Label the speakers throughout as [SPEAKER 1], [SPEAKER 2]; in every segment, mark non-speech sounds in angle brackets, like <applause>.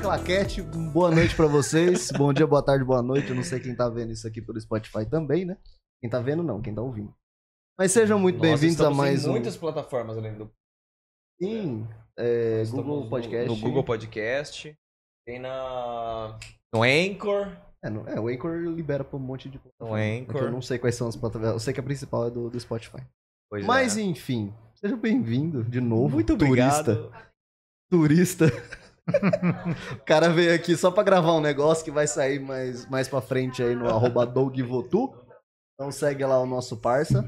[SPEAKER 1] Claquete, boa noite pra vocês. <laughs> Bom dia, boa tarde, boa noite. Eu não sei quem tá vendo isso aqui pelo Spotify também, né? Quem tá vendo, não, quem tá ouvindo. Mas sejam muito
[SPEAKER 2] Nossa,
[SPEAKER 1] bem-vindos a
[SPEAKER 2] estamos
[SPEAKER 1] mais
[SPEAKER 2] em
[SPEAKER 1] um.
[SPEAKER 2] muitas plataformas além do
[SPEAKER 1] Sim, é,
[SPEAKER 2] Estamos
[SPEAKER 1] Google
[SPEAKER 2] no-
[SPEAKER 1] Podcast.
[SPEAKER 2] No Google Podcast. Tem na. No Anchor.
[SPEAKER 1] É, não- é, o Anchor libera pra um monte de plataforma.
[SPEAKER 2] No
[SPEAKER 1] É que eu
[SPEAKER 2] Anchor.
[SPEAKER 1] não sei quais são as plataformas. Eu sei que a principal é do, do Spotify.
[SPEAKER 2] Pois é.
[SPEAKER 1] Mas enfim, seja bem-vindo de novo.
[SPEAKER 2] Muito
[SPEAKER 1] turista.
[SPEAKER 2] obrigado.
[SPEAKER 1] turista. o cara veio aqui só pra gravar um negócio que vai sair mais, mais pra frente aí no arroba DougVotu. Então segue lá o nosso parça.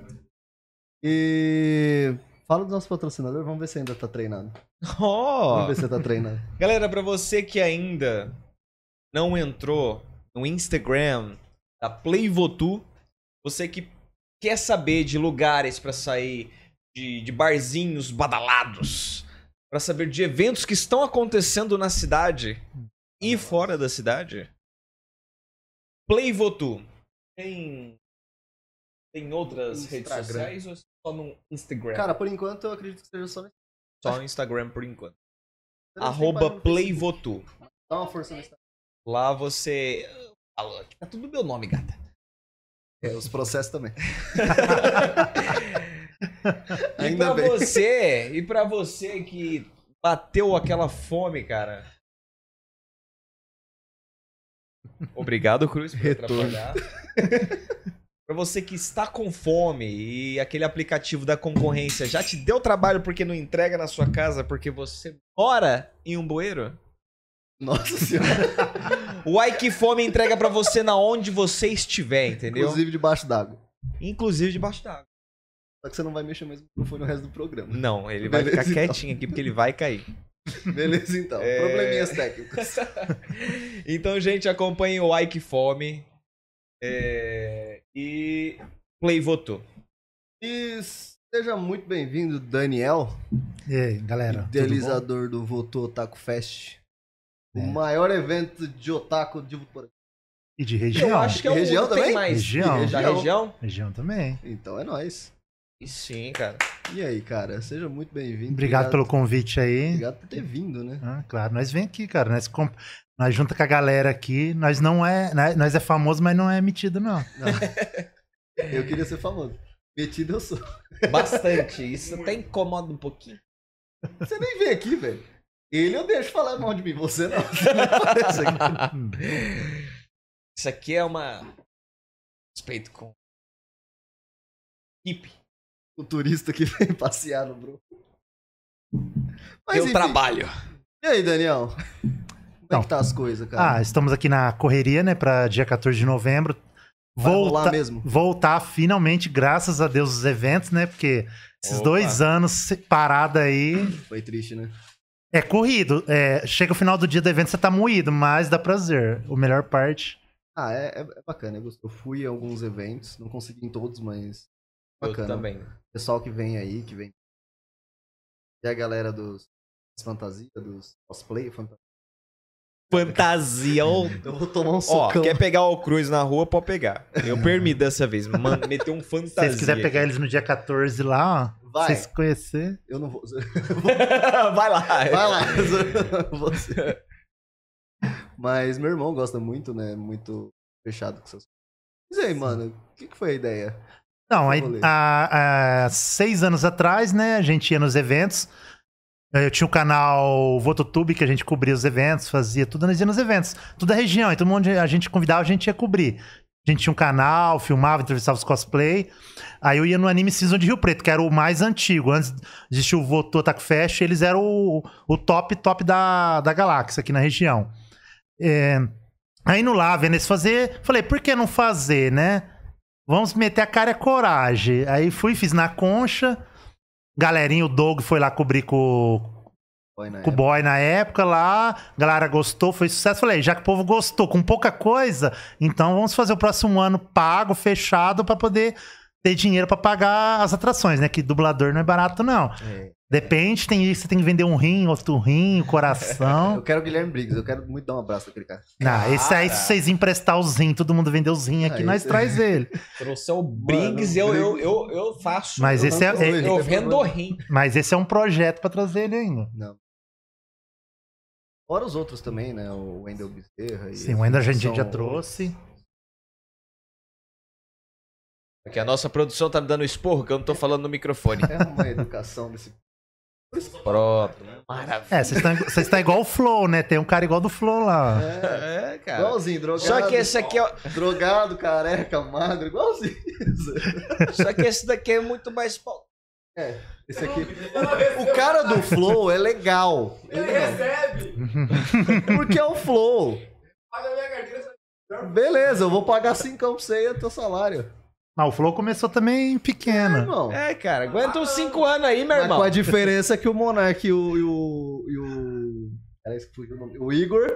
[SPEAKER 1] E fala do nosso patrocinador, vamos ver se ainda tá treinando.
[SPEAKER 2] <laughs> Ó,
[SPEAKER 1] Vamos ver se tá treinando.
[SPEAKER 2] Galera, pra você que ainda não entrou no Instagram da Playvotu, você que quer saber de lugares pra sair, de, de barzinhos badalados, pra saber de eventos que estão acontecendo na cidade e fora da cidade, Playvotu tem tem outras
[SPEAKER 1] Instagram.
[SPEAKER 2] redes sociais ou é só no Instagram?
[SPEAKER 1] Cara, por enquanto eu acredito que seja só no
[SPEAKER 2] só no Instagram por enquanto.
[SPEAKER 1] Instagram. Tem
[SPEAKER 2] Arroba
[SPEAKER 1] página no é Facebook.
[SPEAKER 2] Playvotu.
[SPEAKER 1] Dá uma força no Instagram.
[SPEAKER 2] Lá você. Alô, aqui tá tudo meu nome, gata.
[SPEAKER 1] É, os processos também. <laughs>
[SPEAKER 2] e
[SPEAKER 1] Ainda
[SPEAKER 2] pra
[SPEAKER 1] bem.
[SPEAKER 2] você, e pra você que bateu aquela fome, cara. Obrigado, Cruz, por
[SPEAKER 1] Retorno.
[SPEAKER 2] atrapalhar. <laughs> pra você que está com fome e aquele aplicativo da concorrência já te deu trabalho porque não entrega na sua casa porque você mora em um bueiro?
[SPEAKER 1] Nossa senhora.
[SPEAKER 2] O Ai Que Fome entrega pra você na onde você estiver, entendeu? Inclusive,
[SPEAKER 1] Inclusive debaixo d'água.
[SPEAKER 2] debaixo d'água.
[SPEAKER 1] Só que você não vai mexer mais no microfone o resto do
[SPEAKER 2] <laughs>
[SPEAKER 1] programa.
[SPEAKER 2] Não, ele vai
[SPEAKER 1] Beleza,
[SPEAKER 2] ficar
[SPEAKER 1] então.
[SPEAKER 2] quietinho aqui porque ele vai <laughs> cair.
[SPEAKER 1] Beleza então.
[SPEAKER 2] É.
[SPEAKER 1] Probleminhas técnicas.
[SPEAKER 2] Então, gente, acompanhem o Ike Fome é, e Play Votu.
[SPEAKER 1] E seja muito bem-vindo, Daniel,
[SPEAKER 3] E aí, galera? tudo bom?
[SPEAKER 1] idealizador do Voto Otaku Fest. O
[SPEAKER 3] É.
[SPEAKER 1] maior evento de otaku de Votorantim.
[SPEAKER 3] E de
[SPEAKER 2] Eu
[SPEAKER 3] região?
[SPEAKER 2] acho que é o
[SPEAKER 1] Região
[SPEAKER 2] único que
[SPEAKER 1] também?
[SPEAKER 2] tem mais
[SPEAKER 3] Região.
[SPEAKER 2] da região.
[SPEAKER 3] Região também.
[SPEAKER 1] Então é nóis.
[SPEAKER 2] E Sim, cara.
[SPEAKER 1] E aí, cara, seja muito bem-vindo.
[SPEAKER 3] Obrigado, pelo convite aí.
[SPEAKER 1] Obrigado por ter vindo, né?
[SPEAKER 3] Ah, claro, nós vem aqui, cara. Nós, comp... nós junta com a galera aqui. Nós não é. né, Nós é famoso, mas não é metido, não.
[SPEAKER 1] Eu queria ser famoso. Metido eu sou.
[SPEAKER 2] Bastante. Isso até incomoda um
[SPEAKER 1] <laughs>
[SPEAKER 2] pouquinho.
[SPEAKER 1] Você nem vem aqui, velho. Ele eu deixo falar mal de mim, você
[SPEAKER 3] <laughs>
[SPEAKER 1] não. Você não aparece aqui. é um
[SPEAKER 3] Hum.
[SPEAKER 2] <laughs> Isso aqui é uma. Respeito com. Equipe.
[SPEAKER 1] O turista que vem passear no Bro. Mas
[SPEAKER 2] Meu
[SPEAKER 1] enfim.
[SPEAKER 2] trabalho.
[SPEAKER 1] E aí, Daniel? Como é
[SPEAKER 3] Não.
[SPEAKER 1] que tá as coisas, cara?
[SPEAKER 3] ah, estamos aqui na correria, né? Pra dia 14 de novembro.
[SPEAKER 1] Vai rolar
[SPEAKER 3] Volta...
[SPEAKER 1] mesmo.
[SPEAKER 3] Voltar finalmente, graças a Deus, os eventos, né? Porque esses
[SPEAKER 2] Opa.
[SPEAKER 3] dois anos se- parada aí.
[SPEAKER 1] Foi triste, né?
[SPEAKER 3] É corrido. é, chega o final do dia do evento, você tá moído, mas dá prazer. O melhor parte
[SPEAKER 1] Ah, é, é- é bacana, eu gosto. Eu fui a alguns eventos, não consegui em todos, mas.
[SPEAKER 2] Eu
[SPEAKER 1] Bacana.
[SPEAKER 2] também.
[SPEAKER 1] Pessoal que vem aí, que vem. E a galera dos das fantasias, dos cosplay, fantasia.
[SPEAKER 2] Fantasia. ou-
[SPEAKER 1] Eu vou tomar um
[SPEAKER 2] Ó,
[SPEAKER 1] socão.
[SPEAKER 2] quer pegar o Cruz na rua, pode pegar. Eu permito dessa vez. Mano, meteu um
[SPEAKER 3] Se
[SPEAKER 2] fantasia.
[SPEAKER 3] vocês quiserem pegar eles no dia 14 lá, ó.
[SPEAKER 1] Vai.
[SPEAKER 3] Pra vocês conhecer.
[SPEAKER 1] Eu
[SPEAKER 2] <laughs>
[SPEAKER 1] não vou.
[SPEAKER 2] <laughs> Vai lá.
[SPEAKER 1] Vai lá.
[SPEAKER 2] <laughs>
[SPEAKER 1] Você.
[SPEAKER 2] É.
[SPEAKER 1] Mas meu irmão gosta muito, né? Muito fechado com essas coisas. Mas aí, mano, o que, que foi a ideia?
[SPEAKER 3] Não, aí,
[SPEAKER 1] rolê.
[SPEAKER 3] há, há seis anos atrás, né, a gente ia nos eventos. É, Eu tinha o canal Vototube, que a gente cobria os eventos, fazia tudo, nós ia nos eventos. Toda a região, e todo mundo a gente convidava, a gente ia cobrir. A gente tinha um canal, filmava, entrevistava os cosplay. Aí eu ia no Anime Season de Rio Preto, que era o mais antigo. Antes existia o Voto Otaku Fest, eles eram o, o top, top da, da galáxia aqui na região. É, aí no lá, vendo eles fazer, falei, por que não fazer, né? Vamos meter a cara e a coragem. Aí fui, fiz na concha. Galerinha, o Doug foi lá cobrir com,
[SPEAKER 1] Foi, né?
[SPEAKER 3] com o boy na época lá. Galera gostou, foi sucesso. Falei, já que o povo gostou com pouca coisa, então vamos fazer o próximo ano pago, fechado, pra poder ter dinheiro pra pagar as atrações, né? Que dublador não é barato, não.
[SPEAKER 1] É.
[SPEAKER 3] Depende, tem, você tem que vender um rim, outro rim, o coração.
[SPEAKER 1] <laughs> Eu quero o Guilherme Briggs, eu quero muito dar um abraço naquele cara.
[SPEAKER 3] não, esse aí,
[SPEAKER 2] Cara.
[SPEAKER 3] se vocês emprestar os rim, todo mundo vender os rim aqui,
[SPEAKER 1] Aí
[SPEAKER 3] nós
[SPEAKER 1] você-
[SPEAKER 3] traz ele.
[SPEAKER 2] Trouxe o Briggs,
[SPEAKER 1] Mano,
[SPEAKER 2] eu, eu, eu, eu faço.
[SPEAKER 3] Mas
[SPEAKER 2] eu,
[SPEAKER 3] esse é-
[SPEAKER 1] Não, não,
[SPEAKER 2] eu
[SPEAKER 1] não,
[SPEAKER 2] vendo o rim.
[SPEAKER 3] Mas esse é um projeto pra trazer ele ainda.
[SPEAKER 1] Não. Fora os outros também, né? O Wendel Bezerra. e-
[SPEAKER 3] Sim, o Ender a gente
[SPEAKER 1] são-
[SPEAKER 3] já trouxe.
[SPEAKER 2] Porque a nossa produção tá me dando esporro que eu não tô falando no microfone.
[SPEAKER 1] É uma educação desse.
[SPEAKER 2] <laughs> Próprio. né? Maravilha.
[SPEAKER 3] É, vocês estão vocês estão igual o Flow, né? Tem um cara igual do Flow lá.
[SPEAKER 1] É,
[SPEAKER 2] É, cara.
[SPEAKER 1] igualzinho, drogado.
[SPEAKER 2] Só que esse aqui é,
[SPEAKER 1] Drogado, careca, magro, igualzinho.
[SPEAKER 2] só que esse daqui é muito mais pau-
[SPEAKER 1] Esse aqui. O cara É do Flow é legal. Ele
[SPEAKER 4] recebe!
[SPEAKER 1] não. Porque é o Flow.
[SPEAKER 4] Paga minha carteira, só
[SPEAKER 1] Beleza, eu vou pagar cincão pra você e é teu salário.
[SPEAKER 3] Mas Ah, o Flow começou também
[SPEAKER 1] É,
[SPEAKER 3] pequeno.
[SPEAKER 1] irmão.
[SPEAKER 2] É, cara, aguenta uns 5 anos aí, meu
[SPEAKER 1] Mas com
[SPEAKER 2] irmão.
[SPEAKER 1] a diferença que o Monark e o. E o, e o... Era isso que fugiu o nome. O Igor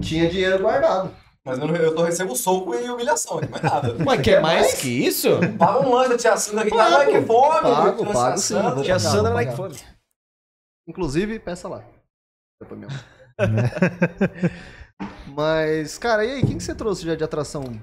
[SPEAKER 1] tinha dinheiro guardado.
[SPEAKER 4] Mas eu, não- eu tô recebo soco e humilhação, aqui, mais nada.
[SPEAKER 2] Mas quer mais que isso?
[SPEAKER 4] Paga um lanche da tia Sandra aqui,
[SPEAKER 1] Pago,
[SPEAKER 4] ai que fome!
[SPEAKER 1] pago,
[SPEAKER 4] tia
[SPEAKER 1] pago sim,
[SPEAKER 4] Sandra.
[SPEAKER 1] vou
[SPEAKER 2] Tia
[SPEAKER 1] pagar,
[SPEAKER 2] Sandra
[SPEAKER 1] vou
[SPEAKER 2] like
[SPEAKER 1] pagar.
[SPEAKER 2] foda.
[SPEAKER 1] Inclusive, peça lá. Foi pra mim. Mas, cara, e aí, quem que você trouxe já de atração?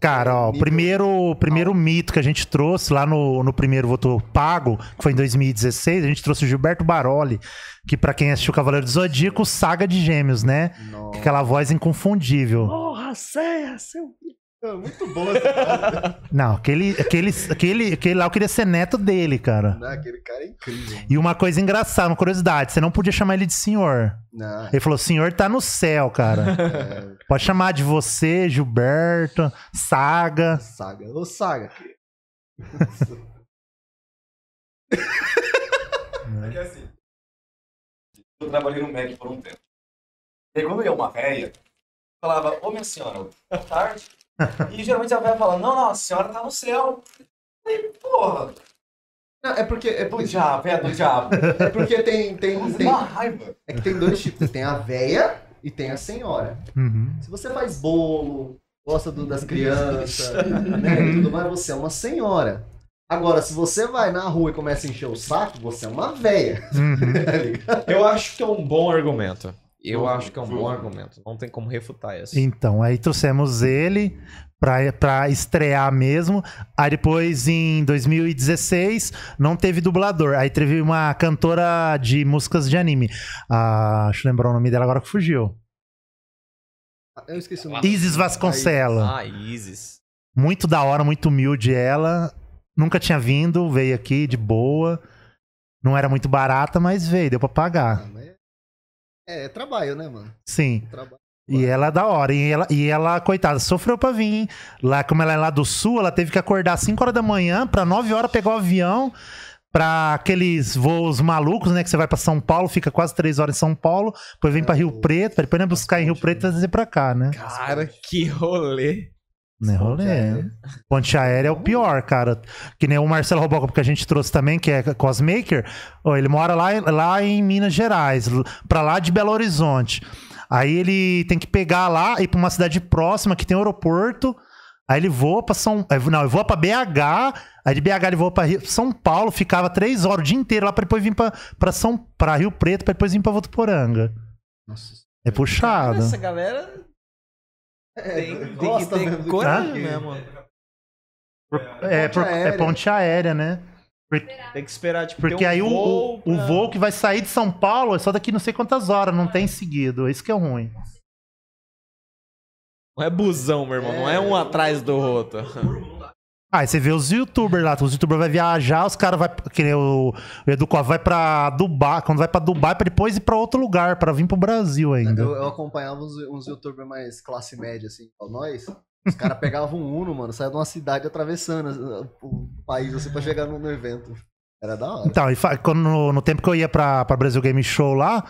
[SPEAKER 3] Cara, ó, o
[SPEAKER 1] um Mito.
[SPEAKER 3] primeiro, o primeiro mito que a gente trouxe lá no, no primeiro voto pago, que foi em 2016, a gente trouxe o Gilberto Baroli, que pra quem assistiu Cavaleiro do Zodíaco, saga de gêmeos, né?
[SPEAKER 1] Nossa.
[SPEAKER 3] Aquela voz inconfundível.
[SPEAKER 2] Porra, Céia, seu.
[SPEAKER 1] Muito bom essa frase.
[SPEAKER 3] Não, aquele, aquele, aquele, aquele lá eu queria ser neto dele, cara.
[SPEAKER 1] Não, Aquele cara é incrível.
[SPEAKER 3] E uma coisa engraçada, uma curiosidade, você não podia chamar ele de senhor.
[SPEAKER 1] Não,
[SPEAKER 3] Ele falou, senhor tá no céu, cara.
[SPEAKER 1] é,
[SPEAKER 3] Pode chamar de você, Gilberto, Saga.
[SPEAKER 1] saga. Ô, saga. né?
[SPEAKER 4] É que assim, eu trabalhei no Mac por um tempo. E aí, quando ia uma velha, falava, ô minha senhora, boa tarde. E geralmente a velha fala, não, não, a senhora tá no céu. E porra,
[SPEAKER 1] Não, é porque, é
[SPEAKER 4] do
[SPEAKER 1] porque,
[SPEAKER 4] diabo, é do diabo.
[SPEAKER 1] é porque tem, tem,
[SPEAKER 4] Nossa,
[SPEAKER 1] tem.
[SPEAKER 4] Uma raiva.
[SPEAKER 1] É que tem dois tipos. Tem a véia e tem a senhora.
[SPEAKER 3] Uhum.
[SPEAKER 1] Se você faz bolo, gosta do- das crianças, né, e tudo mais, você é uma senhora. Agora, se você vai na rua e começa a encher o saco, você é uma véia. <laughs>
[SPEAKER 3] Uhum.
[SPEAKER 1] tá ligado?
[SPEAKER 2] Eu acho que é um bom argumento. Eu acho que é um bom argumento. Não tem como refutar isso.
[SPEAKER 3] Então, aí trouxemos ele pra, pra estrear mesmo. Aí depois, em 2016, não teve dublador. Aí teve uma cantora de músicas de anime. Ah, deixa eu lembrar o nome dela agora que fugiu.
[SPEAKER 1] Eu esqueci o nome.
[SPEAKER 3] Isis Vasconcelos.
[SPEAKER 2] Ah, Isis.
[SPEAKER 3] Muito da hora, muito humilde ela. Nunca tinha vindo, veio aqui de boa. Não era muito barata, mas veio, deu pra pagar.
[SPEAKER 1] Ah, mas é- É, é trabalho, né, mano?
[SPEAKER 3] Sim.
[SPEAKER 1] Trabalho.
[SPEAKER 3] E ela é da hora. E ela, e ela, coitada, sofreu pra vir. hein? Lá, como ela é lá do sul, ela teve que acordar às 5 horas da manhã pra 9 horas pegar o avião pra aqueles voos malucos, né? Que você vai pra São Paulo, fica quase 3 horas em São Paulo, depois vem pra Rio Preto, pra depois né, buscar em Rio Preto e trazer pra cá, né?
[SPEAKER 2] Cara, que rolê.
[SPEAKER 3] Né,
[SPEAKER 1] é,
[SPEAKER 3] rolê.
[SPEAKER 1] aérea.
[SPEAKER 3] Ponte aérea é o pior, cara. Que nem o Marcelo Robocop que a gente trouxe também, que é Cosmaker. ó, Ele mora lá, em- lá em Minas Gerais, l- pra lá de Belo Horizonte. Aí ele tem que pegar lá e ir pra uma cidade próxima que tem um aeroporto. Aí ele voa pra São. eh, Não, ele voa pra BH. Aí de BH ele voa pra Rio- São Paulo, ficava três horas o dia inteiro lá pra depois vir pra, pra, São, pra Rio Preto, pra depois vir pra Votuporanga.
[SPEAKER 1] Nossa.
[SPEAKER 3] É puxado.
[SPEAKER 2] Essa galera
[SPEAKER 1] É,
[SPEAKER 2] tem, tem que
[SPEAKER 1] gosta
[SPEAKER 2] ter
[SPEAKER 1] mesmo do
[SPEAKER 3] Ah,
[SPEAKER 2] coragem
[SPEAKER 1] que-
[SPEAKER 2] mesmo.
[SPEAKER 3] é,
[SPEAKER 1] ponte
[SPEAKER 3] por- é
[SPEAKER 1] aérea.
[SPEAKER 3] ponte aérea, né?
[SPEAKER 2] Tem que esperar, tipo,
[SPEAKER 3] Porque
[SPEAKER 2] ter um
[SPEAKER 3] aí o- o,
[SPEAKER 2] pra-
[SPEAKER 3] o voo que vai sair de São Paulo é só daqui não sei quantas horas, não tem seguido. Isso que é ruim.
[SPEAKER 2] Não é busão, meu irmão. Não é um atrás do outro.
[SPEAKER 3] Ah, e você vê os youtubers lá, os youtubers vai viajar, os caras vai, que nem o, o Edu Cova vai pra Dubai, quando vai pra Dubai pra depois ir pra outro lugar, pra vir pro Brasil ainda.
[SPEAKER 1] Eu, eu acompanhava uns, uns youtubers mais classe média, assim, igual nós. Os
[SPEAKER 3] <laughs>
[SPEAKER 1] caras pegavam um Uno, mano, saia de uma cidade atravessando assim, o país, assim, pra chegar no, no evento. Era da hora.
[SPEAKER 3] Então, e fa- quando, no, no tempo que eu ia pra, pra Brasil Game Show lá,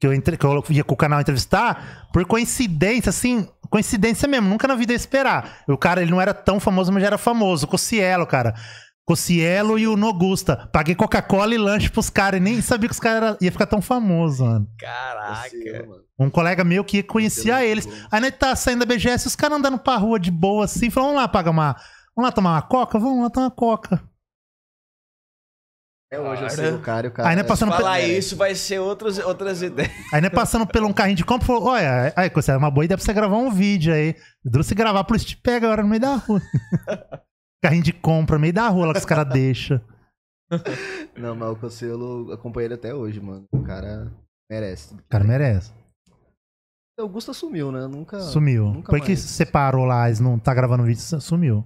[SPEAKER 3] que eu, entre- que eu ia com o canal entrevistar, por coincidência, assim, coincidência mesmo, nunca na vida ia esperar. O cara, ele não era tão famoso, mas já era famoso. O Cocielo, cara. Cocielo e o Nogusta. Paguei Coca-Cola e lanche pros caras e nem sabia que os caras iam ficar tão famosos, mano.
[SPEAKER 2] Caraca.
[SPEAKER 1] mano.
[SPEAKER 3] Um colega meu que conhecia
[SPEAKER 1] Pelo
[SPEAKER 3] eles.
[SPEAKER 1] Google.
[SPEAKER 3] Aí nós tá saindo da BGS, os caras andando pra rua de boa assim, falou, vamos lá pagar uma. Vamos lá tomar uma coca? Vamos lá tomar uma coca.
[SPEAKER 1] Até É hoje eu
[SPEAKER 2] Cara.
[SPEAKER 1] sei o cara e o cara.
[SPEAKER 3] Ainda passando
[SPEAKER 1] é-
[SPEAKER 2] Falar
[SPEAKER 1] é-
[SPEAKER 2] isso vai ser outros, outras <laughs> ideias.
[SPEAKER 3] Aí né, passando pelo um carrinho de compra, falou: Olha, aí, Cossé, é uma boa ideia pra você gravar um vídeo aí. Duro se gravar por isso te pega agora no meio da rua. <laughs> carrinho de compra, no meio da rua lá que os caras deixam.
[SPEAKER 1] Não, mas o Cancelo acompanha ele até hoje, mano. O cara merece.
[SPEAKER 3] O cara merece.
[SPEAKER 1] Augusta sumiu, né? Nunca,
[SPEAKER 3] Sumiu.
[SPEAKER 1] nunca
[SPEAKER 3] Foi que
[SPEAKER 1] mais.
[SPEAKER 3] separou lá, eles não tá gravando vídeo, su- sumiu.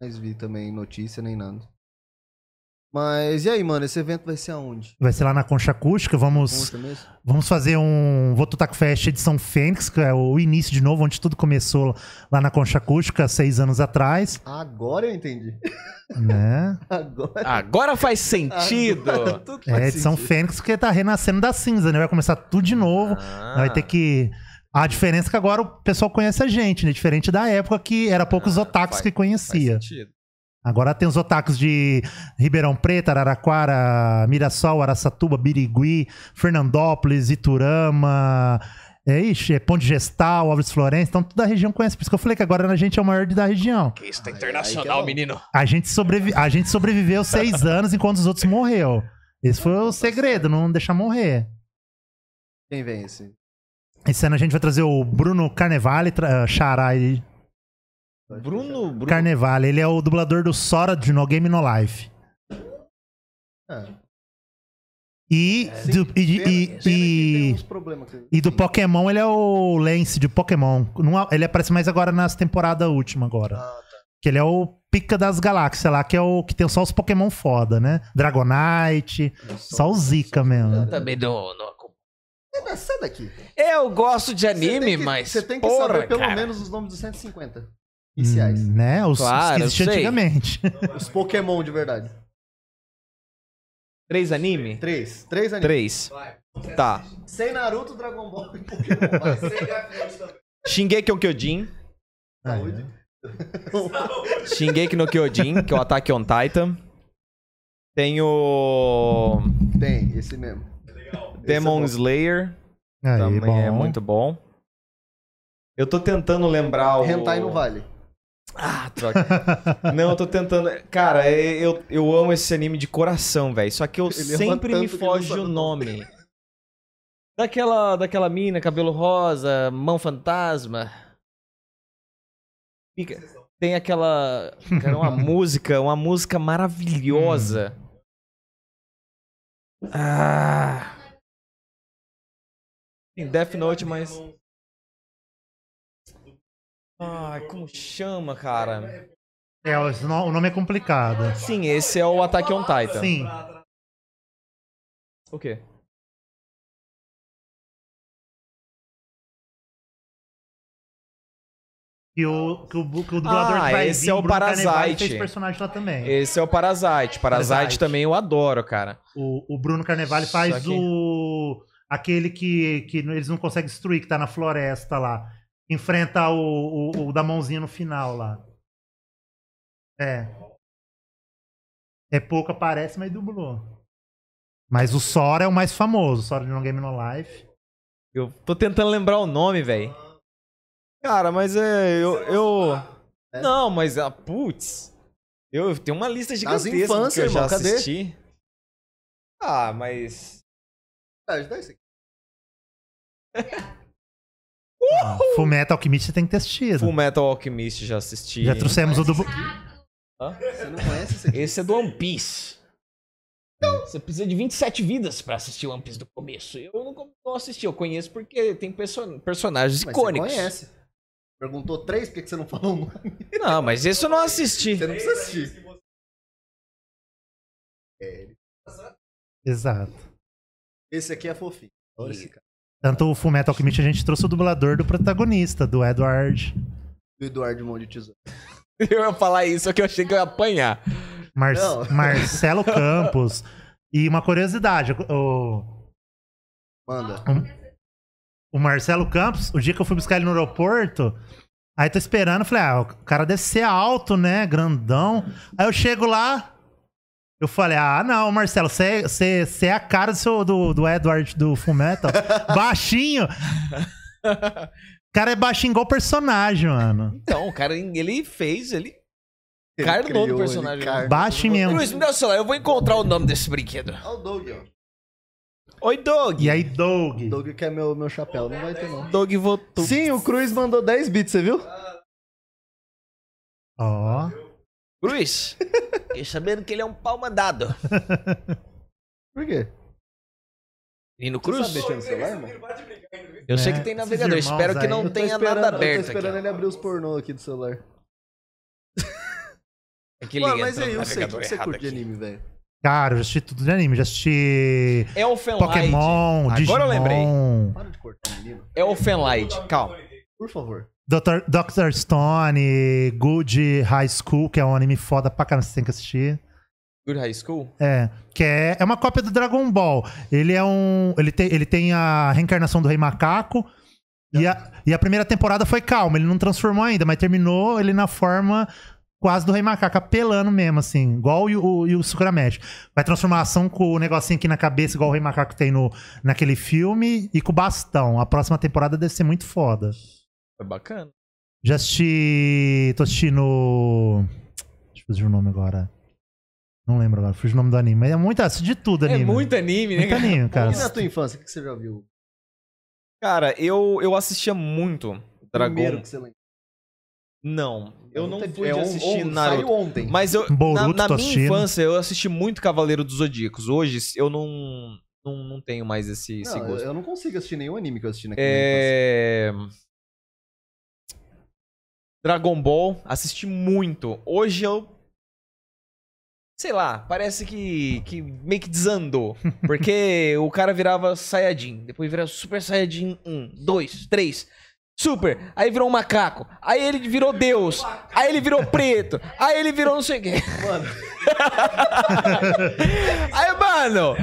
[SPEAKER 1] mais vi também notícia nem nada. Mas e aí, mano? Esse evento vai ser aonde?
[SPEAKER 3] Vai ser lá na Concha Acústica, vamos,
[SPEAKER 1] Conta mesmo?
[SPEAKER 3] vamos fazer um Vototaco Fest edição Fênix, que é o início de novo, onde tudo começou lá na Concha Acústica, seis anos atrás,
[SPEAKER 1] Agora eu entendi. <laughs>
[SPEAKER 3] né?
[SPEAKER 1] Agora.
[SPEAKER 2] Agora
[SPEAKER 1] <laughs>
[SPEAKER 2] faz sentido.
[SPEAKER 1] Agora tudo
[SPEAKER 3] É a
[SPEAKER 1] <laughs> faz
[SPEAKER 3] edição
[SPEAKER 1] sentido.
[SPEAKER 3] Fênix que tá renascendo da cinza, né? Vai começar tudo de novo,
[SPEAKER 2] Ah.
[SPEAKER 3] vai ter que... A diferença é que agora o pessoal conhece a gente, né? Diferente da época que era poucos
[SPEAKER 2] Ah,
[SPEAKER 3] otakus
[SPEAKER 2] faz-
[SPEAKER 3] que
[SPEAKER 2] Faz
[SPEAKER 3] conhecia.
[SPEAKER 2] sentido.
[SPEAKER 3] Agora tem os otakus de Ribeirão Preto, Araraquara, Mirassol, Araçatuba, Birigui, Fernandópolis, Iturama, é, ixi, é Ponte Gestal, Alves Florença, então toda a região conhece. Por isso que eu falei que agora a gente é o maior da região.
[SPEAKER 2] Que isso tá
[SPEAKER 1] Aí-
[SPEAKER 2] internacional,
[SPEAKER 1] aí que é bom.
[SPEAKER 2] menino.
[SPEAKER 3] A gente, sobrevi- a gente
[SPEAKER 2] <laughs>
[SPEAKER 3] sobreviveu seis anos enquanto os outros morreu. Esse foi o segredo, não deixar morrer.
[SPEAKER 1] Quem vence?
[SPEAKER 3] Esse ano a gente vai trazer o Bruno Carnevale, tra- eh, Xará, ele-
[SPEAKER 2] Bruno, Bruno.
[SPEAKER 3] Carnevale, ele é o dublador do Sora de No Game No Life.
[SPEAKER 1] É.
[SPEAKER 3] E, É, do- e, e-
[SPEAKER 1] Pena- pena que
[SPEAKER 3] e-
[SPEAKER 1] tem um uns problemas que-
[SPEAKER 3] E do Pokémon, ele é o Lance de Pokémon. Não é- ele aparece mais agora nas temporada última agora.
[SPEAKER 1] Ah,
[SPEAKER 3] Que ele é o Pica das Galáxias lá, que é o que tem só os Pokémon foda, né? Dragonite,
[SPEAKER 1] um
[SPEAKER 3] só o Zika mesmo. né?
[SPEAKER 2] Também não, não acompanho.
[SPEAKER 1] Sai da- É, Sai daqui.
[SPEAKER 2] Eu gosto de
[SPEAKER 1] Você tem
[SPEAKER 2] É anime,
[SPEAKER 1] que-
[SPEAKER 2] mas.
[SPEAKER 1] Você tem que
[SPEAKER 2] porra,
[SPEAKER 1] saber pelo
[SPEAKER 2] cara.
[SPEAKER 1] menos os nomes dos 150 iniciais.
[SPEAKER 3] Hum, né? Os, os
[SPEAKER 2] Claro,
[SPEAKER 3] que
[SPEAKER 2] eu
[SPEAKER 3] existiam
[SPEAKER 2] sei.
[SPEAKER 3] antigamente.
[SPEAKER 1] Os Pokémon de verdade.
[SPEAKER 2] Três anime?
[SPEAKER 1] Três. Três animes.
[SPEAKER 2] Três. Tá.
[SPEAKER 1] Sem Naruto, Dragon Ball e Pokémon. Vai ser Garfield também.
[SPEAKER 2] Shingeki no Kyojin.
[SPEAKER 1] <laughs> Saúde.
[SPEAKER 2] Shingeki no Kyojin, que é o Attack on Titan. Tem o
[SPEAKER 1] Tem, esse mesmo.
[SPEAKER 2] Demon
[SPEAKER 1] Esse
[SPEAKER 2] Slayer.
[SPEAKER 3] Aí,
[SPEAKER 2] também
[SPEAKER 3] bom.
[SPEAKER 2] é muito é bom. Eu tô tentando lembrar o...
[SPEAKER 1] Hentai não vale.
[SPEAKER 2] Ah, troca. não, eu tô tentando... Cara, é- eu, eu amo esse anime de coração, velho. Só que eu
[SPEAKER 1] Ele ama
[SPEAKER 2] sempre me
[SPEAKER 1] tanto que não
[SPEAKER 2] foge
[SPEAKER 1] sabe
[SPEAKER 2] o
[SPEAKER 1] o
[SPEAKER 2] nome. Daquela, daquela mina, cabelo rosa, mão fantasma. Fica- Tem aquela... Cara, <laughs> uma música, uma música maravilhosa. Hum. Ah... Tem Death Note, mas... Ai, como chama, cara?
[SPEAKER 3] É, os no- o nome é complicado.
[SPEAKER 2] Sim, esse é o Attack on
[SPEAKER 1] Então.
[SPEAKER 2] Titan.
[SPEAKER 3] Sim.
[SPEAKER 2] O quê?
[SPEAKER 3] Que o, que o, que o dublador
[SPEAKER 2] Ah,
[SPEAKER 3] que vai
[SPEAKER 2] esse
[SPEAKER 3] vir,
[SPEAKER 2] é o
[SPEAKER 3] Bruno Carnevale,
[SPEAKER 2] Parasite.
[SPEAKER 3] fez personagem lá também.
[SPEAKER 2] Esse é o Parasite. Parasite,
[SPEAKER 3] Parasite.
[SPEAKER 2] também eu adoro, cara.
[SPEAKER 3] O, o Bruno Carnevale
[SPEAKER 2] Só
[SPEAKER 3] faz
[SPEAKER 2] que-
[SPEAKER 3] o. aquele que, que n- eles não conseguem destruir, que tá na floresta lá. Enfrenta o, o, o da mãozinha no final lá. É. É pouco, aparece, mas dublou. Mas o Sora é o mais famoso, o Sora de No Game No Life.
[SPEAKER 2] Eu tô tentando lembrar o nome, velho. Cara, mas é. Eu. eu...
[SPEAKER 1] É?
[SPEAKER 2] Não, mas. Ah, putz. Eu tenho uma lista
[SPEAKER 1] Nas
[SPEAKER 2] gigantesca
[SPEAKER 1] infância,
[SPEAKER 2] que eu já
[SPEAKER 1] irmão, cadê?
[SPEAKER 2] assisti. Ah, mas.
[SPEAKER 1] Ah, dá esse aqui.
[SPEAKER 3] Full Metal Alchemist você tem que ter assistido.
[SPEAKER 2] Full Metal Alchemist já assisti.
[SPEAKER 3] Já trouxemos o dublo.
[SPEAKER 1] Você não conhece esse aqui?
[SPEAKER 2] Esse é do One Piece. Então, Você precisa de 27 vidas pra assistir One Piece do começo. Eu não, não assisti, eu conheço porque tem perso- personagens
[SPEAKER 1] Mas
[SPEAKER 2] icônicos.
[SPEAKER 1] Você conhece. Perguntou três, por que que você não falou um?
[SPEAKER 2] <laughs> Não, mas esse eu não assisti.
[SPEAKER 1] Você não precisa assistir.
[SPEAKER 3] Exato.
[SPEAKER 1] Esse aqui é fofinho. Adoro esse cara.
[SPEAKER 3] Tanto o Full Metal Alchemist a gente trouxe o dublador do protagonista, do Edward
[SPEAKER 1] Do Eduardo Mão de Tesouro.
[SPEAKER 2] <laughs> Eu ia falar isso, só que eu achei que eu ia apanhar.
[SPEAKER 3] Mar-
[SPEAKER 1] Não.
[SPEAKER 3] <laughs> Marcelo Campos. E uma curiosidade, o,
[SPEAKER 1] Manda.
[SPEAKER 2] Ah,
[SPEAKER 3] o Marcelo Campos, o dia que eu fui buscar ele no aeroporto, aí tô esperando, falei, ah, o cara deve ser alto, né? Grandão. Aí eu chego lá, eu falei, ah, não, Marcelo, você você- você é a cara do, seu- do, do Edward do Fullmetal. baixinho. O cara é baixinho igual o personagem, mano.
[SPEAKER 2] Então, o cara, ele fez, ele...
[SPEAKER 1] Ele
[SPEAKER 2] Carnou do
[SPEAKER 1] criou, ele
[SPEAKER 2] é personagem. né?
[SPEAKER 1] carnou.
[SPEAKER 3] Baixo mesmo.
[SPEAKER 2] Luiz, me dá o celular, eu vou encontrar o nome desse brinquedo.
[SPEAKER 1] Olha o Doug, ó.
[SPEAKER 2] Oi, Doug.
[SPEAKER 3] E aí, Doug.
[SPEAKER 1] O Doug quer meu, meu chapéu, não vai ter não.
[SPEAKER 2] Doug votou.
[SPEAKER 1] Sim, o Cruz mandou 10 bits, você viu?
[SPEAKER 3] Ó.
[SPEAKER 2] Luiz, fiquei sabendo que ele é um pau mandado.
[SPEAKER 1] Por quê?
[SPEAKER 2] Nino
[SPEAKER 1] Você
[SPEAKER 2] Cruz?
[SPEAKER 1] sabe mexer no celular, irmão?
[SPEAKER 2] Eu sei
[SPEAKER 3] É,
[SPEAKER 2] que tem
[SPEAKER 3] esses
[SPEAKER 2] navegador,
[SPEAKER 3] irmãos
[SPEAKER 2] espero que
[SPEAKER 3] aí.
[SPEAKER 1] Eu
[SPEAKER 2] não
[SPEAKER 1] tô
[SPEAKER 2] tenha
[SPEAKER 1] esperando-
[SPEAKER 2] nada
[SPEAKER 1] Eu
[SPEAKER 2] aberto
[SPEAKER 1] tô
[SPEAKER 2] aqui.
[SPEAKER 1] esperando
[SPEAKER 2] ó.
[SPEAKER 1] ele abrir os pornô aqui do celular.
[SPEAKER 2] É que ele
[SPEAKER 1] Mano,
[SPEAKER 2] entra
[SPEAKER 1] mas
[SPEAKER 2] no
[SPEAKER 1] aí, eu sei, o que
[SPEAKER 2] navegador
[SPEAKER 1] que você
[SPEAKER 2] errado
[SPEAKER 1] curte de
[SPEAKER 2] aqui.
[SPEAKER 1] anime, velho?
[SPEAKER 3] Cara, eu já assisti tudo de anime. Já assisti
[SPEAKER 2] Elfen Light.
[SPEAKER 3] Pokémon,
[SPEAKER 2] Então, Agora eu
[SPEAKER 3] Digimon,
[SPEAKER 2] lembrei.
[SPEAKER 1] Para de cortar o menino.
[SPEAKER 2] Elfen Light, É calma.
[SPEAKER 1] Por favor.
[SPEAKER 3] Dr. Dr. Stone, Good High School, que é um anime foda pra caramba, você tem que assistir.
[SPEAKER 2] Good High School?
[SPEAKER 3] É, que é, é uma cópia do Dragon Ball. Ele é um. Ele tem, ele tem a reencarnação do Rei Macaco. E a, e a primeira temporada foi calma, ele não transformou ainda, mas terminou ele na forma quase do Rei Macaco, apelando mesmo, assim, igual o, o, o Sakura Magic. Vai transformar a ação com o negocinho aqui na cabeça, igual o Rei Macaco tem no, naquele filme, e com o bastão. A próxima temporada deve ser muito foda.
[SPEAKER 2] Foi É bacana.
[SPEAKER 3] Já assisti. Tô assistindo. Deixa eu fazer o nome agora. Não lembro agora, fugiu o nome do anime. Mas é muito, assisti de tudo
[SPEAKER 2] É
[SPEAKER 3] anime.
[SPEAKER 2] muito anime, né,
[SPEAKER 3] Muito <laughs>
[SPEAKER 2] cara?
[SPEAKER 3] anime, cara.
[SPEAKER 1] E na tua infância, o que que você já viu?
[SPEAKER 2] Cara, eu, eu assistia muito Dragon.
[SPEAKER 1] Primeiro que você lembra.
[SPEAKER 2] Não, eu não
[SPEAKER 1] Ontem-
[SPEAKER 2] fui
[SPEAKER 1] é,
[SPEAKER 2] de
[SPEAKER 1] on-
[SPEAKER 2] assistir
[SPEAKER 1] on-
[SPEAKER 2] Naruto.
[SPEAKER 1] Saiu um. ontem.
[SPEAKER 2] Mas eu,
[SPEAKER 3] Boruto,
[SPEAKER 2] na, na
[SPEAKER 3] tô
[SPEAKER 2] minha
[SPEAKER 3] assistindo.
[SPEAKER 2] infância, eu assisti muito Cavaleiro dos Zodíacos. Hoje, eu não, não, não tenho mais esse, esse
[SPEAKER 1] Não, eu,
[SPEAKER 2] gosto.
[SPEAKER 1] eu não consigo assistir nenhum anime que eu assisti naquele
[SPEAKER 2] É... Dragon Ball, assisti muito. Hoje eu. Sei lá, parece que, que meio
[SPEAKER 1] <laughs>
[SPEAKER 2] que desandou. Porque o cara virava Saiyajin, depois virava Super Saiyajin 1, 2, 3. Super, aí virou um macaco, aí ele virou Deus, aí ele virou preto, aí ele virou não sei o quê.
[SPEAKER 1] Mano.
[SPEAKER 2] aí, mano.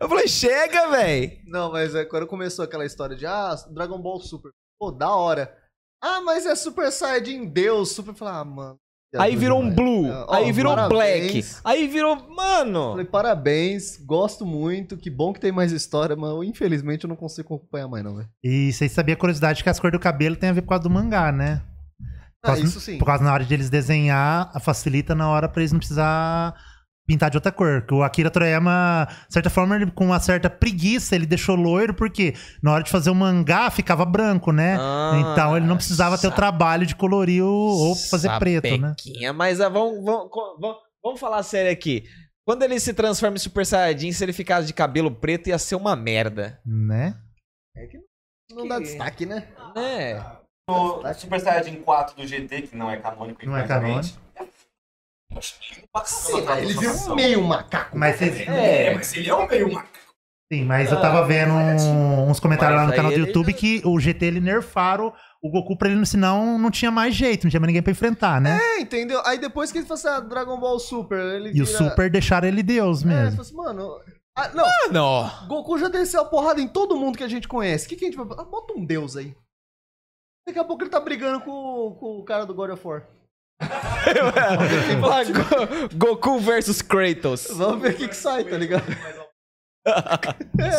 [SPEAKER 2] Eu falei, chega, velho.
[SPEAKER 1] Não, mas é, quando começou aquela história de ah, Dragon Ball Super. Pô, da hora. Ah, mas é Super Saiyajin Deus, Super. Falei, ah, mano.
[SPEAKER 2] Aí virou um blue,
[SPEAKER 1] Ó,
[SPEAKER 2] aí virou um black,
[SPEAKER 1] parabéns.
[SPEAKER 2] aí virou. Mano!
[SPEAKER 1] Falei, parabéns, gosto muito, que bom que tem mais história, mas eu, infelizmente eu não consigo acompanhar mais, não, né?" velho.
[SPEAKER 3] E vocês sabiam a curiosidade que as cores do cabelo tem a ver com a do mangá, né? Por
[SPEAKER 1] Ah,
[SPEAKER 3] causa-
[SPEAKER 1] isso sim.
[SPEAKER 3] Por causa na hora de eles desenhar, facilita na hora pra eles não precisar pintar de outra cor. Que o Akira Toriyama, de certa forma, ele, com uma certa preguiça, ele deixou loiro porque na hora de fazer o mangá ficava branco, né?
[SPEAKER 2] Ah,
[SPEAKER 3] então ele não precisava ter o trabalho de colorir o, ou fazer preto, né?
[SPEAKER 2] Sapequinha, Mas ah, vamos, vamos, vamos, vamos falar sério aqui. Quando ele se transforma em Super Saiyajin, se ele ficasse de cabelo preto, ia ser uma merda.
[SPEAKER 3] Né?
[SPEAKER 1] Não dá destaque, né?
[SPEAKER 2] Né?
[SPEAKER 4] No Super Saiyajin 4 do GT, que não é canônico,
[SPEAKER 3] Não é
[SPEAKER 4] infelizmente.
[SPEAKER 1] Ele tá um virou meio macaco. né?
[SPEAKER 3] Mas vocês.
[SPEAKER 4] É, mas ele é um meio macaco.
[SPEAKER 3] Sim, mas eu tava vendo um- uns comentários
[SPEAKER 2] Mas
[SPEAKER 3] lá no
[SPEAKER 2] aí
[SPEAKER 3] canal do
[SPEAKER 2] ele
[SPEAKER 3] YouTube
[SPEAKER 2] já-
[SPEAKER 3] que o GT ele nerfaram o Goku pra ele, senão não tinha mais jeito, não tinha mais ninguém pra enfrentar, né?
[SPEAKER 1] É, entendeu? Aí depois que ele faz ah, Dragon Ball Super, ele
[SPEAKER 3] E o
[SPEAKER 1] vira-
[SPEAKER 3] Super deixaram ele Deus
[SPEAKER 1] É, ele
[SPEAKER 3] mesmo.
[SPEAKER 1] fala assim, mano. ah, não,
[SPEAKER 2] Ah, não.
[SPEAKER 1] Goku já desceu a porrada em todo mundo que a gente conhece. O que, que a gente vai. Ah, bota um deus aí. Daqui a pouco ele tá brigando com, o- com o cara do God of War.
[SPEAKER 2] Lá, Go- <laughs> Goku versus Kratos.
[SPEAKER 1] Vamos ver o que, que sai, tá ligado?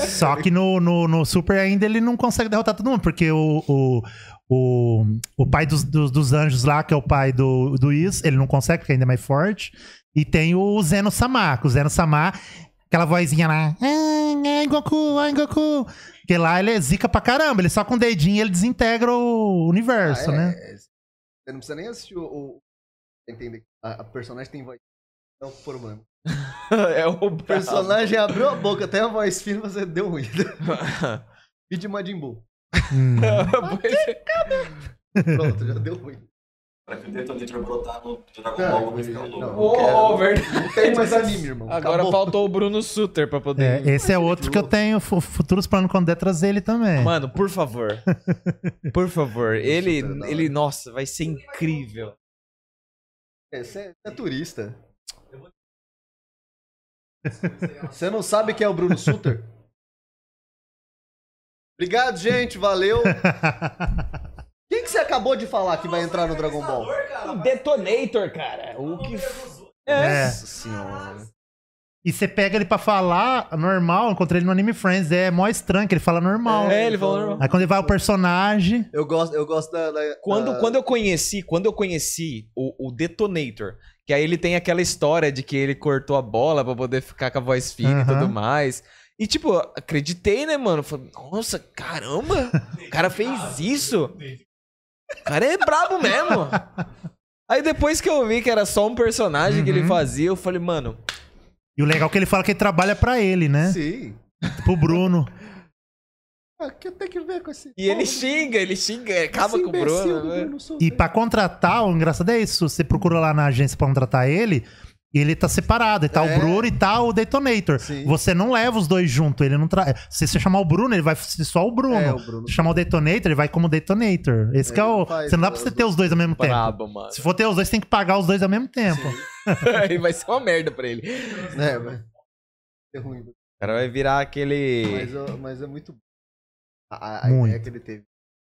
[SPEAKER 3] Só que no, no, no Super ainda ele não consegue derrotar todo mundo, porque o, o, o, o pai dos, dos, dos anjos lá, que é o pai do, do Is, ele não consegue, porque ainda é mais forte. E tem o Zeno Samar, que o Zeno Samar, aquela vozinha lá. Ai, ai, Goku, ai, Goku. Porque lá ele é zica pra caramba, ele só com o dedinho ele desintegra o universo,
[SPEAKER 1] Ah, é,
[SPEAKER 3] né?
[SPEAKER 1] é. Você não precisa nem assistir o. o- pra Entender. A, a personagem tem voz. Não, um problema.
[SPEAKER 2] <laughs> é o <laughs>
[SPEAKER 1] O personagem abriu a boca, até a voz fina, você deu ruim. <laughs> E de Majin Buu.
[SPEAKER 3] Hum.
[SPEAKER 1] Pronto, já deu ruim.
[SPEAKER 4] Pra que o detonator brotar no Dragon
[SPEAKER 1] Não,
[SPEAKER 4] Ball vai ficar
[SPEAKER 1] não,
[SPEAKER 4] louco.
[SPEAKER 1] não quero.
[SPEAKER 2] Ô, verdade.
[SPEAKER 1] Não tem mais anime, irmão.
[SPEAKER 2] Agora
[SPEAKER 1] Acabou.
[SPEAKER 2] faltou o Bruno Suter pra
[SPEAKER 3] É,
[SPEAKER 2] poder.
[SPEAKER 3] esse é outro que eu
[SPEAKER 1] louco.
[SPEAKER 3] tenho fu- futuros planos quando der trazer ele também.
[SPEAKER 2] Mano, por favor. Por favor. Ele,
[SPEAKER 1] Super da hora.
[SPEAKER 2] ele, nossa, vai ser incrível.
[SPEAKER 1] É, Você é turista. Você não sabe quem é o Bruno Suter? Obrigado, gente. Valeu. Quem que você acabou de falar que vai entrar no Dragon Ball?
[SPEAKER 2] O Detonator, cara. O que.
[SPEAKER 3] É.
[SPEAKER 2] É.
[SPEAKER 1] senhora.
[SPEAKER 3] E você pega ele pra falar normal, eu encontrei ele no Anime Friends, é mó estranho que ele fala normal. né?
[SPEAKER 2] É, ele falou normal.
[SPEAKER 3] Aí quando ele vai o personagem,
[SPEAKER 1] Eu gosto, eu gosto da. da-
[SPEAKER 2] Quando,
[SPEAKER 1] da-
[SPEAKER 2] quando eu conheci, quando eu conheci o, o Detonator, que aí ele tem aquela história de que ele cortou a bola pra poder ficar com a voz fina e
[SPEAKER 3] Aham.
[SPEAKER 2] tudo mais. E tipo, eu acreditei, né, mano? Falei, nossa, caramba! O cara fez isso? O cara é brabo mesmo! Aí depois que eu vi que era só um personagem que ele
[SPEAKER 3] Uhum.
[SPEAKER 2] fazia, eu falei, mano,
[SPEAKER 3] e o legal é que ele fala que ele trabalha pra ele, né?
[SPEAKER 1] Sim.
[SPEAKER 3] Pro Bruno.
[SPEAKER 1] Ah, que tem que ver com esse.
[SPEAKER 2] E ele xinga, ele xinga, acaba com o Bruno. né?
[SPEAKER 3] E pra contratar, o engraçado é isso. Você procura lá na agência pra contratar ele, e ele tá separado. E tá
[SPEAKER 1] É.
[SPEAKER 3] o Bruno e tá o Detonator.
[SPEAKER 1] Sim.
[SPEAKER 3] Você não leva os dois junto. Ele não tra... Se você chamar o Bruno, ele vai ser só o Bruno.
[SPEAKER 1] É, o Bruno.
[SPEAKER 3] Se chamar o Detonator, ele vai como Detonator. Esse que é
[SPEAKER 1] Ele
[SPEAKER 3] o.
[SPEAKER 1] faz
[SPEAKER 3] Você não dá pra
[SPEAKER 1] os
[SPEAKER 3] você ter os dois ao mesmo tempo.
[SPEAKER 2] Brabo, mano. <laughs>
[SPEAKER 3] Se for ter os dois, tem que pagar os dois ao mesmo tempo.
[SPEAKER 2] Aí vai ser uma merda pra ele. O
[SPEAKER 1] É, mas. É ruim.
[SPEAKER 2] cara vai virar aquele.
[SPEAKER 1] Mas, eu- mas é muito. bom. A, a
[SPEAKER 3] Muito.
[SPEAKER 1] ideia que ele teve. né,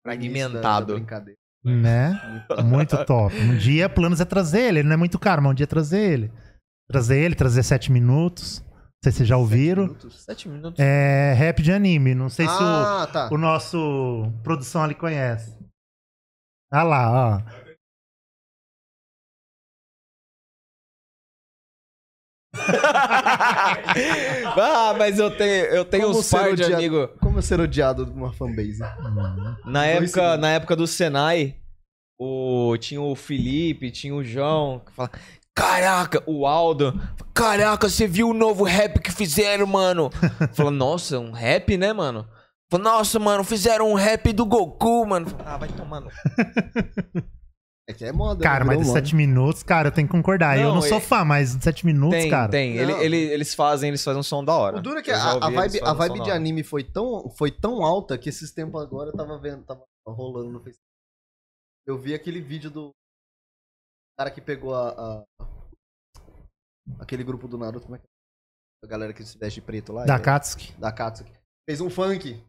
[SPEAKER 2] Fragmentado.
[SPEAKER 1] Da brincadeira.
[SPEAKER 3] Né? Muito top. Um dia, planos é trazer ele. Ele não é muito caro, mas um dia é trazer ele. Trazer ele, trazer sete minutos. Não sei se vocês já ouviram.
[SPEAKER 1] Minutos.
[SPEAKER 2] Sete minutos.
[SPEAKER 3] É rap de anime. Não sei se o.
[SPEAKER 1] Ah, tá.
[SPEAKER 3] o nosso produção ali conhece. Ah lá, ó.
[SPEAKER 2] <laughs> ah, mas eu tenho, eu tenho
[SPEAKER 1] Como
[SPEAKER 2] uns
[SPEAKER 1] ser
[SPEAKER 2] par de
[SPEAKER 1] odiado-
[SPEAKER 2] amigo.
[SPEAKER 1] Como ser odiado de uma fanbase?
[SPEAKER 2] Na
[SPEAKER 1] Dois
[SPEAKER 2] época,
[SPEAKER 1] segundos.
[SPEAKER 2] na época do Senai, o, tinha o Felipe, tinha o João, que fala, caraca, o Aldo, caraca, você viu o novo rap que fizeram, mano? <laughs> Fala, nossa, um rap, né, mano? Fala, nossa, mano, fizeram um rap do Goku, mano. Fala, ah, vai tomando.
[SPEAKER 1] É que é moda.
[SPEAKER 3] Cara, mas tipo- de 7 minutos, cara, eu tenho que concordar. eu
[SPEAKER 2] um Não,
[SPEAKER 3] não sou
[SPEAKER 2] é-
[SPEAKER 3] fá, mas de 7 minutos,
[SPEAKER 2] Tem,
[SPEAKER 3] cara.
[SPEAKER 2] tem. Ele-
[SPEAKER 1] Não.
[SPEAKER 2] ele- eles fazem, eles fazem um som da hora.
[SPEAKER 1] O duro é que
[SPEAKER 2] Eu já
[SPEAKER 1] a, a
[SPEAKER 2] ouvi, eles
[SPEAKER 1] vibe, a
[SPEAKER 2] fazem um
[SPEAKER 1] vibe
[SPEAKER 2] som
[SPEAKER 1] de
[SPEAKER 2] da hora.
[SPEAKER 1] anime foi tão, foi tão alta que esses tempos agora eu tava vendo, tava rolando no Facebook. Eu vi aquele vídeo do cara que pegou a. a- aquele grupo do Naruto, como é que é? A galera que se veste de preto lá.
[SPEAKER 3] Da
[SPEAKER 1] é-
[SPEAKER 3] Katsuki.
[SPEAKER 1] da Katsuki. Fez um funk.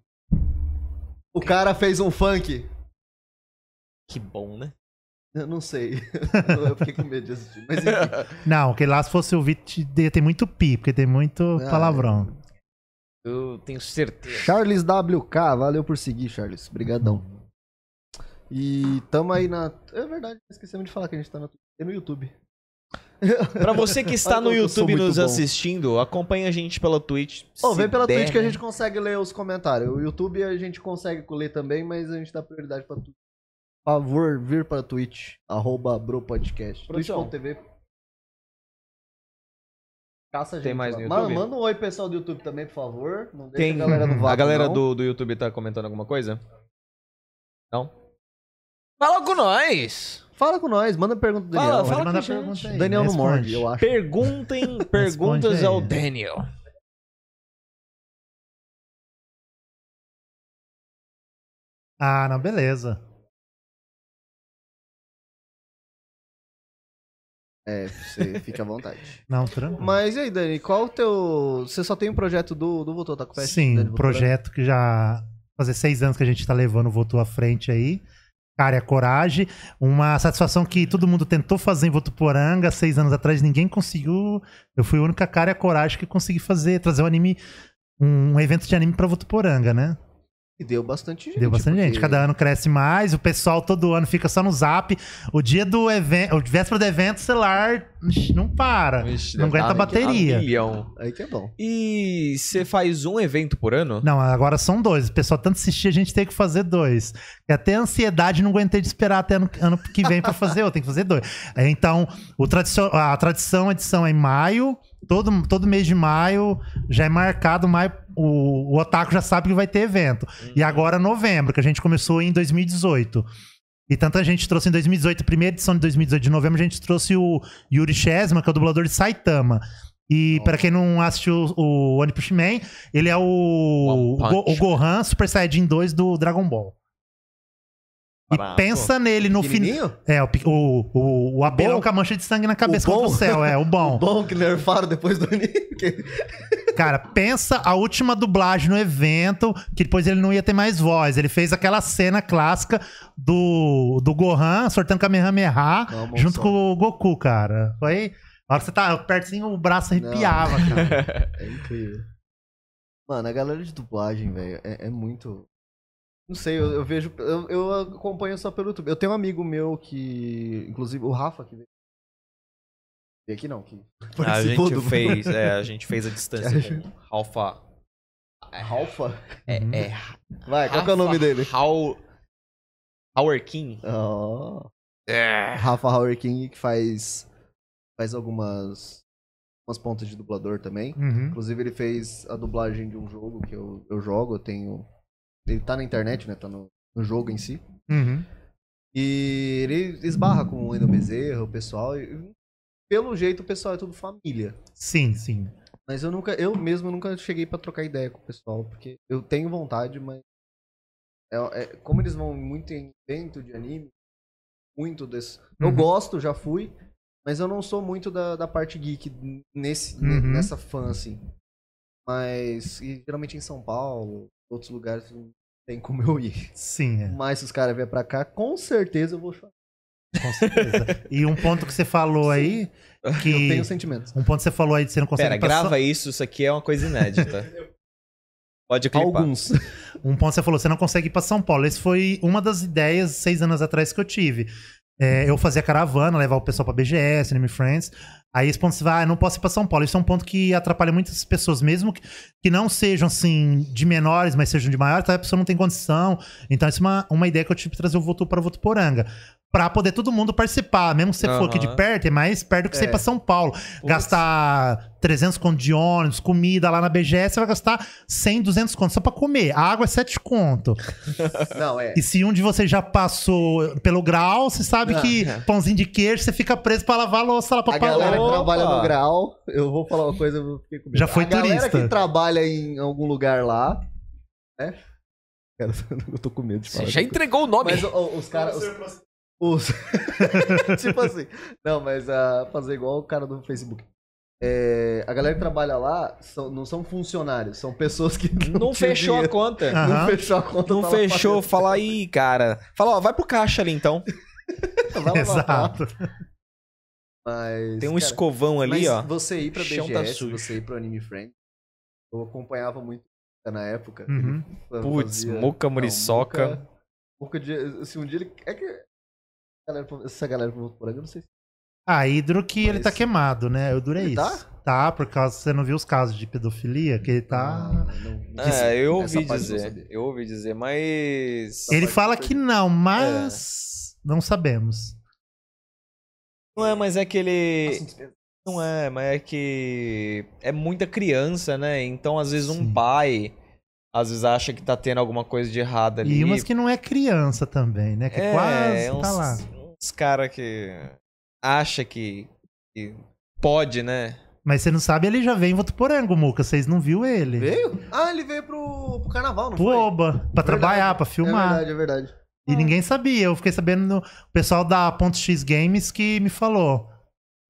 [SPEAKER 1] O cara fez um funk.
[SPEAKER 2] Que bom, né?
[SPEAKER 1] Eu não sei. <laughs> eu fiquei com medo de assistir. Mas enfim.
[SPEAKER 3] Não, porque lá se fosse o Vit, ia ter muito pi, porque tem muito
[SPEAKER 1] Ah,
[SPEAKER 3] palavrão.
[SPEAKER 2] Eu tenho certeza.
[SPEAKER 1] Charles WK, valeu por seguir, Charles. Obrigadão. E tamo aí na. É verdade, esquecemos de falar que a gente tá na... é no YouTube.
[SPEAKER 2] Pra você que está
[SPEAKER 1] Olha
[SPEAKER 2] no
[SPEAKER 1] como eu sou
[SPEAKER 2] YouTube
[SPEAKER 1] muito
[SPEAKER 2] nos
[SPEAKER 1] bom.
[SPEAKER 2] assistindo, acompanha a gente pela Twitch.
[SPEAKER 1] Ô,
[SPEAKER 2] se
[SPEAKER 1] vem pela
[SPEAKER 2] der,
[SPEAKER 1] Twitch que a
[SPEAKER 2] né?
[SPEAKER 1] gente consegue ler os comentários. O YouTube a gente consegue ler também, mas a gente dá prioridade pra Twitch. Por favor, vir pra Twitch, arroba bropodcast.
[SPEAKER 2] Produção.
[SPEAKER 1] Twitch.tv. Caça a gente.
[SPEAKER 2] Tem mais
[SPEAKER 1] lá.
[SPEAKER 2] no
[SPEAKER 1] Ma-
[SPEAKER 2] YouTube?
[SPEAKER 1] Manda um oi pessoal do YouTube também, por favor. Não deixa
[SPEAKER 2] Tem
[SPEAKER 1] a galera do vácuo, não.
[SPEAKER 2] do, do YouTube tá comentando alguma coisa? Não? Fala com nós!
[SPEAKER 1] Fala com nós, manda pergunta do Daniel.
[SPEAKER 2] é. Fala, fala com a
[SPEAKER 3] mandar
[SPEAKER 2] gente.
[SPEAKER 3] pergunta aí.
[SPEAKER 1] Daniel não
[SPEAKER 3] Responde.
[SPEAKER 1] morde, eu acho. <laughs>
[SPEAKER 2] Perguntem perguntas
[SPEAKER 3] Responde aí.
[SPEAKER 2] ao Daniel.
[SPEAKER 3] Ah, não, beleza.
[SPEAKER 1] É, você fica à vontade.
[SPEAKER 3] Não, tranquilo.
[SPEAKER 1] Mas e aí, Dani, qual o teu. Você só tem um projeto do, do Votou Taco Fest? Dani
[SPEAKER 3] Sim,
[SPEAKER 1] né?
[SPEAKER 3] um
[SPEAKER 1] Votorano?
[SPEAKER 3] projeto que já fazer seis anos que a gente tá levando o Votu à frente aí. Cara, é coragem. Uma satisfação que todo mundo tentou fazer em Votuporanga seis anos atrás, ninguém conseguiu. Eu fui a única cara e a coragem que consegui fazer, trazer um anime, um evento de anime pra Votuporanga, né?
[SPEAKER 1] E deu bastante gente.
[SPEAKER 3] Deu bastante gente.
[SPEAKER 1] porque-
[SPEAKER 3] Cada ano cresce mais, o pessoal todo ano fica só no zap. O dia do evento, o véspera do evento, o celular ixi, não para. não aguenta a bateria.
[SPEAKER 1] Aí que é bom.
[SPEAKER 2] E você faz um evento por ano?
[SPEAKER 3] Não, agora são dois. O pessoal tanto assistir, a gente tem que fazer dois. E até a ansiedade não aguentei de esperar até ano, ano que vem pra fazer outro. Tem que fazer dois. É, Então, o tradicio- a tradição, a edição é em maio. Todo, todo mês de maio já é marcado. Maio, o, o Otaku já sabe que vai ter evento. E agora novembro, que a gente começou em 2018. E tanta gente trouxe em 2018, a primeira edição de 2018 de novembro, a gente trouxe o Yuri Chesma, que é o dublador de Saitama. E pra quem não assistiu o, o One Punch Man, ele é o, o,
[SPEAKER 2] Punch
[SPEAKER 3] Go- o Gohan Super Saiyajin 2 do Dragon Ball. E
[SPEAKER 2] Bravo. <laughs>
[SPEAKER 3] pensa nele no final.
[SPEAKER 1] Pequenininho?
[SPEAKER 3] É, o, pe- o, o, o abelhão com a mancha de sangue na cabeça
[SPEAKER 1] bom?
[SPEAKER 3] contra o céu, é, o bom.
[SPEAKER 1] Bom que nerfaram depois do anime. que-
[SPEAKER 3] Cara, pensa a última dublagem no evento, que depois ele não ia ter mais voz. Ele fez aquela cena clássica do, do Gohan sortando Kamehameha
[SPEAKER 1] Não, moção.
[SPEAKER 3] junto com o Goku, cara. Foi. A hora que você tá perto assim, o braço arrepiava, cara.
[SPEAKER 1] É incrível. Mano, a galera de dublagem, velho, é, é muito. Não sei, eu, eu vejo. Eu, eu acompanho só pelo YouTube. Eu tenho um amigo meu que. Inclusive, o Rafa, que veio. veio aqui não, que.
[SPEAKER 2] A
[SPEAKER 1] participou
[SPEAKER 2] gente
[SPEAKER 1] do-
[SPEAKER 2] fez, é, a gente fez a distância
[SPEAKER 3] <laughs>
[SPEAKER 2] com Alpha.
[SPEAKER 1] Rafa?
[SPEAKER 2] É,
[SPEAKER 3] Uhum.
[SPEAKER 2] é,
[SPEAKER 1] Vai, qual que é o nome dele?
[SPEAKER 2] How, Howard King.
[SPEAKER 1] Ó.
[SPEAKER 2] É.
[SPEAKER 1] Rafa Howard King, que faz, faz algumas, algumas pontas de dublador também.
[SPEAKER 3] Uhum.
[SPEAKER 1] Inclusive, ele fez a dublagem de um jogo que eu, eu jogo, eu tenho Ele tá na internet, né? Tá no, no jogo em si.
[SPEAKER 3] Uhum.
[SPEAKER 1] E ele esbarra com o Wendel Bezerra, o pessoal. e- pelo jeito, o pessoal é tudo família.
[SPEAKER 3] Sim, sim.
[SPEAKER 1] Mas eu nunca, eu mesmo nunca cheguei pra trocar ideia com o pessoal, porque eu tenho vontade, mas é- é- como eles vão muito em evento de anime, muito desse. Eu
[SPEAKER 3] Uhum.
[SPEAKER 1] gosto, já fui, mas eu não sou muito da, da parte geek nesse, ne-
[SPEAKER 3] Uhum.
[SPEAKER 1] nessa fã, assim. Mas e geralmente em São Paulo, outros lugares não tem como eu ir.
[SPEAKER 3] Sim, é.
[SPEAKER 1] Mas se os caras vierem pra cá, com certeza eu vou chorar.
[SPEAKER 3] Com
[SPEAKER 1] <laughs>
[SPEAKER 3] certeza. e um ponto que você falou aí,
[SPEAKER 1] Eu
[SPEAKER 3] que.
[SPEAKER 1] tenho sentimentos.
[SPEAKER 3] Um ponto que você falou aí de você não consegue
[SPEAKER 2] Pera,
[SPEAKER 3] pra São-
[SPEAKER 2] grava isso, isso aqui é uma coisa inédita. Pode clipar.
[SPEAKER 3] <laughs>
[SPEAKER 1] Alguns.
[SPEAKER 3] Um ponto que você falou, você não consegue ir pra São Paulo. Essa foi uma das ideias seis anos atrás que eu tive. É, eu fazia caravana, levar o pessoal pra BGS, Anime Friends. Aí esse ponto você vai, ah, eu não posso ir pra São Paulo. Isso é um ponto que atrapalha muitas pessoas, mesmo que, que não sejam assim de menores, mas sejam de maiores, tá? a pessoa não tem condição. Então, isso é uma, uma ideia que eu tive que trazer o Votu para Votuporanga. Pra poder todo mundo participar, mesmo que você for aqui de
[SPEAKER 2] Aham.
[SPEAKER 3] perto, é mais perto do que você
[SPEAKER 1] É.
[SPEAKER 3] ir pra São Paulo. Putz. gastar 300 conto de ônibus, comida lá na BGS, você vai gastar 100, 200 conto só pra comer. A água é 7 conto.
[SPEAKER 1] Não, é.
[SPEAKER 3] E se um de vocês já passou pelo grau, você sabe
[SPEAKER 1] Ah.
[SPEAKER 3] que pãozinho de queijo, você fica preso pra lavar a louça lá pra
[SPEAKER 1] A galera que
[SPEAKER 2] Opa!
[SPEAKER 1] trabalha no grau, eu vou falar uma coisa, eu fiquei com medo.
[SPEAKER 3] Já foi
[SPEAKER 1] a galera
[SPEAKER 3] turista.
[SPEAKER 1] que trabalha em algum lugar lá, né? Cara, <laughs> eu tô com medo de falar.
[SPEAKER 5] Você já entregou o nome.
[SPEAKER 1] Mas ó, os caras... Os, <laughs> os- tipo assim. Não, mas ah, fazer igual o cara do Facebook. É, a galera que trabalha lá são- não são funcionários, são pessoas que não,
[SPEAKER 2] Não
[SPEAKER 1] tinham
[SPEAKER 2] fechou a
[SPEAKER 1] dinheiro.
[SPEAKER 2] conta.
[SPEAKER 1] <laughs>
[SPEAKER 3] Ah.
[SPEAKER 1] Não
[SPEAKER 3] Aham.
[SPEAKER 1] fechou a conta.
[SPEAKER 2] Não
[SPEAKER 1] tá lá
[SPEAKER 2] fechou, fala aí, cara. Fala, ó, vai pro caixa ali então.
[SPEAKER 1] pra dentro. <laughs> Vai lá, vai lá.
[SPEAKER 3] Exato.
[SPEAKER 1] Mas,
[SPEAKER 2] Tem um
[SPEAKER 1] cara,
[SPEAKER 2] escovão ali,
[SPEAKER 1] Mas
[SPEAKER 2] ó.
[SPEAKER 1] Você ir pra
[SPEAKER 2] O chão tá
[SPEAKER 1] BGS,
[SPEAKER 2] sujo.
[SPEAKER 1] você ir pro Anime Friends, eu acompanhava muito na época.
[SPEAKER 3] Uhum.
[SPEAKER 1] Ele
[SPEAKER 2] Putz,
[SPEAKER 1] fazia-
[SPEAKER 2] muca,
[SPEAKER 1] não,
[SPEAKER 2] muriçoca.
[SPEAKER 1] muca- muca de, assim, um dia ele. É que. a galera falou- Essa galera que eu por eu não sei se
[SPEAKER 3] A Hidro que ele
[SPEAKER 1] Mas-
[SPEAKER 3] tá queimado, né? Eu durei
[SPEAKER 1] Ele
[SPEAKER 3] isso.
[SPEAKER 1] tá?
[SPEAKER 3] Tá? por causa que você não viu os casos de pedofilia, que ele tá.
[SPEAKER 1] Ah, não.
[SPEAKER 2] Ah, eu
[SPEAKER 1] Essa
[SPEAKER 2] ouvi
[SPEAKER 1] parte eu não
[SPEAKER 2] dizer.
[SPEAKER 1] sabia.
[SPEAKER 2] Eu ouvi dizer, mas.
[SPEAKER 1] Essa
[SPEAKER 3] ele
[SPEAKER 1] parte
[SPEAKER 3] fala
[SPEAKER 1] eu
[SPEAKER 3] que
[SPEAKER 1] perdi.
[SPEAKER 3] não, mas
[SPEAKER 1] É.
[SPEAKER 3] não sabemos.
[SPEAKER 2] Não é, mas é que ele.
[SPEAKER 1] Assuntos pesados.
[SPEAKER 2] Não é, mas é que é muita criança, né? Então, às vezes, um
[SPEAKER 3] Sim.
[SPEAKER 2] pai às vezes acha que tá tendo alguma coisa de errado ali.
[SPEAKER 3] E umas que não é criança também, né? Que
[SPEAKER 2] é,
[SPEAKER 3] quase
[SPEAKER 2] uns,
[SPEAKER 3] tá lá.
[SPEAKER 2] Uns cara que acha que, que pode, né?
[SPEAKER 3] Mas você não sabe, ele já veio em Votuporango, Muca. Vocês não viu ele?
[SPEAKER 1] Veio? Ah, ele veio pro, pro carnaval, não
[SPEAKER 3] Pro
[SPEAKER 1] foi?
[SPEAKER 3] Oba, pra trabalhar, pra
[SPEAKER 1] É
[SPEAKER 3] filmar.
[SPEAKER 1] verdade, é verdade.
[SPEAKER 3] e ninguém sabia. Eu fiquei sabendo no o pessoal da Ponto X Games que me falou.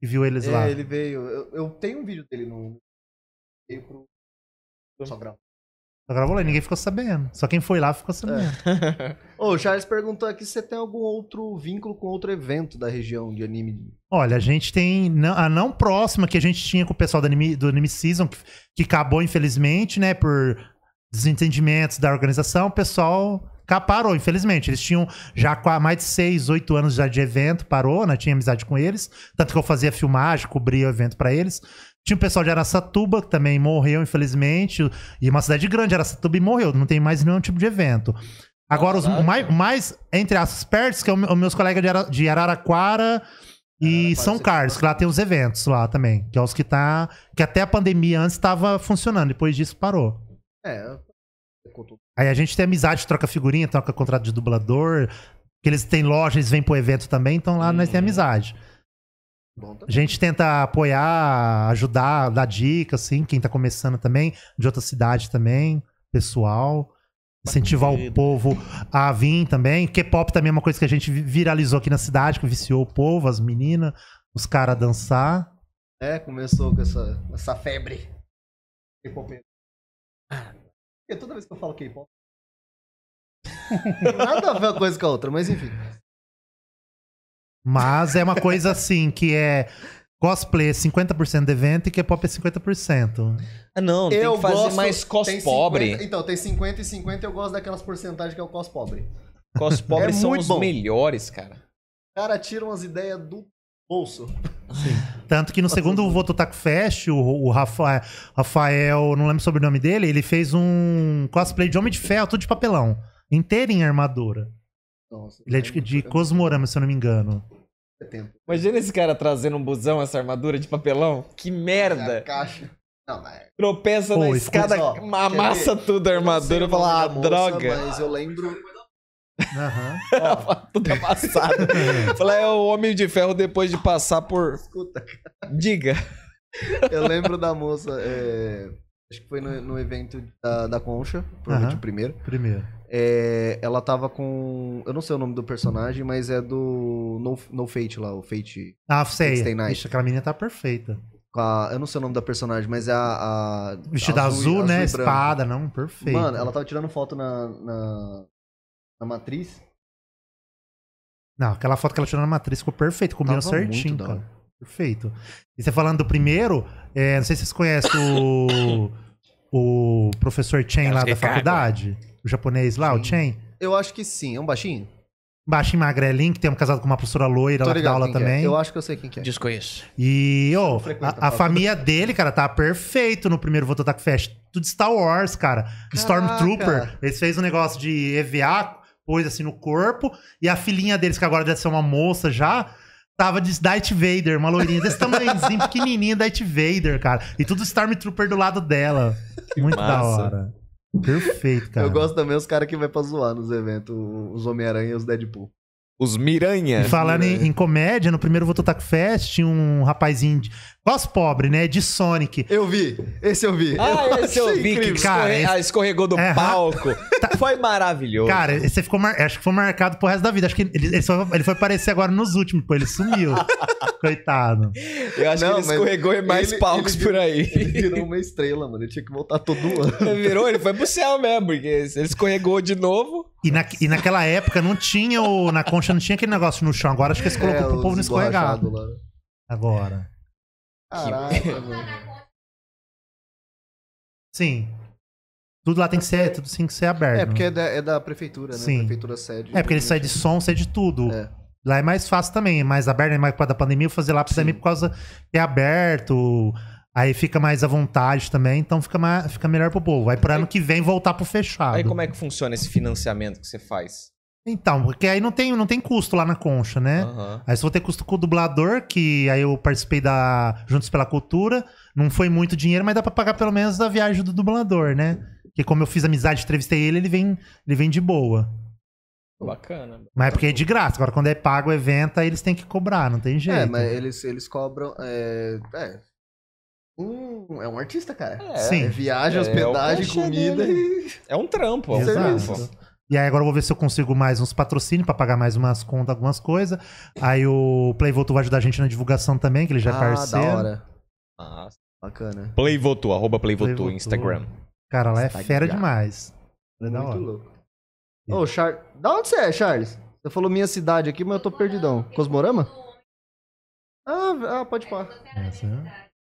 [SPEAKER 3] E viu eles lá.
[SPEAKER 1] É, ele veio. Eu, eu tenho um vídeo dele no. Veio pro. Só grau.
[SPEAKER 3] Agora eu vou lá, ninguém ficou sabendo. Só quem foi lá
[SPEAKER 1] É.
[SPEAKER 3] ficou sabendo.
[SPEAKER 1] Ô, o Charles perguntou aqui se você tem algum outro vínculo com outro evento da região de anime.
[SPEAKER 3] Olha, a gente tem não- a não próxima que a gente tinha com o pessoal do Anime, do anime Season, que, que acabou, infelizmente, né, por desentendimentos da organização, o pessoal cá parou, infelizmente. Eles tinham já qua- mais de seis, oito anos já de evento, parou, né, tinha amizade com eles. Tanto que eu fazia filmagem, cobria o evento pra eles. Tinha o pessoal de Araçatuba, que também morreu, infelizmente. E uma cidade grande, Araçatuba, e morreu. Não tem mais nenhum tipo de evento. Agora, os
[SPEAKER 2] Caraca.
[SPEAKER 3] mais, mais, entre aspas, perto, que é o, os meus colegas de, Ara- de Araraquara e
[SPEAKER 1] Araraquara,
[SPEAKER 3] São
[SPEAKER 1] você
[SPEAKER 3] Carlos,
[SPEAKER 1] tem
[SPEAKER 3] que lá tem os eventos lá também. Que é os que tá... Que até a pandemia antes estava funcionando, depois disso parou.
[SPEAKER 1] É. eu conto-
[SPEAKER 3] Aí a gente tem amizade, troca figurinha, troca contrato de dublador. Que eles têm loja, eles vêm pro evento também, então lá nós
[SPEAKER 2] Hum.
[SPEAKER 3] temos amizade.
[SPEAKER 1] Bom, tá
[SPEAKER 3] A gente tenta apoiar, ajudar, dar dica, assim, quem tá começando também, de outra cidade também, pessoal. Incentivar o
[SPEAKER 2] Bacana.
[SPEAKER 3] povo a vir também. K-pop também é uma coisa que a gente vi- viralizou aqui na cidade, que viciou o povo, as meninas, os caras a dançar.
[SPEAKER 1] É, começou com essa, essa febre K-pop.
[SPEAKER 2] Ah.
[SPEAKER 1] Porque toda vez que eu falo K-pop. <laughs> tem nada a ver uma coisa com a outra, mas enfim.
[SPEAKER 3] Mas é uma coisa assim, que é cosplay é 50% do evento e K-pop é 50%.
[SPEAKER 2] Ah, não, tem que fazer mais cos
[SPEAKER 1] tem 50
[SPEAKER 2] pobre.
[SPEAKER 1] Então, tem 50 e 50 eu gosto daquelas porcentagens que é o cos pobre.
[SPEAKER 2] <laughs> Cos pobre
[SPEAKER 1] É
[SPEAKER 2] são
[SPEAKER 1] muito
[SPEAKER 2] os
[SPEAKER 1] bom.
[SPEAKER 2] melhores, cara.
[SPEAKER 1] O cara tira umas ideias do bolso.
[SPEAKER 3] Tanto que no
[SPEAKER 1] Nossa,
[SPEAKER 3] segundo
[SPEAKER 1] eu-
[SPEAKER 3] Vototaku Fest, o, o Rafa- Rafael, não lembro sobre o nome dele, ele fez um cosplay de Homem de Ferro, tudo de papelão. Inteiro em armadura.
[SPEAKER 1] Nossa,
[SPEAKER 3] Ele é de, de Cosmorama, se eu não me engano.
[SPEAKER 1] tempo.
[SPEAKER 2] Imagina esse cara trazendo um busão, essa armadura de papelão. Que merda!
[SPEAKER 1] A caixa. Não, mas é
[SPEAKER 2] Tropeça
[SPEAKER 3] Pô,
[SPEAKER 2] na
[SPEAKER 3] escuta
[SPEAKER 2] escada,
[SPEAKER 1] só, quer
[SPEAKER 2] amassa tudo a armadura e fala, ah,
[SPEAKER 1] Eu não sei o nome da moça,
[SPEAKER 2] droga.
[SPEAKER 1] Mas eu lembro.
[SPEAKER 3] Aham.
[SPEAKER 2] <laughs> Tudo amassado. <laughs> fala, é o Homem de Ferro depois de passar por...
[SPEAKER 1] Escuta,
[SPEAKER 2] Diga.
[SPEAKER 1] eu lembro da moça. é, acho que foi no, no evento da, da Concha, provavelmente
[SPEAKER 3] Aham.
[SPEAKER 1] o primeiro.
[SPEAKER 3] <laughs> Primeiro.
[SPEAKER 1] É, ela tava com. Eu não sei o nome do personagem, mas é do No, no Fate lá, o Fate.
[SPEAKER 3] Ah, sei.
[SPEAKER 1] Wednesday night.
[SPEAKER 3] Ixi, aquela menina tá perfeita.
[SPEAKER 1] com a- eu não sei o nome da personagem, mas é a. a
[SPEAKER 3] Vestida azul,
[SPEAKER 1] e-
[SPEAKER 3] né?
[SPEAKER 1] e branco.
[SPEAKER 3] Espada, não? Perfeito.
[SPEAKER 1] Mano, ela tava tirando foto na. na, na matriz.
[SPEAKER 3] Não, aquela foto que ela tirou na matriz ficou perfeito, combinou
[SPEAKER 1] Tava muito
[SPEAKER 3] certinho,
[SPEAKER 1] da
[SPEAKER 3] cara.
[SPEAKER 1] hora.
[SPEAKER 3] Perfeito. E você falando do primeiro, é, não sei se vocês conhecem o, o professor Chen lá da
[SPEAKER 5] Ricardo.
[SPEAKER 3] faculdade, o japonês lá, o Chen.
[SPEAKER 1] Eu acho que sim, é um baixinho?
[SPEAKER 3] Baixinho magrelinho, que tem um casado com uma professora loira
[SPEAKER 1] Tô
[SPEAKER 3] lá que dá
[SPEAKER 1] ligado
[SPEAKER 3] aula
[SPEAKER 1] quem que é.
[SPEAKER 3] também.
[SPEAKER 1] Eu acho que eu sei quem que é.
[SPEAKER 5] Desconheço.
[SPEAKER 3] E, ô,
[SPEAKER 1] frequenta
[SPEAKER 3] a, a
[SPEAKER 1] a faculdade.
[SPEAKER 3] família dele, cara, tá perfeito no primeiro Vototaku Fest. Tudo Star Wars, cara. Stormtrooper. Eles fez um negócio de EVA, pôs assim no corpo. E a filhinha deles, que agora deve ser uma moça já, tava de Darth Vader, uma loirinha
[SPEAKER 1] <laughs>
[SPEAKER 3] desse tamanhozinho, pequenininha, Darth Vader, cara. E tudo Stormtrooper do lado dela. Muito da
[SPEAKER 2] massa.
[SPEAKER 3] hora. Perfeito, cara.
[SPEAKER 1] Eu gosto também os caras que vai pra zoar nos eventos, os Homem-Aranha e os Deadpool.
[SPEAKER 2] Os
[SPEAKER 3] E
[SPEAKER 2] Miranha.
[SPEAKER 3] falando em,
[SPEAKER 1] né?
[SPEAKER 3] em comédia, no primeiro Vototaku Fest tinha um rapazinho, de, quase pobre, né, de Sonic.
[SPEAKER 1] Eu vi, esse eu vi.
[SPEAKER 2] Ah, esse eu
[SPEAKER 1] achei
[SPEAKER 2] vi que
[SPEAKER 1] incrível.
[SPEAKER 2] escorre-
[SPEAKER 3] Cara, esse-
[SPEAKER 2] ah, escorregou do
[SPEAKER 3] Aham.
[SPEAKER 2] palco.
[SPEAKER 1] Tá.
[SPEAKER 2] Foi maravilhoso.
[SPEAKER 3] Cara, você ficou mar- acho que foi marcado pro resto da vida. Acho que ele, ele só- ele foi aparecer agora nos últimos, pô,
[SPEAKER 1] <laughs>
[SPEAKER 3] ele sumiu. Coitado.
[SPEAKER 2] eu acho
[SPEAKER 1] não,
[SPEAKER 2] que ele
[SPEAKER 1] mas
[SPEAKER 2] escorregou em mais
[SPEAKER 1] ele-
[SPEAKER 2] palcos
[SPEAKER 1] ele-
[SPEAKER 2] por aí.
[SPEAKER 1] <laughs> Ele virou uma estrela, mano. Ele tinha que voltar todo ano.
[SPEAKER 2] Ele virou, ele foi pro céu mesmo, porque ele escorregou de novo.
[SPEAKER 3] E, na- e naquela época não tinha o. Na concha não tinha aquele negócio no chão. Agora acho que
[SPEAKER 1] É,
[SPEAKER 3] eles colocou pro
[SPEAKER 1] os
[SPEAKER 3] povo não escorregar.
[SPEAKER 1] emborrachados lá.
[SPEAKER 3] Agora.
[SPEAKER 1] Caraca, mano.
[SPEAKER 3] Sim. Tudo lá tem que ser, tudo tem que ser aberto.
[SPEAKER 1] É, porque é da, é da prefeitura, né?
[SPEAKER 3] Sim.
[SPEAKER 1] Prefeitura sede.
[SPEAKER 3] É, porque ele sai de som, sai de tudo.
[SPEAKER 1] É.
[SPEAKER 3] Lá é mais fácil também, é mais aberto, é mais por causa da pandemia, eu fazer lá pro Samir por causa que é aberto. Aí fica mais à vontade também, então fica, ma- fica melhor pro povo. Aí
[SPEAKER 1] É
[SPEAKER 3] pro ano que vem voltar pro
[SPEAKER 1] Ah,
[SPEAKER 3] fechado.
[SPEAKER 2] Aí como é que funciona esse financiamento que você faz?
[SPEAKER 3] Então, porque aí não tem, não tem custo lá na concha,
[SPEAKER 1] É. Ah.
[SPEAKER 3] né?
[SPEAKER 2] Aham.
[SPEAKER 3] Aí só vou ter custo com o dublador, que aí eu participei da Juntos pela Cultura. Não foi muito dinheiro, mas dá pra pagar pelo menos a viagem do dublador, né? Porque como eu fiz amizade, entrevistei ele, ele vem, ele vem de boa.
[SPEAKER 2] Bacana.
[SPEAKER 3] Mas é porque é de graça. Agora, quando é pago o evento, aí eles têm que cobrar, não tem jeito.
[SPEAKER 1] É, mas eles, eles cobram. É. é. Hum, é um artista, cara.
[SPEAKER 2] É,
[SPEAKER 3] Sim.
[SPEAKER 1] É viagem,
[SPEAKER 2] É,
[SPEAKER 1] hospedagem,
[SPEAKER 2] é o cachê
[SPEAKER 1] comida e.
[SPEAKER 2] é um trampo, é um
[SPEAKER 1] Exato.
[SPEAKER 2] trampo.
[SPEAKER 3] E aí agora eu vou ver se eu consigo mais uns patrocínios pra pagar mais umas contas, algumas coisas. Aí o Playvoto vai ajudar a gente na divulgação também, que ele já é parceiro.
[SPEAKER 1] Ah, da hora.
[SPEAKER 2] Ah,
[SPEAKER 1] Bacana.
[SPEAKER 2] Playvotu, arroba Playvotu,
[SPEAKER 3] Playvotu.
[SPEAKER 2] Instagram.
[SPEAKER 3] Cara, lá é
[SPEAKER 1] Está
[SPEAKER 3] fera
[SPEAKER 1] Tá ligado.
[SPEAKER 3] demais. É da
[SPEAKER 1] Muito
[SPEAKER 3] hora.
[SPEAKER 1] louco. Ô, Char... da onde você é, Charles? Você falou minha cidade aqui, mas eu tô perdidão. Cosmorama? Ah, ah pode pôr.
[SPEAKER 3] Essa é-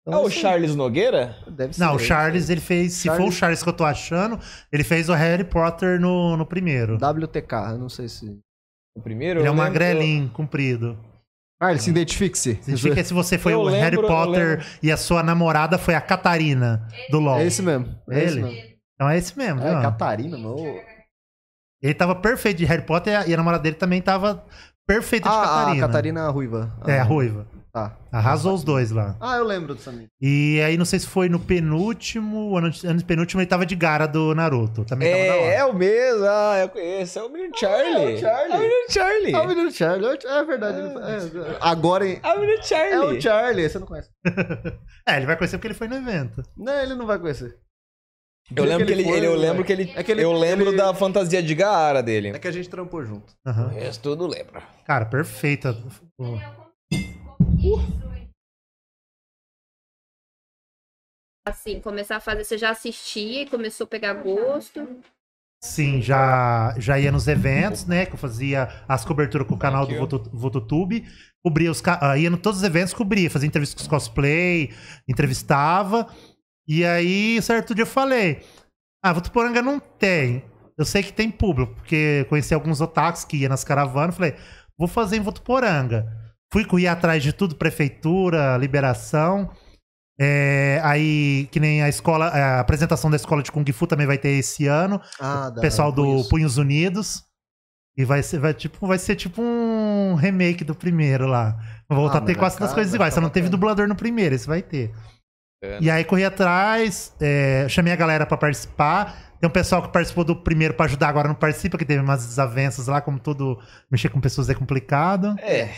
[SPEAKER 2] É
[SPEAKER 1] Então,
[SPEAKER 2] o
[SPEAKER 1] assim,
[SPEAKER 2] Charles Nogueira?
[SPEAKER 1] Deve ser.
[SPEAKER 3] Não, o Charles, ele fez. Se for o
[SPEAKER 1] Charles-
[SPEAKER 3] Charles que eu tô achando, ele fez o Harry Potter no, no primeiro.
[SPEAKER 1] WTK, eu não sei se.
[SPEAKER 2] O primeiro?
[SPEAKER 3] Ele é um
[SPEAKER 2] eu lembro-
[SPEAKER 3] magrelinho, comprido. Ah,
[SPEAKER 1] Charles, se identifique-se.
[SPEAKER 3] <laughs> Significa que se você foi
[SPEAKER 2] Eu
[SPEAKER 3] o Harry
[SPEAKER 2] lembro, eu
[SPEAKER 3] Potter
[SPEAKER 2] lembro.
[SPEAKER 3] e a sua namorada foi a Catarina do LOL.
[SPEAKER 1] É esse mesmo. É esse
[SPEAKER 3] Ele?
[SPEAKER 1] mesmo.
[SPEAKER 3] Então é esse mesmo.
[SPEAKER 1] É,
[SPEAKER 3] né?
[SPEAKER 1] Catarina, mano. Ô,
[SPEAKER 3] Ele tava perfeito de Harry Potter e a, e a namorada dele também tava perfeita de
[SPEAKER 1] Ah,
[SPEAKER 3] Catarina.
[SPEAKER 1] a Catarina Ruiva. Ah,
[SPEAKER 3] É, a ruiva.
[SPEAKER 1] Tá.
[SPEAKER 3] Arrasou os dois lá.
[SPEAKER 1] Ah, eu lembro dessa mina.
[SPEAKER 3] E aí, não sei se foi no penúltimo, ano, ano penúltimo, ele tava de Gara do Naruto. Também
[SPEAKER 1] tá
[SPEAKER 3] tava da hora.
[SPEAKER 2] É, é o mesmo, ah, eu conheço, é o menino Charlie.
[SPEAKER 1] é o
[SPEAKER 2] É
[SPEAKER 1] Charlie.
[SPEAKER 2] o menino Charlie.
[SPEAKER 3] é?
[SPEAKER 1] Ah, o menino Charlie. É verdade. ele- é, agora em-
[SPEAKER 2] É o
[SPEAKER 1] É
[SPEAKER 2] menino
[SPEAKER 1] o
[SPEAKER 2] Charlie.
[SPEAKER 1] Charlie, você não conhece.
[SPEAKER 3] É, ele vai conhecer porque ele foi no evento.
[SPEAKER 1] Não, ele não vai conhecer.
[SPEAKER 2] Eu lembro que ele,
[SPEAKER 1] foi,
[SPEAKER 2] ele- eu
[SPEAKER 1] vai.
[SPEAKER 2] lembro que ele,
[SPEAKER 1] É que ele-
[SPEAKER 2] eu lembro
[SPEAKER 1] ele-
[SPEAKER 2] da fantasia de Gaara dele.
[SPEAKER 1] É que a gente trampou junto.
[SPEAKER 3] Aham.
[SPEAKER 5] Isso tudo lembra.
[SPEAKER 3] Cara, perfeita. Pô.
[SPEAKER 6] Assim, começar a fazer, você já assistia e começou a pegar gosto.
[SPEAKER 3] Sim, já, já ia nos eventos, né? Que eu fazia as coberturas com o canal do
[SPEAKER 2] you.
[SPEAKER 3] Voto- VotoTube. Cobria os. ca- ah, Ia em todos os eventos, cobria. Fazia entrevista com os cosplay, entrevistava. E aí, certo dia eu falei: Ah, Votuporanga não tem. Eu sei que tem público, porque conheci alguns otakus que ia nas caravanas. Falei: Vou fazer em Votuporanga. Fui correr atrás de tudo, prefeitura, liberação. É, aí, que nem a escola, a apresentação da escola de Kung Fu também vai ter esse ano
[SPEAKER 1] Ah, da
[SPEAKER 3] pessoal
[SPEAKER 1] eu
[SPEAKER 3] do
[SPEAKER 1] conheço.
[SPEAKER 3] Punhos Unidos. E vai ser, vai, tipo, vai ser tipo um remake do primeiro lá. Vou voltar
[SPEAKER 1] Ah,
[SPEAKER 3] a ter
[SPEAKER 1] mas
[SPEAKER 3] quase
[SPEAKER 1] vai
[SPEAKER 3] todas as
[SPEAKER 1] tá-
[SPEAKER 3] coisas
[SPEAKER 1] vai
[SPEAKER 3] iguais.
[SPEAKER 1] tá
[SPEAKER 3] Só não teve
[SPEAKER 1] bacana.
[SPEAKER 3] dublador no primeiro, esse vai ter. E aí corri atrás, é, chamei a galera pra participar. Tem um pessoal que participou do primeiro pra ajudar, agora não participa, que teve umas desavenças lá, como todo mexer com pessoas é complicado.
[SPEAKER 2] É.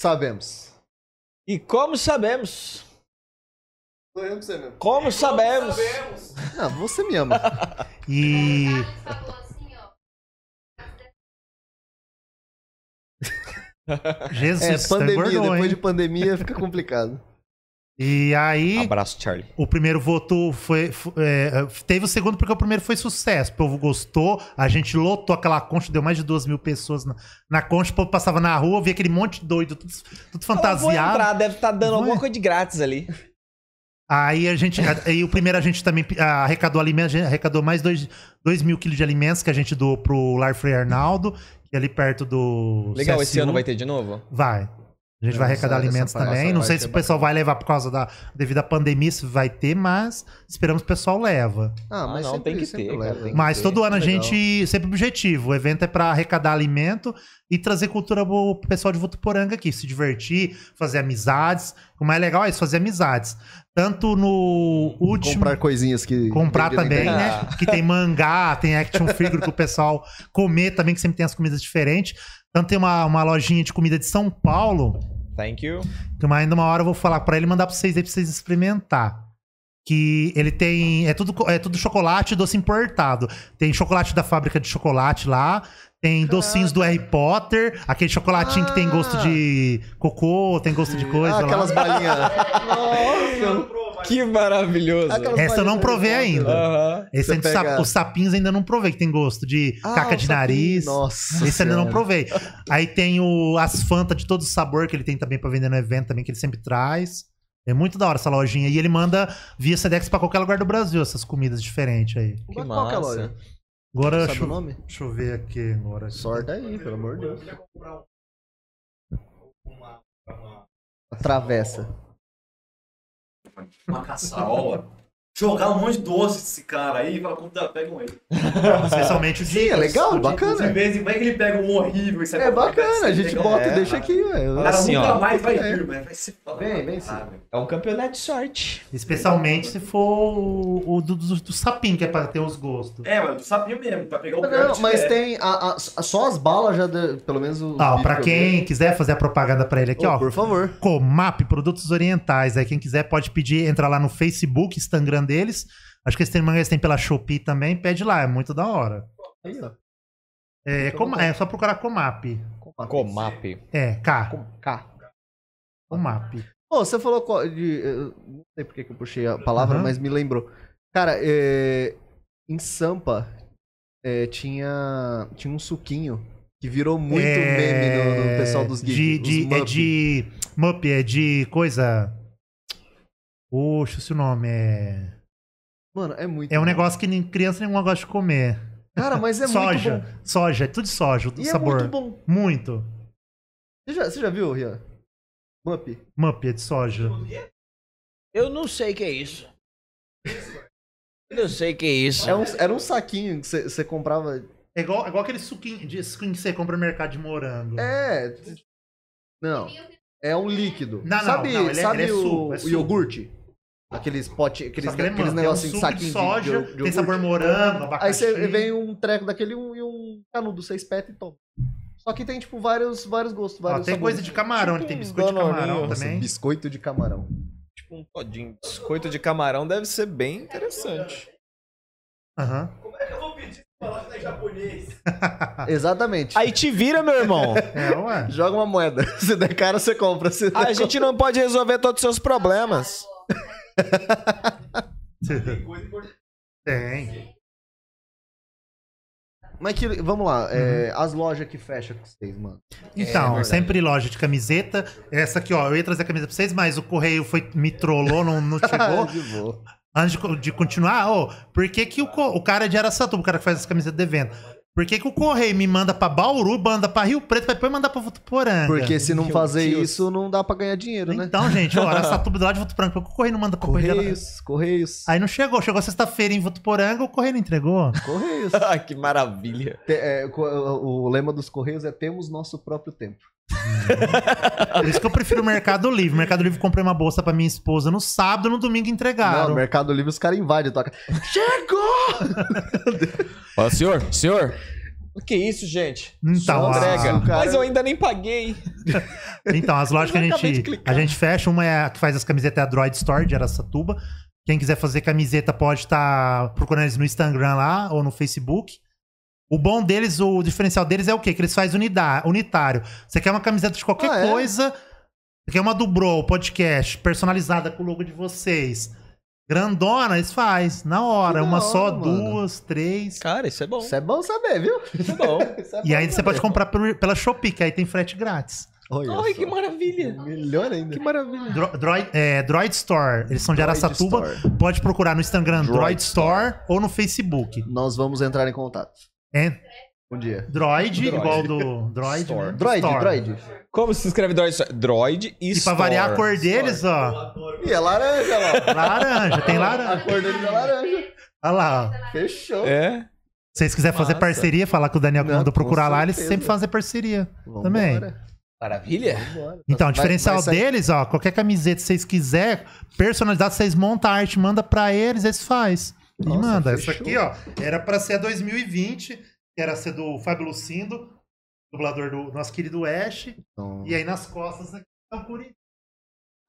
[SPEAKER 1] Sabemos.
[SPEAKER 2] E como sabemos?
[SPEAKER 1] Tô olhando pra você mesmo.
[SPEAKER 2] Como sabemos?
[SPEAKER 1] Ah, você me
[SPEAKER 3] <laughs>
[SPEAKER 1] ama.
[SPEAKER 6] <laughs>
[SPEAKER 3] E
[SPEAKER 1] Tá É,
[SPEAKER 3] Jesus, tá
[SPEAKER 1] pandemia,
[SPEAKER 3] engordou,
[SPEAKER 1] depois
[SPEAKER 3] hein?
[SPEAKER 1] de pandemia fica complicado.
[SPEAKER 3] E aí
[SPEAKER 2] Abraço, Charlie.
[SPEAKER 3] o primeiro voto foi, fu- é, teve o segundo porque o primeiro foi sucesso. O povo gostou, a gente lotou aquela concha, deu mais de duas mil pessoas na, na concha. O povo passava na rua, via aquele monte de doido, tudo, tudo
[SPEAKER 2] Então Vou
[SPEAKER 3] fantasiado.
[SPEAKER 2] entrar, deve estar dando
[SPEAKER 3] Vou
[SPEAKER 2] alguma
[SPEAKER 3] en-
[SPEAKER 2] coisa de grátis ali.
[SPEAKER 3] Aí a gente. Aí o primeiro a gente também ah, arrecadou alimentos, a gente arrecadou mais 2 mil quilos de alimentos que a gente doou pro Lar Frei Arnaldo, que é ali perto do.
[SPEAKER 2] Legal, esse
[SPEAKER 3] CSU.
[SPEAKER 2] ano vai ter de novo?
[SPEAKER 3] Vai. A gente
[SPEAKER 1] Não,
[SPEAKER 3] vai arrecadar
[SPEAKER 1] essa-
[SPEAKER 3] alimentos
[SPEAKER 1] essa
[SPEAKER 3] também.
[SPEAKER 1] palhaça
[SPEAKER 3] Não
[SPEAKER 1] vai
[SPEAKER 3] sei
[SPEAKER 1] ser
[SPEAKER 3] se o pessoal vai levar por causa da. devido à pandemia, se vai ter, mas esperamos que o pessoal leva.
[SPEAKER 1] Ah, mas
[SPEAKER 2] não,
[SPEAKER 1] sempre,
[SPEAKER 2] tem que
[SPEAKER 1] sempre
[SPEAKER 2] ter, cara,
[SPEAKER 1] leva.
[SPEAKER 2] tem que
[SPEAKER 3] Mas
[SPEAKER 2] ter.
[SPEAKER 3] todo ano a
[SPEAKER 1] Legal.
[SPEAKER 3] gente. Sempre objetivo. O evento é pra arrecadar alimento e trazer cultura pro pro pessoal de Votuporanga aqui. Se divertir, fazer amizades. O mais legal é isso, fazer amizades. Tanto no último.
[SPEAKER 1] Comprar coisinhas que.
[SPEAKER 3] Comprar
[SPEAKER 1] vende na
[SPEAKER 3] também,
[SPEAKER 1] internet.
[SPEAKER 3] né? Que tem mangá, tem action figure que o pessoal comer também, que sempre tem as comidas diferentes. Tanto tem uma, uma lojinha de comida de São Paulo,
[SPEAKER 2] Thank you.
[SPEAKER 3] que mais ainda uma hora eu vou falar pra ele mandar pra vocês aí pra vocês experimentar. Que ele tem. É tudo, co- é tudo chocolate e doce importado. Tem chocolate da fábrica de chocolate lá. Tem docinhos do Harry Potter, aquele chocolatinho que tem gosto de cocô, tem gosto de coisa.
[SPEAKER 1] Ah,
[SPEAKER 3] lá.
[SPEAKER 1] aquelas balinhas.
[SPEAKER 2] Nossa, que maravilhoso.
[SPEAKER 1] Aquelas
[SPEAKER 3] Essa eu não
[SPEAKER 1] balinhas
[SPEAKER 3] provei
[SPEAKER 1] do Harry
[SPEAKER 3] ainda.
[SPEAKER 1] Potter.
[SPEAKER 2] Aham.
[SPEAKER 3] Esse
[SPEAKER 1] Você
[SPEAKER 3] ainda-
[SPEAKER 1] pega-
[SPEAKER 3] sap- os sapinhos ainda não provei, que tem gosto de
[SPEAKER 1] Ah,
[SPEAKER 3] caca
[SPEAKER 1] o
[SPEAKER 3] de
[SPEAKER 1] sapinho,
[SPEAKER 3] nariz.
[SPEAKER 1] Nossa.
[SPEAKER 3] Esse ainda não
[SPEAKER 1] Senhora.
[SPEAKER 3] provei. Aí tem o, as Fanta de todo sabor que ele tem também pra vender no evento também, que ele sempre traz. É muito da hora essa lojinha. E ele manda via Sedex pra qualquer lugar do Brasil essas comidas diferentes aí.
[SPEAKER 1] Mas
[SPEAKER 2] Que
[SPEAKER 1] Qual que é a
[SPEAKER 2] massa.
[SPEAKER 1] loja?
[SPEAKER 3] Agora,
[SPEAKER 1] Sabe
[SPEAKER 3] deixa,
[SPEAKER 1] o
[SPEAKER 3] eu-
[SPEAKER 1] nome?
[SPEAKER 3] deixa eu ver aqui agora.
[SPEAKER 1] Sorte aí, pelo amor de Deus. Travessa.
[SPEAKER 4] Uma caçarola. Jogar um monte de doce desse cara aí e falar, puta, pega um aí.
[SPEAKER 3] Especialmente o de.
[SPEAKER 1] Sim, é legal,
[SPEAKER 4] De
[SPEAKER 1] bacana.
[SPEAKER 4] vez em quando ele pega um horrível e sai
[SPEAKER 1] É bacana, a gente bota e deixa aqui, velho.
[SPEAKER 4] Cara,
[SPEAKER 2] Assim,
[SPEAKER 4] nunca
[SPEAKER 2] ó.
[SPEAKER 4] mais vai
[SPEAKER 1] É.
[SPEAKER 4] vir, mas vai se falar. Ah,
[SPEAKER 1] Vem, vem sim.
[SPEAKER 2] É um campeonato de sorte.
[SPEAKER 3] Especialmente se for o, o do, do, do sapinho, que é pra ter os gostos.
[SPEAKER 4] É, mas do sapinho mesmo, pra pegar o
[SPEAKER 1] Não,
[SPEAKER 4] verde,
[SPEAKER 1] mas
[SPEAKER 4] é.
[SPEAKER 1] tem a- a- só as balas já, de- pelo menos o. né?
[SPEAKER 3] Ó, Ah, pra quem quiser fazer a propaganda pra ele aqui,
[SPEAKER 1] Ô,
[SPEAKER 3] ó.
[SPEAKER 1] Por favor.
[SPEAKER 3] Comap Produtos Orientais. Aí quem quiser pode pedir, entrar lá no Facebook, Instagram deles. Acho que eles têm mangá, eles têm pela Shopee também. Pede lá, é muito da hora.
[SPEAKER 1] Aí, ó.
[SPEAKER 3] É, Coma- é só procurar Comap.
[SPEAKER 2] Comap.
[SPEAKER 3] É, K.
[SPEAKER 1] K.
[SPEAKER 3] Comap.
[SPEAKER 1] Ô, você falou co- de. eu Não sei porque que eu puxei a palavra,
[SPEAKER 3] Aham.
[SPEAKER 1] mas me lembrou. Cara, é, em Sampa é, tinha, tinha um suquinho que virou muito meme no, no pessoal dos
[SPEAKER 3] É, De,
[SPEAKER 1] geeks.
[SPEAKER 3] de- é de. Mup, é de coisa. Oxe, se o nome é.
[SPEAKER 1] Mano, é muito.
[SPEAKER 3] É um
[SPEAKER 1] bom.
[SPEAKER 3] negócio que nem criança nenhuma gosta de comer.
[SPEAKER 1] Cara, mas é
[SPEAKER 3] soja.
[SPEAKER 1] muito bom.
[SPEAKER 3] Soja, é tudo de soja, o
[SPEAKER 1] E
[SPEAKER 3] sabor.
[SPEAKER 1] é muito bom.
[SPEAKER 3] muito.
[SPEAKER 1] Você já, você já viu, Rian? Mup.
[SPEAKER 3] Mup, é de soja.
[SPEAKER 2] Eu não sei o que é isso. Eu não sei o que é isso.
[SPEAKER 1] É um- era um saquinho que você você comprava.
[SPEAKER 3] É igual, é igual aquele suquinho, de, suquinho que você compra no mercado de morango.
[SPEAKER 1] É. t- Não. É um líquido.
[SPEAKER 3] Não, não,
[SPEAKER 1] sabe
[SPEAKER 3] não, ele é-
[SPEAKER 1] sabe
[SPEAKER 3] ele é
[SPEAKER 1] o,
[SPEAKER 3] suco, é
[SPEAKER 1] o
[SPEAKER 3] suco.
[SPEAKER 1] iogurte? Aqueles pote, aqueles,
[SPEAKER 3] Só que ele é
[SPEAKER 1] aqueles
[SPEAKER 3] manga,
[SPEAKER 1] negocinho
[SPEAKER 3] é um suco
[SPEAKER 1] saquinho
[SPEAKER 3] de
[SPEAKER 1] de,
[SPEAKER 3] soja,
[SPEAKER 1] de- de
[SPEAKER 3] tem
[SPEAKER 1] iogurte.
[SPEAKER 3] sabor morango, abacaxi.
[SPEAKER 1] Aí você vem um treco daquele um, e um canudo, você espeta e toma. Só que tem, tipo, vários, vários gostos,
[SPEAKER 3] Ó,
[SPEAKER 1] vários
[SPEAKER 3] tem
[SPEAKER 1] sabores.
[SPEAKER 3] coisa de camarão,
[SPEAKER 2] Tipo
[SPEAKER 3] tem
[SPEAKER 2] um
[SPEAKER 3] biscoito de camarão
[SPEAKER 2] Danoninho.
[SPEAKER 1] Nossa,
[SPEAKER 3] também.
[SPEAKER 1] biscoito de camarão.
[SPEAKER 2] Tipo um todinho. Biscoito de camarão deve ser bem interessante.
[SPEAKER 3] Aham.
[SPEAKER 1] Exatamente.
[SPEAKER 2] Aí te vira, meu irmão.
[SPEAKER 1] <laughs>
[SPEAKER 3] É, ué.
[SPEAKER 1] Joga uma moeda. Se der cara, você compra. Se der
[SPEAKER 2] A gente não pode resolver todos os seus problemas.
[SPEAKER 1] É
[SPEAKER 3] tem.
[SPEAKER 1] Mas que, vamos lá, é,
[SPEAKER 3] Uhum.
[SPEAKER 1] as lojas que fecham com vocês,
[SPEAKER 3] <laughs>
[SPEAKER 1] mano.
[SPEAKER 3] Então,
[SPEAKER 2] verdade.
[SPEAKER 3] sempre loja de camiseta. Essa aqui, ó, eu ia trazer a camisa pra vocês, mas o correio foi, me trollou, não,
[SPEAKER 1] <laughs>
[SPEAKER 3] não chegou.
[SPEAKER 1] de boa.
[SPEAKER 3] é Antes de, co- de continuar, ô, por que, que o, co- o cara de Araçatuba, o cara que faz as camisetas de evento, Por que, que o Correio me manda pra Bauru, manda pra Rio Preto, pra depois mandar pra Votuporanga?
[SPEAKER 1] Porque se não
[SPEAKER 2] Meu
[SPEAKER 1] fazer
[SPEAKER 2] Deus.
[SPEAKER 1] isso, não dá pra ganhar dinheiro, né?
[SPEAKER 3] Então, gente, ó, essa tuba lá de Votuporanga, por que o Correio não manda pra Correio?
[SPEAKER 1] Correios, correios,
[SPEAKER 3] Aí não chegou, chegou sexta-feira em Votuporanga, o Correio não entregou. <laughs>
[SPEAKER 1] correios.
[SPEAKER 2] Ah, <laughs> que maravilha.
[SPEAKER 1] Te- é, co- o lema dos correios é temos nosso próprio tempo.
[SPEAKER 3] Por isso que eu prefiro o Mercado Livre. Mercado Livre comprei uma bolsa pra minha esposa no sábado, no domingo
[SPEAKER 1] Não,
[SPEAKER 3] entregaram.
[SPEAKER 1] Mercado Livre os caras invadem, toca. Chegou!
[SPEAKER 2] Ó, senhor, senhor. O que é isso, gente?
[SPEAKER 3] Então,
[SPEAKER 2] Só
[SPEAKER 3] a-
[SPEAKER 2] entrega.
[SPEAKER 1] cara.
[SPEAKER 2] Mas eu ainda nem paguei.
[SPEAKER 3] Então, as lojas que a
[SPEAKER 2] Eu acabei de
[SPEAKER 3] gente,
[SPEAKER 2] clicar.
[SPEAKER 3] a gente fecha, uma é a que faz as camisetas é a Droid Store de Aracatuba. Quem quiser fazer camiseta pode estar procurando eles no Instagram lá ou no Facebook. O bom deles, o diferencial deles é o quê? Que eles fazem unida- unitário. Você quer uma camiseta de qualquer
[SPEAKER 1] Ah, é?
[SPEAKER 3] coisa, você quer uma do Bro, podcast, personalizada com o logo de vocês. Grandona, eles faz na hora.
[SPEAKER 1] Que da
[SPEAKER 3] Uma só,
[SPEAKER 1] hora, mano.
[SPEAKER 3] duas, três.
[SPEAKER 2] Cara, isso é bom.
[SPEAKER 1] Isso é bom saber, viu?
[SPEAKER 2] Isso é
[SPEAKER 3] <laughs>
[SPEAKER 2] bom.
[SPEAKER 1] Isso é
[SPEAKER 3] E
[SPEAKER 1] bom
[SPEAKER 3] aí você
[SPEAKER 1] saber.
[SPEAKER 3] pode comprar pelo- pela Shopee, que aí tem frete grátis.
[SPEAKER 1] Olha
[SPEAKER 2] Ai,
[SPEAKER 1] só.
[SPEAKER 2] que maravilha.
[SPEAKER 1] Melhor ainda.
[SPEAKER 2] Que maravilha.
[SPEAKER 3] Dro- Droid, é, Droid Store, eles são de
[SPEAKER 1] Ah. Droid
[SPEAKER 3] Araçatuba.
[SPEAKER 1] Store.
[SPEAKER 3] Pode procurar no Instagram Droid,
[SPEAKER 2] Droid
[SPEAKER 3] Store, ou no Facebook.
[SPEAKER 1] Nós vamos entrar em contato.
[SPEAKER 3] É
[SPEAKER 1] Bom dia.
[SPEAKER 3] Droid,
[SPEAKER 2] Droid.
[SPEAKER 3] igual do Droid.
[SPEAKER 2] Store.
[SPEAKER 3] né?
[SPEAKER 1] Droid,
[SPEAKER 3] Store.
[SPEAKER 1] droid.
[SPEAKER 2] Como se escreve Droid Store? Droid e
[SPEAKER 3] E pra variar a cor deles, ó.
[SPEAKER 1] E é laranja lá.
[SPEAKER 3] <laughs> Laranja, tem
[SPEAKER 1] A
[SPEAKER 3] laranja.
[SPEAKER 2] <laughs>
[SPEAKER 1] cor dele é laranja.
[SPEAKER 3] Olha lá, ó.
[SPEAKER 1] Fechou.
[SPEAKER 2] É.
[SPEAKER 3] Se vocês quiserem fazer
[SPEAKER 2] Massa.
[SPEAKER 3] parceria, falar com o Daniel que
[SPEAKER 1] Não,
[SPEAKER 3] mandou
[SPEAKER 1] com
[SPEAKER 3] procurar lá, eles
[SPEAKER 1] certeza.
[SPEAKER 3] sempre fazem parceria.
[SPEAKER 1] Vambora,
[SPEAKER 3] Também.
[SPEAKER 2] Maravilha.
[SPEAKER 1] vambora.
[SPEAKER 3] Então, o
[SPEAKER 1] Vai-
[SPEAKER 3] diferencial
[SPEAKER 1] vai sair-
[SPEAKER 3] deles, ó, qualquer camiseta que vocês quiserem, personalizada, vocês montam a arte, manda pra eles, eles faz. E
[SPEAKER 1] Nossa,
[SPEAKER 3] manda.
[SPEAKER 1] fechou.
[SPEAKER 3] Essa aqui, ó, era pra ser a 2020, que era ser do Fábio Lucindo, dublador do nosso querido Ash.
[SPEAKER 1] Então-
[SPEAKER 3] E é- aí nas costas aqui é o Corinthians.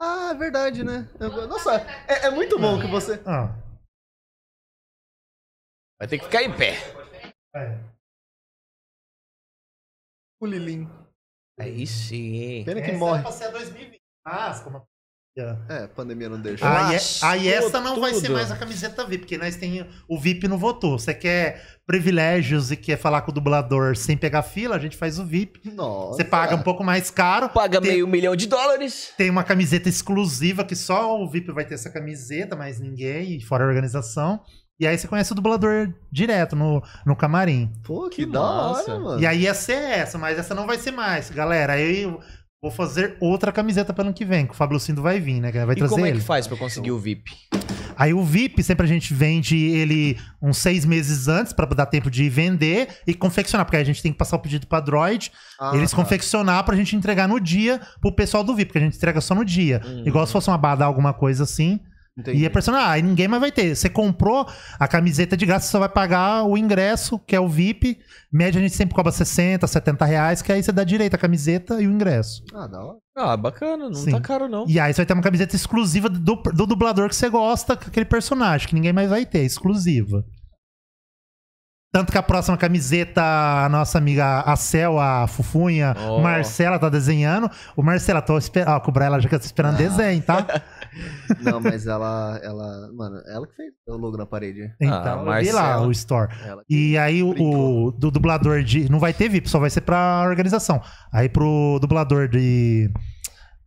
[SPEAKER 1] Ah, é verdade, né? Eu- Nossa, é, é muito bom que você.
[SPEAKER 3] Ah,
[SPEAKER 2] Vai ter que ficar em pé.
[SPEAKER 3] é.
[SPEAKER 1] O Lilim.
[SPEAKER 2] Aí sim.
[SPEAKER 1] Pena que
[SPEAKER 3] Essa
[SPEAKER 1] morre.
[SPEAKER 3] era pra ser 2020. Ah, como a-
[SPEAKER 1] É, a pandemia não deixa.
[SPEAKER 3] Aí, é-
[SPEAKER 2] Mas
[SPEAKER 3] aí essa
[SPEAKER 2] tudo.
[SPEAKER 3] não vai ser mais a camiseta VIP, porque nós tem o VIP não votou. Você quer privilégios e quer falar com o dublador sem pegar fila, a gente faz o VIP.
[SPEAKER 1] Nossa.
[SPEAKER 3] Você paga um pouco mais caro,
[SPEAKER 2] Paga
[SPEAKER 3] Tem-
[SPEAKER 2] meio milhão de dólares.
[SPEAKER 3] tem uma camiseta exclusiva que só o VIP vai ter essa camiseta, mas ninguém, fora a organização. E aí você conhece o dublador direto no, no camarim.
[SPEAKER 1] Pô, que,
[SPEAKER 2] Que
[SPEAKER 1] da
[SPEAKER 2] massa.
[SPEAKER 1] hora, mano.
[SPEAKER 3] E aí ia ser essa, mas essa não vai ser mais, galera. Aí eu vou fazer outra camiseta para ano que vem, que o Fábio Cindo vai vir, né? que Vai
[SPEAKER 2] e
[SPEAKER 3] trazer
[SPEAKER 2] como é
[SPEAKER 3] ele.
[SPEAKER 2] que faz pra eu conseguir o VIP?
[SPEAKER 3] Aí o VIP, sempre a gente vende ele uns seis meses antes para dar tempo de vender e confeccionar, porque aí a gente tem que passar o pedido pra Droid,
[SPEAKER 1] Ah,
[SPEAKER 3] eles
[SPEAKER 1] tá.
[SPEAKER 3] confeccionar pra gente entregar no dia pro pessoal do VIP, porque a gente entrega só no dia.
[SPEAKER 2] Hum.
[SPEAKER 3] Igual se fosse uma badá, alguma coisa assim.
[SPEAKER 1] Entendi.
[SPEAKER 3] E a pessoa, ah, aí ninguém mais vai ter. Você comprou a camiseta de graça, você só vai pagar o ingresso, que é o VIP. Média a gente sempre cobra 60, 70 reais, que aí você dá direito à camiseta e o ingresso.
[SPEAKER 1] Ah, da hora.
[SPEAKER 2] Ah, bacana. Não
[SPEAKER 3] Sim.
[SPEAKER 2] tá caro, não.
[SPEAKER 3] E aí você vai ter uma camiseta exclusiva do, do dublador que você gosta, com aquele personagem, que ninguém mais vai ter, exclusiva. Tanto que a próxima camiseta, a nossa amiga a Cel, a Fufunha,
[SPEAKER 2] Ó.
[SPEAKER 3] Marcela tá desenhando. O Marcela, tô esperando. Ó, cobrar ela já que eu tô esperando
[SPEAKER 2] Ah.
[SPEAKER 3] desenho, tá?
[SPEAKER 2] <laughs>
[SPEAKER 1] Não, mas ela, ela. Mano, ela que fez o logo na parede.
[SPEAKER 3] Então, eu vi lá
[SPEAKER 2] Ah, Marcela.
[SPEAKER 3] o store.
[SPEAKER 1] Ela que
[SPEAKER 3] E aí o,
[SPEAKER 1] Hum, Brincou.
[SPEAKER 3] o do dublador de. Não vai ter VIP, só vai ser pra organização. Aí pro dublador de.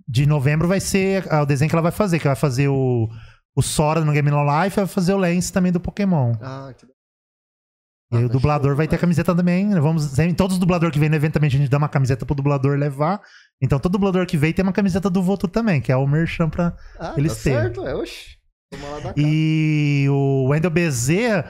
[SPEAKER 3] De novembro vai ser ah, o desenho que ela vai fazer, que vai fazer o, o Sora no Game No Life, vai fazer o Lens também do Pokémon.
[SPEAKER 1] Ah, que da
[SPEAKER 3] e aí
[SPEAKER 1] Ah,
[SPEAKER 3] o
[SPEAKER 1] tá
[SPEAKER 3] dublador
[SPEAKER 1] show,
[SPEAKER 3] vai ter a
[SPEAKER 1] demais.
[SPEAKER 3] camiseta também. né? Vamos, em todos os dubladores que vêm no evento também a gente dá uma camiseta pro dublador levar. Então todo dublador que vem tem uma camiseta do Voto também, que é o Merchan pra,
[SPEAKER 1] Ah,
[SPEAKER 3] Eles
[SPEAKER 1] tá
[SPEAKER 3] têm.
[SPEAKER 1] certo, é. Oxi. Toma lá da cara.
[SPEAKER 3] E o Wendel Bezerra,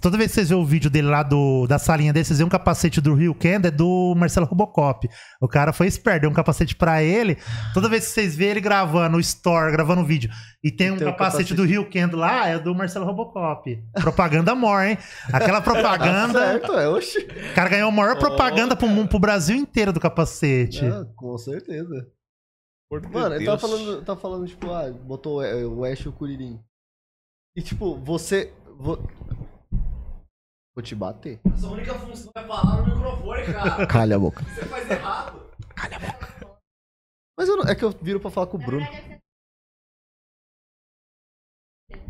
[SPEAKER 3] toda vez que vocês vê o vídeo dele lá do, da salinha dele, vocês veem um capacete do Rio Kenda, é do Marcelo Robocop. O cara foi esperto, deu um capacete pra ele. Toda vez que vocês vê ele gravando o store, gravando o vídeo, e tem um
[SPEAKER 1] Tem um capacete.
[SPEAKER 3] capacete, do Rio Kenda lá, é do Marcelo Robocop. Propaganda mor, hein? Aquela
[SPEAKER 1] <laughs> Tá
[SPEAKER 3] propaganda.
[SPEAKER 1] certo, é. Oxi.
[SPEAKER 3] o cara ganhou a maior propaganda pro, mundo, pro Brasil inteiro do capacete.
[SPEAKER 1] Ah, com certeza.
[SPEAKER 2] Por
[SPEAKER 1] Mano, ele tava
[SPEAKER 2] Deus.
[SPEAKER 1] falando, tava falando, tipo, ah, botou é, o Ash e o Kuririn. E, tipo, você. Vou, vou te bater.
[SPEAKER 4] Sua única função é falar no microfone, cara.
[SPEAKER 1] Calha a boca.
[SPEAKER 4] Você faz errado.
[SPEAKER 1] Mas eu não- é que eu viro pra falar com o Bruno.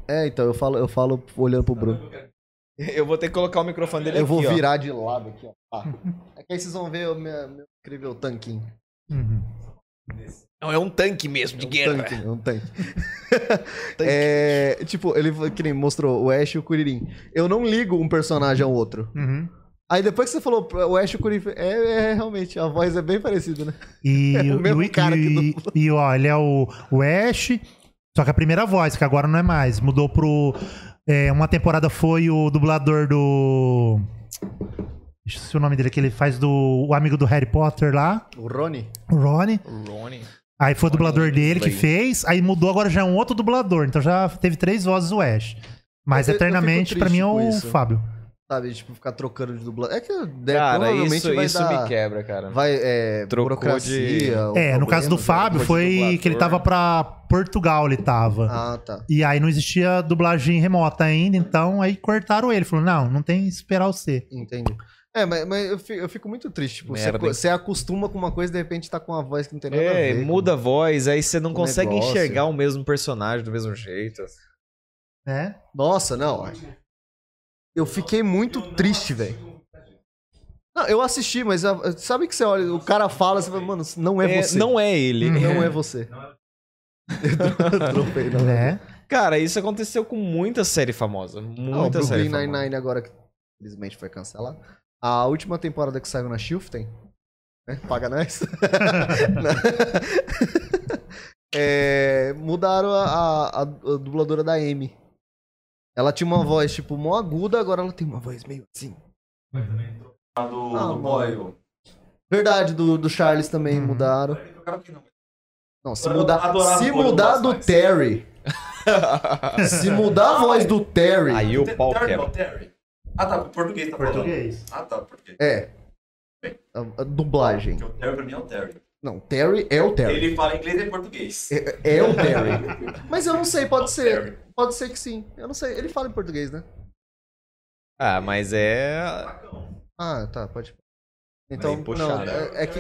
[SPEAKER 1] É, então, eu falo, eu falo olhando pro Bruno.
[SPEAKER 2] <laughs> Eu vou ter que colocar o microfone dele
[SPEAKER 1] Eu
[SPEAKER 2] é aqui,
[SPEAKER 1] vou
[SPEAKER 2] ó.
[SPEAKER 1] virar de lado aqui, ó. Ah. É que aí vocês vão ver o meu, meu incrível tanquinho.
[SPEAKER 3] Uhum.
[SPEAKER 2] Não, é um tanque mesmo de
[SPEAKER 1] É um
[SPEAKER 2] guerra.
[SPEAKER 1] tanque, é um
[SPEAKER 2] <laughs>
[SPEAKER 1] tanque. É, tipo, ele que nem mostrou o Ash e o Kuririn. Eu não ligo um personagem ao outro.
[SPEAKER 3] Uhum.
[SPEAKER 1] Aí depois que você falou o Ash e o Corinthians, é, é, realmente, a voz é bem parecida, né?
[SPEAKER 3] E,
[SPEAKER 1] <laughs> É o mesmo
[SPEAKER 3] e-
[SPEAKER 1] cara que
[SPEAKER 3] e- e, ó, ele é o, o Ash, só que a primeira voz, que agora não é mais. Mudou pro. é, uma temporada foi o dublador do. Deixa eu ver o nome dele, que ele faz do. O amigo do Harry Potter lá,
[SPEAKER 1] O Rony.
[SPEAKER 3] o Ronnie.
[SPEAKER 2] Ronnie.
[SPEAKER 3] Aí foi o dublador
[SPEAKER 2] Ronnie
[SPEAKER 3] dele que
[SPEAKER 2] Slade.
[SPEAKER 3] fez. Aí mudou, agora já é um outro dublador. Então já teve três vozes o Ash. Mas
[SPEAKER 1] Eu- eu
[SPEAKER 3] eternamente,
[SPEAKER 1] fico
[SPEAKER 3] pra mim, é o
[SPEAKER 1] triste com isso.
[SPEAKER 3] Fábio.
[SPEAKER 1] Sabe, tipo, ficar trocando de dublagem. É que né,
[SPEAKER 2] Cara,
[SPEAKER 1] provavelmente
[SPEAKER 2] isso,
[SPEAKER 1] vai
[SPEAKER 2] isso
[SPEAKER 1] dar...
[SPEAKER 2] me quebra, cara.
[SPEAKER 1] Vai, é,
[SPEAKER 2] Trocou
[SPEAKER 1] burocracia.
[SPEAKER 2] de-
[SPEAKER 1] o
[SPEAKER 3] É, no
[SPEAKER 1] problema,
[SPEAKER 3] caso do
[SPEAKER 1] né?
[SPEAKER 3] Fábio,
[SPEAKER 1] Coisa de
[SPEAKER 3] foi
[SPEAKER 2] dublador.
[SPEAKER 3] que ele tava pra Portugal, ele tava.
[SPEAKER 1] Ah, tá.
[SPEAKER 3] E aí não existia dublagem remota ainda, então aí cortaram ele. Falou, não, não tem que esperar o C.
[SPEAKER 1] Entendi. É, mas, mas eu, fico, eu fico muito triste. Tipo, você,
[SPEAKER 2] Merda,
[SPEAKER 1] acu-
[SPEAKER 2] hein?
[SPEAKER 1] você acostuma com uma coisa e de repente tá com uma voz que não tem nada a
[SPEAKER 2] É,
[SPEAKER 1] ver. com-
[SPEAKER 2] muda a voz, aí você não
[SPEAKER 1] o
[SPEAKER 2] consegue
[SPEAKER 1] negócio.
[SPEAKER 2] enxergar o mesmo personagem do mesmo jeito.
[SPEAKER 3] Né?
[SPEAKER 1] Nossa, não. Eu fiquei muito triste, velho. Não, eu assisti, mas a- sabe que você olha, o cara fala, você fala, mano, não é, você.
[SPEAKER 2] não é ele.
[SPEAKER 1] Não é você. <laughs> Eu tropei, não.
[SPEAKER 3] Né?
[SPEAKER 2] Cara, isso aconteceu com muita série famosa.
[SPEAKER 1] Não, o
[SPEAKER 2] Muita série
[SPEAKER 1] Brooklyn
[SPEAKER 2] famosa.
[SPEAKER 1] Nine-Nine agora, que infelizmente foi cancelado. A última temporada que saiu na Shiften, né? Paga
[SPEAKER 2] <laughs>
[SPEAKER 1] nós. É, mudaram a, a- a dubladora da Amy. Ela tinha uma voz, tipo, mó aguda, agora ela tem uma voz meio assim.
[SPEAKER 4] Do,
[SPEAKER 1] Ah,
[SPEAKER 4] do
[SPEAKER 1] bom.
[SPEAKER 4] Boyle.
[SPEAKER 1] Verdade, do, do Charles também
[SPEAKER 3] Uhum.
[SPEAKER 1] mudaram.
[SPEAKER 4] Eu quero que não.
[SPEAKER 1] Não, se
[SPEAKER 4] Eu
[SPEAKER 1] mudar,
[SPEAKER 4] adorava
[SPEAKER 1] se
[SPEAKER 4] o Boy
[SPEAKER 1] mudar
[SPEAKER 4] do
[SPEAKER 1] do
[SPEAKER 4] Bastards.
[SPEAKER 1] Terry, se mudar a voz do Terry,
[SPEAKER 2] <laughs> Aí o pau
[SPEAKER 4] Terry,
[SPEAKER 2] quebra.
[SPEAKER 4] não, Terry. Ah, tá, português tá falando. Ah, tá, português.
[SPEAKER 1] é. A, a dublagem.
[SPEAKER 4] Porque o Terry pra mim é o Terry.
[SPEAKER 1] Não, Terry é o Terry.
[SPEAKER 4] Ele fala inglês e português.
[SPEAKER 1] É, é o Terry. Mas eu não sei,
[SPEAKER 4] O
[SPEAKER 1] pode ser.
[SPEAKER 4] <laughs> Terry.
[SPEAKER 1] Pode ser que sim. Eu não sei. Ele fala em português, né?
[SPEAKER 2] Ah, mas é.
[SPEAKER 1] Ah, tá, pode. Então,
[SPEAKER 2] Aí, puxa,
[SPEAKER 1] não,
[SPEAKER 2] né?
[SPEAKER 1] é, é que.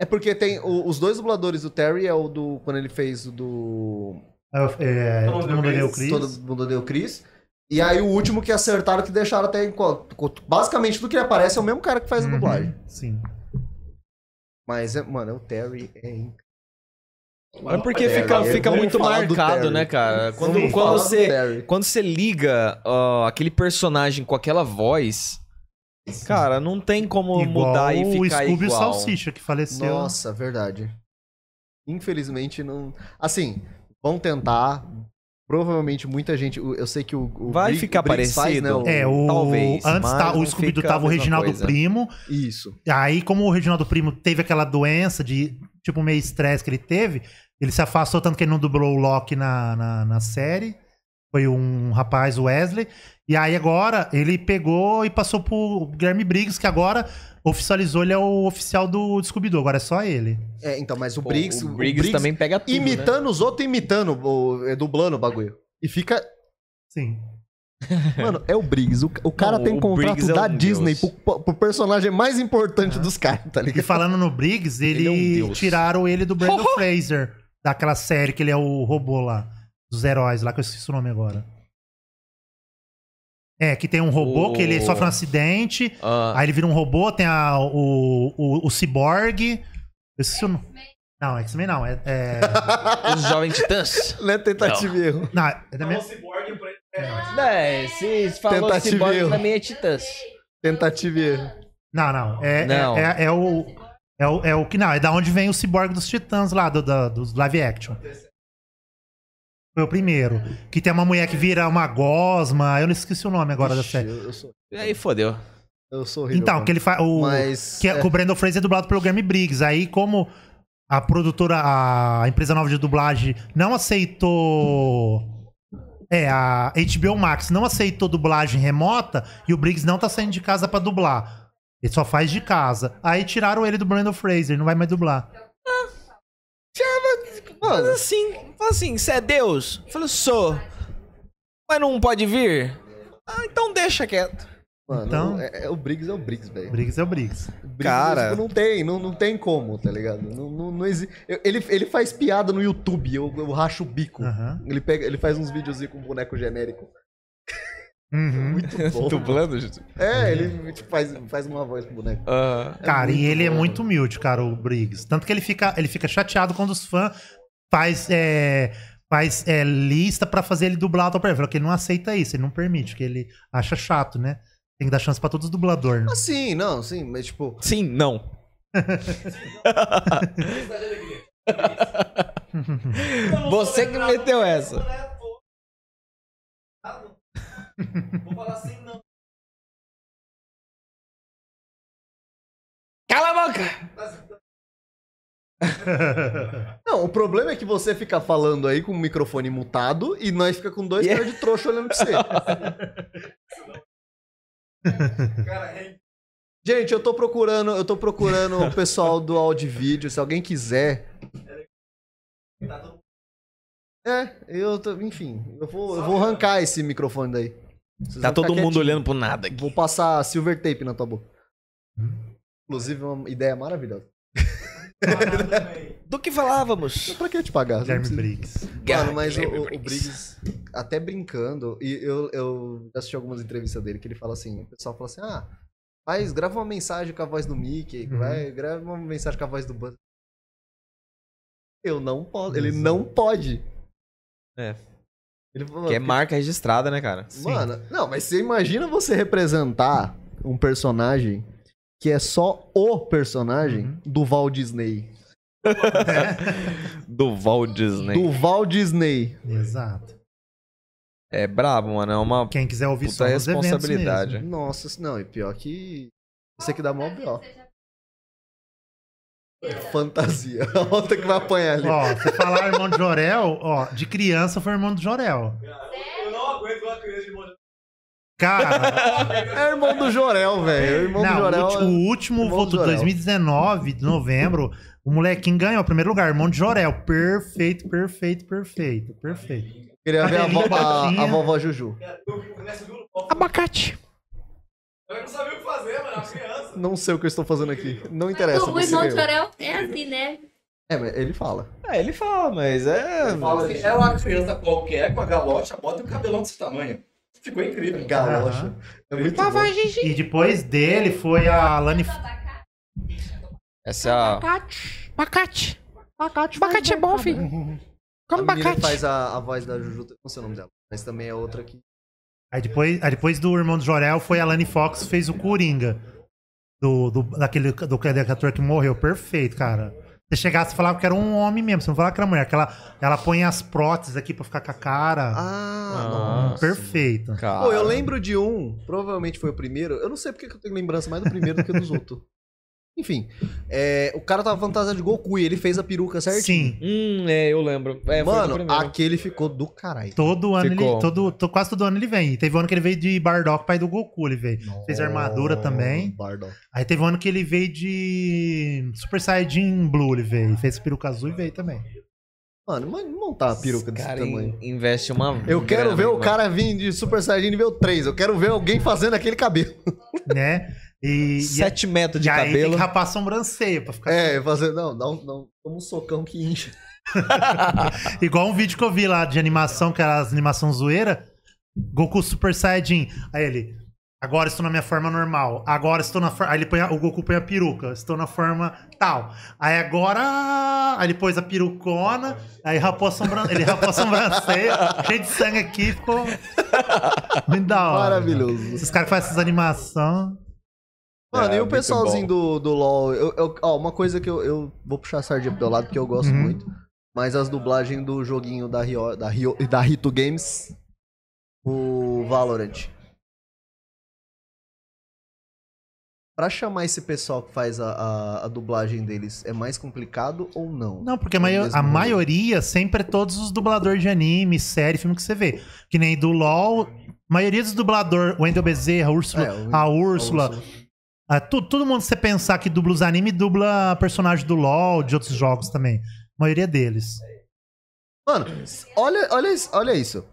[SPEAKER 1] É porque tem. o- os dois dubladores do Terry é o do. Quando ele fez o do.
[SPEAKER 3] Eu- é,
[SPEAKER 4] Todo
[SPEAKER 3] todo
[SPEAKER 4] mundo
[SPEAKER 3] mundo
[SPEAKER 4] odeia
[SPEAKER 3] odeia o
[SPEAKER 4] o
[SPEAKER 3] Chris.
[SPEAKER 1] Todo mundo deu Chris. E aí o último que acertaram que deixaram até. em co- co- Basicamente tudo que ele aparece é o mesmo cara que faz a
[SPEAKER 3] Uhum,
[SPEAKER 1] dublagem.
[SPEAKER 3] Sim.
[SPEAKER 1] Mas, é, mano, é o Terry é incrível.
[SPEAKER 2] É porque
[SPEAKER 1] Terry.
[SPEAKER 2] fica, fica
[SPEAKER 1] Vamos
[SPEAKER 2] muito
[SPEAKER 1] falar do
[SPEAKER 2] marcado,
[SPEAKER 1] Terry.
[SPEAKER 2] né, cara? Quando,
[SPEAKER 1] Vamos falar
[SPEAKER 2] quando
[SPEAKER 1] do
[SPEAKER 2] você.
[SPEAKER 1] Terry.
[SPEAKER 2] Quando você liga ó, aquele personagem com aquela voz, cara, não tem como
[SPEAKER 3] Igual
[SPEAKER 2] mudar e
[SPEAKER 3] o
[SPEAKER 2] ficar
[SPEAKER 3] Scooby e o
[SPEAKER 2] igual.
[SPEAKER 3] Salsicha, que faleceu.
[SPEAKER 1] Nossa, verdade. Infelizmente não. Assim, vão tentar. Provavelmente muita gente. o- Eu sei que o. o
[SPEAKER 2] Vai
[SPEAKER 1] Brig-
[SPEAKER 2] ficar
[SPEAKER 1] o Briggs
[SPEAKER 2] parecido?
[SPEAKER 1] Faz, né, o-
[SPEAKER 3] É, o
[SPEAKER 2] Talvez,
[SPEAKER 3] antes
[SPEAKER 2] mas
[SPEAKER 3] tá, o
[SPEAKER 2] não
[SPEAKER 3] Scooby Doo
[SPEAKER 2] fica a
[SPEAKER 3] tava o
[SPEAKER 2] mesma
[SPEAKER 3] Reginaldo
[SPEAKER 2] coisa.
[SPEAKER 3] Primo.
[SPEAKER 1] Isso.
[SPEAKER 3] Aí, como o Reginaldo Primo teve aquela doença de tipo meio estresse que ele teve, ele se afastou tanto que ele não dublou o Loki na, na, na série. Foi um rapaz, o Wesley. E aí agora ele pegou e passou pro Guilherme Briggs, que agora oficializou, ele é o oficial do Scooby-Doo, agora é só ele.
[SPEAKER 1] É, então, mas o
[SPEAKER 2] Pô,
[SPEAKER 1] Briggs.
[SPEAKER 2] o Briggs também pega tudo, né?
[SPEAKER 1] Imitando os outros, imitando, o- é, dublando o bagulho. E fica.
[SPEAKER 3] Sim.
[SPEAKER 1] Mano, é o Briggs. O, ca- o cara
[SPEAKER 2] Não,
[SPEAKER 1] tem
[SPEAKER 2] o
[SPEAKER 1] contrato
[SPEAKER 2] Briggs é um
[SPEAKER 1] da
[SPEAKER 2] deus. É.
[SPEAKER 1] Disney pro, pro personagem mais importante dos caras, tá
[SPEAKER 2] <laughs>
[SPEAKER 3] E
[SPEAKER 1] ligado?
[SPEAKER 3] falando no Briggs, ele,
[SPEAKER 2] Ele é um deus.
[SPEAKER 3] tiraram ele do Brandon Fraser, daquela série que ele é o robô lá, dos heróis lá, que eu esqueci o nome agora. É, que tem um robô
[SPEAKER 2] O-
[SPEAKER 3] que ele sofre um acidente,
[SPEAKER 2] Ah,
[SPEAKER 3] aí ele vira um robô, tem a, o, o, o Cyborg. Eu esqueci o nome. Não, X-Men não.
[SPEAKER 2] <laughs>
[SPEAKER 3] É, é-
[SPEAKER 2] os
[SPEAKER 1] <laughs>
[SPEAKER 2] Jovens Titãs?
[SPEAKER 1] Não é tentativa e erro.
[SPEAKER 3] não, é da mesma-
[SPEAKER 2] É, se
[SPEAKER 1] falou Tentativa Cyborg, e erro. pra
[SPEAKER 2] mim é Titãs.
[SPEAKER 1] Tentativa e erro.
[SPEAKER 3] não, não. É, é-
[SPEAKER 2] Não.
[SPEAKER 3] É, é o. É o, é o que. Não, é da onde vem o Cyborg dos Titãs lá, do, da- dos live action. Foi o primeiro. Que tem uma mulher que vira uma gosma. Eu não esqueci o nome agora da
[SPEAKER 1] Ixi,
[SPEAKER 3] série.
[SPEAKER 1] Eu, eu sou,
[SPEAKER 2] Aí fodeu.
[SPEAKER 1] eu sou horrível.
[SPEAKER 3] Então, que ele faz. O,
[SPEAKER 1] Mas.
[SPEAKER 3] que, é- que o Brandon Fraser é dublado pelo Grammy Briggs. Aí, como a produtora, a empresa nova de dublagem não aceitou. É, a HBO Max não aceitou dublagem remota e o Briggs não tá saindo de casa pra dublar. Ele só faz de casa. Aí tiraram ele do Brandon Fraser, não vai mais dublar.
[SPEAKER 2] Mas assim, fala assim, você é Deus? Eu falei, sou. Mas não pode vir? Ah, então deixa quieto.
[SPEAKER 1] Mano,
[SPEAKER 3] Então-
[SPEAKER 1] é- é- o Briggs é o Briggs,
[SPEAKER 3] O
[SPEAKER 1] velho.
[SPEAKER 3] Briggs é o Briggs.
[SPEAKER 1] Briggs,
[SPEAKER 2] Cara.
[SPEAKER 1] tipo, não tem, não, não tem como, tá ligado? Não, não, não exi- eu- Ele, ele faz piada no YouTube, eu, eu racho o bico.
[SPEAKER 3] Aham.
[SPEAKER 1] Ele, pega, ele faz uns videozinhos com boneco genérico.
[SPEAKER 3] Uhum.
[SPEAKER 1] Muito bom.
[SPEAKER 2] <laughs> Dublando, Jesus.
[SPEAKER 1] é, ele tipo, faz, faz uma voz pro boneco.
[SPEAKER 2] Ah,
[SPEAKER 3] Cara, e
[SPEAKER 1] muito
[SPEAKER 3] ele é
[SPEAKER 1] bom,
[SPEAKER 3] muito humilde, cara, o Briggs. Tanto que ele fica, ele fica chateado quando os fãs faz, é, faz é, lista pra fazer ele dublar o Ele falou que ele não aceita isso, ele não permite, que ele acha chato, né? Tem que dar chance pra todos os dubladores. né?
[SPEAKER 1] Ah, sim, não, sim, mas tipo.
[SPEAKER 2] Sim, não. <laughs> Você que meteu essa.
[SPEAKER 4] é Tá, Vou falar assim, não.
[SPEAKER 2] Cala a boca!
[SPEAKER 1] Não, o problema é que você fica falando aí com o microfone mutado e nós fica com dois
[SPEAKER 2] Yeah.
[SPEAKER 1] caras de trouxa olhando pra você.
[SPEAKER 4] Cara, é
[SPEAKER 1] Gente, eu tô procurando, eu tô procurando o pessoal do áudio e vídeo, se alguém quiser.
[SPEAKER 4] tá
[SPEAKER 1] É, eu tô, enfim, eu vou, eu vou arrancar esse microfone daí. Vocês
[SPEAKER 2] Tá
[SPEAKER 1] vão
[SPEAKER 2] todo
[SPEAKER 1] ficar
[SPEAKER 2] mundo
[SPEAKER 1] quietinhos.
[SPEAKER 2] olhando pro nada aqui.
[SPEAKER 1] Vou passar silver tape na tua boca. Inclusive, uma ideia maravilhosa.
[SPEAKER 2] Do que falávamos?
[SPEAKER 1] Pra que te pagar? Não
[SPEAKER 3] Guilherme
[SPEAKER 1] precisa.
[SPEAKER 3] Briggs.
[SPEAKER 1] Mano, mas o, o- o
[SPEAKER 2] Briggs.
[SPEAKER 1] Briggs, até brincando, e eu, eu já assisti algumas entrevistas dele que ele fala assim: o pessoal fala assim, ah, faz, grava uma mensagem com a voz do Mickey,
[SPEAKER 3] Uhum.
[SPEAKER 1] vai, grava uma mensagem com a voz do Buzz. Eu não posso, ele
[SPEAKER 3] Exato.
[SPEAKER 1] não pode.
[SPEAKER 2] É.
[SPEAKER 1] Ele falou,
[SPEAKER 2] Que
[SPEAKER 1] porque-
[SPEAKER 2] é marca registrada, né, cara?
[SPEAKER 1] Mano, não, mas você imagina você representar um personagem que é só o personagem
[SPEAKER 3] Uhum.
[SPEAKER 1] do Walt Disney.
[SPEAKER 2] Do Walt Disney.
[SPEAKER 1] Do Walt Disney.
[SPEAKER 3] Exato.
[SPEAKER 2] É brabo, mano. É uma
[SPEAKER 3] Quem quiser ouvir
[SPEAKER 2] puta
[SPEAKER 3] só nos eventos
[SPEAKER 2] responsabilidade.
[SPEAKER 3] mesmo.
[SPEAKER 1] Nossa, não, e pior que. Você que dá mó pior. Fantasia. <laughs> A outra que vai apanhar ali.
[SPEAKER 3] Ó, se falar irmão de Jorel, ó, de criança foi irmão de Jorel.
[SPEAKER 4] Eu não aguento uma criança de moda.
[SPEAKER 3] Cara,
[SPEAKER 1] <laughs> É irmão do Jorel, velho. É Irmão
[SPEAKER 3] não,
[SPEAKER 1] do Jorel.
[SPEAKER 3] o último, o último
[SPEAKER 1] irmão do
[SPEAKER 3] voto de
[SPEAKER 1] Jorel.
[SPEAKER 3] 2019, de novembro, o molequinho ganhou o primeiro lugar, irmão de Jorel. Perfeito, perfeito, perfeito, perfeito.
[SPEAKER 1] Queria ver a, vo- a, a vovó Juju.
[SPEAKER 4] Eu começo do
[SPEAKER 2] Abacate.
[SPEAKER 4] Eu não sabia o que fazer, mano. É uma criança.
[SPEAKER 1] Não sei o que eu estou fazendo aqui. Não interessa.
[SPEAKER 6] O
[SPEAKER 1] você
[SPEAKER 6] irmão
[SPEAKER 1] ganhou.
[SPEAKER 6] Jorel é assim, né?
[SPEAKER 1] É, mas ele fala.
[SPEAKER 2] É, ele fala, mas é.
[SPEAKER 4] Fala assim, é uma criança qualquer com a galocha, bota e um cabelão desse tamanho. Ficou incrível.
[SPEAKER 1] Galocha. É muito
[SPEAKER 5] Tá,
[SPEAKER 1] bom.
[SPEAKER 3] E depois dele foi a Lani.
[SPEAKER 2] Essa é a.
[SPEAKER 5] Abacate. Abacate. Abacate, é bom, filho. Come
[SPEAKER 1] a menina que
[SPEAKER 5] abacate.
[SPEAKER 1] faz a, a voz da Juju, eu não sei o nome dela. Mas também é outra que.
[SPEAKER 3] Aí depois, aí depois do irmão de Jorel foi a Lani Fox, fez o Coringa. Do, do, daquele, do, daquele ator que morreu. Perfeito, cara. Se chegasse e falava que era um homem mesmo, você não falava que era mulher. Que ela, ela põe as próteses aqui pra ficar com a cara.
[SPEAKER 1] Ah,
[SPEAKER 2] nossa.
[SPEAKER 3] Perfeito.
[SPEAKER 2] Cara.
[SPEAKER 1] Pô, eu lembro de um, provavelmente foi o primeiro. Eu não sei porque que eu tenho lembrança mais do primeiro do que dos
[SPEAKER 2] <laughs>
[SPEAKER 1] outros. Enfim, é, o cara tava fantasiado de Goku e ele fez a peruca certinho.
[SPEAKER 3] Sim.
[SPEAKER 2] Hum, é, eu lembro. É,
[SPEAKER 1] Mano,
[SPEAKER 2] foi do primeiro.
[SPEAKER 1] aquele ficou do caralho.
[SPEAKER 3] Todo ano
[SPEAKER 2] Ficou.
[SPEAKER 3] ele. Todo, to- quase todo ano ele vem. E teve um ano que ele veio de Bardock, pai do Goku, ele veio. Fez armadura também.
[SPEAKER 1] Bardock.
[SPEAKER 3] Aí teve um ano que ele veio de Super Saiyajin Blue, ele veio. Fez peruca azul e veio também.
[SPEAKER 1] Mano, mas montar uma peruca desse
[SPEAKER 2] cara
[SPEAKER 1] tamanho.
[SPEAKER 2] in- investe uma.
[SPEAKER 1] Eu quero
[SPEAKER 2] grana,
[SPEAKER 1] ver o
[SPEAKER 2] mano.
[SPEAKER 1] cara vir de Super Saiyajin nível 3. Eu quero ver alguém fazendo aquele cabelo.
[SPEAKER 2] <laughs>
[SPEAKER 3] né? E, e,
[SPEAKER 2] Sete metros de
[SPEAKER 3] e aí tem
[SPEAKER 2] cabelo.
[SPEAKER 3] que rapar a sobrancelha pra ficar.
[SPEAKER 1] É, fazer. Não, dá um, dá um- toma um socão que incha.
[SPEAKER 3] Igual um vídeo que eu vi lá de animação, que era as animação zoeira. Goku Super Saiyajin. Aí ele. Agora estou na minha forma normal. Agora estou na forma. Aí ele põe a- o Goku põe a peruca. Estou na forma tal. Aí agora. Aí ele pôs a perucona. Aí rapou a sobrancelha. Ele rapou a sobrancelha. cheio de sangue aqui. Ficou. Muito da
[SPEAKER 2] Ah,
[SPEAKER 3] hora.
[SPEAKER 1] Maravilhoso.
[SPEAKER 3] Esses caras que fazem essas animações.
[SPEAKER 1] Mano,
[SPEAKER 2] É,
[SPEAKER 1] e o
[SPEAKER 2] muito
[SPEAKER 1] pessoalzinho
[SPEAKER 2] bom.
[SPEAKER 1] do, do LoL? Eu, eu- ó, uma coisa que eu, eu vou puxar a sardinha pro teu lado, porque eu gosto
[SPEAKER 3] Uhum.
[SPEAKER 1] muito. Mas as dublagens do joguinho da Rio, da Rio, e da Rito Games, o Valorant. Pra chamar esse pessoal que faz a, a, a dublagem deles, é mais complicado ou não?
[SPEAKER 3] Não, porque
[SPEAKER 1] É
[SPEAKER 3] a,
[SPEAKER 1] o
[SPEAKER 3] maio-
[SPEAKER 1] mesmo
[SPEAKER 3] a
[SPEAKER 1] nome.
[SPEAKER 3] maioria sempre é todos os dubladores de anime, série, filme que você vê. Que nem do LOL, a maioria dos dubladores, Wendel Bezerra, Úrsula,
[SPEAKER 1] É, o-
[SPEAKER 3] a Úrsula,
[SPEAKER 1] Úrsula.
[SPEAKER 3] a tu- todo mundo que você pensar que dubla os anime, dubla personagem do LOL, de outros jogos também. A maioria deles.
[SPEAKER 1] Mano, olha, olha, isso- olha isso.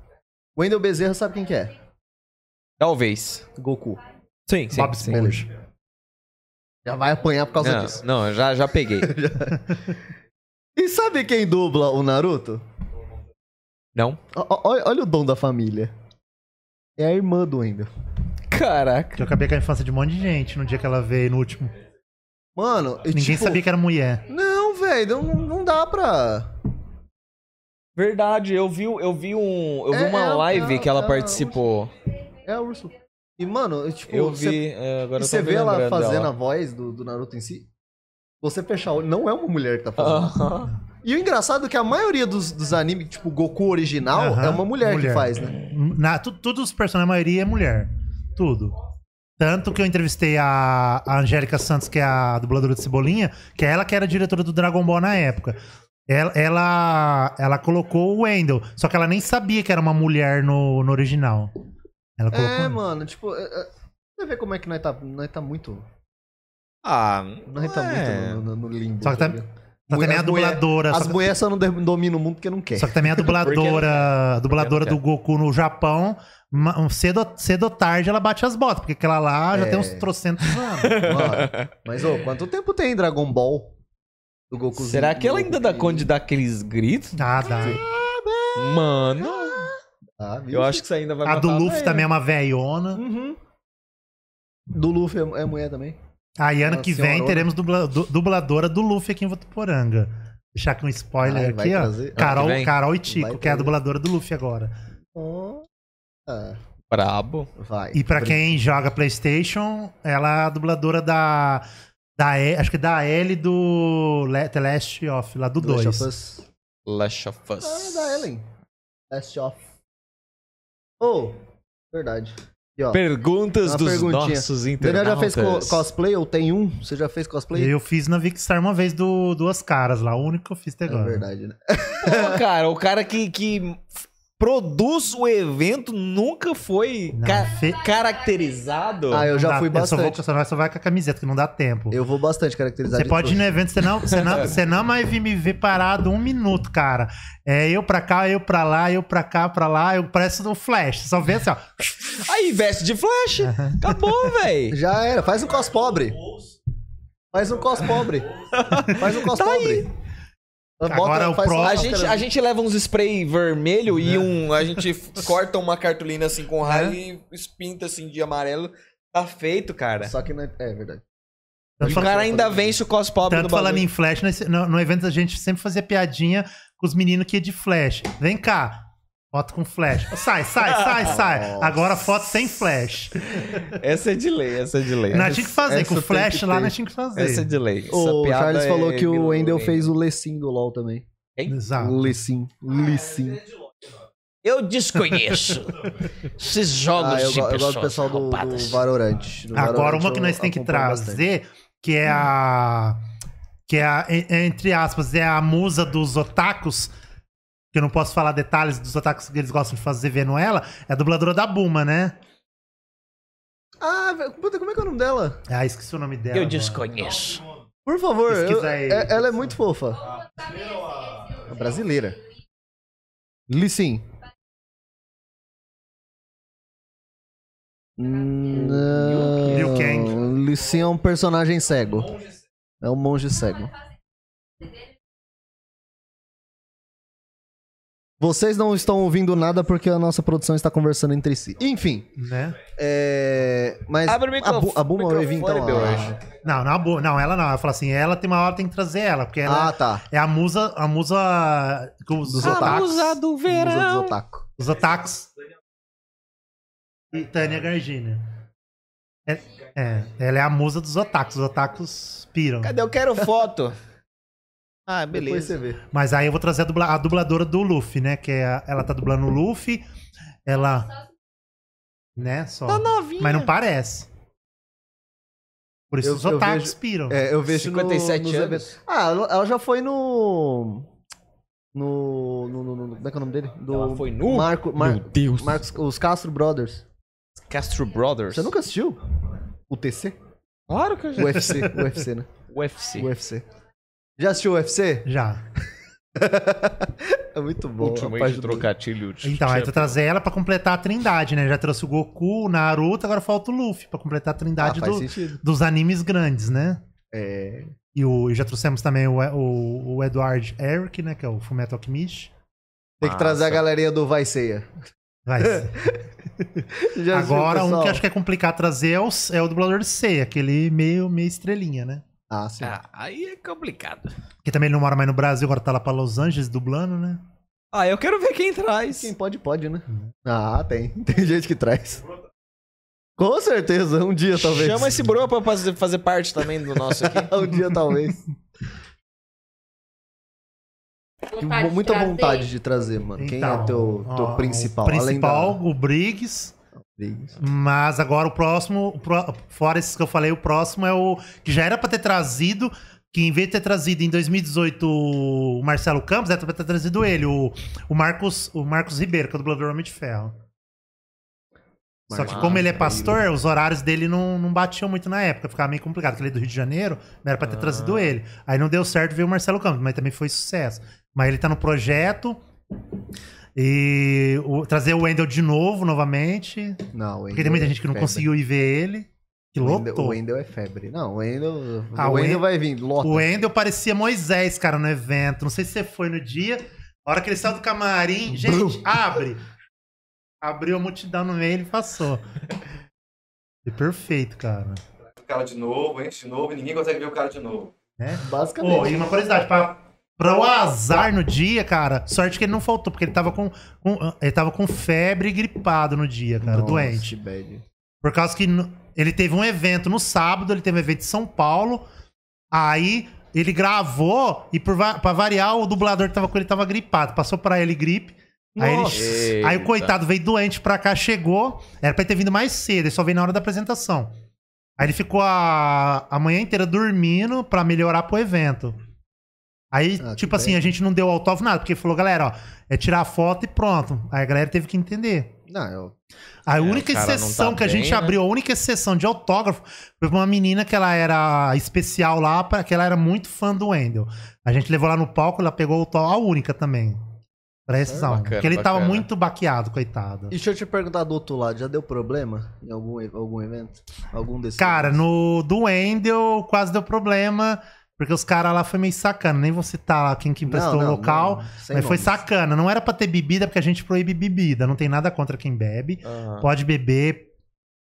[SPEAKER 1] Wendel Bezerra sabe quem que é?
[SPEAKER 2] Talvez.
[SPEAKER 1] Goku.
[SPEAKER 2] Sim, sim.
[SPEAKER 3] Bob
[SPEAKER 2] sim.
[SPEAKER 3] Esponja.
[SPEAKER 1] Já vai apanhar por causa disso.
[SPEAKER 2] Não, não, já,
[SPEAKER 1] <laughs>
[SPEAKER 2] já peguei.
[SPEAKER 1] E sabe quem dubla o Naruto?
[SPEAKER 2] Não?
[SPEAKER 1] O- o- Olha, olha o dom da família. É a irmã do Wendel.
[SPEAKER 2] Caraca.
[SPEAKER 3] Que eu acabei com a infância de um monte de gente no dia que ela veio, no último.
[SPEAKER 1] Mano, e
[SPEAKER 3] Ninguém
[SPEAKER 1] tipo,
[SPEAKER 3] sabia que era mulher.
[SPEAKER 1] Não, velho, não, não dá pra.
[SPEAKER 2] Verdade, eu vi, eu vi um. Eu vi
[SPEAKER 1] É,
[SPEAKER 2] uma
[SPEAKER 1] é,
[SPEAKER 2] live
[SPEAKER 1] é,
[SPEAKER 2] que ela
[SPEAKER 1] é,
[SPEAKER 2] participou.
[SPEAKER 1] É a Urso. E, mano, eu, tipo,
[SPEAKER 2] Eu
[SPEAKER 1] você-
[SPEAKER 2] vi, é, agora
[SPEAKER 1] e
[SPEAKER 2] eu
[SPEAKER 1] você
[SPEAKER 2] tô
[SPEAKER 1] vê
[SPEAKER 2] vê
[SPEAKER 1] ela fazendo a voz do, do Naruto em si. Você fechar o olho, não é uma mulher que tá
[SPEAKER 2] <laughs>
[SPEAKER 1] fazendo.
[SPEAKER 2] Ah.
[SPEAKER 1] E o engraçado é que a maioria dos, dos animes, tipo, Goku original,
[SPEAKER 3] Aham,
[SPEAKER 1] é uma mulher,
[SPEAKER 3] mulher.
[SPEAKER 1] que faz, né?
[SPEAKER 3] Na, tu, todos os personagens, a maioria é mulher. Tudo. Tanto que eu entrevistei a, a Angélica Santos, que é a dubladora de Cebolinha, que é ela que era diretora do Dragon Ball na época. Ela, ela, ela colocou o Wendel, só que ela nem sabia que era uma mulher no, no original. Ela colocou.
[SPEAKER 1] É, mano, tipo, é, é, você vê como é que nós tá, nós tá muito.
[SPEAKER 2] Ah,
[SPEAKER 1] Nós tá
[SPEAKER 2] é.
[SPEAKER 1] muito no, no- no limbo.
[SPEAKER 3] Só que tá-
[SPEAKER 1] ligado?
[SPEAKER 3] Só que também a
[SPEAKER 1] as mulher-
[SPEAKER 3] dubladora.
[SPEAKER 1] As
[SPEAKER 3] só,
[SPEAKER 1] mulheres só não de- dominam o mundo porque não quer.
[SPEAKER 3] só
[SPEAKER 1] <laughs>
[SPEAKER 3] que também a
[SPEAKER 2] Porque
[SPEAKER 3] dubladora, a dubladora
[SPEAKER 2] Porque
[SPEAKER 3] do
[SPEAKER 2] não
[SPEAKER 3] Goku no Japão, ma- um cedo, cedo ou tarde ela bate as botas, porque aquela lá já
[SPEAKER 1] É.
[SPEAKER 3] tem uns trocentos anos.
[SPEAKER 1] Mano, mas, ô, quanto tempo tem Dragon Ball? Do Ah, Goku
[SPEAKER 2] Será que ela ainda dá conta de dar aqueles gritos?
[SPEAKER 3] Ah, dá.
[SPEAKER 2] Mano,
[SPEAKER 1] Ah, viu?
[SPEAKER 2] eu acho que isso ainda vai
[SPEAKER 3] A do
[SPEAKER 2] matar
[SPEAKER 3] Luffy
[SPEAKER 2] velho.
[SPEAKER 3] também é uma velhona.
[SPEAKER 1] Uhum. Do Luffy é, é mulher também?
[SPEAKER 3] Aí ano
[SPEAKER 1] Uma
[SPEAKER 3] que vem
[SPEAKER 1] senhorona.
[SPEAKER 3] teremos dubla- du- dubladora do Luffy aqui em Votuporanga. Deixar aqui um
[SPEAKER 1] Ai,
[SPEAKER 3] spoiler
[SPEAKER 1] vai
[SPEAKER 3] aqui, ó.
[SPEAKER 1] trazer- ano que
[SPEAKER 3] Carol,
[SPEAKER 2] vem?
[SPEAKER 3] Carol e Tico,
[SPEAKER 1] Vai
[SPEAKER 3] que é a
[SPEAKER 1] trazer.
[SPEAKER 3] dubladora do Luffy agora.
[SPEAKER 1] Ah,
[SPEAKER 2] Brabo.
[SPEAKER 1] vai.
[SPEAKER 3] E pra quem joga PlayStation, ela é a dubladora da. da E- acho que da L do Le- The Last of, lá do
[SPEAKER 1] Last
[SPEAKER 3] 2.
[SPEAKER 1] of Us.
[SPEAKER 2] Last of Us.
[SPEAKER 1] Ah, é da Ellen. Last of. Oh, verdade. Aqui, ó.
[SPEAKER 2] Perguntas
[SPEAKER 1] Uma
[SPEAKER 2] dos
[SPEAKER 1] perguntinha.
[SPEAKER 2] nossos
[SPEAKER 1] Daniel
[SPEAKER 2] internautas.
[SPEAKER 1] já fez co-
[SPEAKER 2] <laughs>
[SPEAKER 1] cosplay ou tem um? Você já fez cosplay?
[SPEAKER 3] Eu fiz na Vicstar uma vez do Duas Caras lá, o único que eu fiz até
[SPEAKER 1] É
[SPEAKER 3] agora.
[SPEAKER 1] verdade, né?
[SPEAKER 2] Pô, cara, o cara que, que produz o evento nunca foi
[SPEAKER 3] Não,
[SPEAKER 2] ca-
[SPEAKER 3] fe-
[SPEAKER 2] caracterizado.
[SPEAKER 1] Ah, eu
[SPEAKER 3] Não
[SPEAKER 1] já
[SPEAKER 3] dá-
[SPEAKER 1] fui
[SPEAKER 3] só vou-
[SPEAKER 1] bastante.
[SPEAKER 3] só, vai- só vai com a camiseta, que não dá tempo.
[SPEAKER 1] Eu vou bastante caracterizar
[SPEAKER 3] Você
[SPEAKER 1] de
[SPEAKER 3] pode ir
[SPEAKER 1] tudo.
[SPEAKER 3] no evento, você não,
[SPEAKER 2] <laughs>
[SPEAKER 3] você não, você não vai vir me ver parado um minuto, cara. É eu pra cá, eu pra lá, eu pra cá, pra lá, eu pareço do Flash. Só vê assim, ó.
[SPEAKER 2] Aí veste de
[SPEAKER 3] <laughs>
[SPEAKER 2] flash. Acabou, velho.
[SPEAKER 1] Já era, faz um cos pobre. Faz um cos pobre. Faz um cos
[SPEAKER 2] Tá aí.
[SPEAKER 1] pobre. Bota-
[SPEAKER 3] Agora é o
[SPEAKER 1] faz um
[SPEAKER 3] próximo-
[SPEAKER 2] A
[SPEAKER 1] máscara.
[SPEAKER 2] gente, a gente leva uns spray vermelho
[SPEAKER 1] É.
[SPEAKER 2] e um. A gente
[SPEAKER 1] <laughs>
[SPEAKER 2] corta uma cartolina assim com raio
[SPEAKER 1] É.
[SPEAKER 2] e espinta assim de amarelo. Tá feito, cara.
[SPEAKER 1] Só que não é... é verdade.
[SPEAKER 3] Tanto,
[SPEAKER 2] E o
[SPEAKER 3] fala-
[SPEAKER 2] cara ainda vence o cos pobre do
[SPEAKER 3] tanto falando
[SPEAKER 2] bagulho.
[SPEAKER 3] em Flash, nesse- no, no evento a gente sempre fazia piadinha com os meninos que ia de Flash. Vem cá. Foto com flash. Sai, sai,
[SPEAKER 2] <laughs>
[SPEAKER 3] sai, sai.
[SPEAKER 1] Nossa.
[SPEAKER 3] Agora foto sem flash.
[SPEAKER 2] Essa é de lei, essa é de lei.
[SPEAKER 3] Nós tínhamos que fazer.
[SPEAKER 2] essa
[SPEAKER 3] Com o
[SPEAKER 2] tem
[SPEAKER 3] flash
[SPEAKER 2] que
[SPEAKER 3] lá,
[SPEAKER 2] ter.
[SPEAKER 3] nós tínhamos que
[SPEAKER 2] Essa é
[SPEAKER 3] fazer.
[SPEAKER 2] de lei. Essa
[SPEAKER 1] O
[SPEAKER 2] piada
[SPEAKER 1] Charles
[SPEAKER 2] é
[SPEAKER 1] falou que o
[SPEAKER 2] gnu,
[SPEAKER 1] Wendel
[SPEAKER 2] hein?
[SPEAKER 1] fez o Lecim do LoL também.
[SPEAKER 3] Exato.
[SPEAKER 1] Lecim. Lecim.
[SPEAKER 2] Eu desconheço esses jogos
[SPEAKER 1] Ah, eu,
[SPEAKER 2] de
[SPEAKER 1] go- eu
[SPEAKER 2] pessoas
[SPEAKER 1] gosto do pessoal do, do
[SPEAKER 2] roubadas.
[SPEAKER 1] Valorant. No
[SPEAKER 3] Agora,
[SPEAKER 1] Valorant
[SPEAKER 3] uma que
[SPEAKER 1] eu
[SPEAKER 3] nós tem que
[SPEAKER 1] acompanho bastante.
[SPEAKER 3] trazer, que é a. Que é a, en- entre aspas, é a musa dos otakus. Que eu não posso falar detalhes dos otakus que eles gostam de fazer vendo ela. É a dubladora da Buma, né?
[SPEAKER 1] Ah, velho, puta, como é que é o nome dela?
[SPEAKER 3] Ah, esqueci o nome dela.
[SPEAKER 2] Eu
[SPEAKER 3] agora.
[SPEAKER 2] desconheço.
[SPEAKER 1] Por favor, eu,
[SPEAKER 3] Pesquisa aí.
[SPEAKER 1] é- ela é muito fofa. A brasileira. Lissim.
[SPEAKER 3] Liu
[SPEAKER 1] Liu
[SPEAKER 3] Kang.
[SPEAKER 1] Lissim é um personagem cego. É um monge cego. Vocês não estão ouvindo nada porque a nossa produção está conversando entre si. Enfim,
[SPEAKER 3] Né?
[SPEAKER 1] é... mas
[SPEAKER 2] Abre o
[SPEAKER 1] a, Bu-
[SPEAKER 2] microfone.
[SPEAKER 1] a Buma vai vir então.
[SPEAKER 2] microfone,
[SPEAKER 1] a-
[SPEAKER 2] Bel,
[SPEAKER 3] Não, não, a Buma, não, ela não. Ela fala assim, ela tem uma hora tem que trazer ela, porque ela
[SPEAKER 1] Ah, tá.
[SPEAKER 3] é a musa, a musa que os,
[SPEAKER 1] Dos
[SPEAKER 3] otakus,
[SPEAKER 1] otakus.
[SPEAKER 2] Musa do
[SPEAKER 1] Musa
[SPEAKER 2] verão.
[SPEAKER 1] dos otaku.
[SPEAKER 3] os otakus. E Tânia Gargina. É, é, ela é a musa dos otakus. Os otakus piram.
[SPEAKER 2] Cadê? Eu quero foto. Ah,
[SPEAKER 1] Depois
[SPEAKER 2] beleza.
[SPEAKER 1] você vê.
[SPEAKER 3] Mas aí eu vou trazer a, dubla- a dubladora do Luffy, né? Que é a- ela tá dublando o Luffy. Ela. Né? Só.
[SPEAKER 2] Tá novinha.
[SPEAKER 3] Mas não parece. Por isso
[SPEAKER 1] Eu-
[SPEAKER 3] os
[SPEAKER 1] eu
[SPEAKER 3] otakus
[SPEAKER 1] vejo-
[SPEAKER 3] piram.
[SPEAKER 1] É, eu vejo no-
[SPEAKER 2] 57
[SPEAKER 1] nos
[SPEAKER 2] anos.
[SPEAKER 1] eventos. Ah, ela ela já foi no. No. no, no, no- como é que é o nome dele? Do
[SPEAKER 2] Ela foi nu?
[SPEAKER 1] Marco, Mar-
[SPEAKER 2] Meu Deus.
[SPEAKER 1] Marcos, os Castro Brothers.
[SPEAKER 2] Castro Brothers.
[SPEAKER 1] Você nunca assistiu? O TC?
[SPEAKER 2] Claro que eu já...
[SPEAKER 1] UFC, UFC,
[SPEAKER 2] <laughs>
[SPEAKER 1] né?
[SPEAKER 2] UFC.
[SPEAKER 1] UFC. Já assistiu o UFC?
[SPEAKER 3] Já.
[SPEAKER 1] É muito bom. a parte do-
[SPEAKER 2] trocadilho. de
[SPEAKER 3] Então, aí eu
[SPEAKER 2] champ-
[SPEAKER 3] vou
[SPEAKER 1] tá-
[SPEAKER 3] trazer ela pra completar a trindade, né? Já trouxe o Goku, o Naruto, agora falta o Luffy pra completar a
[SPEAKER 1] Ah,
[SPEAKER 3] trindade
[SPEAKER 1] faz
[SPEAKER 3] do-
[SPEAKER 1] sentido.
[SPEAKER 3] dos animes grandes, né?
[SPEAKER 1] É.
[SPEAKER 3] E o, e já trouxemos também o, o, o Edward Eric, né? Que é o Fullmetal Alchemist.
[SPEAKER 1] Tem que trazer a
[SPEAKER 2] Massa.
[SPEAKER 1] galerinha do Vai Ceia.
[SPEAKER 3] Vai ser.
[SPEAKER 1] <laughs> Já assistiu,
[SPEAKER 3] Agora, um
[SPEAKER 1] pessoal?
[SPEAKER 3] que acho que é complicado trazer é o, é o dublador de C, aquele meio, meio estrelinha, né?
[SPEAKER 1] Ah, sim.
[SPEAKER 2] Ah, aí é complicado.
[SPEAKER 3] Que também ele não mora mais no Brasil, agora tá lá pra Los Angeles dublando, né?
[SPEAKER 2] Ah, eu quero ver quem
[SPEAKER 1] <laughs>
[SPEAKER 2] traz.
[SPEAKER 1] Quem pode, pode, né? Ah, tem. Tem gente que traz. Com certeza, um dia talvez.
[SPEAKER 2] Chama esse bro pra fazer fazer parte também do nosso
[SPEAKER 1] <laughs>
[SPEAKER 2] <laughs> aqui.
[SPEAKER 1] um dia talvez.
[SPEAKER 6] Vontade de
[SPEAKER 1] Muita
[SPEAKER 6] trazer.
[SPEAKER 1] vontade de trazer, mano. Quem é
[SPEAKER 3] Então,
[SPEAKER 1] teu, teu
[SPEAKER 3] ó,
[SPEAKER 1] principal?
[SPEAKER 3] O principal,
[SPEAKER 1] Além
[SPEAKER 3] o Briggs.
[SPEAKER 1] da...
[SPEAKER 3] Mas agora o próximo, o pró- fora esses que eu falei, o próximo é o que já era pra ter trazido, que em vez de ter trazido em 2018 o Marcelo Campos, era pra ter trazido ele, o, o Marcos, o Marcos Ribeiro, que é o dublador do Homem de Ferro. Só que
[SPEAKER 1] Marcos
[SPEAKER 3] como ele é
[SPEAKER 1] Ribeiro.
[SPEAKER 3] pastor, os horários dele não, não batiam muito na época, ficava meio complicado, porque ele é do Rio de Janeiro, mas era pra ter
[SPEAKER 2] Ah.
[SPEAKER 3] trazido ele. Aí não deu certo, veio o Marcelo Campos, mas também foi sucesso. Mas ele tá no projeto e o- trazer o Wendel de novo, novamente,
[SPEAKER 1] Não, o
[SPEAKER 3] porque
[SPEAKER 1] Wendel
[SPEAKER 3] tem muita
[SPEAKER 1] é
[SPEAKER 3] gente que não
[SPEAKER 1] febre.
[SPEAKER 3] conseguiu ir ver ele. Que
[SPEAKER 1] O Wendel- O
[SPEAKER 3] lotou.
[SPEAKER 1] Wendel é febre. Não, o Wendel...
[SPEAKER 3] Ah,
[SPEAKER 1] o Wendel
[SPEAKER 3] o Wendel-
[SPEAKER 1] vai vir, lota.
[SPEAKER 3] O Wendel parecia Moisés, cara, no evento. Não sei se você foi no dia. A hora que ele saiu do camarim. Gente,
[SPEAKER 1] Brum.
[SPEAKER 3] abre! Abriu a multidão no meio e ele passou. Foi perfeito, cara.
[SPEAKER 4] O cara de novo, enche de novo, e ninguém consegue ver o cara de novo.
[SPEAKER 1] Basicamente.
[SPEAKER 3] Pô, e uma curiosidade, pra, pra o azar no dia, cara, sorte que ele não faltou, porque ele tava com, com- ele tava com febre e gripado no dia, cara,
[SPEAKER 1] Nossa,
[SPEAKER 3] doente.
[SPEAKER 1] bad.
[SPEAKER 3] Por causa que no- ele teve um evento no sábado, ele teve um evento em São Paulo. Aí ele gravou e por va- pra variar o dublador que tava com ele tava gripado, passou pra ele gripe. Aí, ele- aí o
[SPEAKER 2] Eita.
[SPEAKER 3] coitado veio doente pra cá, chegou. Era pra ele ter vindo mais cedo, ele só veio na hora da apresentação. Aí ele ficou a, a manhã inteira dormindo pra melhorar pro evento. Aí,
[SPEAKER 1] Ah, que
[SPEAKER 3] tipo assim,
[SPEAKER 1] bem.
[SPEAKER 3] a gente não deu autógrafo nada, porque falou, galera, ó, é tirar a foto e pronto. Aí a galera teve que entender.
[SPEAKER 1] Não, eu...
[SPEAKER 3] A
[SPEAKER 2] É,
[SPEAKER 3] única
[SPEAKER 2] o cara não
[SPEAKER 3] exceção
[SPEAKER 2] tá
[SPEAKER 3] que a
[SPEAKER 2] bem,
[SPEAKER 3] gente
[SPEAKER 2] né?
[SPEAKER 3] abriu, a única exceção de autógrafo, foi pra uma menina que ela era especial lá, pra- que ela era muito fã do Wendel. A gente levou lá no palco, ela pegou o autógrafo, a única também. Pra exceção.
[SPEAKER 2] é bacana,
[SPEAKER 3] porque ele tava
[SPEAKER 2] bacana.
[SPEAKER 3] muito baqueado, coitado.
[SPEAKER 1] E deixa eu te perguntar do outro lado, já deu problema em algum, e- algum evento? Algum desses?
[SPEAKER 3] Cara,
[SPEAKER 1] eventos?
[SPEAKER 3] no do Wendel quase deu problema, porque os caras lá foi meio sacana. Nem vou citar lá quem que emprestou
[SPEAKER 1] Não,
[SPEAKER 3] o
[SPEAKER 1] não,
[SPEAKER 3] local.
[SPEAKER 1] não, sem
[SPEAKER 3] Mas foi
[SPEAKER 1] nomes.
[SPEAKER 3] sacana. Não era pra ter bebida, porque a gente proíbe bebida. Não tem nada contra quem bebe.
[SPEAKER 2] Aham.
[SPEAKER 3] Pode beber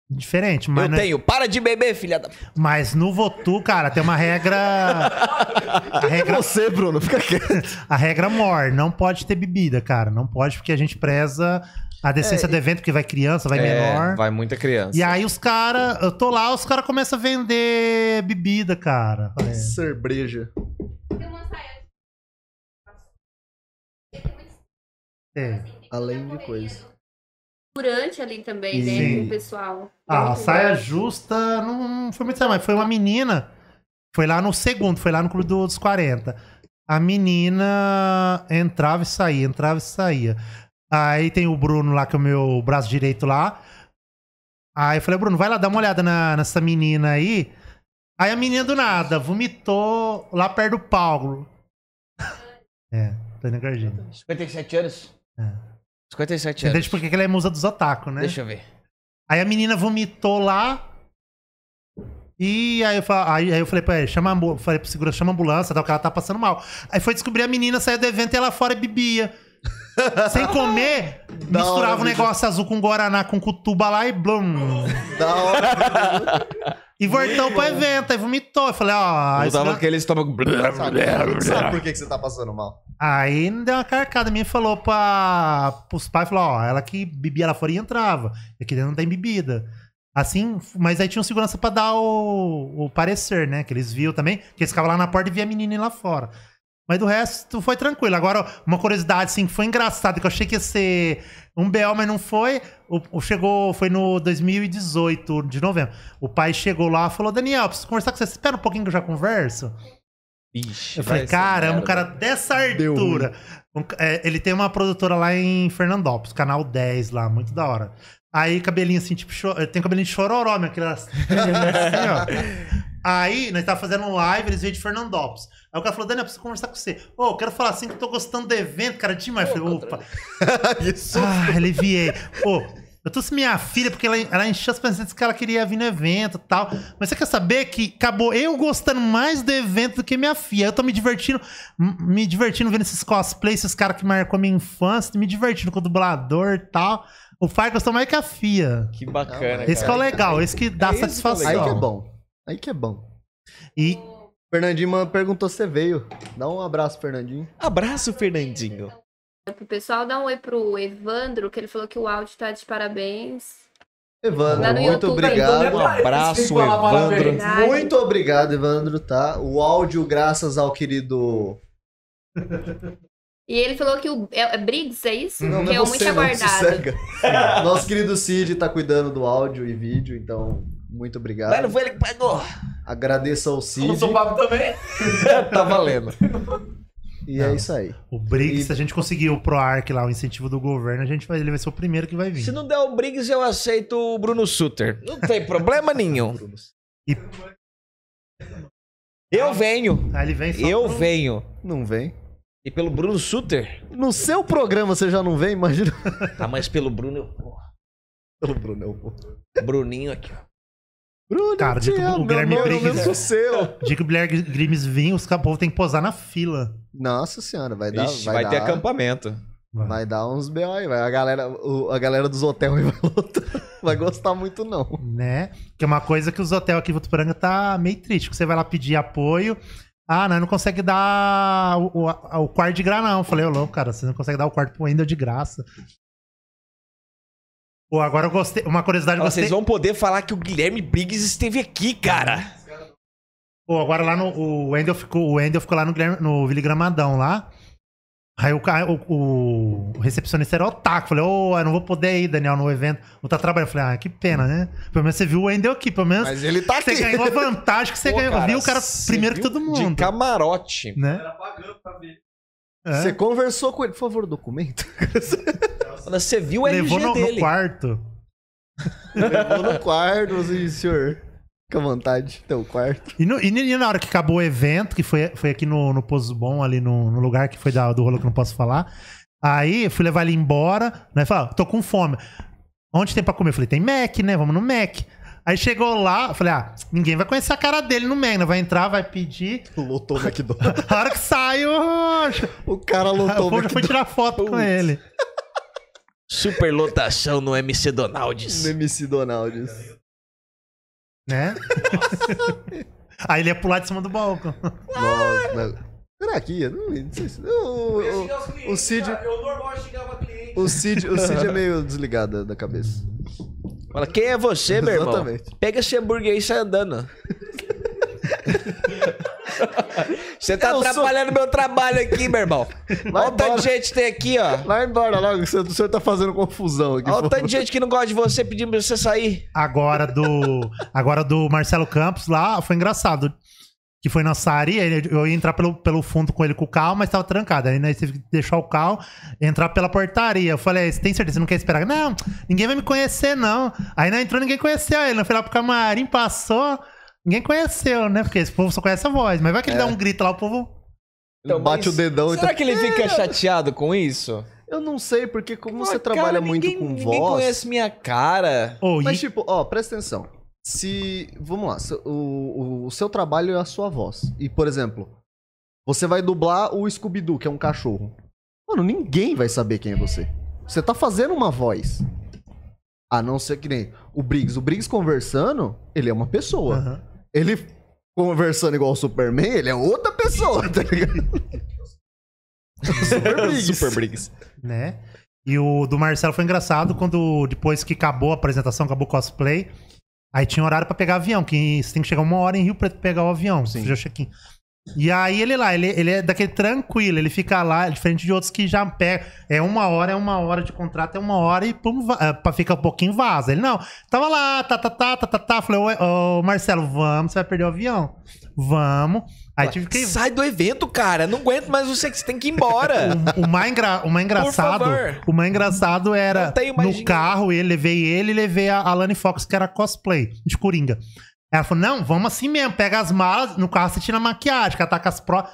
[SPEAKER 3] diferente, mas
[SPEAKER 2] Ah. Eu
[SPEAKER 3] não é-
[SPEAKER 2] tenho. Para de beber, filha da.
[SPEAKER 3] Mas no Votu, cara, tem uma regra. A regra,
[SPEAKER 1] Você, Bruno, fica
[SPEAKER 3] é
[SPEAKER 1] quieto.
[SPEAKER 3] a regra mor, não pode ter bebida, cara. Não pode, porque a gente preza a decência do evento, porque vai criança, vai menor.
[SPEAKER 2] É, Vai muita criança.
[SPEAKER 3] E aí os caras, eu tô lá, os caras começam a vender bebida, cara. É.
[SPEAKER 1] Cerbreja.
[SPEAKER 3] É.
[SPEAKER 1] Além de coisa.
[SPEAKER 6] Durante ali também,
[SPEAKER 3] Sim.
[SPEAKER 6] né? Com o pessoal. Então, né?
[SPEAKER 3] Ah,
[SPEAKER 6] Muito
[SPEAKER 3] saia
[SPEAKER 6] bom.
[SPEAKER 3] justa não, não foi muito, mas foi uma menina. Foi lá no segundo, foi lá no clube dos 40. A menina entrava e saía, entrava e saía. Aí tem o Bruno lá, que é o meu braço direito lá. Aí eu falei, Bruno, vai lá dar uma olhada na- nessa menina aí. Aí a menina do nada vomitou lá perto do Paulo. <laughs> é, Tânia Gardino.
[SPEAKER 2] 57 anos?
[SPEAKER 3] É.
[SPEAKER 2] 57 anos.
[SPEAKER 3] Entende por que que ela é musa dos otaku, né?
[SPEAKER 2] Deixa eu ver.
[SPEAKER 3] Aí a menina vomitou lá. E aí eu, fa- aí- aí eu falei pra ele, chama, a ambu- falei pro segurança, chama a ambulância, tal, que ela tá passando mal. Aí foi descobrir a menina, saiu do evento e ela fora
[SPEAKER 1] <laughs>
[SPEAKER 3] bebia. Sem comer,
[SPEAKER 1] Da hora,
[SPEAKER 3] misturava um
[SPEAKER 1] vídeo.
[SPEAKER 3] negócio azul com guaraná, com cutuba lá e blum.
[SPEAKER 1] Da hora.
[SPEAKER 3] E voltou pro evento, aí vomitou. Eu falei, ó... aí
[SPEAKER 2] Eu tava
[SPEAKER 3] segurança-
[SPEAKER 2] com aquele estômago.
[SPEAKER 1] Sabe, sabe por que, que você tá passando mal?
[SPEAKER 3] Aí deu uma carcada minha e falou pra, pros pais, falou, ó, ela que bebia lá fora e entrava. E aqui dentro não tem bebida. Assim, mas aí tinha um segurança pra dar o, o parecer, né? Que eles viam também, que eles ficavam lá na porta e via a menina ir lá fora. Mas do resto foi tranquilo. Agora, uma curiosidade, assim, que foi engraçada, que eu achei que ia ser um BO, mas não foi. O, o chegou, foi no 2018, de novembro. O pai chegou lá e falou, Daniel, preciso conversar com você. Espera um pouquinho que eu já converso.
[SPEAKER 2] Ixi,
[SPEAKER 3] Eu falei,
[SPEAKER 2] vai ser
[SPEAKER 3] caramba, um
[SPEAKER 2] merda.
[SPEAKER 3] cara dessa
[SPEAKER 1] Deu ruim.
[SPEAKER 3] altura. Um ca- é, ele tem uma produtora lá em Fernandópolis, canal 10 lá, muito da hora. Aí, cabelinho assim, tipo, cho... tem cabelinho de chororó, meu, aquele assim, ó. Aí, nós tava fazendo um live, eles veio de Fernandópolis. Aí o cara falou, Daniel, preciso conversar com você. Ô, eu quero falar assim que eu tô gostando do evento, cara, demais. Eu falei, opa.
[SPEAKER 1] Isso.
[SPEAKER 3] Ah, aliviei. Pô, eu trouxe minha filha porque ela, ela encheu as presentes que ela queria vir no evento e tal. Mas você quer saber que acabou eu gostando mais do evento do que minha filha. Eu tô me divertindo, m- me divertindo vendo esses cosplays, esses caras que marcou minha infância, me divertindo com o dublador e tal. O pai gostou mais que a filha.
[SPEAKER 2] Que bacana.
[SPEAKER 3] Esse que é o
[SPEAKER 2] cara.
[SPEAKER 3] legal, esse que dá
[SPEAKER 2] É isso que é
[SPEAKER 3] satisfação.
[SPEAKER 1] Aí que é bom. Aí que é bom.
[SPEAKER 3] E
[SPEAKER 1] Fernandinho mano, perguntou se você veio. Dá um abraço, Fernandinho.
[SPEAKER 2] Abraço, Fernandinho.
[SPEAKER 6] Pro pessoal, dá um oi pro Evandro, que ele falou que o áudio tá de parabéns.
[SPEAKER 1] Evandro,
[SPEAKER 6] Lá no
[SPEAKER 1] muito
[SPEAKER 6] YouTube.
[SPEAKER 1] obrigado.
[SPEAKER 2] Um abraço,
[SPEAKER 4] Tem que falar
[SPEAKER 2] Evandro.
[SPEAKER 4] parabéns.
[SPEAKER 6] Verdade.
[SPEAKER 1] Muito obrigado, Evandro, tá? O áudio, graças ao querido.
[SPEAKER 6] E ele falou que o é, é Briggs, é isso? que é
[SPEAKER 1] é
[SPEAKER 6] o
[SPEAKER 1] você,
[SPEAKER 6] muito aguardado.
[SPEAKER 1] sossega. <laughs> Nosso querido Cid tá cuidando do áudio e vídeo, então, muito obrigado.
[SPEAKER 2] Mas não foi ele que pagou. <laughs>
[SPEAKER 1] Agradeço ao Cid.
[SPEAKER 4] Não sou pago também?
[SPEAKER 2] tá valendo.
[SPEAKER 1] E
[SPEAKER 3] Não.
[SPEAKER 1] é isso aí.
[SPEAKER 3] O BRICS,
[SPEAKER 1] E-
[SPEAKER 3] se a gente conseguir o ProArc lá, o incentivo do governo, a gente vai, ele vai ser o primeiro que vai vir.
[SPEAKER 2] Se não der o Briggs, eu aceito o Bruno Suter. Não tem problema nenhum. Eu venho.
[SPEAKER 3] Aí ele vem só
[SPEAKER 2] Eu
[SPEAKER 3] pro-
[SPEAKER 2] venho.
[SPEAKER 1] Não vem.
[SPEAKER 2] E pelo Bruno Suter?
[SPEAKER 1] No seu programa você já não vem? Imagina <laughs>
[SPEAKER 2] Ah, mas pelo Bruno eu. Porra.
[SPEAKER 1] pelo Bruno. eu vou.
[SPEAKER 2] Bruninho aqui, ó.
[SPEAKER 1] Bruno,
[SPEAKER 3] Cara,
[SPEAKER 1] eu
[SPEAKER 3] digo,
[SPEAKER 1] te
[SPEAKER 3] o
[SPEAKER 1] amo, meu
[SPEAKER 3] Guilherme
[SPEAKER 1] nome é o
[SPEAKER 3] Briggs- né?
[SPEAKER 1] mesmo que o seu.
[SPEAKER 3] Dia que o Blair Grimes vir, os cabos tem que posar na fila.
[SPEAKER 1] Nossa senhora, vai dar.
[SPEAKER 2] Ixi,
[SPEAKER 1] vai,
[SPEAKER 2] vai, ter
[SPEAKER 1] dar-
[SPEAKER 2] acampamento.
[SPEAKER 1] Vai dar uns B.O. aí, vai. A galera, o- a galera dos hotéis <laughs> vai lotar. Vai gostar muito, não.
[SPEAKER 3] Né? Que é uma coisa que os hotéis aqui em Votuporanga tá meio triste. Que você vai lá pedir apoio. Ah, não, não consegue dar o, o, a- o quarto de graça, não. Eu Falei, ô louco, cara, você não consegue dar o quarto pro Wendel de graça. Pô, agora eu gostei. Uma curiosidade, eu
[SPEAKER 2] Ó,
[SPEAKER 3] gostei.
[SPEAKER 2] Vocês vão poder falar que o Guilherme Briggs esteve aqui, cara.
[SPEAKER 3] Pô, agora lá no. O Wendel ficou, o Wendel ficou lá no, Guilherme- no Vili Gramadão lá. Aí o, ca- o, o recepcionista era otaku. Falei, ô, eu não vou poder ir, Daniel, no evento. Vou estar trabalhando. Eu Falei, ah, que pena, né? Pelo menos você viu o Wendel aqui. Pelo menos
[SPEAKER 1] Mas ele tá
[SPEAKER 3] você
[SPEAKER 1] aqui.
[SPEAKER 3] ganhou a vantagem que você
[SPEAKER 2] Pô,
[SPEAKER 3] ganhou. viu o cara
[SPEAKER 2] você
[SPEAKER 3] primeiro que
[SPEAKER 2] viu
[SPEAKER 3] todo
[SPEAKER 2] De
[SPEAKER 3] mundo.
[SPEAKER 2] camarote.
[SPEAKER 3] Né? É.
[SPEAKER 1] Você conversou com ele. Por favor, documento.
[SPEAKER 2] Quando você viu o RG
[SPEAKER 3] Levou no, no
[SPEAKER 2] dele.
[SPEAKER 3] quarto.
[SPEAKER 1] Levou no quarto, assim, senhor. Fica à vontade, teu quarto.
[SPEAKER 3] E, no- e ni- na hora que acabou o evento, que foi, foi aqui no, no Pozo Bom, ali no, no lugar que foi da- do rolo que eu não posso falar. Aí eu fui levar ele embora, né? Falei, "Ó, tô com fome. Onde tem pra comer? Eu falei, tem Mac, né? Vamos no Mac. Aí chegou lá, eu falei, ah, ninguém vai conhecer a cara dele no Mac, né? Vai entrar, vai pedir.
[SPEAKER 1] Lotou o McDonald's.
[SPEAKER 3] A hora que saiu, <laughs> o
[SPEAKER 1] <laughs> O cara lotou o
[SPEAKER 3] povo já foi
[SPEAKER 1] McDonald's
[SPEAKER 3] tirar foto com ele.
[SPEAKER 2] Superlotação no MC Donalds.
[SPEAKER 1] no MC Donald's.
[SPEAKER 3] Né? Aí ele ia pular de cima do balcão.
[SPEAKER 1] Nossa, não. Será que ia? Não, não sei se... Eu- eu- o Cid-
[SPEAKER 4] cara. Eu normal xingava cliente.
[SPEAKER 1] O Cid, o Cid é meio desligado da cabeça.
[SPEAKER 2] Fala, quem é você, meu irmão?
[SPEAKER 1] Exatamente.
[SPEAKER 2] Pega esse hambúrguer aí e
[SPEAKER 1] <laughs>
[SPEAKER 2] sai andando. Você tá atrapalhando meu trabalho aqui, meu irmão. Olha o tanto
[SPEAKER 1] embora.
[SPEAKER 2] de gente que tem aqui, ó.
[SPEAKER 1] Vai embora logo, o senhor- o senhor tá fazendo confusão aqui.
[SPEAKER 2] Olha o
[SPEAKER 1] pô.
[SPEAKER 2] tanto de gente que não gosta de você pedindo pra você sair.
[SPEAKER 3] agora do agora do Marcelo Campos lá foi engraçado que foi na área eu ia entrar pelo, pelo fundo com ele com o carro mas tava trancado aí né, tive que deixar o carro entrar pela portaria eu falei "É, você tem certeza você não quer esperar não ninguém vai me conhecer não aí não entrou ninguém conheceu ele não foi lá pro camarim passou ninguém conheceu né porque esse povo só conhece a voz mas vai que ele dá um grito lá o povo
[SPEAKER 1] Ele bate
[SPEAKER 2] então, mas
[SPEAKER 1] o dedão e
[SPEAKER 2] Será
[SPEAKER 1] tá...
[SPEAKER 2] que ele fica chateado com isso?
[SPEAKER 1] Eu não sei, porque como
[SPEAKER 2] Pô,
[SPEAKER 1] você
[SPEAKER 2] cara,
[SPEAKER 1] trabalha
[SPEAKER 2] ninguém-
[SPEAKER 1] muito com
[SPEAKER 2] ninguém
[SPEAKER 1] voz.
[SPEAKER 2] conhece minha cara.
[SPEAKER 3] ou
[SPEAKER 1] Mas, tipo, ó, presta atenção. Se. Vamos lá, se- o, o- o seu trabalho é a sua voz. E, por exemplo, você vai dublar o Scooby-Doo, que é um cachorro. Mano, ninguém vai saber quem é você. Você tá fazendo uma voz. A não ser que nem o Briggs. O Briggs conversando, ele é uma pessoa.
[SPEAKER 3] Aham.
[SPEAKER 1] Ele conversando igual o Superman, ele é outra pessoa, <laughs> tá ligado? Super Briggs.
[SPEAKER 2] Super Briggs.
[SPEAKER 3] né? E o do Marcelo foi engraçado quando, depois que acabou a apresentação, acabou o cosplay, aí tinha horário pra pegar avião, que você tem que chegar uma hora em Rio Preto pra pegar o avião,
[SPEAKER 1] Sim.
[SPEAKER 3] já check-in. E aí ele lá, ele, ele é daquele tranquilo, ele fica lá, diferente de outros que já pega, é uma hora, é uma hora de contrato, é uma hora e pum, va- é, pra ficar um pouquinho vaza. Ele não, tava lá, tá, tá, tá, tá, tá, tá, falei, "Ué, ô Marcelo, vamos, você vai perder o avião. Vamos. Aí tive que...
[SPEAKER 2] Sai do evento, cara. Não aguento mais você que você tem que
[SPEAKER 1] <laughs>
[SPEAKER 2] ir embora.
[SPEAKER 3] O, o mais engra, o mais engraçado,
[SPEAKER 2] favor.
[SPEAKER 3] o mais engraçado era
[SPEAKER 2] Não tenho
[SPEAKER 3] no
[SPEAKER 2] mais dinheiro.
[SPEAKER 3] carro, ele levei ele e levei a Alane Fox, que era cosplay de Coringa. Ela falou: "Não, vamos assim mesmo, pega as malas, no carro você tira a maquiagem, que ela tá com as pró".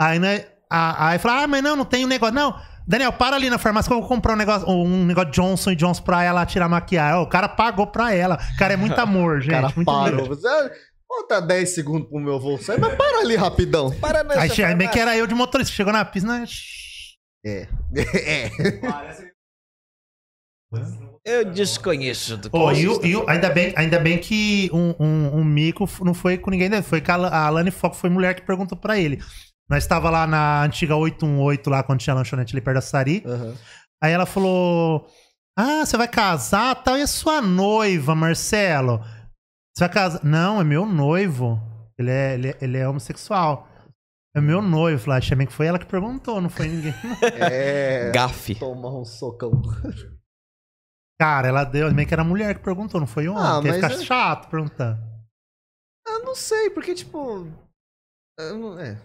[SPEAKER 3] Aí né, a- aí fala: "Ah, mas não, não tem um negócio não". Daniel, para ali na farmácia que eu vou comprar um negócio, um negócio Johnson Johnson pra ela tirar a maquiagem. Ó, O cara pagou pra ela. O cara é muito
[SPEAKER 1] <laughs>
[SPEAKER 3] amor,
[SPEAKER 1] O
[SPEAKER 3] gente.
[SPEAKER 1] cara
[SPEAKER 3] muito lindo.
[SPEAKER 1] parou. Você, ah, Bota 10 segundos pro meu voo sair, mas para ali rapidão.
[SPEAKER 2] Para nessa
[SPEAKER 3] Aí che- bem
[SPEAKER 2] farmácia.
[SPEAKER 3] que era eu de motorista. Chegou na pista, né? shh,
[SPEAKER 1] é.
[SPEAKER 2] Eu desconheço do que
[SPEAKER 3] Pô,
[SPEAKER 2] vocês
[SPEAKER 3] e o-
[SPEAKER 2] estão
[SPEAKER 3] e o-
[SPEAKER 1] é.
[SPEAKER 3] ainda, bem, ainda bem que um, um- um mico f- não foi com ninguém, né? Foi com a Al- a Alane Foco, foi mulher que perguntou pra ele. Nós estava lá um na antiga 818, lá quando tinha lanchonete ali perto da Sari.
[SPEAKER 1] Aham.
[SPEAKER 3] Aí ela falou. Ah, você vai casar tal? E a sua noiva, Marcelo? Você vai casar? Não, é meu noivo. Ele é, ele é, ele é homossexual. É meu noivo. Lá, achei bem que foi ela que perguntou, não foi ninguém. <laughs>
[SPEAKER 1] É.
[SPEAKER 2] Gafe.
[SPEAKER 1] Tomar um socão.
[SPEAKER 3] Cara, ela deu. Meio que era a mulher que perguntou, não foi homem.
[SPEAKER 1] Ah,
[SPEAKER 3] Porque ia
[SPEAKER 1] mas
[SPEAKER 3] ficar
[SPEAKER 1] é-
[SPEAKER 3] chato perguntando.
[SPEAKER 1] Eu não sei, porque, tipo. eu não- É,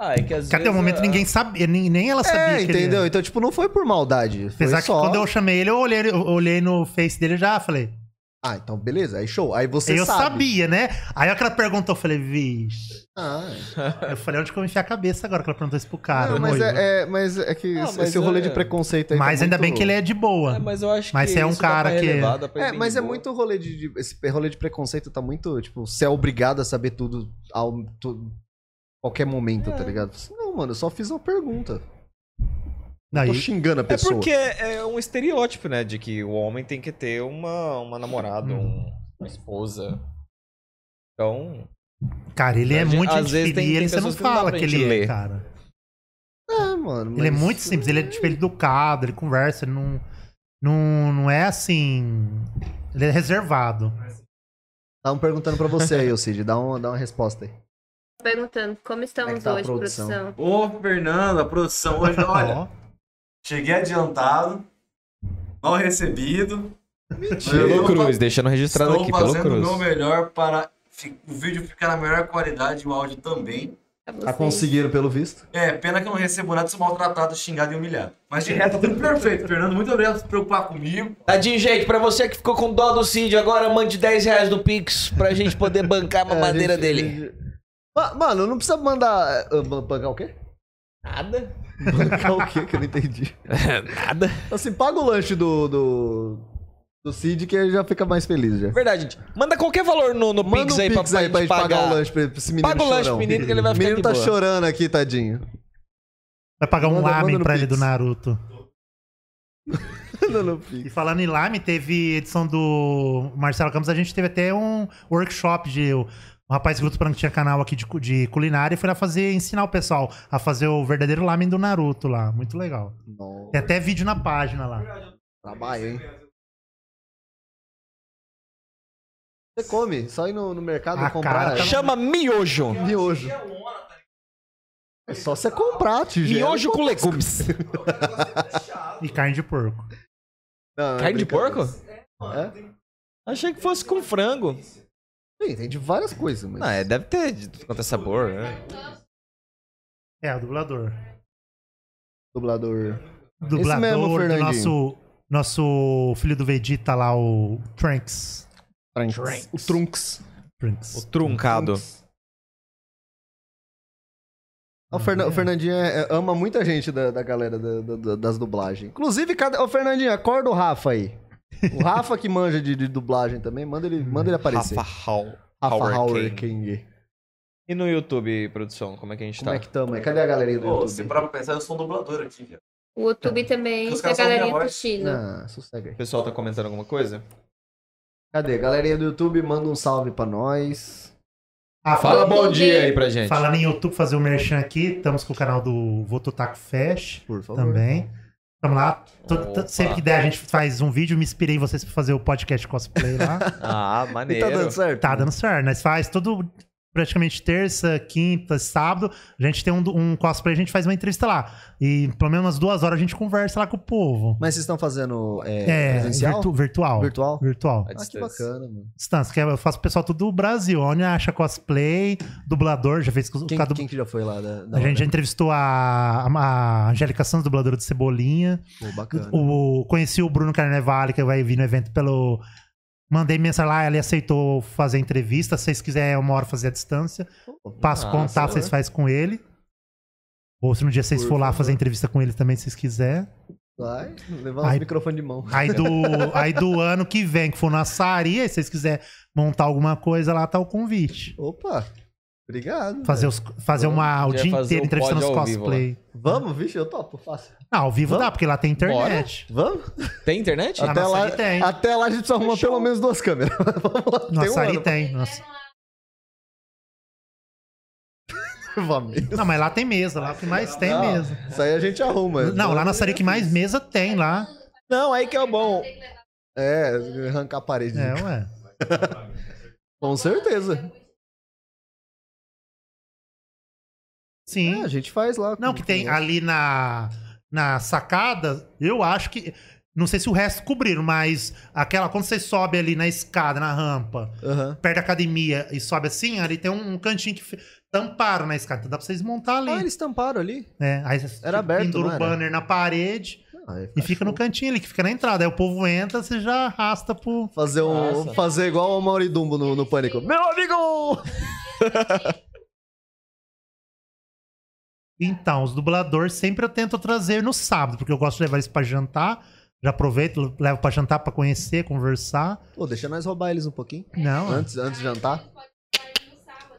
[SPEAKER 2] Ah, é que às
[SPEAKER 3] Cadê
[SPEAKER 2] vezes,
[SPEAKER 3] o momento
[SPEAKER 2] ah,
[SPEAKER 3] ninguém sabia, nem, nem ela sabia.
[SPEAKER 1] é
[SPEAKER 3] que ele-
[SPEAKER 1] entendeu? Então, tipo, não foi por maldade. Foi
[SPEAKER 3] Apesar que
[SPEAKER 1] só...
[SPEAKER 3] quando eu chamei ele, eu olhei, eu olhei no face dele e já falei.
[SPEAKER 1] Ah, então beleza, aí show. Aí você
[SPEAKER 3] eu
[SPEAKER 1] sabe.
[SPEAKER 3] sabia, né? Aí aquela perguntou, eu falei, vixe.
[SPEAKER 1] Ah, é.
[SPEAKER 3] Eu falei, onde que eu vou enfiar a cabeça agora que ela perguntou isso pro cara? né,
[SPEAKER 1] Não, mas,
[SPEAKER 3] noivo.
[SPEAKER 1] é, é- mas é que
[SPEAKER 2] Ah,
[SPEAKER 1] esse-
[SPEAKER 2] mas
[SPEAKER 1] esse rolê
[SPEAKER 2] é-
[SPEAKER 1] de preconceito aí. tá
[SPEAKER 3] Mas ainda
[SPEAKER 1] muito-
[SPEAKER 3] bem que ele é de boa.
[SPEAKER 2] É, mas eu acho
[SPEAKER 3] Mas
[SPEAKER 2] que
[SPEAKER 3] você é um
[SPEAKER 2] isso dá
[SPEAKER 3] cara
[SPEAKER 2] pra
[SPEAKER 3] que-
[SPEAKER 2] relevar, dá pra ir
[SPEAKER 1] É,
[SPEAKER 2] bem
[SPEAKER 1] mas
[SPEAKER 2] de
[SPEAKER 1] é
[SPEAKER 2] boa.
[SPEAKER 1] muito rolê de, de- Esse rolê de preconceito tá muito. Tipo, você é obrigado a saber tudo ao tu- qualquer momento,
[SPEAKER 2] É.
[SPEAKER 1] tá ligado? Não, mano, eu só fiz uma pergunta.
[SPEAKER 3] Não,
[SPEAKER 1] Tô
[SPEAKER 3] e-
[SPEAKER 1] xingando a
[SPEAKER 2] É
[SPEAKER 1] pessoa.
[SPEAKER 2] porque é um estereótipo, né? De que o homem tem que ter uma, uma namorada, um- uma esposa. Então.
[SPEAKER 3] cara, ele é
[SPEAKER 2] Às
[SPEAKER 3] muito
[SPEAKER 2] vezes tem-
[SPEAKER 3] gente fina
[SPEAKER 2] tem
[SPEAKER 3] e ele você não
[SPEAKER 2] pessoas que não dá
[SPEAKER 3] fala
[SPEAKER 2] pra
[SPEAKER 3] que
[SPEAKER 2] gente
[SPEAKER 3] ele é,
[SPEAKER 2] ler.
[SPEAKER 3] cara.
[SPEAKER 1] É, mano.
[SPEAKER 3] Ele é
[SPEAKER 1] mas-
[SPEAKER 3] muito simples, ele é tipo, ele é educado, ele conversa, ele não, não, não é assim. Ele é reservado.
[SPEAKER 1] Estavam perguntando pra você aí, ô Cid. Dá uma, dá uma resposta aí.
[SPEAKER 6] Perguntando como estamos
[SPEAKER 1] tá a
[SPEAKER 6] hoje,
[SPEAKER 1] produção?
[SPEAKER 6] produção.
[SPEAKER 4] Ô, Fernando, a produção <laughs> hoje,
[SPEAKER 3] <laughs>
[SPEAKER 4] olha,
[SPEAKER 3] Ó,
[SPEAKER 4] cheguei adiantado, mal recebido.
[SPEAKER 2] Pelo
[SPEAKER 4] Eu
[SPEAKER 2] Cruz, deixando registrado
[SPEAKER 4] Estou
[SPEAKER 2] aqui, pelo
[SPEAKER 4] fazendo o
[SPEAKER 2] Cruz.
[SPEAKER 4] meu melhor para fi- o vídeo ficar na melhor qualidade e o áudio também.
[SPEAKER 6] pra
[SPEAKER 1] Ah,
[SPEAKER 6] vocês.
[SPEAKER 1] conseguiram, pelo visto.
[SPEAKER 4] É, pena que eu não recebo nada, sou maltratado, xingado e humilhado. Mas de resto, tá tudo perfeito. Fernando, muito obrigado por se preocupar comigo.
[SPEAKER 2] Tadinho, gente, Tá pra você que ficou com dó do Cid, agora mande 10 reais do Pix pra gente <laughs> poder bancar a mamadeira
[SPEAKER 1] É, a gente-
[SPEAKER 2] dele.
[SPEAKER 1] <laughs> Ma- Mano, não precisa mandar. eh, ban- Bancar o quê?
[SPEAKER 2] <laughs>
[SPEAKER 1] <laughs>
[SPEAKER 2] Nada?
[SPEAKER 1] Bancar o quê que eu não entendi?
[SPEAKER 2] Nada.
[SPEAKER 1] Assim, paga o lanche do. do, do Cid que ele já fica mais feliz já.
[SPEAKER 2] É Verdade, gente. Manda qualquer valor no, no
[SPEAKER 1] Manda
[SPEAKER 2] Pix
[SPEAKER 1] um
[SPEAKER 2] aí pra,
[SPEAKER 1] pix aí pra gente pagar, o lanche pra esse menino.
[SPEAKER 2] Paga o lanche
[SPEAKER 1] chorão.
[SPEAKER 2] pro menino que ele vai
[SPEAKER 1] O
[SPEAKER 2] ficar
[SPEAKER 1] menino
[SPEAKER 2] de
[SPEAKER 1] tá
[SPEAKER 2] boa.
[SPEAKER 1] chorando aqui, tadinho. <laughs>
[SPEAKER 3] vai pagar um
[SPEAKER 1] Manda- manda
[SPEAKER 3] lamen
[SPEAKER 1] no
[SPEAKER 3] pra ele
[SPEAKER 1] Pix.
[SPEAKER 3] do Naruto.
[SPEAKER 1] Não, não,
[SPEAKER 3] E
[SPEAKER 1] pix.
[SPEAKER 3] falando em lame, teve edição do Marcelo Campos, a gente teve até um workshop de o um rapaz que Branco tinha canal aqui de, cu- de culinária e foi lá fazer, ensinar o pessoal a fazer o verdadeiro lamen do Naruto lá. Muito legal.
[SPEAKER 1] Nossa,
[SPEAKER 3] Tem até vídeo na página lá.
[SPEAKER 1] trabalho, hein? Você come, só ir no, no mercado
[SPEAKER 3] Ah,
[SPEAKER 1] comprar.
[SPEAKER 3] cara, tá
[SPEAKER 2] Chama miojo.
[SPEAKER 1] miojo. É só você comprar, tigela.
[SPEAKER 2] Miojo com legumes.
[SPEAKER 3] E carne de porco.
[SPEAKER 1] Não, é
[SPEAKER 2] <laughs> Carne de
[SPEAKER 1] brincadeira.
[SPEAKER 2] porco?
[SPEAKER 1] É?
[SPEAKER 2] Achei que fosse com frango.
[SPEAKER 1] Sim, tem de várias coisas, mas.
[SPEAKER 2] Ah, é, deve ter de tudo quanto é sabor, né?
[SPEAKER 3] É, o dublador.
[SPEAKER 1] Dublador.
[SPEAKER 3] Dublador
[SPEAKER 1] mesmo,
[SPEAKER 3] do
[SPEAKER 1] Fernandinho.
[SPEAKER 3] nosso, nosso filho do Vegeta lá, o Trunks.
[SPEAKER 1] Trunks. O Trunks.
[SPEAKER 3] Trunks.
[SPEAKER 2] O truncado.
[SPEAKER 1] O, Fernan- o Fernandinho é- é- ama muita gente da, da galera da- da- da- das dublagens. Inclusive, cada... o Fernandinho, acorda o Rafa aí. O Rafa que manja de, de dublagem também, manda ele, manda ele aparecer.
[SPEAKER 2] Rafa
[SPEAKER 1] Rafa,
[SPEAKER 2] Hall.
[SPEAKER 1] Howard,
[SPEAKER 2] Howard King.
[SPEAKER 1] King.
[SPEAKER 2] E no YouTube, produção, como é que a gente
[SPEAKER 1] Como
[SPEAKER 2] tá?
[SPEAKER 1] é que tamo aí? Cadê a galerinha do
[SPEAKER 4] Ô, se
[SPEAKER 1] YouTube?
[SPEAKER 4] parar pra pensar, eu sou um dublador aqui, velho.
[SPEAKER 6] O YouTube também,
[SPEAKER 4] Os
[SPEAKER 6] a
[SPEAKER 4] caras são minha
[SPEAKER 6] galerinha
[SPEAKER 4] voz.
[SPEAKER 6] curtindo.
[SPEAKER 1] Ah, sossega aí.
[SPEAKER 2] O pessoal tá comentando alguma coisa?
[SPEAKER 1] Cadê? Galerinha do YouTube, manda um salve pra nós.
[SPEAKER 3] Ah,
[SPEAKER 2] Fala
[SPEAKER 3] fala,
[SPEAKER 2] bom dia aí pra gente.
[SPEAKER 3] falando em YouTube, fazer o merchan aqui, estamos com o canal do Vototaco Fest.
[SPEAKER 1] Por favor.
[SPEAKER 3] também. Tamo lá. Tô- tô-
[SPEAKER 2] Opa.
[SPEAKER 3] sempre que der, a gente faz um vídeo. Me inspirei em vocês pra fazer o podcast cosplay
[SPEAKER 1] <laughs>
[SPEAKER 3] lá.
[SPEAKER 2] Ah,
[SPEAKER 1] E tá dando
[SPEAKER 2] maneiro.
[SPEAKER 1] certo?
[SPEAKER 3] tá dando certo. Nós faz todo praticamente terça, quinta, sábado. A gente tem um, do- um cosplay, a gente faz uma entrevista lá. E pelo menos umas duas horas a gente conversa lá com o povo.
[SPEAKER 1] Mas vocês estão fazendo é,
[SPEAKER 3] É,
[SPEAKER 1] presencial?
[SPEAKER 3] virtu- virtual.
[SPEAKER 1] Virtual?
[SPEAKER 3] Virtual.
[SPEAKER 2] A
[SPEAKER 1] Ah, que
[SPEAKER 2] distância.
[SPEAKER 1] bacana, mano.
[SPEAKER 3] Distância, que é, eu faço o pessoal tudo do Brasil. Onde acha cosplay, dublador, já fez com o
[SPEAKER 1] Quem,
[SPEAKER 3] cara do-
[SPEAKER 1] quem que já foi lá? Da, da
[SPEAKER 3] A gente já
[SPEAKER 1] hora?
[SPEAKER 3] entrevistou a, a Angélica Santos, dubladora de Cebolinha.
[SPEAKER 1] Pô, bacana.
[SPEAKER 3] O, conheci o Bruno Carnevale, que vai vir no evento pelo. Mandei mensagem lá, ele aceitou fazer entrevista. Se vocês quiserem, é uma hora fazer a distância. Passo
[SPEAKER 2] Ah,
[SPEAKER 3] contato,
[SPEAKER 2] sim.
[SPEAKER 3] vocês fazem com ele. Ou se no dia vocês
[SPEAKER 1] Por
[SPEAKER 3] for lá
[SPEAKER 1] favor.
[SPEAKER 3] fazer entrevista com ele também, se vocês quiserem.
[SPEAKER 1] Vai, levar
[SPEAKER 3] Ai.
[SPEAKER 1] os microfones de mão.
[SPEAKER 3] Aí
[SPEAKER 2] <laughs>
[SPEAKER 3] do, aí do ano que vem, que for na Saria, se vocês quiserem montar alguma coisa lá, tá o convite.
[SPEAKER 1] Opa, obrigado.
[SPEAKER 3] Fazer, os, fazer uma, o
[SPEAKER 2] Já
[SPEAKER 3] dia
[SPEAKER 2] fazer
[SPEAKER 3] inteiro
[SPEAKER 2] o
[SPEAKER 3] entrevistando os
[SPEAKER 2] pod ao vivo lá.
[SPEAKER 3] cosplay.
[SPEAKER 1] Vamos, vixe, eu topo, fácil.
[SPEAKER 3] Não, ao vivo
[SPEAKER 1] Vamos?
[SPEAKER 3] dá, porque lá tem internet.
[SPEAKER 1] Vamos?
[SPEAKER 2] Tem internet?
[SPEAKER 3] Na
[SPEAKER 1] até,
[SPEAKER 3] nossa
[SPEAKER 1] lá,
[SPEAKER 3] ali tem.
[SPEAKER 1] até lá a gente precisa arrumar pelo menos duas câmeras. <laughs> Vamos lá,
[SPEAKER 3] Na
[SPEAKER 1] tem um
[SPEAKER 3] Saria
[SPEAKER 1] ano.
[SPEAKER 3] tem. Nossa.
[SPEAKER 1] Vamos.
[SPEAKER 3] Não, mas lá tem mesa, lá o que mais tem
[SPEAKER 1] Não,
[SPEAKER 3] mesa.
[SPEAKER 1] Isso aí a gente arruma.
[SPEAKER 3] Não, lá na série que mais mesa tem lá.
[SPEAKER 2] Não, aí que é o bom.
[SPEAKER 1] É, arrancar a parede.
[SPEAKER 3] É, ué.
[SPEAKER 1] Com certeza.
[SPEAKER 3] Sim.
[SPEAKER 1] É, a gente faz lá.
[SPEAKER 3] Não, que tem ali na, na sacada, eu acho que. Não sei se o resto cobriram, mas aquela. Quando você sobe ali na escada, na rampa,
[SPEAKER 1] Aham.
[SPEAKER 3] perto da academia e sobe assim, ali tem um, um cantinho que fe- tamparam na escada. Então dá pra vocês montar ali.
[SPEAKER 1] Ah, eles tamparam ali?
[SPEAKER 3] né? Aí você
[SPEAKER 1] Era aberto,
[SPEAKER 3] pendura
[SPEAKER 1] não
[SPEAKER 3] o
[SPEAKER 1] era?
[SPEAKER 3] banner na parede
[SPEAKER 1] Ah, é,
[SPEAKER 3] e fica no
[SPEAKER 1] show.
[SPEAKER 3] cantinho ali, que fica na entrada. Aí o povo entra, você já arrasta pro.
[SPEAKER 1] Fazer, um,
[SPEAKER 2] Nossa.
[SPEAKER 1] fazer igual o Mauridumbo no, no Pânico. Meu amigo!
[SPEAKER 3] Então, os dubladores sempre eu tento trazer no sábado, porque eu gosto de levar eles pra jantar. Já aproveito, levo pra jantar pra conhecer, conversar.
[SPEAKER 1] Pô, deixa nós roubar eles um pouquinho.
[SPEAKER 3] Não, é.
[SPEAKER 1] Antes, antes de jantar.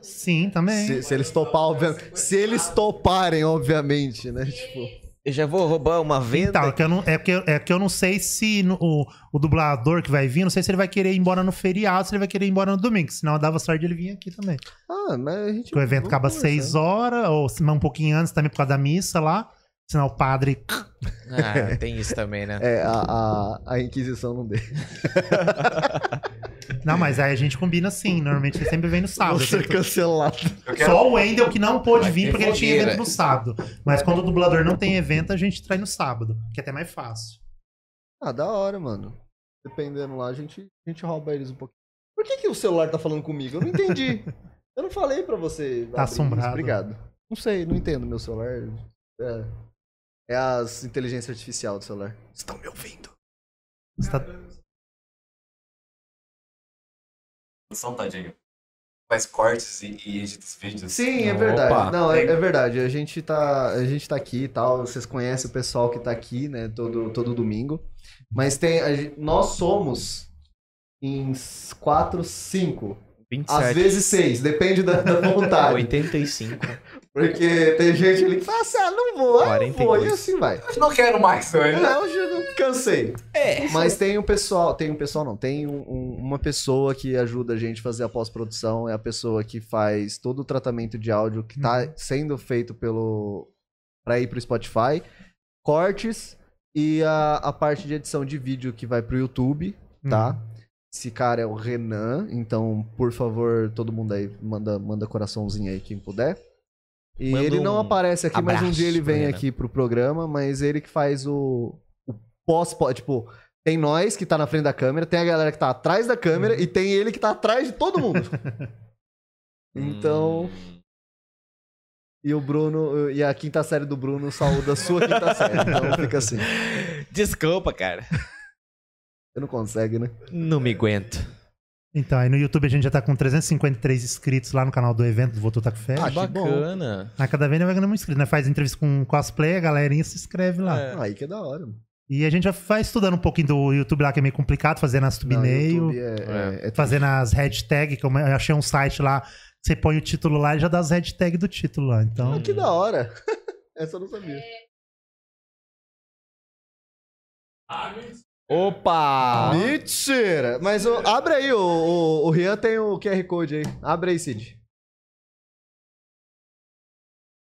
[SPEAKER 3] sim, também.
[SPEAKER 1] Se, se eles topar, obviamente. Se eles toparem, obviamente, né? Tipo.
[SPEAKER 2] Eu já vou roubar uma
[SPEAKER 3] Então, é que eu não, é que eu, é que eu não sei se no- o, o dublador que vai vir, não sei se ele vai querer ir embora no feriado, se ele vai querer ir embora no domingo, senão eu dava sorte de ele vir aqui também.
[SPEAKER 1] Ah, mas a gente.
[SPEAKER 3] Porque o evento acaba às seis horas, ou se não um pouquinho antes também por causa da missa lá, senão o padre...
[SPEAKER 2] Ah, tem isso também, né?
[SPEAKER 1] <laughs> É, a, a, a Inquisição não deixa.
[SPEAKER 3] Não, mas aí a gente combina assim, normalmente ele sempre vem no sábado.
[SPEAKER 1] Vou ser cancelado.
[SPEAKER 4] Eu quero-
[SPEAKER 3] Só o Wendel que não pôde
[SPEAKER 2] Vai
[SPEAKER 3] vir
[SPEAKER 2] ter
[SPEAKER 3] porque ele tinha
[SPEAKER 2] fogueira.
[SPEAKER 3] evento no sábado. Mas quando o dublador não tem evento, a gente traz no sábado, que é até mais fácil.
[SPEAKER 1] Ah, da hora, mano. Dependendo lá, a gente, a gente rouba eles um pouquinho. Por que, que o celular tá falando comigo? Eu não <laughs> entendi. Eu não falei pra você.
[SPEAKER 3] Tá
[SPEAKER 1] abrir isso.
[SPEAKER 3] assombrado.
[SPEAKER 1] Obrigado. Não sei, não entendo meu celular. É, é as inteligência artificial do celular. Estão me ouvindo?
[SPEAKER 3] Você tá-
[SPEAKER 4] Produção, tadinho. Faz cortes e, e edita os vídeos.
[SPEAKER 1] Sim, é
[SPEAKER 2] Opa.
[SPEAKER 1] verdade. Não, é,
[SPEAKER 4] Tem-
[SPEAKER 1] é verdade. A gente, tá, a gente tá aqui e tal. Vocês conhecem o pessoal que tá aqui, né? Todo, todo domingo. Mas tem. a gente- nós somos em s- quatro, cinco. Às vezes tá. seis, depende da, da
[SPEAKER 2] Tá, <laughs>
[SPEAKER 1] vontade.
[SPEAKER 2] 85.
[SPEAKER 1] Porque tem gente ali que fala assim, ah, não vou, ah, não vou, e
[SPEAKER 2] 42.
[SPEAKER 1] assim vai.
[SPEAKER 4] Eu não quero mais, velho.
[SPEAKER 1] Não, hoje É, eu não cansei. É. Mas tem um pessoal, tem um pessoal não, tem um- um- uma pessoa que ajuda a gente a fazer a pós-produção, é a pessoa que faz todo o tratamento de áudio que tá sendo feito pelo para ir pro Spotify, cortes e a, a parte de edição de vídeo que vai pro YouTube, tá?
[SPEAKER 3] Hum.
[SPEAKER 2] Uhum.
[SPEAKER 1] Esse cara é o Renan, então, por favor, todo mundo aí manda, manda coraçãozinho aí quem puder. E
[SPEAKER 2] Manda
[SPEAKER 1] ele não
[SPEAKER 2] um
[SPEAKER 1] aparece aqui, mas um
[SPEAKER 2] abraço
[SPEAKER 1] dia ele
[SPEAKER 2] pro
[SPEAKER 1] vem
[SPEAKER 2] Renan.
[SPEAKER 1] aqui pro programa, mas ele que faz o, o pós, pós- tipo, tem nós que tá na frente da câmera, tem a galera que tá atrás da câmera e tem ele que tá atrás de todo
[SPEAKER 2] <laughs>
[SPEAKER 1] mundo. então,
[SPEAKER 2] Hum.
[SPEAKER 1] e o Bruno, e a quinta série do Bruno saúda a sua quinta série, então fica assim.
[SPEAKER 2] <laughs> Desculpa, cara.
[SPEAKER 1] Você não consegue, né?
[SPEAKER 2] Não me aguento.
[SPEAKER 3] Então, aí no YouTube a gente já tá com 353 inscritos lá no canal do evento do Votou Tá com Fé.
[SPEAKER 1] Ah, que bom.
[SPEAKER 2] Bacana.
[SPEAKER 3] A cada vez ele vai ganhando um inscrito, né? Faz entrevista com cosplay, a galerinha se inscreve lá.
[SPEAKER 2] É.
[SPEAKER 1] Aí que é da hora, mano.
[SPEAKER 3] E a gente já vai estudando um pouquinho do YouTube lá, que é meio complicado, fazendo as
[SPEAKER 1] Não,
[SPEAKER 3] thumbnail,
[SPEAKER 1] YouTube é- é- é
[SPEAKER 3] fazendo as hashtags, que eu eu achei um site lá, você põe o título lá e já dá as hashtags do título lá. Então,
[SPEAKER 2] É.
[SPEAKER 1] Ah, que da hora. <laughs> Essa eu não sabia.
[SPEAKER 2] É. Opa!
[SPEAKER 1] Mentira! Mas ô, abre aí, o, o, o Rian tem o QR Code aí. Abre aí, Cid.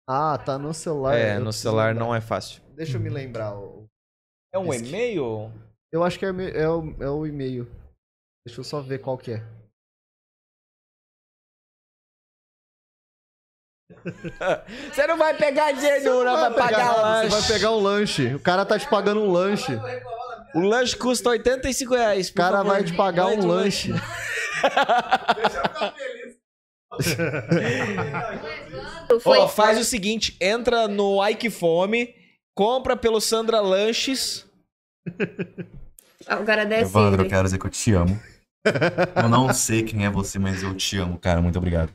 [SPEAKER 1] Ah, tá no celular.
[SPEAKER 2] É, no celular não é fácil.
[SPEAKER 1] é. Deixa eu me lembrar. o-
[SPEAKER 2] É um
[SPEAKER 1] Esse-
[SPEAKER 2] e-mail?
[SPEAKER 1] Eu acho que é, me- é o, é o e-mail. Deixa eu só ver qual que é.
[SPEAKER 2] Você não vai pegar dinheiro não pra pagar
[SPEAKER 1] nada, Você
[SPEAKER 2] lanche.
[SPEAKER 1] vai pegar um lanche. O cara tá te pagando um lanche.
[SPEAKER 2] O lanche custa 85 reais.
[SPEAKER 1] O cara vai te pagar um
[SPEAKER 2] <laughs>
[SPEAKER 1] lanche. É.
[SPEAKER 6] Foi
[SPEAKER 2] Ó, faz o seguinte, entra no Ike Fome, compra pelo Sandra Lanches.
[SPEAKER 6] agradece
[SPEAKER 4] Evandro, eu
[SPEAKER 6] ele.
[SPEAKER 4] quero dizer que eu te <laughs> amo. Eu não sei quem é você, mas eu te amo, cara. Muito obrigado.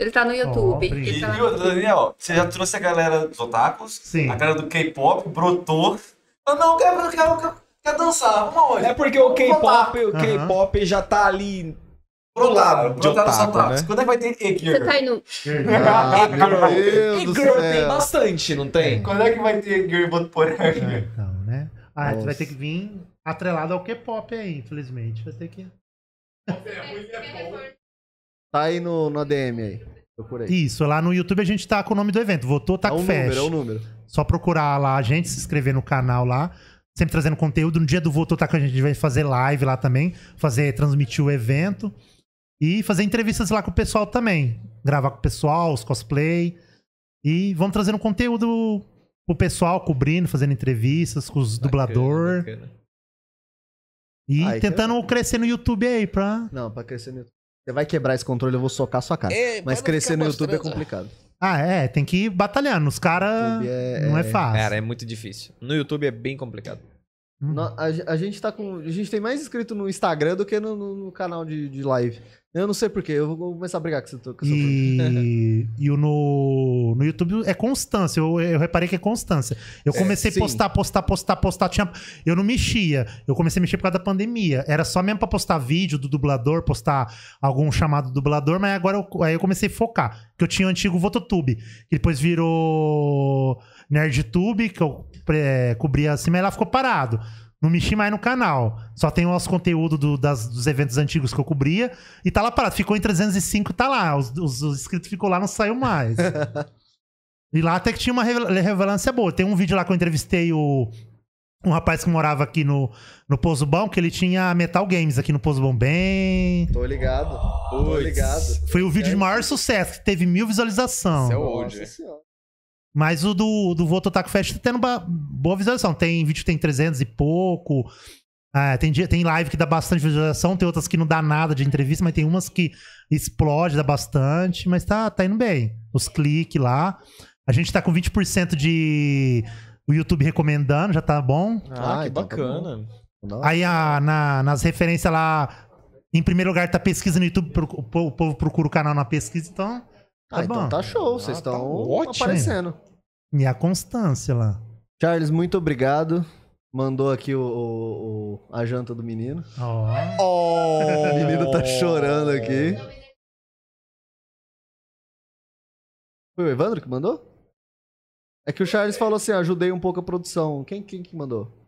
[SPEAKER 6] Ele tá no YouTube.
[SPEAKER 3] obrigado.
[SPEAKER 6] ele
[SPEAKER 4] E,
[SPEAKER 6] tá no
[SPEAKER 4] e outra, Daniel, você já trouxe a galera dos otakus,
[SPEAKER 3] Sim.
[SPEAKER 4] a galera do K-pop, brotou. Eu não, quero, eu quero, eu quero, eu quero dançar, vamos
[SPEAKER 2] É
[SPEAKER 4] aonde?
[SPEAKER 2] porque o K-pop, o
[SPEAKER 3] Aham.
[SPEAKER 2] K-pop já tá ali.
[SPEAKER 4] Brotaram,
[SPEAKER 2] de
[SPEAKER 4] brotaram os
[SPEAKER 2] otaku,
[SPEAKER 4] otakus.
[SPEAKER 2] né?
[SPEAKER 4] Quando é que vai ter
[SPEAKER 6] Você
[SPEAKER 4] E-Girl?
[SPEAKER 6] tá indo.
[SPEAKER 1] Ah, meu
[SPEAKER 2] E
[SPEAKER 1] Deus do
[SPEAKER 2] girl tem
[SPEAKER 1] céu.
[SPEAKER 2] bastante, não tem?
[SPEAKER 4] Quando é que vai ter E-Girl e
[SPEAKER 3] Ah,
[SPEAKER 4] Botoporanga?
[SPEAKER 3] então, né? Ah, tu vai
[SPEAKER 1] Nossa.
[SPEAKER 3] ter que vir atrelado ao K-pop aí, infelizmente. Vai ter que.
[SPEAKER 1] Tá aí no, no ADM aí. Procura aí.
[SPEAKER 3] Isso, lá no YouTube a gente tá com o nome do evento, Votou Tá
[SPEAKER 1] é
[SPEAKER 3] com
[SPEAKER 1] um
[SPEAKER 3] Fest.
[SPEAKER 1] número, é um número.
[SPEAKER 3] Só procurar lá a gente, se inscrever no canal lá. sempre trazendo conteúdo. No dia do Voto tá com a gente, a gente vai fazer live lá também, fazer, transmitir o evento e fazer entrevistas lá com o pessoal também. Gravar com o pessoal, os cosplay. E vamos trazendo conteúdo pro pessoal, cobrindo, fazendo entrevistas com os dublador.
[SPEAKER 2] Bacana, bacana.
[SPEAKER 3] E
[SPEAKER 1] Ai, que
[SPEAKER 3] tentando crescer no YouTube aí pra.
[SPEAKER 1] Não, pra crescer no YouTube. Você vai quebrar esse controle, eu vou socar sua cara.
[SPEAKER 2] É, pra
[SPEAKER 1] Mas
[SPEAKER 2] não
[SPEAKER 1] crescer
[SPEAKER 2] ficar
[SPEAKER 1] no YouTube é
[SPEAKER 2] mostrando-
[SPEAKER 1] complicado.
[SPEAKER 3] Ah, é, tem que ir batalhando. Os caras.
[SPEAKER 1] YouTube é-
[SPEAKER 3] Não é
[SPEAKER 1] é-
[SPEAKER 3] fácil.
[SPEAKER 2] Cara, é muito difícil. No YouTube é bem complicado.
[SPEAKER 3] Hum.
[SPEAKER 1] No- a, ge- a gente tá com. A gente tem mais inscrito no Instagram do que no, no- no canal de, de live. Eu não sei porquê, eu vou começar a brigar com esse com essa turma.
[SPEAKER 3] E, <laughs> e o no, no YouTube é constância. Eu, eu reparei que é constância. Eu comecei a
[SPEAKER 1] sim.
[SPEAKER 3] postar, postar, postar, postar. Tinha, eu não mexia. Eu comecei a mexer por causa da pandemia. Era só mesmo pra postar vídeo do dublador, postar algum chamado do dublador, mas agora eu, aí eu comecei a focar. Que eu tinha o antigo Vototube, que depois virou Nerdtube, que eu é, cobria assim, mas lá ficou parado. Não mexi mais no canal. Só tem os conteúdos do- das- dos eventos antigos que eu cobria. E tá lá parado. Ficou em 305, tá lá. Os, os, os inscritos ficou lá, não saiu mais. e lá até que tinha uma revel- relevância boa. Tem um vídeo lá que eu entrevistei o. Um rapaz que morava aqui no, no Pouso Bom, que ele tinha Metal Games aqui no Pouso Bom bem.
[SPEAKER 1] Tô ligado. Tô
[SPEAKER 2] Puts.
[SPEAKER 1] ligado.
[SPEAKER 3] Foi o vídeo de maior sucesso, que teve mil visualizações.
[SPEAKER 2] Isso é old.
[SPEAKER 1] Nossa senhora.
[SPEAKER 3] Mas o do, do Voto Otaku Fest tá tendo ba- boa visualização. Tem vídeo que tem 300 e pouco. Ah, tem, dia- tem live que dá bastante visualização, tem outras que não dá nada de entrevista, mas tem umas que explode, dá bastante, mas tá, tá indo bem. Os cliques lá. A gente tá com 20% de o YouTube recomendando, já tá bom.
[SPEAKER 2] Ah,
[SPEAKER 1] Ah,
[SPEAKER 2] que
[SPEAKER 1] então tá
[SPEAKER 2] bacana.
[SPEAKER 1] Nossa.
[SPEAKER 3] Aí a- na- nas referências lá, em primeiro lugar tá pesquisa no YouTube, pro- o po- o povo procura o canal na pesquisa, então.
[SPEAKER 1] Ah,
[SPEAKER 3] tá bom.
[SPEAKER 1] então tá show, vocês
[SPEAKER 2] Ah, tá
[SPEAKER 1] estão
[SPEAKER 2] ótimo.
[SPEAKER 1] aparecendo.
[SPEAKER 3] E a constância lá.
[SPEAKER 1] Charles, muito obrigado. Mandou aqui o, o- o- a janta do menino.
[SPEAKER 3] Ó.
[SPEAKER 1] O menino tá chorando aqui. Foi o Evandro que mandou? É que o Charles falou assim: ajudei um pouco a produção. Quem, quem que mandou?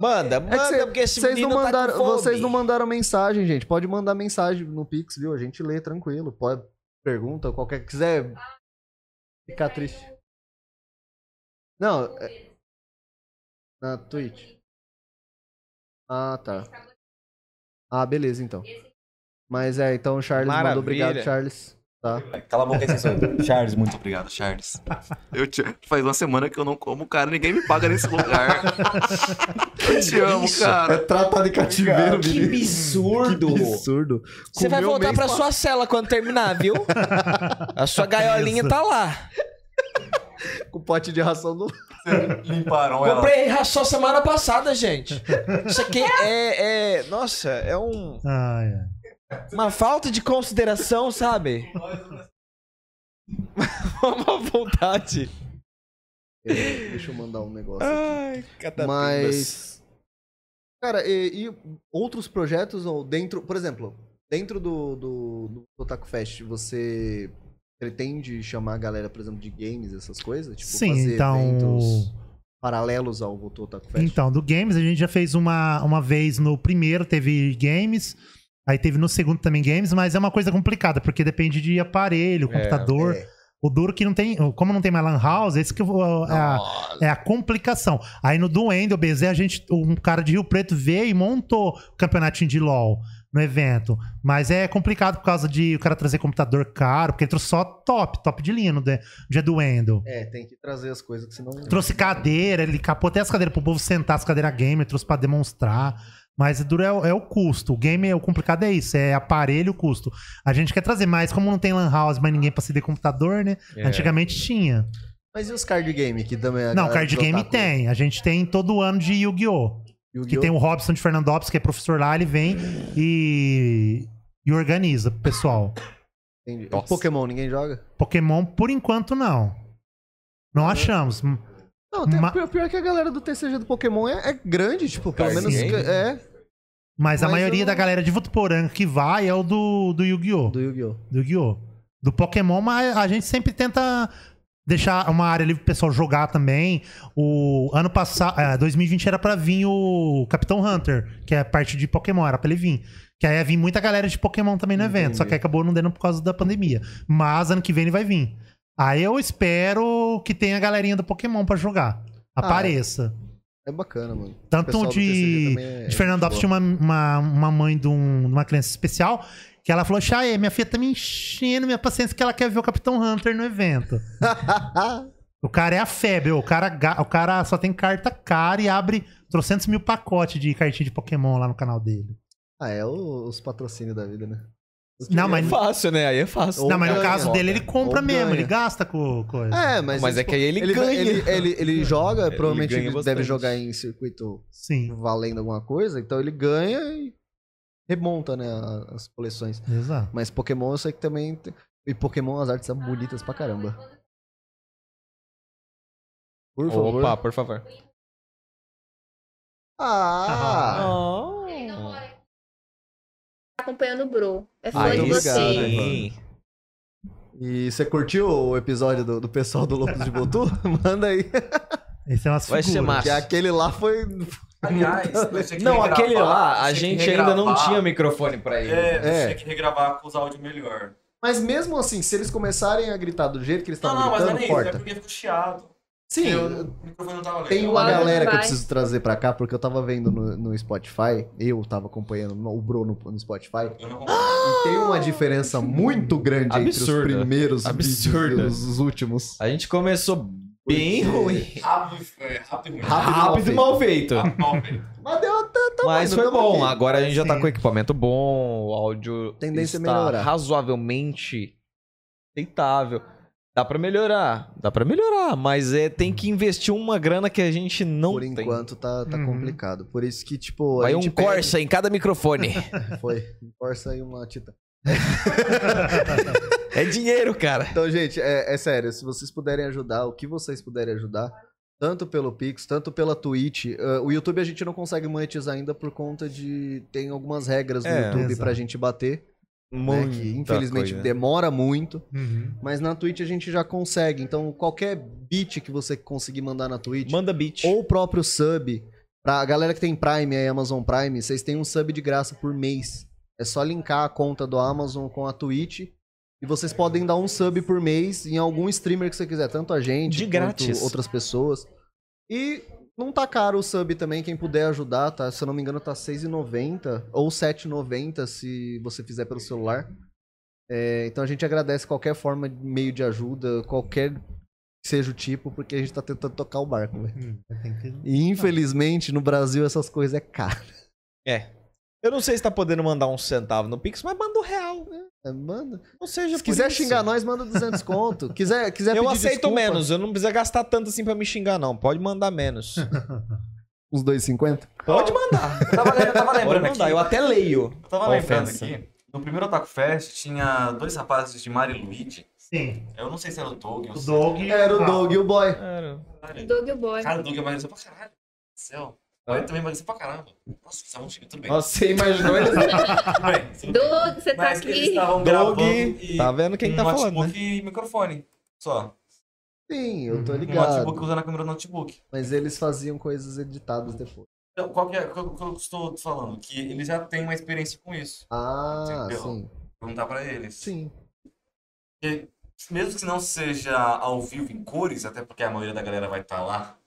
[SPEAKER 2] Manda, manda,
[SPEAKER 1] É que cê-
[SPEAKER 2] porque esse
[SPEAKER 1] vocês não
[SPEAKER 2] menino
[SPEAKER 1] mandaram,
[SPEAKER 2] tá com fome.
[SPEAKER 1] vocês não mandaram mensagem, gente. Pode mandar mensagem no Pix, viu? A gente lê tranquilo. Pode pergunta, qualquer que quiser ficar triste. Não, é- na Twitch. Ah, tá. Ah, beleza então. Mas é, então o Charles mandou
[SPEAKER 2] Maravilha.
[SPEAKER 1] obrigado, Charles. Tá.
[SPEAKER 4] Cala a boca
[SPEAKER 2] <laughs>
[SPEAKER 4] aí, censor. Charles, muito obrigado, Charles. Eu te... Faz uma semana que eu não como, cara. Ninguém me paga
[SPEAKER 2] <laughs>
[SPEAKER 4] nesse lugar. eu te amo, cara.
[SPEAKER 1] tratado de
[SPEAKER 4] É cativeiro,
[SPEAKER 2] Que absurdo!
[SPEAKER 1] absurdo.
[SPEAKER 2] Você vai
[SPEAKER 1] Comeu
[SPEAKER 2] voltar
[SPEAKER 1] mês
[SPEAKER 2] pra sua cela quando terminar, viu? A <laughs> sua gaiolinha tá lá.
[SPEAKER 1] Com o pote de ração do.
[SPEAKER 4] Limparam ela.
[SPEAKER 2] Comprei só semana passada, gente. Isso <laughs> aqui é. é- nossa, é um-
[SPEAKER 3] Ah, é.
[SPEAKER 2] uma falta de consideração, sabe? <laughs> Uma vontade.
[SPEAKER 1] Deixa eu mandar um negócio. aqui.
[SPEAKER 2] Ai,
[SPEAKER 1] Mas. Cara, e, e outros projetos ou dentro. Por exemplo, dentro do, do, do Otaku Fest, você pretende chamar a galera, por exemplo, de games, essas coisas? Tipo,
[SPEAKER 3] Sim,
[SPEAKER 1] fazer
[SPEAKER 3] então-
[SPEAKER 1] eventos paralelos ao Voto Otaku Fest?
[SPEAKER 3] Então, do Games, a gente já fez uma, uma vez no primeiro, teve Games. Aí teve no segundo também Games, mas é uma coisa complicada, porque depende de aparelho, computador.
[SPEAKER 1] é.
[SPEAKER 3] O duro que não tem. Como não tem mais Lan House, esse que eu vou- é, a, é a complicação. Aí no do Endel BZ, a gente, um cara de Rio Preto veio e montou o campeonatinho de LOL no evento. Mas é complicado por causa de o cara trazer computador caro, porque ele trouxe só top, top de linha no de- no dia do Endel.
[SPEAKER 1] é, tem que trazer as coisas que senão.
[SPEAKER 3] Trouxe cadeira, ele capou até as cadeiras pro povo sentar, as cadeiras gamer, trouxe pra demonstrar. Mas duro é, o- é o custo. O game, é- o complicado é isso, é aparelho, o custo. A gente quer trazer mais, como não tem lan house, mas ninguém pra CD computador, né? Antigamente tinha.
[SPEAKER 1] Mas e os card game, que também é a
[SPEAKER 3] não,
[SPEAKER 1] galera
[SPEAKER 3] card
[SPEAKER 1] do
[SPEAKER 3] game
[SPEAKER 1] otaku?
[SPEAKER 3] tem. A gente tem todo ano de Yu-Gi-Oh!
[SPEAKER 1] Yu-Gi-Oh!
[SPEAKER 3] Que tem um o Robson de Fernandópolis, que é professor lá, ele vem e, e organiza pro pessoal.
[SPEAKER 1] Entendi. E
[SPEAKER 2] Nossa.
[SPEAKER 1] Pokémon, ninguém joga?
[SPEAKER 3] Pokémon, por enquanto, não.
[SPEAKER 1] É.
[SPEAKER 3] Não achamos.
[SPEAKER 1] Não, tem,
[SPEAKER 3] Ma-
[SPEAKER 1] pior, pior que a galera do TCG do Pokémon é, é grande, tipo, pelo
[SPEAKER 2] Card
[SPEAKER 1] menos.
[SPEAKER 2] game?
[SPEAKER 1] É,
[SPEAKER 3] Mas a
[SPEAKER 1] Mas
[SPEAKER 3] maioria
[SPEAKER 1] eu-
[SPEAKER 3] da galera de Votuporanga que vai é o do, do Yu-Gi-Oh!
[SPEAKER 1] do Yu-Gi-Oh!
[SPEAKER 3] do Yu-Gi-Oh! Do Pokémon, mas a gente sempre tenta deixar uma área ali pro pessoal jogar também. O ano passado, é, 2020 era pra vir o Capitão Hunter, que é a parte de Pokémon, era pra ele vir. Que aí ia vir muita galera de Pokémon também no evento, só que acabou não dando por causa da pandemia. Mas ano que vem ele vai vir. Aí eu espero que tenha a galerinha do Pokémon pra jogar. Apareça.
[SPEAKER 1] É bacana, mano. Ah, é. O
[SPEAKER 3] Tanto
[SPEAKER 1] pessoal do
[SPEAKER 3] de-
[SPEAKER 1] TCG também é-
[SPEAKER 3] de Fernandópolis
[SPEAKER 1] é
[SPEAKER 3] tinha uma, uma, uma mãe de, um- de uma criança especial que ela falou: Xaê, minha filha tá me enchendo minha paciência que ela quer ver o Capitão Hunter no evento.
[SPEAKER 1] Ah,
[SPEAKER 3] o cara é a febre, o cara, ga- o cara só tem carta cara e abre trocentos mil pacotes de cartinha de Pokémon lá no canal dele.
[SPEAKER 1] Ah, é o- os patrocínios da vida, né? Os
[SPEAKER 3] Não,
[SPEAKER 1] que-
[SPEAKER 3] mas-
[SPEAKER 2] É fácil, né? Aí é fácil.
[SPEAKER 1] Ou
[SPEAKER 3] Não, mas no
[SPEAKER 1] ganha,
[SPEAKER 3] caso
[SPEAKER 1] ó,
[SPEAKER 3] dele, ele compra
[SPEAKER 1] ou
[SPEAKER 3] mesmo,
[SPEAKER 1] ganha.
[SPEAKER 3] ele gasta com coisa.
[SPEAKER 1] É, mas,
[SPEAKER 2] Mas é que aí
[SPEAKER 1] vai-
[SPEAKER 2] ele ganha.
[SPEAKER 1] Ele, ele,
[SPEAKER 2] <laughs>
[SPEAKER 1] ele joga,
[SPEAKER 2] Ele
[SPEAKER 1] provavelmente
[SPEAKER 2] ganha
[SPEAKER 1] ele deve
[SPEAKER 2] bastante.
[SPEAKER 1] jogar em circuito
[SPEAKER 3] Sim,
[SPEAKER 1] valendo alguma coisa, então ele ganha e remonta, né, a- as coleções.
[SPEAKER 3] exato.
[SPEAKER 1] Mas Pokémon eu sei que também. tem- E Pokémon as artes são bonitas pra caramba. Por favor.
[SPEAKER 2] Opa, por favor.
[SPEAKER 1] Ah!
[SPEAKER 6] acompanhando o Bro. É fã
[SPEAKER 1] Aí
[SPEAKER 6] de você.
[SPEAKER 1] sim. E você curtiu o episódio do, do pessoal do Lopes de Botu? <laughs> Manda aí.
[SPEAKER 3] Esse é umas
[SPEAKER 2] Vai
[SPEAKER 3] figuras.
[SPEAKER 2] ser massa.
[SPEAKER 1] Porque aquele lá foi.
[SPEAKER 4] Aliás, eu tinha que
[SPEAKER 2] Não,
[SPEAKER 4] regravar,
[SPEAKER 2] aquele lá, a
[SPEAKER 4] tinha que
[SPEAKER 2] gente ainda não
[SPEAKER 4] regravar.
[SPEAKER 2] tinha microfone pra ele.
[SPEAKER 4] É,
[SPEAKER 1] É.
[SPEAKER 4] eu tinha que regravar com os áudios melhor.
[SPEAKER 1] Mas mesmo assim, se eles começarem a gritar do jeito que eles
[SPEAKER 2] Tá
[SPEAKER 4] Não,
[SPEAKER 1] estavam
[SPEAKER 4] não, mas não é
[SPEAKER 1] gritando,
[SPEAKER 4] nem isso, é
[SPEAKER 1] corta.
[SPEAKER 4] porque ficou chiado.
[SPEAKER 1] Sim,
[SPEAKER 4] Eu- o microfone não tava legal.
[SPEAKER 1] Tem
[SPEAKER 2] um
[SPEAKER 1] uma
[SPEAKER 6] Agora
[SPEAKER 1] galera que eu
[SPEAKER 6] vai.
[SPEAKER 1] preciso trazer pra cá, porque eu tava vendo no, no Spotify, eu tava acompanhando no- o Bruno no Spotify,
[SPEAKER 4] Eu não
[SPEAKER 2] Ah!
[SPEAKER 1] e tem uma diferença muito grande
[SPEAKER 2] Absurda.
[SPEAKER 1] entre os primeiros
[SPEAKER 2] Absurda.
[SPEAKER 1] vídeos e os, os últimos.
[SPEAKER 2] A gente começou bem ruim.
[SPEAKER 4] Rápido, é, rápido e
[SPEAKER 1] Rápido
[SPEAKER 4] muito.
[SPEAKER 1] Tá então e mal
[SPEAKER 2] Rápido e mal feito.
[SPEAKER 4] Rápido, mal feito.
[SPEAKER 1] Mas deu até
[SPEAKER 2] Mas
[SPEAKER 1] indo,
[SPEAKER 2] foi
[SPEAKER 1] tamo
[SPEAKER 2] bom.
[SPEAKER 1] aqui.
[SPEAKER 2] Agora a gente já tá
[SPEAKER 3] Sim.
[SPEAKER 2] com equipamento bom, o áudio
[SPEAKER 1] Tendência a
[SPEAKER 2] está
[SPEAKER 1] melhorar.
[SPEAKER 2] razoavelmente aceitável. Dá pra melhorar, dá pra melhorar, mas é tem que investir uma grana que a gente não
[SPEAKER 1] Por
[SPEAKER 2] tem.
[SPEAKER 1] enquanto tá, tá
[SPEAKER 3] Uhum.
[SPEAKER 1] complicado. Por isso que, tipo. a
[SPEAKER 2] Vai
[SPEAKER 1] gente
[SPEAKER 2] um
[SPEAKER 1] pega-
[SPEAKER 2] Corsa em cada microfone.
[SPEAKER 1] <laughs> Foi. Um Corsa e uma Titan. <laughs>
[SPEAKER 2] é dinheiro, cara.
[SPEAKER 1] Então, gente, é, é sério, se vocês puderem ajudar, o que vocês puderem ajudar, tanto pelo Pix, tanto pela Twitch. ah, o YouTube a gente não consegue monetizar ainda por conta de. Tem algumas regras no
[SPEAKER 2] É,
[SPEAKER 1] YouTube pra
[SPEAKER 3] exato.
[SPEAKER 1] gente bater. né,
[SPEAKER 2] Muita
[SPEAKER 1] que infelizmente
[SPEAKER 2] coisa.
[SPEAKER 1] demora muito,
[SPEAKER 3] Uhum.
[SPEAKER 1] mas na Twitch a gente já consegue. Então, qualquer beat que você conseguir mandar na Twitch,
[SPEAKER 2] manda beat.
[SPEAKER 1] ou o próprio sub, pra galera que tem Prime aí, Amazon Prime, vocês têm um sub de graça por mês. É só linkar a conta do Amazon com a Twitch e vocês podem dar um sub por mês em algum streamer que você quiser, tanto a gente
[SPEAKER 2] De
[SPEAKER 1] quanto
[SPEAKER 2] grátis.
[SPEAKER 1] outras pessoas. E não tá caro o sub também, quem puder ajudar, tá? Se eu não me engano, tá R$ 6,90 ou R$ 7,90 se você fizer pelo celular. É, então a gente agradece qualquer forma, meio de ajuda, qualquer que seja o tipo, porque a gente tá tentando tocar o barco, velho.
[SPEAKER 3] Hum, tem que-
[SPEAKER 1] E infelizmente no Brasil essas coisas é caro.
[SPEAKER 2] Eu não sei se tá podendo mandar um centavo no Pix, mas manda o real.
[SPEAKER 1] É, Manda.
[SPEAKER 2] Não seja
[SPEAKER 1] Se quiser
[SPEAKER 2] por isso.
[SPEAKER 1] xingar nós, manda 200 conto. Quiser, quiser
[SPEAKER 2] Eu
[SPEAKER 1] pedir
[SPEAKER 2] aceito
[SPEAKER 1] desculpa,
[SPEAKER 2] menos, eu não precisa gastar tanto assim pra me xingar, não. Pode mandar menos.
[SPEAKER 1] Uns 2,50.
[SPEAKER 2] <laughs> Pode mandar.
[SPEAKER 4] Eu tava, eu tava
[SPEAKER 2] Pode
[SPEAKER 4] lembrando
[SPEAKER 2] mandar.
[SPEAKER 4] aqui.
[SPEAKER 2] Eu até leio.
[SPEAKER 4] Eu tava
[SPEAKER 2] Qual
[SPEAKER 4] lembrando
[SPEAKER 2] ofensa?
[SPEAKER 4] aqui. No primeiro Otaku Fest tinha dois rapazes de Mario e Luigi.
[SPEAKER 3] Sim.
[SPEAKER 4] Eu não sei se era o Doug ou
[SPEAKER 3] O
[SPEAKER 4] se
[SPEAKER 3] Doug.
[SPEAKER 1] Era o Doug e o boy.
[SPEAKER 2] Cara,
[SPEAKER 6] O Doug e o Boy.
[SPEAKER 4] Cara, o Doug emagreceu pra caralho. Meu Deus do Céu. O Ed também emagreceu pra caramba. Nossa, que salão chique. Tudo bem.
[SPEAKER 2] Nossa, você imaginou ele.
[SPEAKER 4] Tudo bem. tudo bem.
[SPEAKER 6] Doug, você tá
[SPEAKER 4] Mas que eles
[SPEAKER 6] aqui.
[SPEAKER 4] estavam
[SPEAKER 2] Doug,
[SPEAKER 4] gravando e um
[SPEAKER 2] tá vendo quem tá falando, né?
[SPEAKER 4] notebook e microfone. Só.
[SPEAKER 1] <laughs> Sim, eu tô
[SPEAKER 3] Uhum.
[SPEAKER 4] Um
[SPEAKER 1] ligado.
[SPEAKER 4] notebook usando a câmera do notebook.
[SPEAKER 1] Mas eles faziam coisas editadas depois.
[SPEAKER 4] Então, qual que é o que eu- que eu estou falando? Que ele já tem uma experiência com isso.
[SPEAKER 1] Ah,
[SPEAKER 4] Entendeu?
[SPEAKER 1] sim.
[SPEAKER 4] Perguntar pra eles.
[SPEAKER 1] Sim.
[SPEAKER 4] Porque mesmo que não seja ao vivo em cores, até porque a maioria da galera vai estar lá,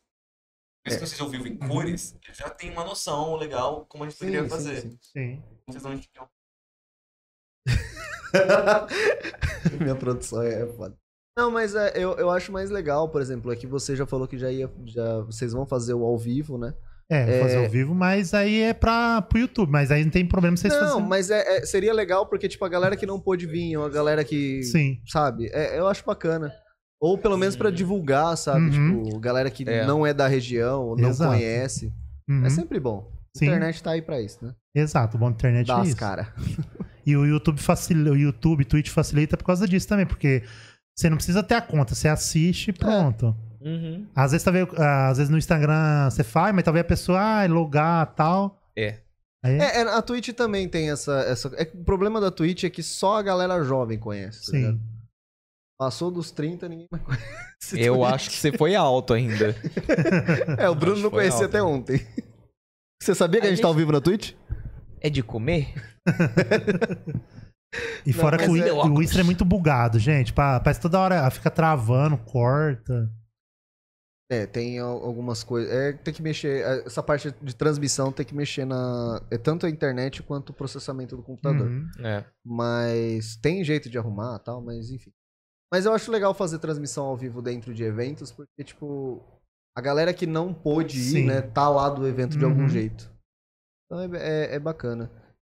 [SPEAKER 4] mesmo que não seja ao vivo em cores, já tem uma noção legal como a gente
[SPEAKER 1] sim,
[SPEAKER 4] poderia
[SPEAKER 1] sim,
[SPEAKER 4] fazer.
[SPEAKER 1] sim. <laughs>
[SPEAKER 3] Sim.
[SPEAKER 4] Vocês não entendiam.
[SPEAKER 1] Minha produção é foda. Não, mas é, eu, eu acho mais legal, por exemplo, é que você já falou que já ia. Já, vocês vão fazer o ao vivo, né?
[SPEAKER 3] É, vou
[SPEAKER 1] É.
[SPEAKER 3] fazer ao vivo, mas aí é pra, pro YouTube, mas aí não tem problema vocês
[SPEAKER 1] não,
[SPEAKER 3] fazerem.
[SPEAKER 1] mas é, é- seria legal porque, tipo, a galera que não pôde vir, ou a galera que.
[SPEAKER 3] Sim.
[SPEAKER 1] Sabe? É, eu acho bacana. Ou pelo menos pra divulgar, sabe?
[SPEAKER 3] Uhum.
[SPEAKER 1] Tipo, galera que
[SPEAKER 2] É.
[SPEAKER 1] não é da região, ou não
[SPEAKER 3] Exato.
[SPEAKER 1] conhece.
[SPEAKER 3] Uhum.
[SPEAKER 1] É sempre bom. A
[SPEAKER 3] Sim.
[SPEAKER 1] internet tá aí pra isso, né?
[SPEAKER 3] Exato, o bom da internet
[SPEAKER 1] Dá
[SPEAKER 3] é
[SPEAKER 1] as
[SPEAKER 3] isso.
[SPEAKER 1] caras.
[SPEAKER 3] E o YouTube facilita, o YouTube, Twitch facilita por causa disso também, porque você não precisa ter a conta, você assiste
[SPEAKER 1] É.
[SPEAKER 3] e pronto.
[SPEAKER 2] <laughs> Uhum.
[SPEAKER 3] Às vezes talvez, às vezes no Instagram você faz, mas talvez a pessoa ah, logar tal.
[SPEAKER 2] É.
[SPEAKER 3] Aí,
[SPEAKER 1] É, é, a Twitch também tem essa. essa é que o problema da Twitch é que só a galera jovem conhece. tá ligado?
[SPEAKER 3] sim.
[SPEAKER 1] Passou dos 30, ninguém mais conhece.
[SPEAKER 2] Eu
[SPEAKER 1] Twitch.
[SPEAKER 2] acho que você foi alto ainda.
[SPEAKER 1] <laughs> É, o Bruno
[SPEAKER 2] acho
[SPEAKER 1] não
[SPEAKER 2] que foi
[SPEAKER 1] conhecia
[SPEAKER 2] alto.
[SPEAKER 1] até ontem. <laughs> Você sabia que a,
[SPEAKER 2] A
[SPEAKER 1] gente, tá ao vivo na Twitch?
[SPEAKER 2] É de comer?
[SPEAKER 3] E
[SPEAKER 1] Não,
[SPEAKER 3] fora
[SPEAKER 1] mas
[SPEAKER 3] que o,
[SPEAKER 1] é-
[SPEAKER 3] é... o Insta é muito bugado, gente. pa- Parece que toda hora ela fica travando, corta.
[SPEAKER 1] É, tem al- algumas coisas. É, tem que mexer. é, Essa parte de transmissão tem que mexer na. É tanto a internet quanto o processamento do computador.
[SPEAKER 3] Uhum.
[SPEAKER 2] É.
[SPEAKER 1] Mas tem jeito de arrumar tal, mas enfim. Mas eu acho legal fazer transmissão ao vivo dentro de eventos, porque, tipo, a galera que não pôde ir,
[SPEAKER 3] Sim.
[SPEAKER 1] né, tá lá do evento de
[SPEAKER 3] Uhum.
[SPEAKER 1] algum jeito. Então é, é- é bacana.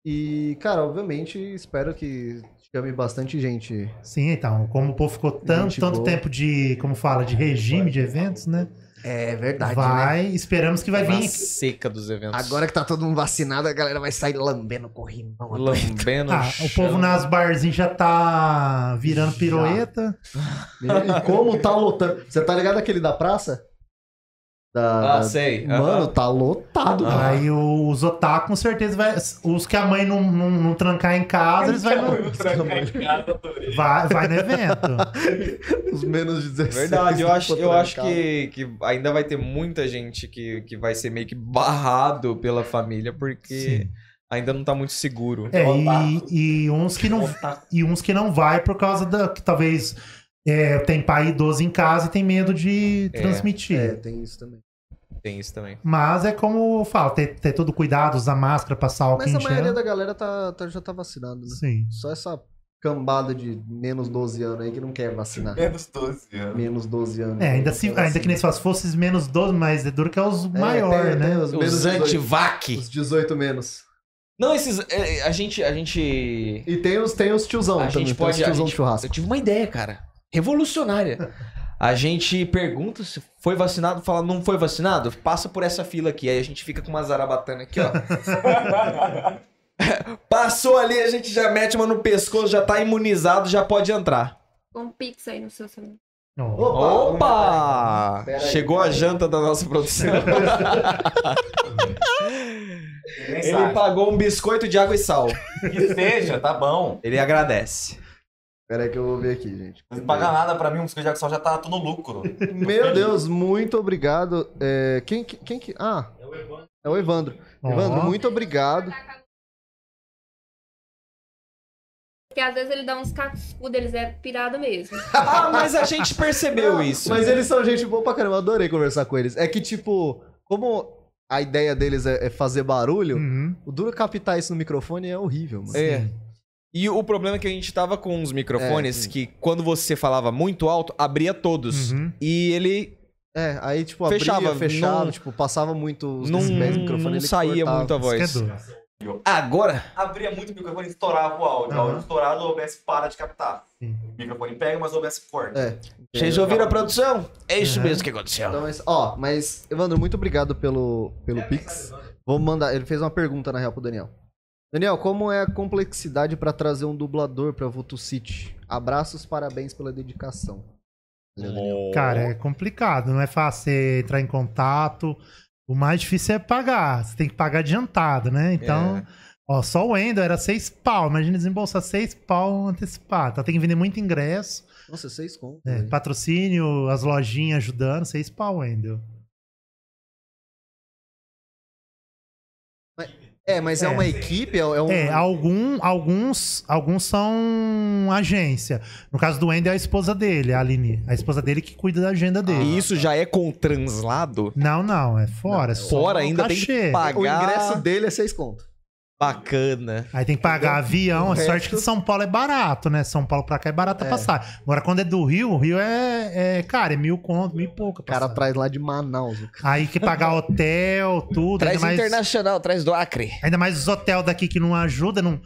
[SPEAKER 1] E, cara, obviamente, espero que chame bastante gente.
[SPEAKER 3] Sim, então, como o povo ficou tanto,
[SPEAKER 1] Gente
[SPEAKER 3] tanto
[SPEAKER 1] boa.
[SPEAKER 3] tempo de, como fala, de regime de eventos, né?
[SPEAKER 1] É verdade,
[SPEAKER 3] vai, esperamos que vai
[SPEAKER 2] Na
[SPEAKER 3] vir.
[SPEAKER 2] seca dos eventos.
[SPEAKER 1] Agora que tá todo mundo vacinado, a galera vai sair lambendo corrimão.
[SPEAKER 2] <laughs> Lambendo
[SPEAKER 3] Ah, o povo
[SPEAKER 2] chão.
[SPEAKER 3] nas barzinhas já tá virando pirueta.
[SPEAKER 1] E como tá lotando. Você tá ligado aquele da praça? Da,
[SPEAKER 2] Ah,
[SPEAKER 1] da-
[SPEAKER 2] sei.
[SPEAKER 1] Mano,
[SPEAKER 2] Aham.
[SPEAKER 1] tá lotado,
[SPEAKER 2] Ah.
[SPEAKER 1] velho.
[SPEAKER 3] Aí os otaku, com certeza, vai, os que a mãe não, não, não trancar em casa, eles vai,
[SPEAKER 4] Eu trancar em casa, adorei.
[SPEAKER 3] vai, vai no evento.
[SPEAKER 1] Os menos de tá 16.
[SPEAKER 2] É Verdade, <laughs> eu
[SPEAKER 1] não
[SPEAKER 2] acho, eu
[SPEAKER 1] foram
[SPEAKER 2] acho
[SPEAKER 1] trancados.
[SPEAKER 2] que, que ainda vai ter muita gente que, que vai ser meio que barrado pela família porque
[SPEAKER 3] Sim.
[SPEAKER 2] ainda não tá muito seguro.
[SPEAKER 3] É, e, e uns que não, e uns que não vai por causa da que talvez é, tem pai idoso em casa e tem medo de
[SPEAKER 2] É,
[SPEAKER 3] transmitir.
[SPEAKER 1] É, tem isso também.
[SPEAKER 2] Tem isso também.
[SPEAKER 3] Mas é como eu falo, ter, ter todo cuidado, usar máscara, passar álcool
[SPEAKER 1] Mas a
[SPEAKER 3] em
[SPEAKER 1] maioria
[SPEAKER 3] gel.
[SPEAKER 1] da galera tá, tá- já tá vacinada, né?
[SPEAKER 3] Sim.
[SPEAKER 1] Só essa cambada de menos 12 anos aí que não quer vacinar.
[SPEAKER 4] Menos 12 anos.
[SPEAKER 1] Menos 12 anos.
[SPEAKER 3] É, ainda,
[SPEAKER 1] Não
[SPEAKER 3] se,
[SPEAKER 1] quer
[SPEAKER 3] ainda que nem
[SPEAKER 1] vacinar.
[SPEAKER 3] se faz, fosse os menos 12, mas é duro que é os
[SPEAKER 1] assim, É,
[SPEAKER 3] maiores,
[SPEAKER 1] tem- tem
[SPEAKER 3] né?
[SPEAKER 1] os menos 18,
[SPEAKER 2] antivac.
[SPEAKER 1] os 18 menos.
[SPEAKER 2] Não, esses. é, a gente. A gente.
[SPEAKER 1] E tem os, tem os tiozão
[SPEAKER 2] A
[SPEAKER 1] também.
[SPEAKER 2] gente
[SPEAKER 1] tá tem
[SPEAKER 2] pode.
[SPEAKER 1] os
[SPEAKER 2] a
[SPEAKER 1] tiozão
[SPEAKER 2] gente-
[SPEAKER 1] de churrasco.
[SPEAKER 2] eu tive uma ideia, cara. Revolucionária. A gente pergunta se foi vacinado, fala não foi vacinado, passa por essa fila aqui. Aí a gente fica com uma zarabatana aqui, ó. <laughs> Passou ali, a gente já mete uma no pescoço, já tá imunizado, já pode entrar.
[SPEAKER 6] Um pix aí no seu celular.
[SPEAKER 3] Ó,
[SPEAKER 2] Opa!
[SPEAKER 1] Pera aí,
[SPEAKER 2] Chegou
[SPEAKER 1] pera
[SPEAKER 2] a
[SPEAKER 1] aí.
[SPEAKER 2] janta da nossa
[SPEAKER 1] <laughs>
[SPEAKER 2] produção.
[SPEAKER 4] Ele nem
[SPEAKER 2] Ele
[SPEAKER 4] sabe.
[SPEAKER 2] pagou um biscoito de água e sal.
[SPEAKER 4] Que seja, tá bom.
[SPEAKER 2] Ele
[SPEAKER 1] <laughs>
[SPEAKER 2] agradece.
[SPEAKER 1] Pera aí que eu vou ver aqui, gente.
[SPEAKER 4] Não paga nada pra mim, um biscoito de só já tá tudo no lucro.
[SPEAKER 1] Meu Deus, muito obrigado. É, quem, que- quem que. Ah, é o Evandro. Evandro, muito obrigado.
[SPEAKER 6] Porque às vezes ele dá uns cascudos, eles é pirado mesmo.
[SPEAKER 2] Ah, mas a gente percebeu É isso.
[SPEAKER 1] Mas eles são gente boa pra caramba, eu adorei conversar com eles. É que, tipo, como a ideia deles é, é fazer barulho,
[SPEAKER 3] Uhum.
[SPEAKER 1] o duro captar isso no microfone é horrível, mano.
[SPEAKER 2] Hum. É. E o problema é que a gente tava com uns
[SPEAKER 1] É,
[SPEAKER 2] microfones
[SPEAKER 1] sim.
[SPEAKER 2] que, quando você falava muito alto, abria todos.
[SPEAKER 3] Uhum.
[SPEAKER 2] E ele
[SPEAKER 1] É, aí, tipo, abria,
[SPEAKER 2] Fechava,
[SPEAKER 1] fechava,
[SPEAKER 2] não-
[SPEAKER 1] tipo, passava muito os
[SPEAKER 2] não,
[SPEAKER 1] decibéis do
[SPEAKER 2] não
[SPEAKER 1] ele
[SPEAKER 2] saía
[SPEAKER 1] cortava.
[SPEAKER 2] muito a voz.
[SPEAKER 3] Isso que é duro.
[SPEAKER 2] Agora,
[SPEAKER 4] Abria muito o microfone e estourava o áudio.
[SPEAKER 3] Aham.
[SPEAKER 4] O áudio estourado, o OBS para de captar.
[SPEAKER 3] Sim.
[SPEAKER 4] O microfone pega, mas o OBS corta.
[SPEAKER 1] É.
[SPEAKER 2] vocês ouviram a produção? É isso
[SPEAKER 3] Uhum.
[SPEAKER 2] mesmo que aconteceu.
[SPEAKER 1] Então, mas, ó, mas, Evandro, muito obrigado pelo, pelo Pix. Vou mandar. Ele fez uma pergunta, na real, pro Daniel. Daniel, como é a complexidade pra trazer um dublador pra Voto City? Abraços, parabéns pela dedicação. Valeu, Daniel.
[SPEAKER 3] Cara, é complicado, não é fácil você entrar em contato. O mais difícil é pagar. Você tem que pagar adiantado, né? Então, ó, só o Wendel era seis pau. Imagina desembolsar seis pau antecipado. Então tem que vender muito ingresso.
[SPEAKER 1] Nossa, é seis contos.
[SPEAKER 3] né? Patrocínio, as lojinhas ajudando, seis pau, Wendel.
[SPEAKER 1] É, mas é,
[SPEAKER 3] É.
[SPEAKER 1] uma equipe, é, é um.
[SPEAKER 3] É, algum, alguns, alguns são agência. No caso do Wendel, é a esposa dele, a Aline. A esposa dele que cuida da agenda dele.
[SPEAKER 2] E isso já é com translado?
[SPEAKER 3] Não, não, é fora.
[SPEAKER 1] Não,
[SPEAKER 3] é
[SPEAKER 1] é
[SPEAKER 3] só
[SPEAKER 2] Fora
[SPEAKER 3] o
[SPEAKER 2] ainda tem
[SPEAKER 3] cachê.
[SPEAKER 2] que
[SPEAKER 1] O ingresso
[SPEAKER 2] pagar.
[SPEAKER 1] dele é seis contos.
[SPEAKER 2] Bacana.
[SPEAKER 3] Aí tem que pagar avião.
[SPEAKER 1] o
[SPEAKER 3] A sorte
[SPEAKER 1] resto-
[SPEAKER 3] que de São Paulo é barato, né? São Paulo pra cá é barato a
[SPEAKER 1] É.
[SPEAKER 3] passar. Agora, quando é do Rio, o Rio é, é, cara, é mil conto, mil e pouco. a
[SPEAKER 1] O cara
[SPEAKER 3] passagem.
[SPEAKER 1] traz lá de Manaus.
[SPEAKER 3] Aí que pagar hotel, tudo.
[SPEAKER 2] Traz
[SPEAKER 3] ainda, mais,
[SPEAKER 2] internacional, traz do Acre.
[SPEAKER 3] ainda mais os hotel daqui que não ajuda, não.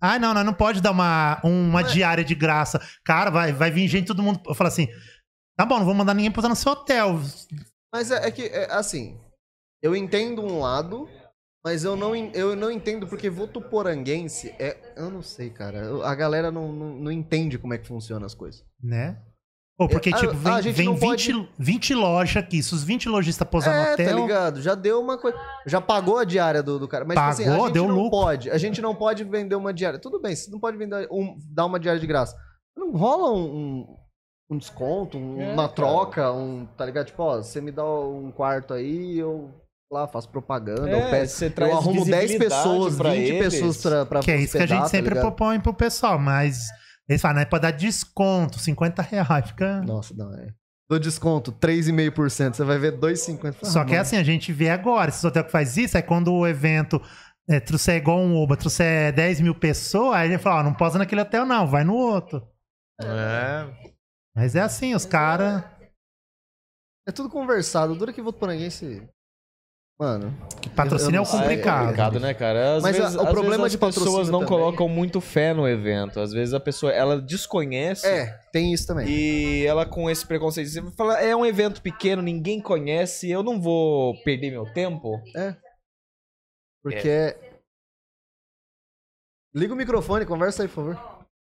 [SPEAKER 3] Ah, não, não, não pode dar uma, uma diária de graça. Cara, vai, vai vir gente, todo mundo. Eu falo assim. Tá bom, não vou mandar ninguém posar no seu hotel.
[SPEAKER 1] Mas é, é que, é, assim, eu entendo um lado, mas eu não, en- eu não entendo porque votuporanguense é. Eu não sei, cara. Eu- A galera não, não, não entende como é que funcionam as coisas.
[SPEAKER 3] Né? Pô, porque,
[SPEAKER 1] É, a-
[SPEAKER 3] tipo,
[SPEAKER 1] a
[SPEAKER 3] vem,
[SPEAKER 1] gente
[SPEAKER 3] vem
[SPEAKER 1] não
[SPEAKER 3] 20,
[SPEAKER 1] pode-
[SPEAKER 3] 20 lojas aqui. Se os 20 lojistas posar no
[SPEAKER 1] É, tá
[SPEAKER 3] hotel.
[SPEAKER 1] ligado? Já deu uma coisa. Já pagou a diária do, do cara. Mas tipo assim, a
[SPEAKER 3] Pagou,
[SPEAKER 1] gente
[SPEAKER 3] deu
[SPEAKER 1] não
[SPEAKER 3] lucro.
[SPEAKER 1] pode. A gente não pode vender uma diária. Tudo bem, você não pode vender um, dar uma diária de graça. Não rola um, um- um desconto, um-
[SPEAKER 2] É,
[SPEAKER 1] uma
[SPEAKER 2] cara.
[SPEAKER 1] troca, um. Tá ligado? Tipo, ó, você me dá um quarto aí, eu lá faço propaganda, eu peço.
[SPEAKER 2] É, você traz
[SPEAKER 1] Eu arrumo 10
[SPEAKER 2] visibilidade
[SPEAKER 1] pessoas,
[SPEAKER 2] pra
[SPEAKER 1] 20
[SPEAKER 2] eles.
[SPEAKER 1] pessoas pra, pra
[SPEAKER 3] Que é isso que a
[SPEAKER 1] hospedar,
[SPEAKER 3] gente
[SPEAKER 1] tá
[SPEAKER 3] sempre
[SPEAKER 1] ligado?
[SPEAKER 3] propõe é pro pessoal, mas eles falam, né, pode dar desconto, 50 reais, fica...
[SPEAKER 1] Nossa, não, é. Dou desconto, 3,5%. Você vai ver 2,50. Ah,
[SPEAKER 3] Só que é
[SPEAKER 1] mano.
[SPEAKER 3] assim, a gente vê agora. Esses hotel que faz isso é quando o evento é, trouxer igual um Oba, trouxer 10 mil pessoas, aí ele fala, ó, não posa naquele hotel não, vai no outro.
[SPEAKER 2] É.
[SPEAKER 3] Mas é assim, os caras...
[SPEAKER 1] É tudo conversado. Dura que votuporanguense. Mano.
[SPEAKER 3] Patrocínio é
[SPEAKER 1] Eu- eu não
[SPEAKER 3] o
[SPEAKER 1] sei,
[SPEAKER 3] complicado.
[SPEAKER 2] É complicado, né, cara? Às
[SPEAKER 1] Mas a-
[SPEAKER 2] vezes,
[SPEAKER 1] o
[SPEAKER 2] às
[SPEAKER 1] problema
[SPEAKER 2] vezes
[SPEAKER 1] de
[SPEAKER 2] as
[SPEAKER 1] patrocínio
[SPEAKER 2] pessoas não
[SPEAKER 1] também-
[SPEAKER 2] colocam muito fé no evento. Às vezes a pessoa, ela desconhece
[SPEAKER 1] É, tem isso também.
[SPEAKER 2] e ela com esse preconceito. Você fala, é um evento pequeno, ninguém conhece, eu não vou perder meu tempo.
[SPEAKER 1] Porque.
[SPEAKER 2] é.
[SPEAKER 1] é- Liga o microfone, conversa aí, por favor.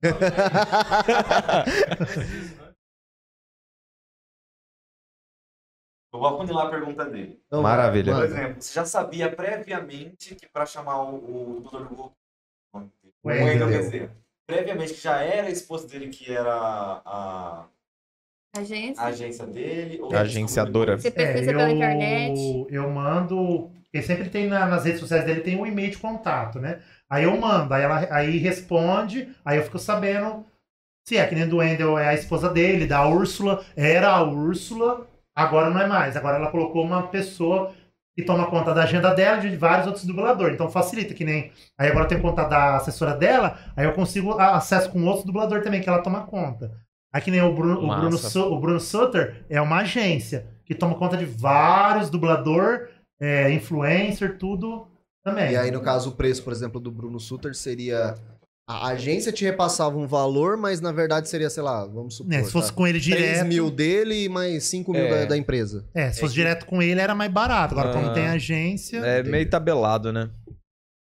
[SPEAKER 2] <laughs>
[SPEAKER 4] Eu vou afunilar a pergunta dele.
[SPEAKER 1] Então,
[SPEAKER 2] Maravilha.
[SPEAKER 4] Por
[SPEAKER 1] mano,
[SPEAKER 4] exemplo, você já sabia previamente que para chamar o, o dono do Google, o
[SPEAKER 3] Wendel.
[SPEAKER 4] Wendel Bezerra, previamente que já era a esposa dele que era a, a
[SPEAKER 6] Agência.
[SPEAKER 4] agência dele. ou-
[SPEAKER 2] A agenciadora.
[SPEAKER 6] Você
[SPEAKER 3] É,
[SPEAKER 6] pesquisa pela internet.
[SPEAKER 3] eu mando. Porque sempre tem na- nas redes sociais dele tem um e-mail de contato, né? Aí eu mando, aí ela aí responde, aí eu fico sabendo se é que nem do Wendel é a esposa dele, da Úrsula, era a Úrsula, agora não é mais. Agora ela colocou uma pessoa que toma conta da agenda dela e de vários outros dubladores. Então facilita, que nem. Aí agora eu tenho conta da assessora dela, aí eu consigo a- acesso com outro dublador também, que ela toma conta. Aqui nem o Bruno, o
[SPEAKER 2] Massa.
[SPEAKER 3] Bruno, Su- o Bruno Sutter é uma agência que toma conta de vários dublador, é, influencer, tudo também.
[SPEAKER 1] E aí, no caso, o preço, por exemplo, do Bruno Sutter seria. A agência te repassava um valor, mas na verdade seria, sei lá, vamos supor.
[SPEAKER 3] Né, se fosse
[SPEAKER 1] tá?
[SPEAKER 3] com ele
[SPEAKER 1] 3
[SPEAKER 3] direto.
[SPEAKER 1] mil dele e mais 5 mil
[SPEAKER 2] É.
[SPEAKER 1] da, da empresa.
[SPEAKER 3] É, se fosse direto com ele era mais barato. Agora,
[SPEAKER 2] Ah.
[SPEAKER 3] como tem agência.
[SPEAKER 2] É meio tabelado, né?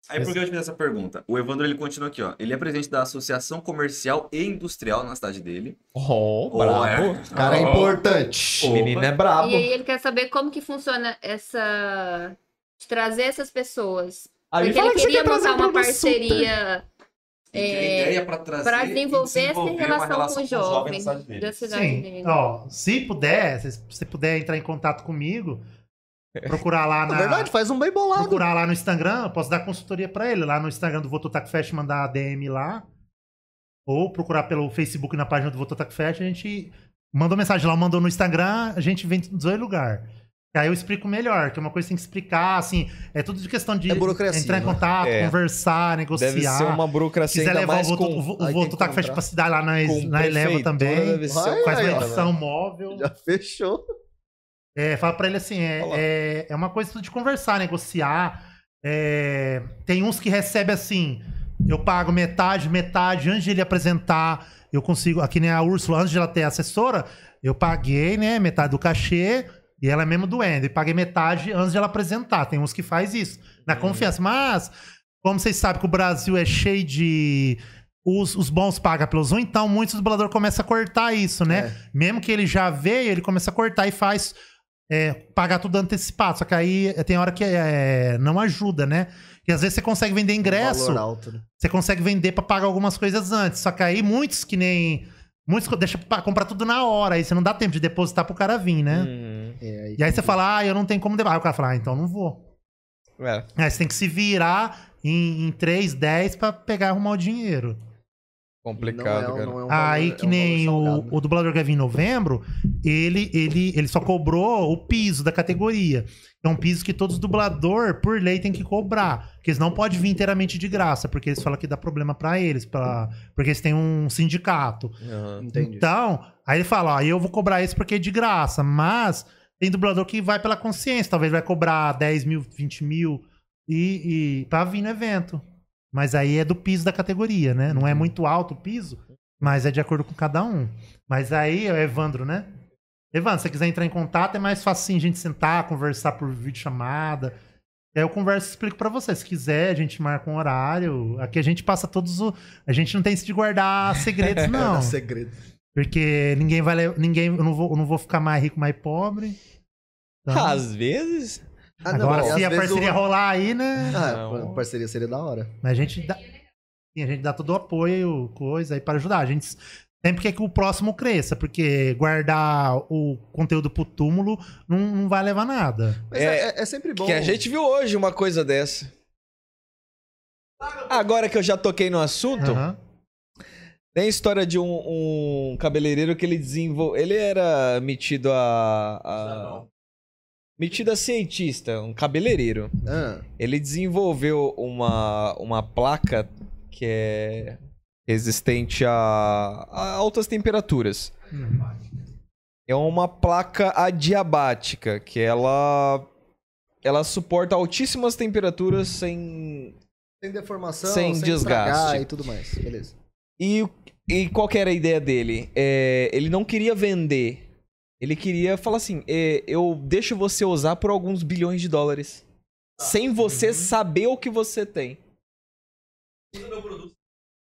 [SPEAKER 4] Aí por que eu te fiz essa pergunta? O Evandro ele continua aqui, ó. Ele é presidente da Associação Comercial e Industrial na cidade dele.
[SPEAKER 2] Oh,
[SPEAKER 4] O
[SPEAKER 1] O
[SPEAKER 3] Ah,
[SPEAKER 1] cara é importante.
[SPEAKER 2] O menino é
[SPEAKER 4] Tá
[SPEAKER 2] brabo.
[SPEAKER 6] E aí ele quer saber como que funciona essa. de trazer essas pessoas.
[SPEAKER 2] Aí
[SPEAKER 6] Porque
[SPEAKER 2] fala
[SPEAKER 6] ele
[SPEAKER 2] que você
[SPEAKER 6] queria
[SPEAKER 2] quer trazer
[SPEAKER 6] montar
[SPEAKER 2] um
[SPEAKER 6] uma
[SPEAKER 2] Bruno Sutter.
[SPEAKER 6] parceria É,
[SPEAKER 4] ideia para trazer
[SPEAKER 6] pra desenvolver
[SPEAKER 4] e
[SPEAKER 6] essa
[SPEAKER 4] uma
[SPEAKER 6] relação com o
[SPEAKER 4] os jovens
[SPEAKER 6] jovem.
[SPEAKER 4] na cidade dele.
[SPEAKER 6] da cidade
[SPEAKER 3] Sim,
[SPEAKER 6] dele.
[SPEAKER 3] ó, se puder, se você puder entrar em contato comigo, procurar lá
[SPEAKER 1] Na
[SPEAKER 3] na.
[SPEAKER 1] verdade, faz um bem bolado.
[SPEAKER 3] procurar lá no Instagram, eu posso dar consultoria pra ele. Lá no Instagram do Vototac Fest, mandar a DM lá. Ou procurar pelo Facebook na página do Vototac Fest, a gente mandou mensagem lá, mandou no Instagram, a gente vem dos dois lugares. Aí eu explico melhor, que é uma coisa que tem que explicar, assim, é tudo de questão de
[SPEAKER 1] É burocracia,
[SPEAKER 3] entrar em
[SPEAKER 1] né?
[SPEAKER 3] contato,
[SPEAKER 2] É.
[SPEAKER 3] conversar, negociar.
[SPEAKER 2] Deve ser uma
[SPEAKER 3] Se
[SPEAKER 2] burocracia
[SPEAKER 3] quiser
[SPEAKER 2] ainda
[SPEAKER 3] levar o
[SPEAKER 2] mais
[SPEAKER 3] Voto-
[SPEAKER 2] com,
[SPEAKER 3] o Vo-
[SPEAKER 1] aí tem
[SPEAKER 3] o Vototac
[SPEAKER 1] que
[SPEAKER 3] Fest pra cidade lá na,
[SPEAKER 2] com
[SPEAKER 3] na Eleva
[SPEAKER 2] prefeitura,
[SPEAKER 3] também.
[SPEAKER 2] deve ser né?
[SPEAKER 1] Vai,
[SPEAKER 3] Faz uma
[SPEAKER 1] aí, ó.
[SPEAKER 3] edição móvel.
[SPEAKER 1] Já fechou.
[SPEAKER 3] É, fala pra ele assim, é,
[SPEAKER 2] Fala.
[SPEAKER 3] é, é uma coisa de conversar, negociar. É, tem uns que recebe assim, eu pago metade, metade, antes de ele apresentar, eu consigo, aqui nem a Úrsula, antes de ela ter assessora, eu paguei, né, metade do cachê, e ela é mesmo do Ender, e paguei metade antes de ela apresentar. Tem uns que faz isso, na confiança. Mas, como vocês sabem que o Brasil é cheio de... Os, os bons pagam pelos ruins, então muitos dublador começa a cortar isso, né?
[SPEAKER 1] É,
[SPEAKER 3] Mesmo que ele já veio, ele começa a cortar e faz é, pagar tudo antecipado. Só que aí é, tem hora que é, não ajuda, né? E às vezes você consegue vender ingresso,
[SPEAKER 1] um Valor alto, né?
[SPEAKER 3] você consegue vender pra pagar algumas coisas antes. Só que aí muitos que nem. Muitos co- deixa pra comprar tudo na hora, aí você não dá tempo de depositar pro cara vir, né?
[SPEAKER 2] Hum,
[SPEAKER 1] É,
[SPEAKER 3] E aí você fala, ah, eu não tenho como depositar. Aí o cara fala, ah, então não vou.
[SPEAKER 2] é.
[SPEAKER 3] Aí você tem que se virar em, em 3, 10 pra pegar e arrumar o dinheiro.
[SPEAKER 2] Complicado,
[SPEAKER 1] Não é um-
[SPEAKER 2] cara.
[SPEAKER 1] não é um
[SPEAKER 3] Aí
[SPEAKER 1] valor- é
[SPEAKER 3] que
[SPEAKER 1] um
[SPEAKER 3] nem
[SPEAKER 1] valor
[SPEAKER 3] o,
[SPEAKER 1] salgado.
[SPEAKER 3] o dublador que vai vir em novembro, ele, ele, ele só cobrou o piso da categoria. É um piso que todos dublador, por lei, tem que cobrar. Porque eles não podem vir inteiramente de graça, porque eles falam que dá problema pra eles, pra, porque eles têm um sindicato.
[SPEAKER 2] Aham.
[SPEAKER 1] Entendi.
[SPEAKER 3] Então, aí ele fala, ó, eu vou cobrar isso porque é de graça, mas tem dublador que vai pela consciência, talvez vai cobrar 10 mil, 20 mil e, e pra vir no evento. Mas aí é do piso da categoria, né? Não é muito alto o piso, mas é de acordo com cada um. Mas aí é o Evandro, né? Evandro, se você quiser entrar em contato, é mais facinho a gente sentar, conversar por videochamada. Aí eu converso e explico pra você. Se quiser, a gente marca um horário. Aqui a gente passa todos o. A gente não tem isso de guardar segredos, não.
[SPEAKER 1] Guardar é segredo.
[SPEAKER 3] Porque ninguém vai. le- Ninguém, eu, não vou, eu não vou ficar mais rico, mais pobre. Então,
[SPEAKER 2] Às vezes.
[SPEAKER 1] Ah, não, é.
[SPEAKER 3] agora,
[SPEAKER 1] e às
[SPEAKER 3] se a
[SPEAKER 1] vezes
[SPEAKER 3] parceria
[SPEAKER 1] o-
[SPEAKER 3] rolar aí, né?
[SPEAKER 1] Ah,
[SPEAKER 2] Não.
[SPEAKER 1] a parceria seria da hora.
[SPEAKER 3] Mas a gente dá. sim, a gente dá todo o apoio, coisa aí para ajudar. A gente sempre quer que o próximo cresça, porque guardar o conteúdo pro túmulo não, não vai levar nada.
[SPEAKER 1] Mas
[SPEAKER 2] É,
[SPEAKER 1] é, é- é sempre bom.
[SPEAKER 2] Que a gente viu hoje uma coisa dessa. Agora que eu já toquei no assunto,
[SPEAKER 3] Aham.
[SPEAKER 2] Tem a história de um, um cabeleireiro que ele desenvolveu. Ele era metido a. a... Metido a cientista, um cabeleireiro.
[SPEAKER 1] Ah,
[SPEAKER 2] Ele desenvolveu uma, uma placa que é resistente a, a altas temperaturas. É uma placa adiabática, que ela ela suporta altíssimas temperaturas sem
[SPEAKER 1] sem deformação,
[SPEAKER 2] Sem desgaste.
[SPEAKER 1] estragar e tudo mais. Beleza.
[SPEAKER 2] e e qual que era a ideia dele? É, ele não queria vender. Ele queria falar assim: é, eu deixo você usar por alguns bilhões de dólares. Sem você saber o que você tem.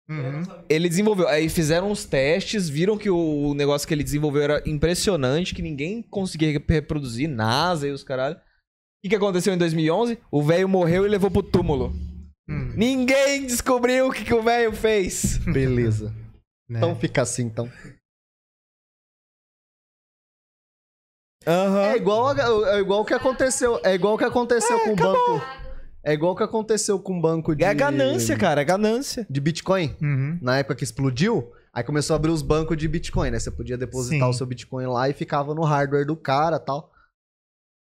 [SPEAKER 3] Uhum.
[SPEAKER 2] Ele desenvolveu. Aí fizeram uns testes, viram que o o negócio que ele desenvolveu era impressionante, que ninguém conseguia re- reproduzir, NASA e os caralho. O que, que aconteceu em 2011? O velho morreu e levou pro túmulo.
[SPEAKER 3] Hum,
[SPEAKER 2] Ninguém descobriu o que, que o velho <laughs> fez.
[SPEAKER 1] Beleza.
[SPEAKER 3] né?
[SPEAKER 1] Então fica assim, então.
[SPEAKER 2] Aham.
[SPEAKER 3] Ah.
[SPEAKER 1] É igual, a- é igual o que aconteceu. É igual o que aconteceu com o banco. É igual o que aconteceu com o banco de.
[SPEAKER 2] É a ganância, cara, é ganância.
[SPEAKER 1] De Bitcoin.
[SPEAKER 3] Uhum.
[SPEAKER 1] Na época que explodiu, aí começou a abrir os bancos de Bitcoin, né? Você podia depositar
[SPEAKER 3] Sim.
[SPEAKER 1] o seu Bitcoin lá e ficava no hardware do cara tal.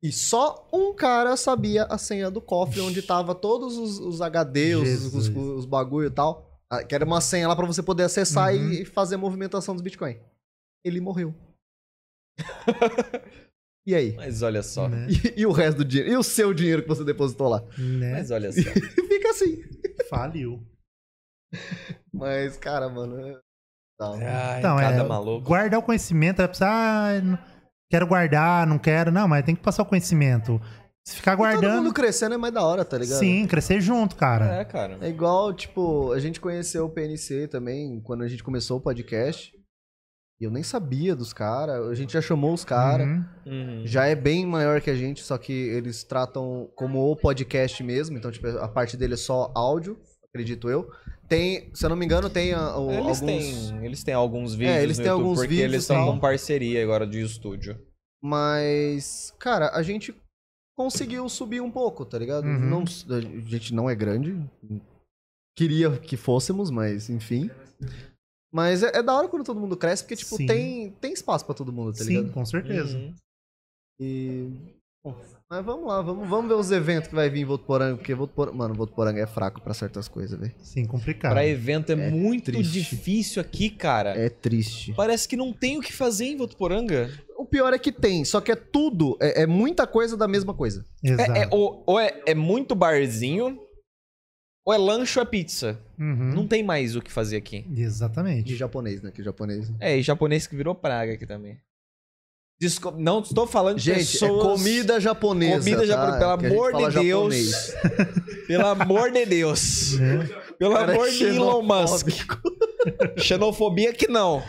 [SPEAKER 1] E só um cara sabia a senha do cofre, onde tava todos os, os HD, os, os,
[SPEAKER 3] Jesus.
[SPEAKER 1] os bagulho e tal. Ah, Que era uma senha lá pra você poder acessar
[SPEAKER 3] Uhum.
[SPEAKER 1] e fazer a movimentação dos Bitcoin. Ele
[SPEAKER 3] <laughs>
[SPEAKER 1] morreu. e aí?
[SPEAKER 2] Mas olha só.
[SPEAKER 3] Né?
[SPEAKER 1] E, e o resto do dinheiro? E o seu dinheiro que você depositou lá?
[SPEAKER 3] Né?
[SPEAKER 2] Mas
[SPEAKER 1] <laughs>
[SPEAKER 2] olha só.
[SPEAKER 1] Fica assim.
[SPEAKER 3] Faliu.
[SPEAKER 1] Mas, cara, mano. é- Não.
[SPEAKER 2] Ai,
[SPEAKER 3] Então,
[SPEAKER 2] cada
[SPEAKER 3] é,
[SPEAKER 2] maluco.
[SPEAKER 3] Guardar o conhecimento, é precisar, ah, não- quero guardar, não quero. Não, mas tem que passar o conhecimento. Se ficar
[SPEAKER 1] Todo
[SPEAKER 3] guardando,
[SPEAKER 1] mundo crescendo é mais da hora, tá ligado?
[SPEAKER 3] sim, crescer junto, cara.
[SPEAKER 2] É, cara.
[SPEAKER 1] É igual, tipo, a gente conheceu o PNC também quando a gente começou o podcast. E eu nem sabia dos caras. A gente já chamou os caras.
[SPEAKER 3] Uhum.
[SPEAKER 2] Uhum.
[SPEAKER 1] Já é bem maior que a gente, só que eles tratam como o podcast mesmo. Então, tipo, a parte dele é só áudio, acredito eu. Tem, se eu não me engano, tem ah, o-
[SPEAKER 2] Eles,
[SPEAKER 1] alguns. É,
[SPEAKER 2] têm, eles têm alguns vídeos
[SPEAKER 1] eles
[SPEAKER 2] no
[SPEAKER 1] têm
[SPEAKER 2] YouTube,
[SPEAKER 1] alguns
[SPEAKER 2] porque
[SPEAKER 1] vídeos
[SPEAKER 2] eles
[SPEAKER 1] e
[SPEAKER 2] estão
[SPEAKER 1] tal.
[SPEAKER 2] com parceria agora de estúdio.
[SPEAKER 1] Mas, cara, a gente conseguiu subir um pouco, tá ligado?
[SPEAKER 3] Uhum.
[SPEAKER 1] Não, a gente não é grande. Queria que fôssemos, mas enfim. Mas é, é da hora quando todo mundo cresce, porque, tipo,
[SPEAKER 3] Sim.
[SPEAKER 1] tem, tem espaço pra todo mundo, tá
[SPEAKER 3] Sim,
[SPEAKER 1] ligado?
[SPEAKER 3] com certeza.
[SPEAKER 2] Uhum.
[SPEAKER 1] E. bom, Mas vamos lá, vamos, vamos ver os eventos que vai vir em Votuporanga, porque Votuporanga, mano, Votuporanga é fraco pra certas coisas, velho.
[SPEAKER 3] Sim, complicado.
[SPEAKER 2] Pra evento é,
[SPEAKER 1] É
[SPEAKER 2] muito
[SPEAKER 1] triste.
[SPEAKER 2] difícil aqui, cara.
[SPEAKER 1] É triste.
[SPEAKER 2] Parece que não tem o que fazer em Votuporanga.
[SPEAKER 1] O pior é que tem, só que é tudo, é, é muita coisa da mesma coisa.
[SPEAKER 3] Exato.
[SPEAKER 2] É, é- ou ou é, é muito barzinho, ou é lanche ou é pizza.
[SPEAKER 1] Hum?
[SPEAKER 3] Uhum.
[SPEAKER 2] Não tem mais o que fazer aqui.
[SPEAKER 1] De <laughs>
[SPEAKER 3] Exatamente.
[SPEAKER 1] japonês, né? Que japonês.
[SPEAKER 2] É, e japonês que virou praga aqui também. Desco- não estou falando de
[SPEAKER 1] Gente, é
[SPEAKER 2] pessoas-
[SPEAKER 1] comida japonesa.
[SPEAKER 2] Comida japonesa, pelo
[SPEAKER 1] É que a gente
[SPEAKER 2] amor
[SPEAKER 1] fala
[SPEAKER 2] de Deus.
[SPEAKER 1] japonês.
[SPEAKER 2] <laughs> Pelo amor de Deus.
[SPEAKER 3] Né?
[SPEAKER 2] Pelo
[SPEAKER 1] Cara, é
[SPEAKER 2] amor de Elon Musk. Xenofobia
[SPEAKER 1] <laughs>
[SPEAKER 2] que não.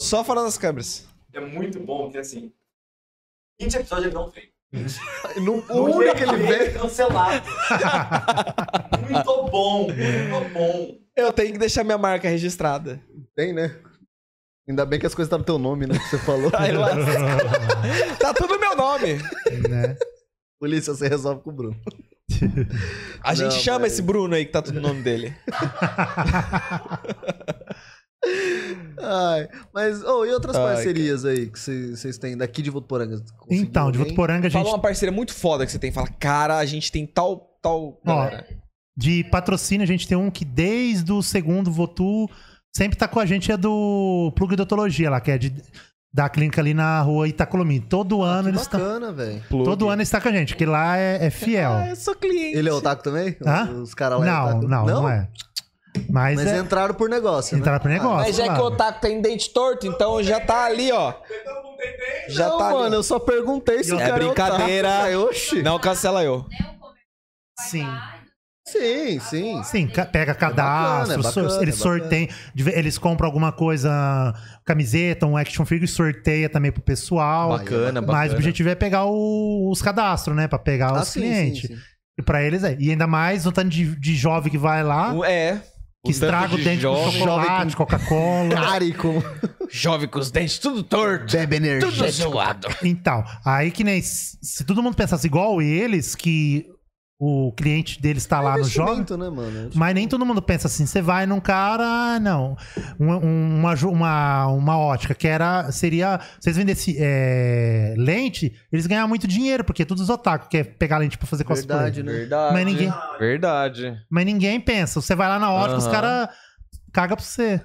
[SPEAKER 2] Só fora das câmeras.
[SPEAKER 4] É muito bom, porque assim. 20 episódios ele não veio.
[SPEAKER 1] Não, o
[SPEAKER 2] é
[SPEAKER 1] único que ele vê.
[SPEAKER 6] <laughs>
[SPEAKER 4] cancelado. muito bom, muito bom.
[SPEAKER 2] Eu tenho que deixar minha marca registrada.
[SPEAKER 1] Tem, né? Ainda bem que as coisas estão no teu nome, né? Que você falou.
[SPEAKER 2] Aí lá, tá tudo meu nome.
[SPEAKER 3] Né?
[SPEAKER 1] <laughs> Polícia, você resolve com o Bruno.
[SPEAKER 2] A gente
[SPEAKER 1] Não,
[SPEAKER 2] chama
[SPEAKER 1] mas-
[SPEAKER 2] esse Bruno aí que tá tudo no nome dele.
[SPEAKER 1] Ai, mas, ô, e outras
[SPEAKER 2] Ai,
[SPEAKER 1] parcerias aí que vocês vocês têm daqui de Votuporanga? Conseguiu
[SPEAKER 3] Então, de
[SPEAKER 1] alguém?
[SPEAKER 3] Votuporanga, a gente.
[SPEAKER 2] Fala uma parceria muito foda que você tem. Fala, cara, a gente tem tal, tal. galera.
[SPEAKER 3] De patrocínio, a gente tem um que desde o segundo Votu sempre tá com a gente, é do Plug Odontologia lá, que é de, da clínica ali na rua Itacolomi. Todo ano
[SPEAKER 1] Ah, Que
[SPEAKER 3] eles tá- estão.
[SPEAKER 1] bacana, velho.
[SPEAKER 3] Todo ano está com a gente, que lá é, é fiel.
[SPEAKER 2] Ah, eu sou cliente.
[SPEAKER 1] Ele é otaku também?
[SPEAKER 3] Hã?
[SPEAKER 1] Os caras lá é
[SPEAKER 3] não,
[SPEAKER 1] otaku?
[SPEAKER 3] não, não, é. Mas,
[SPEAKER 1] Mas
[SPEAKER 3] é,
[SPEAKER 1] entraram por negócio, né?
[SPEAKER 3] entrar pro negócio.
[SPEAKER 2] Mas já que é o
[SPEAKER 3] claro.
[SPEAKER 2] Otaku tem dente torto, então já tá ali, ó. Já
[SPEAKER 1] não,
[SPEAKER 2] tá ali, ó.
[SPEAKER 1] mano, eu só perguntei se
[SPEAKER 3] É
[SPEAKER 1] o cara
[SPEAKER 2] brincadeira.
[SPEAKER 1] É otaku, velho. Oxi.
[SPEAKER 2] Não, cancela eu.
[SPEAKER 3] Sim.
[SPEAKER 1] Sim, sim.
[SPEAKER 3] Sim, ca- pega cadastro,
[SPEAKER 1] É bacana, é
[SPEAKER 3] sor-
[SPEAKER 1] bacana,
[SPEAKER 3] eles
[SPEAKER 1] é bacana.
[SPEAKER 3] sorteiam, de- eles compram alguma coisa, camiseta, um action figure, e sorteia também pro pessoal.
[SPEAKER 1] é
[SPEAKER 2] Bacana, bacana.
[SPEAKER 3] Mas o objetivo é pegar o- os cadastros, né? Pra pegar os clientes.
[SPEAKER 1] Ah, sim.
[SPEAKER 3] E pra eles é. E ainda mais o tanto de, de jovem que vai lá,
[SPEAKER 2] O- É.
[SPEAKER 3] que estraga o dente com
[SPEAKER 2] jovem,
[SPEAKER 1] <laughs>
[SPEAKER 3] chocolate, Coca-Cola.
[SPEAKER 1] Carico.
[SPEAKER 2] jovem com os dentes tudo torto.
[SPEAKER 1] Bebe
[SPEAKER 2] Tudo
[SPEAKER 1] energético.
[SPEAKER 2] zoado.
[SPEAKER 3] então, aí que nem. Se se todo mundo pensasse igual eles, que o cliente dele está lá no jogo.
[SPEAKER 1] Investimento, né, mano?
[SPEAKER 3] Mas nem todo mundo pensa assim. Você vai num cara, ah, não. Um- um- uma, ju- uma, uma ótica que era. Seria. Se eles vendessem é, lente, eles ganhavam muito dinheiro, porque todos os otaku quer pegar lente pra fazer cosplay.
[SPEAKER 1] Verdade, né?
[SPEAKER 2] Verdade.
[SPEAKER 3] Mas ninguém,
[SPEAKER 2] Verdade.
[SPEAKER 3] mas ninguém pensa. Você vai lá na ótica, os
[SPEAKER 2] Aham.
[SPEAKER 3] caras cagam pra você.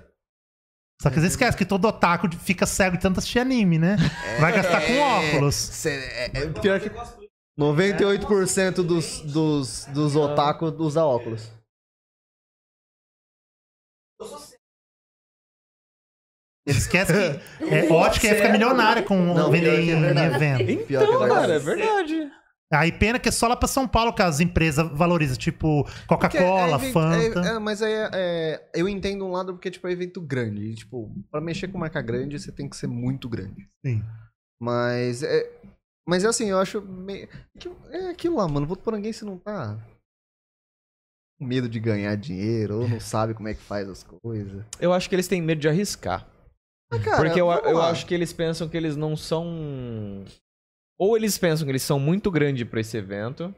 [SPEAKER 3] Só que às vezes
[SPEAKER 1] É
[SPEAKER 3] esquece que todo otaku fica cego de tanto assistir anime, né?
[SPEAKER 1] É.
[SPEAKER 3] Vai gastar com
[SPEAKER 1] <laughs>
[SPEAKER 3] óculos.
[SPEAKER 1] Cê- é, é pior que 98% dos, dos, dos otaku usa óculos.
[SPEAKER 3] Ele esquece que
[SPEAKER 1] <laughs>
[SPEAKER 3] é, ótica ia ficar milionária com
[SPEAKER 1] Não,
[SPEAKER 3] vender
[SPEAKER 1] pior que é
[SPEAKER 3] em
[SPEAKER 1] verdade. Pior
[SPEAKER 3] evento.
[SPEAKER 1] que é
[SPEAKER 2] Então,
[SPEAKER 1] verdade.
[SPEAKER 2] cara, é verdade.
[SPEAKER 3] Aí pena que é só lá pra São Paulo que as empresas valorizam, tipo Coca-Cola,
[SPEAKER 1] Porque é- é evento-
[SPEAKER 3] Fanta.
[SPEAKER 1] é- é, mas aí é, é- eu entendo um lado porque, tipo, é evento grande. E, tipo, pra mexer com marca grande, você tem que ser muito grande.
[SPEAKER 3] Sim.
[SPEAKER 1] Mas é. Mas é assim, eu acho. meio- que- É aquilo lá, mano. Voto por ninguém se não tá. Com medo de ganhar dinheiro, ou não sabe como é que faz as coisas.
[SPEAKER 2] Eu acho que eles têm medo de arriscar.
[SPEAKER 1] Ah, cara,
[SPEAKER 2] Porque eu,
[SPEAKER 1] vamos
[SPEAKER 2] eu
[SPEAKER 1] lá.
[SPEAKER 2] acho que eles pensam que eles não são. Ou eles pensam que eles são muito grandes pra esse evento.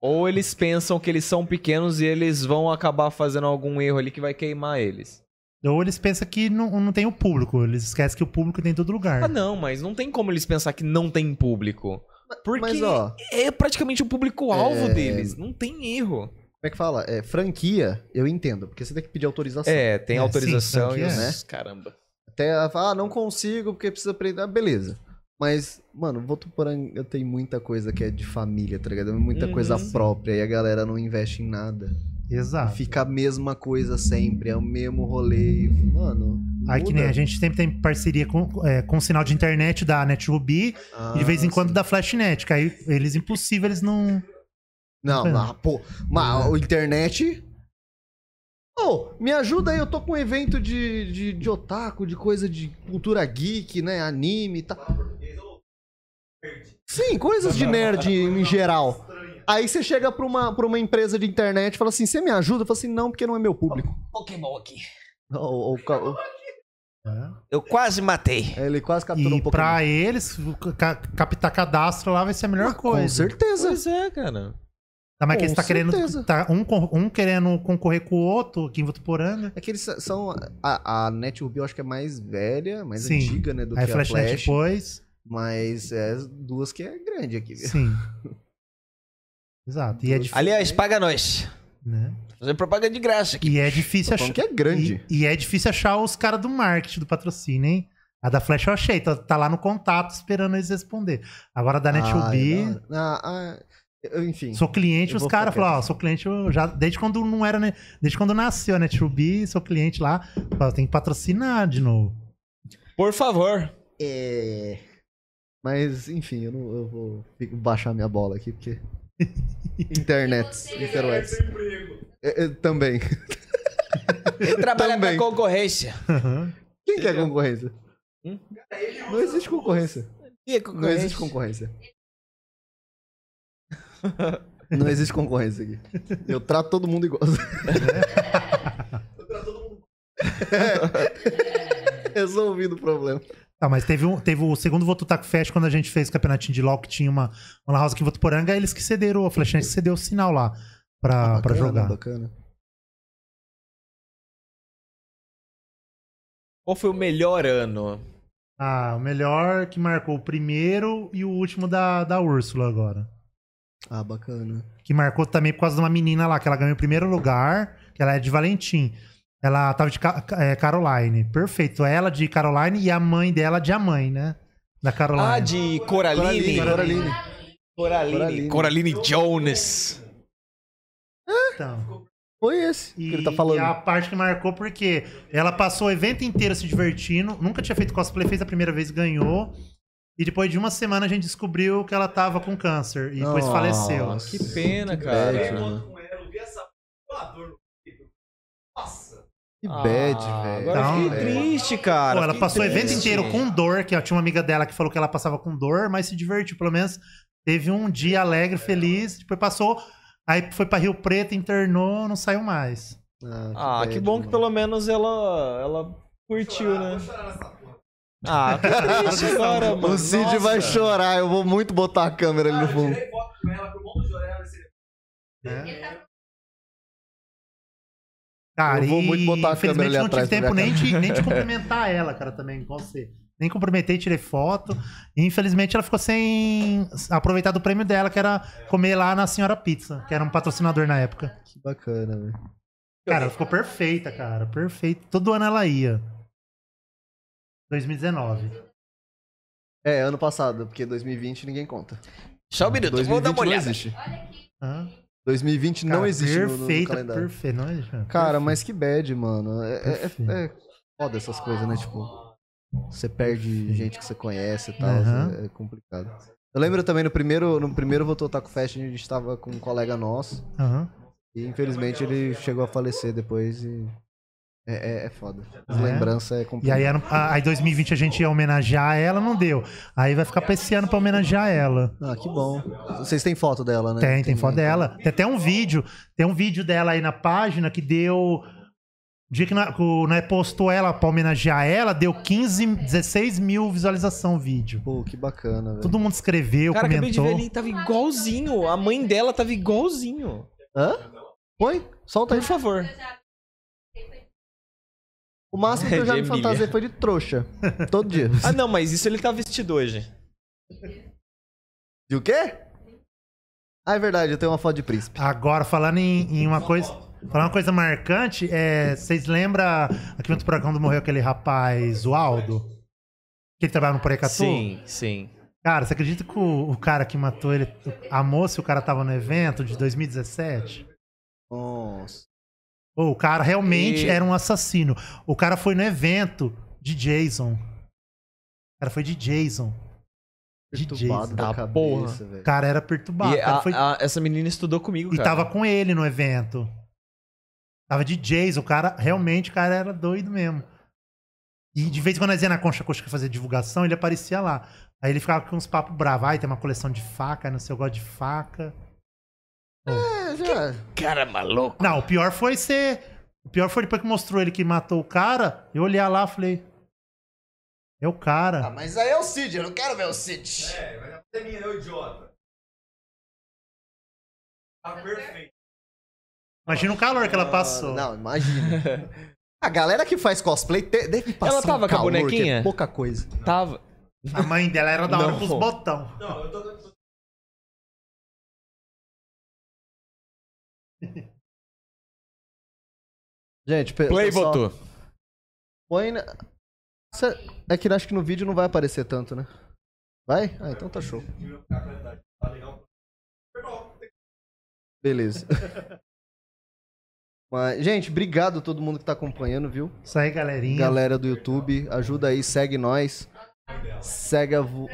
[SPEAKER 2] Ou eles pensam que eles são pequenos e eles vão acabar fazendo algum erro ali que vai queimar eles.
[SPEAKER 1] é,
[SPEAKER 3] Ou eles pensam que não, não tem o público. Eles esquecem que o público tem em todo lugar.
[SPEAKER 2] Ah, não, mas não tem como eles pensar que não tem público. Porque
[SPEAKER 1] Mas, ó, como
[SPEAKER 2] é praticamente o público-alvo
[SPEAKER 1] É.
[SPEAKER 2] deles. Não tem erro.
[SPEAKER 1] é que fala? É, franquia, eu entendo, porque você tem que pedir autorização.
[SPEAKER 2] É, tem
[SPEAKER 3] É,
[SPEAKER 2] autorização
[SPEAKER 3] sim,
[SPEAKER 2] e
[SPEAKER 3] franquia,
[SPEAKER 2] os...
[SPEAKER 1] né?
[SPEAKER 2] Caramba.
[SPEAKER 1] Até, ela fala, ah, não consigo porque precisa aprender. Ah, beleza. Mas, mano, Votuporanga tem muita coisa que é de família, tá ligado? Muita
[SPEAKER 2] Uhum.
[SPEAKER 1] coisa própria e a galera não investe em nada.
[SPEAKER 3] Exato.
[SPEAKER 1] Fica a mesma coisa sempre, é o mesmo rolê. e, Mano.
[SPEAKER 3] Aí que nem a gente sempre tem parceria com, é, com o sinal de internet da NetRuby
[SPEAKER 1] Ah,
[SPEAKER 3] e de vez em quando da Flashnet. Que aí eles, impossível, eles não.
[SPEAKER 1] Não, <laughs> ah, pô. Mas a internet. Ô, me ajuda aí, eu tô com um evento de, de, de otaku, de coisa de cultura geek, né? Anime e tal. Sim, coisas de nerd em geral. Aí você chega pra uma, pra uma empresa de internet e fala assim: você me ajuda? Eu falo assim: não, porque não é meu público.
[SPEAKER 2] Pokémon aqui.
[SPEAKER 1] Ou- ou- ou-
[SPEAKER 2] Eu quase matei.
[SPEAKER 1] ele quase É. capturou
[SPEAKER 3] E
[SPEAKER 1] um pouco.
[SPEAKER 3] pra eles, ca- captar cadastro lá vai ser a melhor coisa.
[SPEAKER 1] Ah, Com certeza.
[SPEAKER 2] Pois é, cara.
[SPEAKER 3] Tá, mas que
[SPEAKER 1] Com
[SPEAKER 3] eles tá
[SPEAKER 1] certeza.
[SPEAKER 3] querendo. Tá um, con- um querendo concorrer com o outro aqui em Votuporanga.
[SPEAKER 1] É que eles são. A, a NetRuby eu acho que é mais velha, mais
[SPEAKER 3] Sim.
[SPEAKER 1] antiga, né? Do
[SPEAKER 3] Aí
[SPEAKER 1] que a
[SPEAKER 3] Flashnet
[SPEAKER 1] Flash.
[SPEAKER 3] depois.
[SPEAKER 1] Mas é as duas que é grande aqui. viu?
[SPEAKER 3] Sim. <laughs> Exato. E é,
[SPEAKER 1] Então,
[SPEAKER 3] dif-
[SPEAKER 2] Aliás, paga nós.
[SPEAKER 3] né?
[SPEAKER 2] Fazer propaganda de graça aqui.
[SPEAKER 3] e é difícil
[SPEAKER 1] Tô falando
[SPEAKER 3] achar.
[SPEAKER 1] que é grande.
[SPEAKER 3] E, e é difícil achar os caras do marketing, do patrocínio, hein? A da Flash eu achei, tá, tá lá no contato esperando eles responder. Agora a da
[SPEAKER 1] Ah, é
[SPEAKER 3] NetUB,
[SPEAKER 1] da hora. Ah, ah, eu- enfim.
[SPEAKER 3] sou cliente,
[SPEAKER 1] Eu
[SPEAKER 3] os
[SPEAKER 1] vou
[SPEAKER 3] caras
[SPEAKER 1] ficar
[SPEAKER 3] falaram, ó, sou cliente eu já, desde quando não era, né? Desde quando nasceu a NetUB, sou cliente lá, fala, tem que patrocinar
[SPEAKER 1] <laughs>
[SPEAKER 3] de novo.
[SPEAKER 2] Por favor.
[SPEAKER 1] É. Mas, enfim, eu, não, eu vou fico- baixar minha bola aqui, porque. Internet. Interwebs. É, é, também. <laughs>
[SPEAKER 2] Ele trabalha
[SPEAKER 1] Também.
[SPEAKER 2] pra concorrência.
[SPEAKER 1] Quem que é concorrência?
[SPEAKER 2] Hum?
[SPEAKER 1] Não existe concorrência.
[SPEAKER 2] E a
[SPEAKER 1] Não existe concorrência. <laughs> Não existe concorrência aqui. Eu trato todo mundo igual. <laughs> Eu trato todo mundo. Resolvido o problema.
[SPEAKER 3] Ah, mas teve, um, teve o segundo Votutaco Fest, quando a gente fez o campeonatinho de LOL, que tinha uma, uma lan house aqui em Votuporanga, eles que cederam, a Flashnet cedeu o sinal lá pra, Ah, pra jogar.
[SPEAKER 1] Ah, Bacana.
[SPEAKER 2] Qual foi o melhor ano?
[SPEAKER 3] Ah, o melhor que marcou o primeiro e o último da, da Úrsula agora.
[SPEAKER 1] Ah, bacana.
[SPEAKER 3] que marcou também por causa de uma menina lá, que ela ganhou o primeiro lugar, que ela é de Valentim. Ela tava de Ca- é, Caroline. Perfeito. Ela de Caroline e a mãe dela de a mãe, né? Da Caroline.
[SPEAKER 2] Ah, de
[SPEAKER 1] Coraline.
[SPEAKER 2] Coraline. Coraline.
[SPEAKER 1] Coraline.
[SPEAKER 2] Coraline Jones.
[SPEAKER 3] então.
[SPEAKER 1] Foi esse
[SPEAKER 3] E,
[SPEAKER 1] que ele tá falando.
[SPEAKER 3] e a parte que marcou porque ela passou o evento inteiro se divertindo, nunca tinha feito cosplay, fez a primeira vez, ganhou. E depois de uma semana a gente descobriu que ela tava com câncer e depois
[SPEAKER 1] Nossa.
[SPEAKER 3] faleceu.
[SPEAKER 2] Que pena,
[SPEAKER 1] Que
[SPEAKER 2] cara.
[SPEAKER 1] bad, mano. Que bad,
[SPEAKER 2] Ah,
[SPEAKER 1] velho. É.
[SPEAKER 2] Agora eu
[SPEAKER 3] Não,
[SPEAKER 2] fiquei
[SPEAKER 1] velho.
[SPEAKER 2] triste, cara.
[SPEAKER 3] Tá um- Pô, ela
[SPEAKER 2] Fiquei
[SPEAKER 3] passou o evento
[SPEAKER 2] triste.
[SPEAKER 3] inteiro com um dor, que ó, tinha uma amiga dela que falou que ela passava com dor, mas se divertiu, pelo menos teve um dia alegre, feliz, depois passou, aí foi pra Rio Preto, internou, não saiu mais.
[SPEAKER 2] Ah, que
[SPEAKER 1] bad,
[SPEAKER 2] bom que
[SPEAKER 1] mano.
[SPEAKER 2] pelo menos ela, ela curtiu, né? Ah,
[SPEAKER 3] <laughs>
[SPEAKER 2] que triste agora, mano. Ah,
[SPEAKER 1] O Cid vai chorar, eu vou muito botar a câmera ali no fundo.
[SPEAKER 3] né? Cara,
[SPEAKER 1] Eu vou
[SPEAKER 3] e
[SPEAKER 1] muito botar a câmera
[SPEAKER 3] infelizmente
[SPEAKER 1] ali
[SPEAKER 3] não tive
[SPEAKER 1] atrás pra
[SPEAKER 3] tempo
[SPEAKER 1] ver a
[SPEAKER 3] nem de,
[SPEAKER 1] <laughs>
[SPEAKER 3] nem de cumprimentar ela, cara, também, igual você. Nem cumprimentei, tirei foto. E infelizmente ela ficou sem aproveitar do prêmio dela, que era comer lá na Senhora Pizza, que era um patrocinador na época.
[SPEAKER 1] Que bacana, velho.
[SPEAKER 3] Cara, ela ficou perfeita, cara. Perfeita. Todo ano ela ia. 2019.
[SPEAKER 1] É, ano passado, porque 2020 ninguém conta.
[SPEAKER 2] Só um minuto, vou
[SPEAKER 1] 2020
[SPEAKER 2] dar uma
[SPEAKER 1] não
[SPEAKER 2] olhada.
[SPEAKER 1] existe.
[SPEAKER 3] Hã?
[SPEAKER 1] 2020 não
[SPEAKER 3] Cara,
[SPEAKER 1] existe no- no, no
[SPEAKER 3] Perfeita,
[SPEAKER 1] calendário.
[SPEAKER 3] perfeita. Não é, cara?
[SPEAKER 1] Cara, mas que bad, mano. É, é,
[SPEAKER 3] Perfeito.
[SPEAKER 1] é- é foda essas coisas, né? Tipo, você perde gente que você conhece e tal.
[SPEAKER 3] Aham.
[SPEAKER 1] É, é complicado. Eu lembro também no primeiro, no primeiro Votou Taco Fashion, a gente tava com um colega nosso.
[SPEAKER 3] Aham.
[SPEAKER 1] E infelizmente ele chegou a falecer depois e. É, é, é foda. As
[SPEAKER 3] É.
[SPEAKER 1] lembranças é
[SPEAKER 3] E aí,
[SPEAKER 1] complicado.
[SPEAKER 3] era, um, a- aí 2020 a gente ia homenagear ela, não deu. Aí vai ficar pra esse ano pra homenagear ela.
[SPEAKER 1] Ah, que bom. Vocês têm foto dela, né?
[SPEAKER 3] Tem, tem foto
[SPEAKER 1] né?
[SPEAKER 3] dela. Tem até um vídeo. Tem um vídeo dela aí na página que deu. O dia que nós né, postou ela pra homenagear ela, deu 15, 16 mil visualização o vídeo.
[SPEAKER 1] Pô, que bacana, velho.
[SPEAKER 3] Todo mundo escreveu,
[SPEAKER 2] Cara, acabei de ver
[SPEAKER 3] comentou.
[SPEAKER 2] ali, tava igualzinho. A mãe dela tava igualzinho.
[SPEAKER 1] Hã? Põe, solta aí.
[SPEAKER 2] Por favor.
[SPEAKER 1] O máximo que eu já me
[SPEAKER 2] De
[SPEAKER 1] fantasiei
[SPEAKER 2] Emília.
[SPEAKER 1] foi de trouxa. Todo
[SPEAKER 2] <laughs>
[SPEAKER 1] dia.
[SPEAKER 2] Ah, não, mas isso ele tá vestido hoje.
[SPEAKER 1] De o quê? Ah, é verdade, eu tenho uma foto de príncipe.
[SPEAKER 3] Agora, falando em, em uma coisa. Falando uma coisa marcante, é, vocês lembram aqui no Turacão do morreu aquele rapaz, o Aldo? Que ele trabalhava no Porecatu?
[SPEAKER 2] Sim, sim.
[SPEAKER 3] Cara, você acredita que o, o cara que matou ele, a moça, e o cara tava no evento de 2017?
[SPEAKER 1] Nossa.
[SPEAKER 3] Pô, o cara realmente
[SPEAKER 2] E-
[SPEAKER 3] era um assassino. O cara foi no evento de Jason. O cara foi de Jason. De
[SPEAKER 1] Perturbado
[SPEAKER 3] Jason.
[SPEAKER 1] da
[SPEAKER 2] Da
[SPEAKER 1] cabeça,
[SPEAKER 2] porra.
[SPEAKER 1] velho.
[SPEAKER 3] O cara era perturbado.
[SPEAKER 2] E
[SPEAKER 3] o cara
[SPEAKER 2] a-
[SPEAKER 3] foi-
[SPEAKER 2] a- essa menina estudou comigo,
[SPEAKER 3] e
[SPEAKER 2] cara.
[SPEAKER 3] tava com ele no evento. Tava de Jason. O cara, realmente, o cara era doido mesmo. E de vez em quando nós ia na Concha Coxa fazer divulgação, ele aparecia lá. Aí ele ficava com uns papos bravos. Ai, tem uma coleção de faca, não sei, eu gosto de faca.
[SPEAKER 1] É, já.
[SPEAKER 2] Cara maluco.
[SPEAKER 3] Não, o pior foi ser. O pior foi depois que mostrou ele que matou o cara. Eu olhar lá e falei. É o cara.
[SPEAKER 1] mas aí é o Cid, eu não quero ver o Cid.
[SPEAKER 4] É, mas a pandemia é o idiota. Tá perfeito.
[SPEAKER 3] Imagina o calor que ela passou.
[SPEAKER 1] Ah, Não, imagina.
[SPEAKER 2] <laughs>
[SPEAKER 1] A galera que faz cosplay te- deve passar
[SPEAKER 2] Ela tava
[SPEAKER 1] um
[SPEAKER 2] com a
[SPEAKER 1] calor, que É
[SPEAKER 2] bonequinha?
[SPEAKER 1] pouca coisa.
[SPEAKER 2] Tava.
[SPEAKER 3] A mãe dela era da hora
[SPEAKER 2] Não.
[SPEAKER 3] pros botão.
[SPEAKER 4] Não, eu tô.
[SPEAKER 1] Gente, pe-
[SPEAKER 2] Play
[SPEAKER 1] pessoal,
[SPEAKER 2] botou.
[SPEAKER 1] Põe na... Cê- É que acho que no vídeo não vai aparecer tanto, né? Vai? Ah, então tá show. Beleza. Mas, gente, obrigado a todo mundo que tá acompanhando, viu?
[SPEAKER 3] Isso aí, galerinha.
[SPEAKER 1] Galera do YouTube, ajuda aí, segue nós. Segue a. Vo...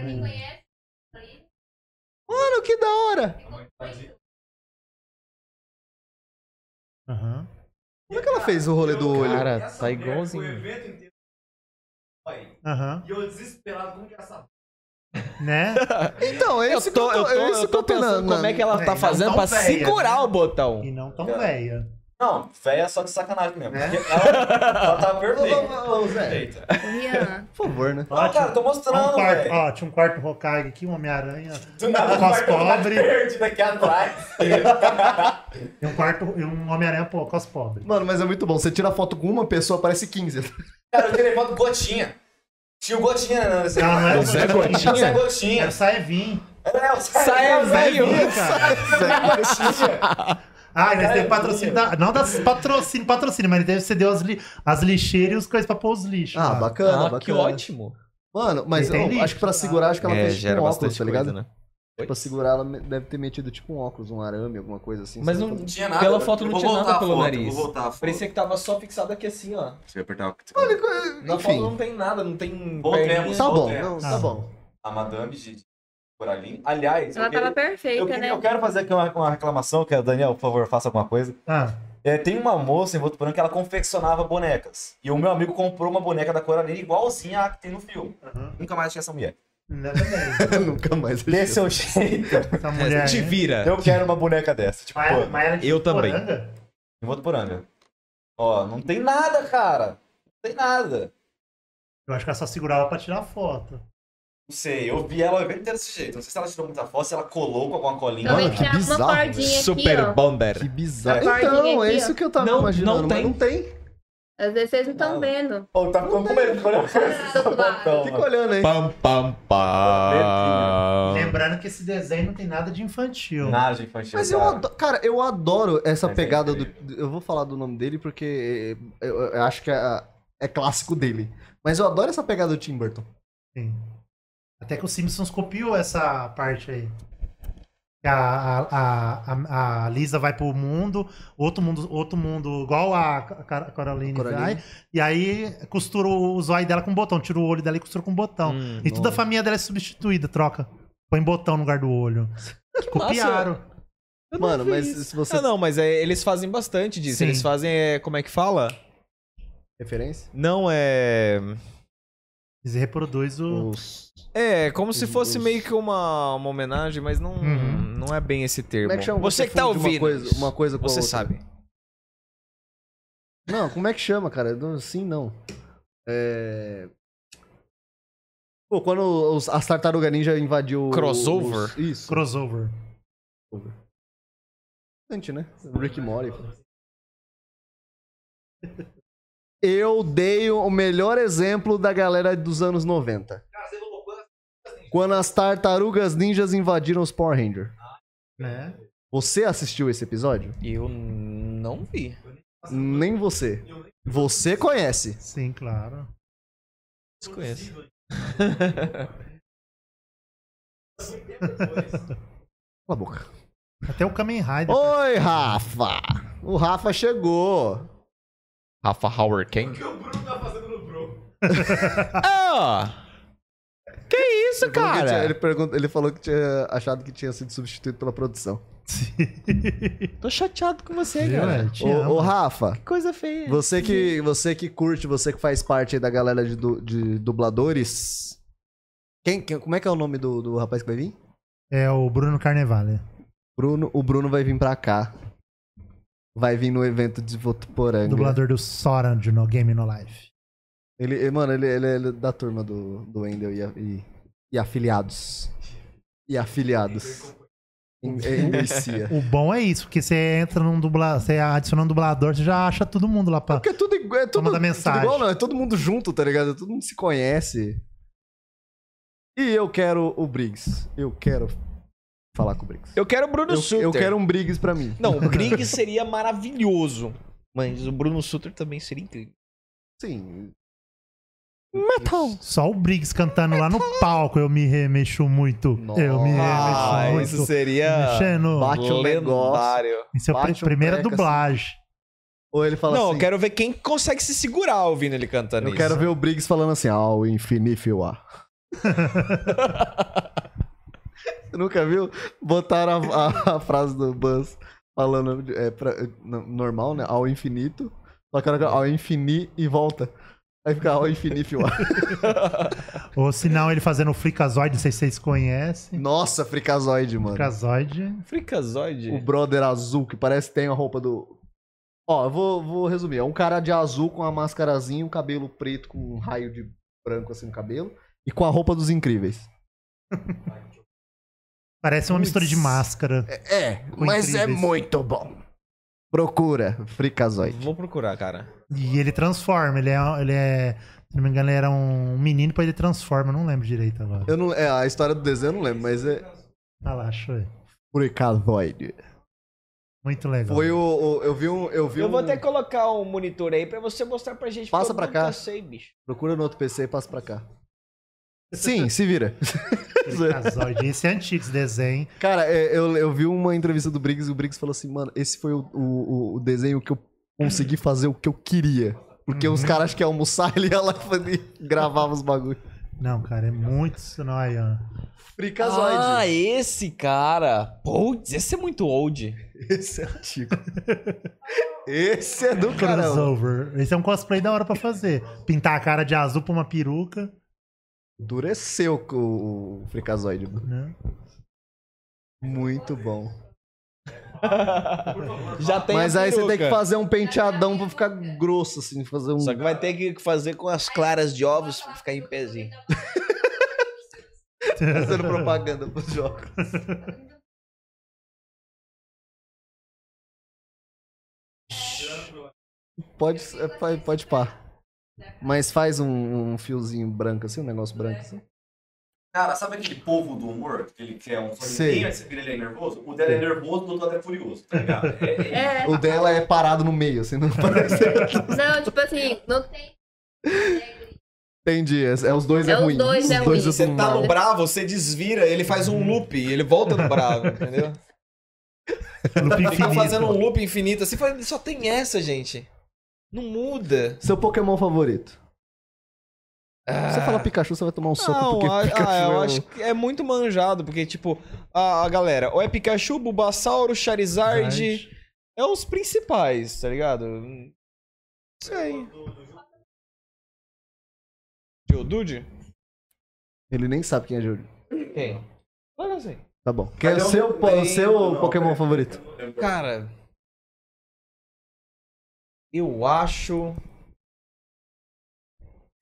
[SPEAKER 1] Mano, que da hora!
[SPEAKER 3] Aham.
[SPEAKER 1] Como é que ela fez o rolê do olho?
[SPEAKER 2] Cara, tá igualzinho.
[SPEAKER 4] evento inteiro. Aí.
[SPEAKER 3] Aham.
[SPEAKER 4] E eu desesperado, como que é essa.
[SPEAKER 3] Né?
[SPEAKER 1] Então, é
[SPEAKER 2] Eu
[SPEAKER 1] isso
[SPEAKER 2] tô,
[SPEAKER 1] que eu tô, é
[SPEAKER 2] eu tô,
[SPEAKER 1] isso
[SPEAKER 2] eu
[SPEAKER 1] que eu
[SPEAKER 2] tô
[SPEAKER 1] tô
[SPEAKER 2] pensando
[SPEAKER 1] pensando.
[SPEAKER 2] como é que ela
[SPEAKER 3] Véi,
[SPEAKER 2] tá
[SPEAKER 3] não
[SPEAKER 2] fazendo
[SPEAKER 3] tão
[SPEAKER 2] pra
[SPEAKER 3] velha,
[SPEAKER 2] segurar
[SPEAKER 3] né?
[SPEAKER 2] o botão.
[SPEAKER 3] E não tão velha.
[SPEAKER 4] Não, véia só de sacanagem mesmo. Porque ela, ela tá perfeita.
[SPEAKER 1] Ô, ô, ô, Zé,
[SPEAKER 4] Perfeita.
[SPEAKER 6] Rian,
[SPEAKER 1] por favor, né?
[SPEAKER 4] Ah, cara, tô
[SPEAKER 3] Ó, um
[SPEAKER 4] mostrando,
[SPEAKER 3] quarto,
[SPEAKER 4] velho.
[SPEAKER 3] ó, tinha um quarto Hokage aqui, um Homem-Aranha.
[SPEAKER 4] Do nada,
[SPEAKER 3] Com as
[SPEAKER 4] o quarto tá
[SPEAKER 3] pobres.
[SPEAKER 4] verde daqui atrás.
[SPEAKER 3] E um quarto. E um Homem-Aranha pô, com as pobres.
[SPEAKER 1] Mano, mas é muito bom. Você tira foto com uma pessoa, aparece 15.
[SPEAKER 4] Cara, eu tirei foto do Gotinha. Tinha o Gotinha, né? Não,
[SPEAKER 3] Não, não era
[SPEAKER 2] Zé Gotinha?
[SPEAKER 4] Tinha
[SPEAKER 3] Gotinha. Era
[SPEAKER 4] Gotinha.
[SPEAKER 3] o Saevin.
[SPEAKER 4] É, o
[SPEAKER 2] Saia velho.
[SPEAKER 3] Ah, mas
[SPEAKER 4] Cara,
[SPEAKER 3] teve patrocínio da. Não das patrocínio, patrocínio, mas teve, você deu as, li- as lixeiras e as coisas pra pôr os lixos.
[SPEAKER 1] Ah,
[SPEAKER 3] lá.
[SPEAKER 1] bacana,
[SPEAKER 2] Ah,
[SPEAKER 1] bacana.
[SPEAKER 2] que ótimo.
[SPEAKER 1] Mano, mas
[SPEAKER 3] Tem
[SPEAKER 1] eu
[SPEAKER 3] lixo,
[SPEAKER 1] acho que pra
[SPEAKER 3] tá?
[SPEAKER 1] segurar, acho que ela
[SPEAKER 2] é,
[SPEAKER 1] fez tipo
[SPEAKER 2] gera
[SPEAKER 1] um óculos,
[SPEAKER 2] bastante
[SPEAKER 1] tá ligado? Tipo,
[SPEAKER 2] coisa, né?
[SPEAKER 1] Pra segurar, ela me- deve ter metido tipo um óculos, um arame, alguma coisa assim.
[SPEAKER 2] Mas
[SPEAKER 1] sabe?
[SPEAKER 2] não
[SPEAKER 4] tinha nada.
[SPEAKER 2] Pela foto não
[SPEAKER 4] Eu vou
[SPEAKER 2] tinha
[SPEAKER 4] voltar
[SPEAKER 2] nada
[SPEAKER 4] a
[SPEAKER 2] pelo
[SPEAKER 4] foto,
[SPEAKER 2] nariz.
[SPEAKER 4] Vou voltar a foto.
[SPEAKER 2] Parecia que tava só fixado aqui assim, ó.
[SPEAKER 4] Deixa eu apertar o.
[SPEAKER 2] Na foto
[SPEAKER 1] Então, Enfim,
[SPEAKER 2] não tem nada, não tem
[SPEAKER 4] Bom
[SPEAKER 2] perninha.
[SPEAKER 4] tempo.
[SPEAKER 1] tá bom,
[SPEAKER 4] Voltei.
[SPEAKER 1] não, tá
[SPEAKER 3] Ah.
[SPEAKER 1] bom.
[SPEAKER 4] A Madame de de Coraline. Aliás,
[SPEAKER 6] ela
[SPEAKER 4] eu, queria-
[SPEAKER 6] tava perfeita,
[SPEAKER 4] eu, queria-
[SPEAKER 6] né?
[SPEAKER 4] eu quero fazer aqui uma, uma reclamação, que a Daniel, por favor, faça alguma coisa.
[SPEAKER 3] Ah,
[SPEAKER 4] É, tem uma moça em Votuporã que ela confeccionava bonecas. E o meu amigo comprou uma boneca da Coraline igualzinha à que tem no filme. Nunca mais achei essa mulher.
[SPEAKER 3] Uhum. ainda também.
[SPEAKER 1] <laughs> Nunca mais.
[SPEAKER 4] Desse seu jeito, <laughs>
[SPEAKER 2] <laughs>
[SPEAKER 3] Essa mulher.
[SPEAKER 2] É, Te
[SPEAKER 3] né?
[SPEAKER 2] vira.
[SPEAKER 4] eu quero uma boneca dessa. Tipo,
[SPEAKER 3] Mas ela-
[SPEAKER 4] pô,
[SPEAKER 3] mas ela é de
[SPEAKER 2] Eu também.
[SPEAKER 3] Poranga?
[SPEAKER 4] em Votuporanga. Ó, não tem nada, cara. Não tem nada.
[SPEAKER 3] Eu acho que ela só segurava pra tirar foto.
[SPEAKER 4] Não sei, eu vi ela o evento inteiro desse jeito. Não sei se ela tirou muita foto, se ela colou com alguma colinha.
[SPEAKER 1] Mano,
[SPEAKER 6] Também
[SPEAKER 1] que
[SPEAKER 6] tinha Então uma
[SPEAKER 1] bizarro,
[SPEAKER 6] cordinha
[SPEAKER 2] Super
[SPEAKER 6] aqui, ó.
[SPEAKER 2] Bomber.
[SPEAKER 1] Que bizarro.
[SPEAKER 6] Essa
[SPEAKER 1] Então,
[SPEAKER 6] cordinha
[SPEAKER 1] é
[SPEAKER 6] aqui,
[SPEAKER 1] isso que eu tava
[SPEAKER 2] Não,
[SPEAKER 1] imaginando,
[SPEAKER 2] não
[SPEAKER 1] mas
[SPEAKER 2] tem.
[SPEAKER 1] não tem.
[SPEAKER 6] Às vezes vocês não
[SPEAKER 2] <laughs>
[SPEAKER 6] estão vendo.
[SPEAKER 4] Pô, tá ficando com medo, olha o
[SPEAKER 6] Do outro lado.
[SPEAKER 1] Fica olhando aí.
[SPEAKER 2] Pam, pam, pam.
[SPEAKER 3] Lembrando que esse desenho não tem nada de infantil.
[SPEAKER 4] Nada infantil.
[SPEAKER 1] Mas eu
[SPEAKER 4] cara.
[SPEAKER 1] adoro, cara, eu adoro essa
[SPEAKER 4] Mas é
[SPEAKER 1] pegada do.
[SPEAKER 4] incrível.
[SPEAKER 1] Eu vou falar do nome dele porque eu, eu- eu acho que é, é clássico dele. Mas eu adoro essa pegada do Tim Burton.
[SPEAKER 3] Sim. Até que o Simpsons copiou essa parte aí. Que A, a, a, a Lisa vai pro mundo, outro mundo, outro mundo igual a Ca- Caroline,
[SPEAKER 1] Coraline.
[SPEAKER 3] vai, e aí costura o zóio dela com botão, tira o olho dela e costura com botão.
[SPEAKER 2] Hum,
[SPEAKER 3] e toda a
[SPEAKER 1] nossa.
[SPEAKER 3] família dela é substituída, troca. Põe botão no lugar do olho. Copiaram.
[SPEAKER 2] Eu não
[SPEAKER 1] Mano,
[SPEAKER 2] vi
[SPEAKER 1] mas
[SPEAKER 2] isso.
[SPEAKER 1] se você.
[SPEAKER 2] Ah, não, mas é, eles fazem bastante disso.
[SPEAKER 3] Sim.
[SPEAKER 2] Eles fazem, é, como é que fala?
[SPEAKER 1] Referência?
[SPEAKER 2] Não é.
[SPEAKER 3] Eles reproduz o.
[SPEAKER 1] Os-
[SPEAKER 2] É, como se
[SPEAKER 1] Os-
[SPEAKER 2] fosse
[SPEAKER 1] os-
[SPEAKER 2] meio que uma, uma homenagem, mas não,
[SPEAKER 3] Uhum.
[SPEAKER 2] não é bem esse termo.
[SPEAKER 1] Como é que chama?
[SPEAKER 2] Você que tá
[SPEAKER 1] funde
[SPEAKER 2] ouvindo.
[SPEAKER 1] Uma coisa, uma coisa com a
[SPEAKER 2] Você
[SPEAKER 1] outra.
[SPEAKER 2] sabe.
[SPEAKER 1] Não, como é que chama, cara? Não, Sim, não. É. Pô, quando os, as tartarugas ninja invadiu.
[SPEAKER 2] Crossover?
[SPEAKER 1] os- isso.
[SPEAKER 3] crossover.
[SPEAKER 1] Interessante, né? Rick e Morty. Eu dei o melhor exemplo da galera dos anos 90. Quando as tartarugas ninjas invadiram os Power Rangers.
[SPEAKER 3] Né?
[SPEAKER 1] Você assistiu esse episódio?
[SPEAKER 2] Eu não vi.
[SPEAKER 1] Nem você. Você conhece.
[SPEAKER 3] Sim, claro.
[SPEAKER 2] Desconheço. <laughs>
[SPEAKER 1] Cala a boca.
[SPEAKER 3] Até o Kamen Rider.
[SPEAKER 1] Oi, Rafa! O Rafa chegou.
[SPEAKER 2] Rafa Howard King. O que o Bruno tá fazendo no Bruno? <laughs> ah! Que isso,
[SPEAKER 1] Ele falou que tinha-
[SPEAKER 2] cara?
[SPEAKER 1] ele, perguntou- ele falou que tinha achado que tinha sido substituído pela produção.
[SPEAKER 2] Tô chateado com você,
[SPEAKER 3] Viu,
[SPEAKER 2] cara.
[SPEAKER 3] velho? Te
[SPEAKER 1] Ô,
[SPEAKER 3] amo.
[SPEAKER 1] ô, Rafa,
[SPEAKER 2] Que coisa feia.
[SPEAKER 1] Você que, você que curte, você que faz parte aí da galera de, du- de dubladores. Quem, quem- como é que é o nome do, do rapaz que vai vir?
[SPEAKER 3] <laughs> É o Bruno Carnevale.
[SPEAKER 1] Bruno, o Bruno vai vir pra cá. Vai vir no evento de Votuporanga.
[SPEAKER 3] Dublador do Sora de No Game No Life.
[SPEAKER 1] Ele, ele- mano, ele, ele, ele é da turma do, do Wendel e, a- e, e afiliados. E afiliados. Em- em
[SPEAKER 3] <laughs>
[SPEAKER 1] Endercia.
[SPEAKER 3] O bom é isso, porque você entra num dublador, você adiciona um dublador, você já acha todo mundo lá pra.
[SPEAKER 1] Porque é tudo, igual- é tudo,
[SPEAKER 3] mandar mensagem.
[SPEAKER 1] tudo igual, não. É todo mundo junto, tá ligado? Todo mundo se conhece. E eu quero o Briggs. Eu quero falar com o Briggs.
[SPEAKER 2] Eu quero o Bruno
[SPEAKER 1] Eu,
[SPEAKER 2] Sutter.
[SPEAKER 1] eu quero um Briggs pra mim.
[SPEAKER 2] Não, o
[SPEAKER 1] <laughs>
[SPEAKER 2] Greg seria maravilhoso. Mas o Bruno Sutter também seria incrível.
[SPEAKER 1] Sim.
[SPEAKER 5] Metal.
[SPEAKER 3] Só o Briggs cantando lá no palco, eu me remexo muito. Eu me
[SPEAKER 1] Nossa,
[SPEAKER 3] remexo muito.
[SPEAKER 2] Ah, isso seria
[SPEAKER 3] Mexendo.
[SPEAKER 1] Bate um
[SPEAKER 2] lendário.
[SPEAKER 3] Isso é a
[SPEAKER 1] bate
[SPEAKER 3] pri-
[SPEAKER 1] um
[SPEAKER 3] primeira
[SPEAKER 1] treco,
[SPEAKER 3] dublagem.
[SPEAKER 1] Ou ele fala
[SPEAKER 2] Não,
[SPEAKER 1] assim.
[SPEAKER 2] eu quero ver quem consegue se segurar ouvindo ele cantando
[SPEAKER 1] Eu
[SPEAKER 2] isso.
[SPEAKER 1] quero ver o Briggs falando assim, ao infinito a. Você nunca viu? Botaram a, a- a frase do Buzz falando de- é, pra- é, no- normal, né? Ao infinito. Só que era ao infinito e volta. Aí fica ao infinito a.
[SPEAKER 3] Ou se não, ele fazendo o Flicazoid, não sei se vocês conhecem.
[SPEAKER 1] Nossa, fricazoide, mano.
[SPEAKER 3] Flicazoid.
[SPEAKER 2] Fricazoide.
[SPEAKER 1] O brother azul que parece que tem a roupa do. Ó, eu vou, vou resumir. É um cara de azul com uma mascarazinha, um cabelo preto com um raio de branco assim no cabelo. E com a roupa dos incríveis.
[SPEAKER 3] Parece uma
[SPEAKER 1] Putz.
[SPEAKER 3] mistura de máscara.
[SPEAKER 1] É,
[SPEAKER 3] Com
[SPEAKER 1] mas é
[SPEAKER 3] incríveis.
[SPEAKER 1] muito bom. Procura, Fricazoid.
[SPEAKER 2] Vou procurar, cara.
[SPEAKER 3] E ele transforma. Ele é. Ele é se não me engano, ele era um menino, depois ele transforma. eu Não lembro direito agora.
[SPEAKER 1] Eu não, é, a história do desenho eu não lembro, mas é
[SPEAKER 3] Ah lá, deixa eu ver.
[SPEAKER 1] Fricazoid.
[SPEAKER 3] Muito legal.
[SPEAKER 1] Foi o, o- eu vi um, eu vi
[SPEAKER 2] Eu
[SPEAKER 1] um-
[SPEAKER 2] vou até colocar um monitor aí pra você mostrar pra gente.
[SPEAKER 1] Passa
[SPEAKER 2] porque
[SPEAKER 1] pra
[SPEAKER 2] eu
[SPEAKER 1] cá.
[SPEAKER 2] nunca sei, bicho.
[SPEAKER 1] procura no outro PC e passa pra cá. <laughs> Sim, se vira.
[SPEAKER 3] Flicazoid. Esse é antigo, esse desenho.
[SPEAKER 1] Cara, é, eu, eu vi uma entrevista do Briggs e o Briggs falou assim, mano, esse foi o, o, o- o desenho que eu consegui fazer o que eu queria. Porque os caras que iam almoçar, <laughs> ele ia lá e fazia- gravava os bagulhos.
[SPEAKER 3] Não, cara, é muito. Não, aí, ó.
[SPEAKER 1] Fricazoid. <laughs>
[SPEAKER 2] Ah, esse cara. Putz, esse é muito <laughs> old.
[SPEAKER 1] Esse é antigo. <laughs> Esse é do caramba.
[SPEAKER 3] Crossover. Esse é um cosplay da hora pra fazer. Pintar a cara de azul pra uma peruca,
[SPEAKER 1] Endureceu com o o Fricazoide.
[SPEAKER 3] né?
[SPEAKER 1] Muito bom.
[SPEAKER 2] Já tem.
[SPEAKER 1] Mas
[SPEAKER 2] a
[SPEAKER 1] aí você tem que
[SPEAKER 2] peruca.
[SPEAKER 1] fazer um penteadão pra ficar grosso, assim, fazer um.
[SPEAKER 2] Só que vai ter que fazer com as claras de ovos pra ficar em pezinho.
[SPEAKER 3] <laughs>
[SPEAKER 1] fazendo propaganda pros jogos. Pode, é, pode, pode pá. Mas faz um, um fiozinho branco assim, um negócio branco assim.
[SPEAKER 4] Cara, sabe aquele povo do humor? Que ele quer um
[SPEAKER 1] Sei.
[SPEAKER 4] sorrisinho, aí você vira ele é nervoso? O dela é nervoso, o outro lado é furioso, tá
[SPEAKER 1] <laughs>
[SPEAKER 4] ligado? É, é-
[SPEAKER 6] É,
[SPEAKER 1] O dela é parado no meio, assim, não <laughs> parece.
[SPEAKER 6] não, tipo assim, não
[SPEAKER 2] <laughs>
[SPEAKER 6] tem.
[SPEAKER 1] Entendi. É, é os dois é,
[SPEAKER 6] É os
[SPEAKER 1] ruim.
[SPEAKER 6] dois é ruim.
[SPEAKER 1] é
[SPEAKER 2] Você
[SPEAKER 1] tudo
[SPEAKER 2] tá
[SPEAKER 1] mal.
[SPEAKER 2] no bravo, você desvira, ele faz um loop, ele volta
[SPEAKER 1] <laughs>
[SPEAKER 2] no bravo, entendeu?
[SPEAKER 3] Loop
[SPEAKER 2] Fica
[SPEAKER 3] infinito.
[SPEAKER 2] fazendo um loop infinito assim, fala, só tem essa, gente. Não muda.
[SPEAKER 1] Seu Pokémon favorito? Se você
[SPEAKER 2] Ah.
[SPEAKER 1] falar Pikachu, você vai tomar um soco
[SPEAKER 2] Não,
[SPEAKER 1] porque
[SPEAKER 2] a-
[SPEAKER 1] Pikachu
[SPEAKER 2] ah,
[SPEAKER 1] é
[SPEAKER 2] eu
[SPEAKER 1] o-
[SPEAKER 2] acho que é muito manjado, porque, tipo, a, a galera, ou é Pikachu, Bulbasauro, Charizard, é os principais, tá ligado? Não sei. Geodude?
[SPEAKER 1] Ele nem sabe quem é Júlio.
[SPEAKER 2] Quem? Olha assim.
[SPEAKER 1] Tá bom. Quem é o
[SPEAKER 4] Mas eu
[SPEAKER 1] seu,
[SPEAKER 4] não
[SPEAKER 1] po- o
[SPEAKER 4] lembro,
[SPEAKER 1] seu
[SPEAKER 4] um não,
[SPEAKER 1] Pokémon
[SPEAKER 4] cara.
[SPEAKER 1] favorito?
[SPEAKER 2] Cara. Eu acho.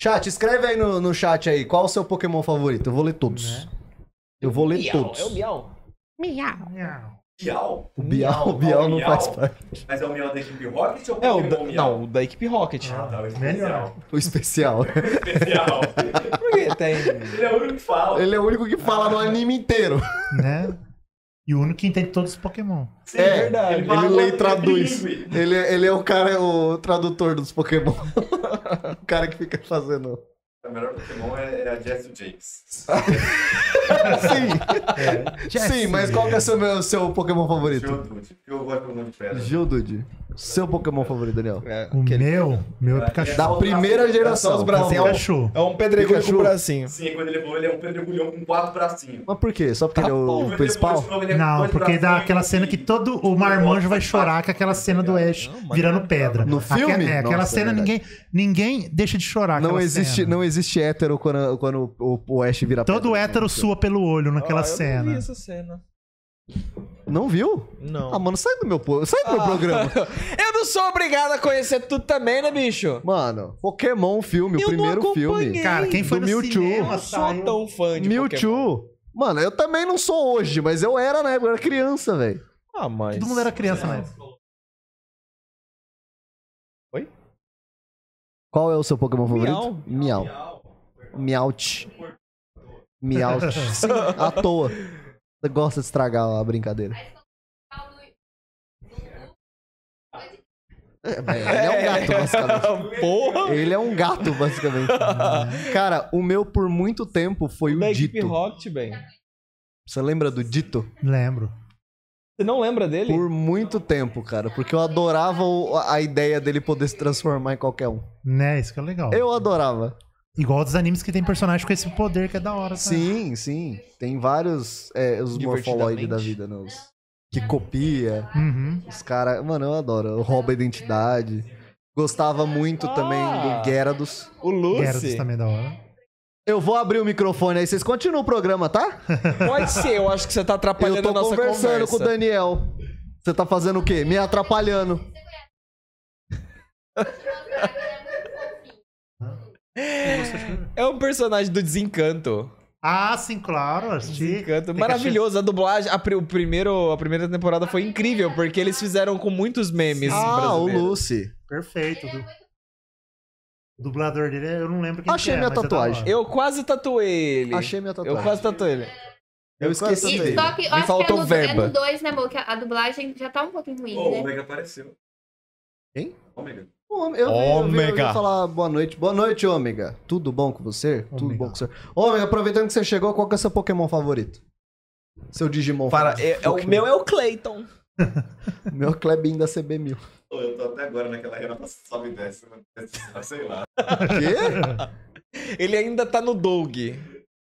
[SPEAKER 1] Chat, escreve aí no, no chat aí qual o seu Pokémon favorito. Eu vou ler todos. Eu vou ler
[SPEAKER 2] Miau,
[SPEAKER 1] todos.
[SPEAKER 2] é o Miau.
[SPEAKER 5] Miau.
[SPEAKER 4] Bial?
[SPEAKER 1] O Bial, o Bial não
[SPEAKER 4] Miau.
[SPEAKER 1] faz parte.
[SPEAKER 4] Mas é o Miau da equipe Rocket ou
[SPEAKER 2] É o da,
[SPEAKER 4] Pokémon Miau?
[SPEAKER 2] não, o da equipe Rocket.
[SPEAKER 4] Ah, tá, o
[SPEAKER 3] Melhor.
[SPEAKER 4] especial.
[SPEAKER 1] O especial.
[SPEAKER 4] especial.
[SPEAKER 2] Porque tem.
[SPEAKER 4] Ele é o único que
[SPEAKER 1] <laughs>
[SPEAKER 4] fala.
[SPEAKER 1] Ele é o único que fala no anime inteiro.
[SPEAKER 3] Né? E o único que entende todos os Pokémon.
[SPEAKER 4] Sim,
[SPEAKER 1] é,
[SPEAKER 2] verdade.
[SPEAKER 1] Ele
[SPEAKER 4] fala-
[SPEAKER 1] lê e traduz.
[SPEAKER 4] é bilíngue.
[SPEAKER 1] Ele, é- ele é o cara, o tradutor dos Pokémon. <laughs> o cara que fica fazendo.
[SPEAKER 4] O melhor Pokémon é, é a Jess do James.
[SPEAKER 1] Sim,
[SPEAKER 2] É.
[SPEAKER 1] sim, mas qual que é o seu, meu- seu Pokémon favorito?
[SPEAKER 4] Geodude. Eu gosto do nome de pedra.
[SPEAKER 1] Gildude. Seu Pokémon favorito, Daniel?
[SPEAKER 2] É,
[SPEAKER 3] O
[SPEAKER 2] aquele-
[SPEAKER 3] meu? Meu é
[SPEAKER 4] Da
[SPEAKER 3] Pikachu.
[SPEAKER 1] Da primeira geração.
[SPEAKER 2] Só os bracinhos.
[SPEAKER 1] por favor.
[SPEAKER 3] Pikachu.
[SPEAKER 2] é um pedregulho
[SPEAKER 1] Pikachu.
[SPEAKER 2] com bracinho.
[SPEAKER 4] Sim, quando ele voa, ele é um pedregulhão com quatro bracinhos.
[SPEAKER 1] Mas por quê? Só porque
[SPEAKER 2] Tá
[SPEAKER 1] ele é
[SPEAKER 2] bom,
[SPEAKER 1] o
[SPEAKER 4] Quando ele voa
[SPEAKER 1] principal?
[SPEAKER 4] de novo, ele é com
[SPEAKER 3] Não,
[SPEAKER 4] dois
[SPEAKER 3] porque dá
[SPEAKER 2] um.
[SPEAKER 4] bracinhos
[SPEAKER 3] aquela
[SPEAKER 4] e-
[SPEAKER 3] cena que todo o marmanjo vai chorar com aquela cena do Ash
[SPEAKER 2] Não, mas-
[SPEAKER 3] virando pedra.
[SPEAKER 1] é No
[SPEAKER 3] Aque-
[SPEAKER 1] filme?
[SPEAKER 3] É, aquela
[SPEAKER 1] Nossa, é
[SPEAKER 3] cena ninguém, ninguém deixa de chorar.
[SPEAKER 1] Não
[SPEAKER 3] aquela
[SPEAKER 1] existe,
[SPEAKER 3] cena.
[SPEAKER 1] não existe hétero quando, quando o, o Ash vira
[SPEAKER 3] Todo
[SPEAKER 1] pedra.
[SPEAKER 3] hétero sua pelo olho naquela
[SPEAKER 2] Ah, Eu não vi
[SPEAKER 3] cena.
[SPEAKER 2] essa cena.
[SPEAKER 1] Não viu?
[SPEAKER 2] Não. Ah.
[SPEAKER 1] Ah, mano, sai do meu, po- sai do meu programa.
[SPEAKER 2] <laughs> Eu não sou obrigado a conhecer tudo também, né, bicho?
[SPEAKER 1] Mano, Pokémon filme, o
[SPEAKER 2] Eu não
[SPEAKER 1] primeiro filme.
[SPEAKER 2] acompanhei.
[SPEAKER 3] Cara, quem foi
[SPEAKER 1] Do
[SPEAKER 3] no
[SPEAKER 1] Mewtwo.
[SPEAKER 2] Eu
[SPEAKER 3] cinema
[SPEAKER 2] não
[SPEAKER 3] saiu-
[SPEAKER 2] sou tão fã de Pokémon.
[SPEAKER 1] Mewtwo. Mano, eu também não sou hoje, mas eu era na época, eu era criança, velho.
[SPEAKER 2] Ah, mas...
[SPEAKER 3] Todo mundo era criança, né?
[SPEAKER 1] Qual é o seu Pokémon
[SPEAKER 2] Miau.
[SPEAKER 1] favorito? Miau. Miaut. Miaut. <laughs> Sim, à toa. Você gosta de estragar a brincadeira. É, mas ele <laughs> é um gato, basicamente.
[SPEAKER 2] <laughs> Porra!
[SPEAKER 1] Ele é um gato, <laughs> basicamente. Cara, o meu por muito tempo foi
[SPEAKER 2] Da
[SPEAKER 1] o
[SPEAKER 2] equipe
[SPEAKER 1] Dito.
[SPEAKER 2] Rocket, bem.
[SPEAKER 1] Você lembra do Dito?
[SPEAKER 3] Lembro.
[SPEAKER 2] Você não lembra dele?
[SPEAKER 1] Por muito tempo, cara. Porque eu adorava o- a ideia dele poder se transformar em qualquer um.
[SPEAKER 3] Né, isso que é legal.
[SPEAKER 1] Eu adorava.
[SPEAKER 3] Igual dos animes que tem personagem com esse poder que é da hora. tá?
[SPEAKER 1] Sim, sim. Tem vários é, os morfoloides da vida, né? Os- que copia.
[SPEAKER 3] Uhum.
[SPEAKER 1] Os caras. Mano, eu adoro. Rouba a identidade. Gostava muito também
[SPEAKER 2] Ah.
[SPEAKER 1] do Gyarados.
[SPEAKER 2] O
[SPEAKER 3] Gyarados
[SPEAKER 2] Lucy?
[SPEAKER 3] também é da hora.
[SPEAKER 1] Eu vou abrir o microfone aí. Vocês continuam o programa, tá?
[SPEAKER 2] Pode ser, eu acho que você tá atrapalhando
[SPEAKER 1] Eu tô
[SPEAKER 2] a nossa
[SPEAKER 1] conversando
[SPEAKER 2] conversa.
[SPEAKER 1] com o Daniel. Você tá fazendo o quê? Me atrapalhando.
[SPEAKER 2] É um personagem do Desencanto.
[SPEAKER 3] Ah, sim, claro. Assisti.
[SPEAKER 2] Desencanto.
[SPEAKER 3] Tem que
[SPEAKER 2] Maravilhoso. A dublagem, a, pri- o primeiro, a primeira temporada foi incrível, porque eles fizeram com muitos memes
[SPEAKER 1] Ah, o
[SPEAKER 2] brasileiros.
[SPEAKER 1] Lucy.
[SPEAKER 3] assistir. Perfeito. Du- O dublador dele, eu não lembro quem
[SPEAKER 1] Achei
[SPEAKER 3] que é,
[SPEAKER 1] minha
[SPEAKER 3] mas é da
[SPEAKER 1] tatuagem.
[SPEAKER 3] hora.
[SPEAKER 2] Eu quase tatuei ele.
[SPEAKER 1] Achei minha tatuagem.
[SPEAKER 2] Eu quase tatuei ele.
[SPEAKER 1] Eu
[SPEAKER 2] Eu
[SPEAKER 1] esqueci
[SPEAKER 2] esqueci
[SPEAKER 1] dele.
[SPEAKER 6] E,
[SPEAKER 2] dele.
[SPEAKER 6] só que
[SPEAKER 2] Me
[SPEAKER 6] eu acho que é
[SPEAKER 2] faltou
[SPEAKER 6] no, é
[SPEAKER 2] verba.
[SPEAKER 6] no 2, né, amor? Que a, a dublagem já tá um pouquinho ruim,
[SPEAKER 4] Oh, o
[SPEAKER 6] né?
[SPEAKER 4] Omega apareceu.
[SPEAKER 1] Quem?
[SPEAKER 4] Ômega.
[SPEAKER 1] Ô, Eu, vi- eu, vi- eu,
[SPEAKER 2] Ômega.
[SPEAKER 1] ia falar boa noite. Boa noite, ômega. Tudo bom com você? Tudo
[SPEAKER 3] Ômega.
[SPEAKER 1] bom com você? Ômega, aproveitando que você chegou, qual que é seu Pokémon favorito? Seu Digimon
[SPEAKER 2] Para,
[SPEAKER 1] favorito?
[SPEAKER 2] é- é o meu é o Clayton.
[SPEAKER 1] <laughs> Meu Klebin da CB1000.
[SPEAKER 4] Oh, eu tô até agora naquela Renata sobe e desce. mano. <laughs> Sei lá.
[SPEAKER 3] <laughs>
[SPEAKER 1] Quê?
[SPEAKER 2] Ele ainda tá no Doug.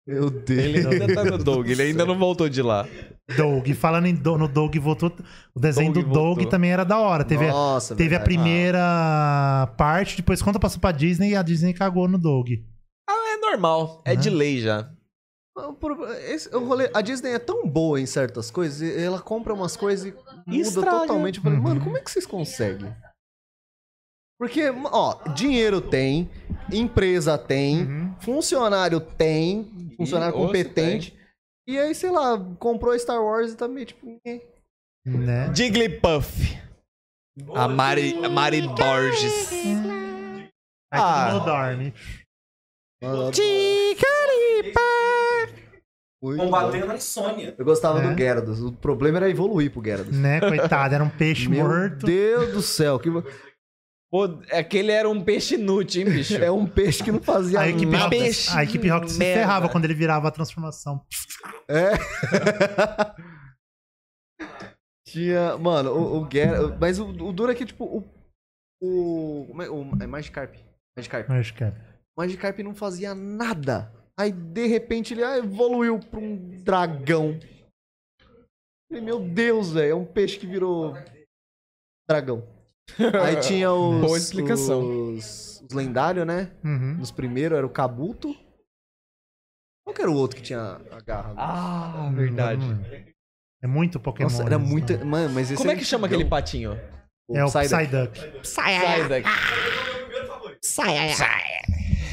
[SPEAKER 1] Meu
[SPEAKER 2] Ele
[SPEAKER 1] Deus.
[SPEAKER 2] ainda tá no Doug. Ele ainda não voltou de lá.
[SPEAKER 3] Doug. Falando em Do- no Doug, voltou. O desenho
[SPEAKER 2] Doug
[SPEAKER 3] do Doug
[SPEAKER 2] voltou.
[SPEAKER 3] também era da hora. Teve, a-
[SPEAKER 1] Nossa,
[SPEAKER 3] teve a
[SPEAKER 1] verdade.
[SPEAKER 3] primeira parte, depois quando passou pra Disney, a Disney cagou no Doug.
[SPEAKER 2] É normal. É de lei já.
[SPEAKER 1] Ah, o pro- esse- o rolê- a Disney é tão boa em certas coisas, e ela compra umas coisas e muda
[SPEAKER 2] Estraga.
[SPEAKER 1] totalmente. Eu falei,
[SPEAKER 3] Uhum.
[SPEAKER 1] mano, como é que vocês conseguem? Porque, ó, dinheiro tem, empresa tem,
[SPEAKER 3] Uhum.
[SPEAKER 1] funcionário tem, funcionário
[SPEAKER 2] osso
[SPEAKER 1] competente. E aí, sei lá, comprou Star Wars e também, tipo, eh.
[SPEAKER 3] Né?
[SPEAKER 2] Jigglypuff. A Mari, a Mari Borges.
[SPEAKER 3] Aí todo
[SPEAKER 2] Ah.
[SPEAKER 3] mundo dorme.
[SPEAKER 1] Mano, muito bom.
[SPEAKER 4] Combatendo a insônia.
[SPEAKER 1] Eu gostava
[SPEAKER 3] É.
[SPEAKER 1] do Gyarados. O problema era evoluir pro
[SPEAKER 3] <laughs>
[SPEAKER 1] Gyarados.
[SPEAKER 3] Né, coitado, era um peixe
[SPEAKER 1] Meu
[SPEAKER 3] morto.
[SPEAKER 1] Deus do céu, que...
[SPEAKER 2] Pô, aquele era um peixe inútil, hein, bicho? <laughs>
[SPEAKER 1] é um peixe que não fazia
[SPEAKER 3] A equipe,
[SPEAKER 1] nada.
[SPEAKER 3] Rocket-
[SPEAKER 2] Peixe
[SPEAKER 3] a equipe Rocket se
[SPEAKER 2] merda.
[SPEAKER 3] ferrava quando ele virava a transformação.
[SPEAKER 1] Tinha. Mano, o, o Gyar- Mas o, o duro é que, tipo, o. O. Como é? O é Magikarp. Magikarp.
[SPEAKER 3] Eu acho que é.
[SPEAKER 1] Magikarp não fazia nada. Aí, de repente, ele ah, evoluiu pra um dragão. Falei, meu Deus, velho. É um peixe que virou.
[SPEAKER 2] <laughs>
[SPEAKER 1] Dragão. Aí tinha os.
[SPEAKER 2] Boa explicação.
[SPEAKER 1] Os, os lendários, né?
[SPEAKER 3] Uhum.
[SPEAKER 1] Nos primeiros era o Kabuto. Qual que era o outro que tinha a garra?
[SPEAKER 2] Ah, verdade.
[SPEAKER 3] Não lembro. É muito Pokémon.
[SPEAKER 1] Nossa, era
[SPEAKER 3] isso,
[SPEAKER 1] muita.
[SPEAKER 3] né?
[SPEAKER 1] Mano, mas esse
[SPEAKER 2] Como é
[SPEAKER 1] era
[SPEAKER 2] que chama
[SPEAKER 1] antigão.
[SPEAKER 2] aquele patinho?
[SPEAKER 3] É o
[SPEAKER 1] Psyduck.
[SPEAKER 3] Psyduck.
[SPEAKER 5] Sai,
[SPEAKER 2] Sai daqui.
[SPEAKER 5] sai,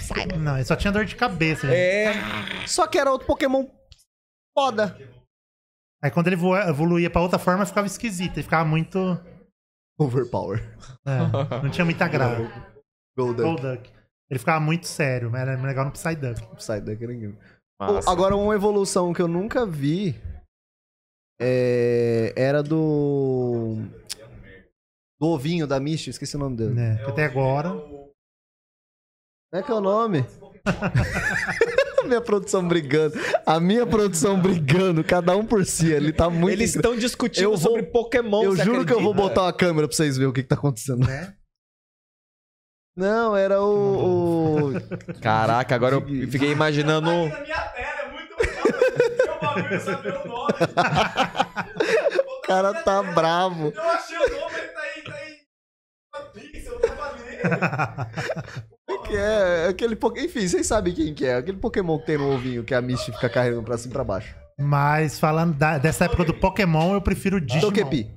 [SPEAKER 5] sai.
[SPEAKER 3] Não, ele só tinha dor de cabeça. gente.
[SPEAKER 2] É.
[SPEAKER 1] Só que era outro Pokémon foda.
[SPEAKER 3] Aí quando ele voa- evoluía pra outra forma, ficava esquisito. Ele ficava muito.
[SPEAKER 1] Overpower.
[SPEAKER 3] é, não tinha muita graça.
[SPEAKER 1] Golduck.
[SPEAKER 3] Golduck. Ele ficava muito sério, mas era legal no Psyduck.
[SPEAKER 1] Psyduck era incrível.
[SPEAKER 2] Massa.
[SPEAKER 1] Agora, uma evolução que eu nunca vi é, era do. Do ovinho da Misty, esqueci o nome dele.
[SPEAKER 3] Né? Até agora.
[SPEAKER 1] Como é que é o nome? <laughs> minha produção brigando. A minha produção brigando, cada um por si. Ele tá muito.
[SPEAKER 2] Eles
[SPEAKER 1] engra-
[SPEAKER 2] estão discutindo
[SPEAKER 1] Eu vou-
[SPEAKER 2] sobre Pokémon.
[SPEAKER 1] eu
[SPEAKER 2] você
[SPEAKER 1] juro que eu vou
[SPEAKER 2] acredita?
[SPEAKER 1] botar uma câmera pra vocês verem o que, que tá acontecendo.
[SPEAKER 3] Né? <laughs>
[SPEAKER 1] Não, era o. o-
[SPEAKER 2] Caraca, agora eu fiquei imaginando.
[SPEAKER 4] Na minha tela é muito legal. Meu um bagulho sabe o nome.
[SPEAKER 1] <laughs> O cara tá bravo.
[SPEAKER 4] Eu achei o nome, ele tá aí, tá aí. Uma pixel, tá valendo.
[SPEAKER 1] Que é aquele Pokémon. Enfim, vocês sabem quem que é. Aquele Pokémon que tem no ovinho que a Misty fica carregando pra cima e pra baixo.
[SPEAKER 3] Mas falando da- dessa época do Pokémon, eu prefiro o Digimon.
[SPEAKER 1] Togepi.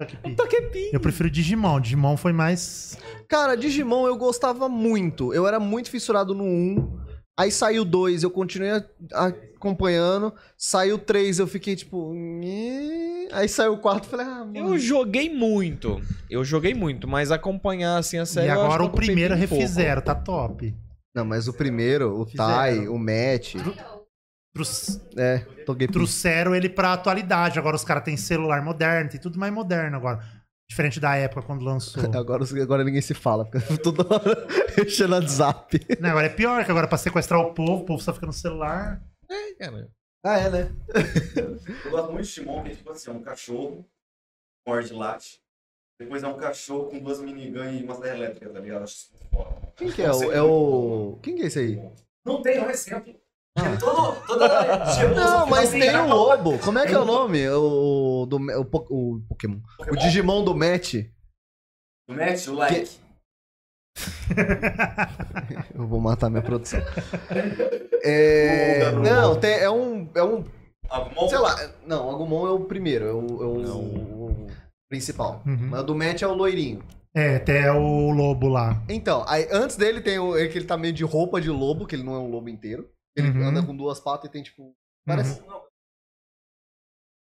[SPEAKER 3] Togepi.
[SPEAKER 2] Togepi.
[SPEAKER 3] Eu prefiro o Digimon. Digimon foi mais.
[SPEAKER 1] Cara, Digimon eu gostava muito. Eu era muito fissurado no 1. Aí saiu o 2, eu continuei a- a- acompanhando. Saiu o 3, eu fiquei tipo. "Nhê". Aí saiu o 4, falei, ah, mano.
[SPEAKER 2] Eu joguei muito. Eu joguei muito, mas acompanhar assim a série.
[SPEAKER 3] e
[SPEAKER 2] eu acho
[SPEAKER 3] agora
[SPEAKER 2] que
[SPEAKER 3] o
[SPEAKER 2] eu perdi
[SPEAKER 3] primeiro
[SPEAKER 2] um pouco.
[SPEAKER 3] refizeram, tá top.
[SPEAKER 1] Não, mas o primeiro, o
[SPEAKER 3] Fizeram.
[SPEAKER 1] Tai, o Match.
[SPEAKER 3] Trus-
[SPEAKER 1] É, Togepi.
[SPEAKER 3] Trouxeram ele pra atualidade. Agora os caras têm celular moderno, tem tudo mais moderno agora. Diferente da época
[SPEAKER 1] <laughs>
[SPEAKER 3] quando lançou.
[SPEAKER 1] Agora, os- agora ninguém se fala, fica toda hora <laughs> enchendo a zap.
[SPEAKER 3] Não, agora é pior que agora pra sequestrar o povo, o povo só fica no celular.
[SPEAKER 2] É, cara.
[SPEAKER 1] Ah, é, né?
[SPEAKER 4] Eu gosto muito de Shimon, que é tipo assim, é um cachorro, morde e late. Depois é um cachorro com duas minigun e uma serra elétrica, tá ligado? Acho isso muito foda.
[SPEAKER 1] Quem que é? O, é o. Quem que é esse aí?
[SPEAKER 4] Não tem um exemplo. Porque Todo, toda
[SPEAKER 1] Não, mas tem o
[SPEAKER 4] um
[SPEAKER 1] lobo. Como é que é o nome? O, do, o, po- o Pokémon. O Digimon do Match.
[SPEAKER 4] Mete o like.
[SPEAKER 1] Eu vou matar minha produção. É, não, tem- é um, é um.
[SPEAKER 4] Alguma
[SPEAKER 1] Sei lá. Não, o Agumon é o primeiro. É o, é o- o principal.
[SPEAKER 3] Uhum.
[SPEAKER 1] Mas o do Match é o loirinho.
[SPEAKER 3] É, até o lobo lá.
[SPEAKER 1] Então, aí, antes dele tem o. É que ele tá meio de roupa de lobo, que ele não é um lobo inteiro. Ele
[SPEAKER 3] Uhum.
[SPEAKER 1] anda com duas patas e tem tipo. Parece.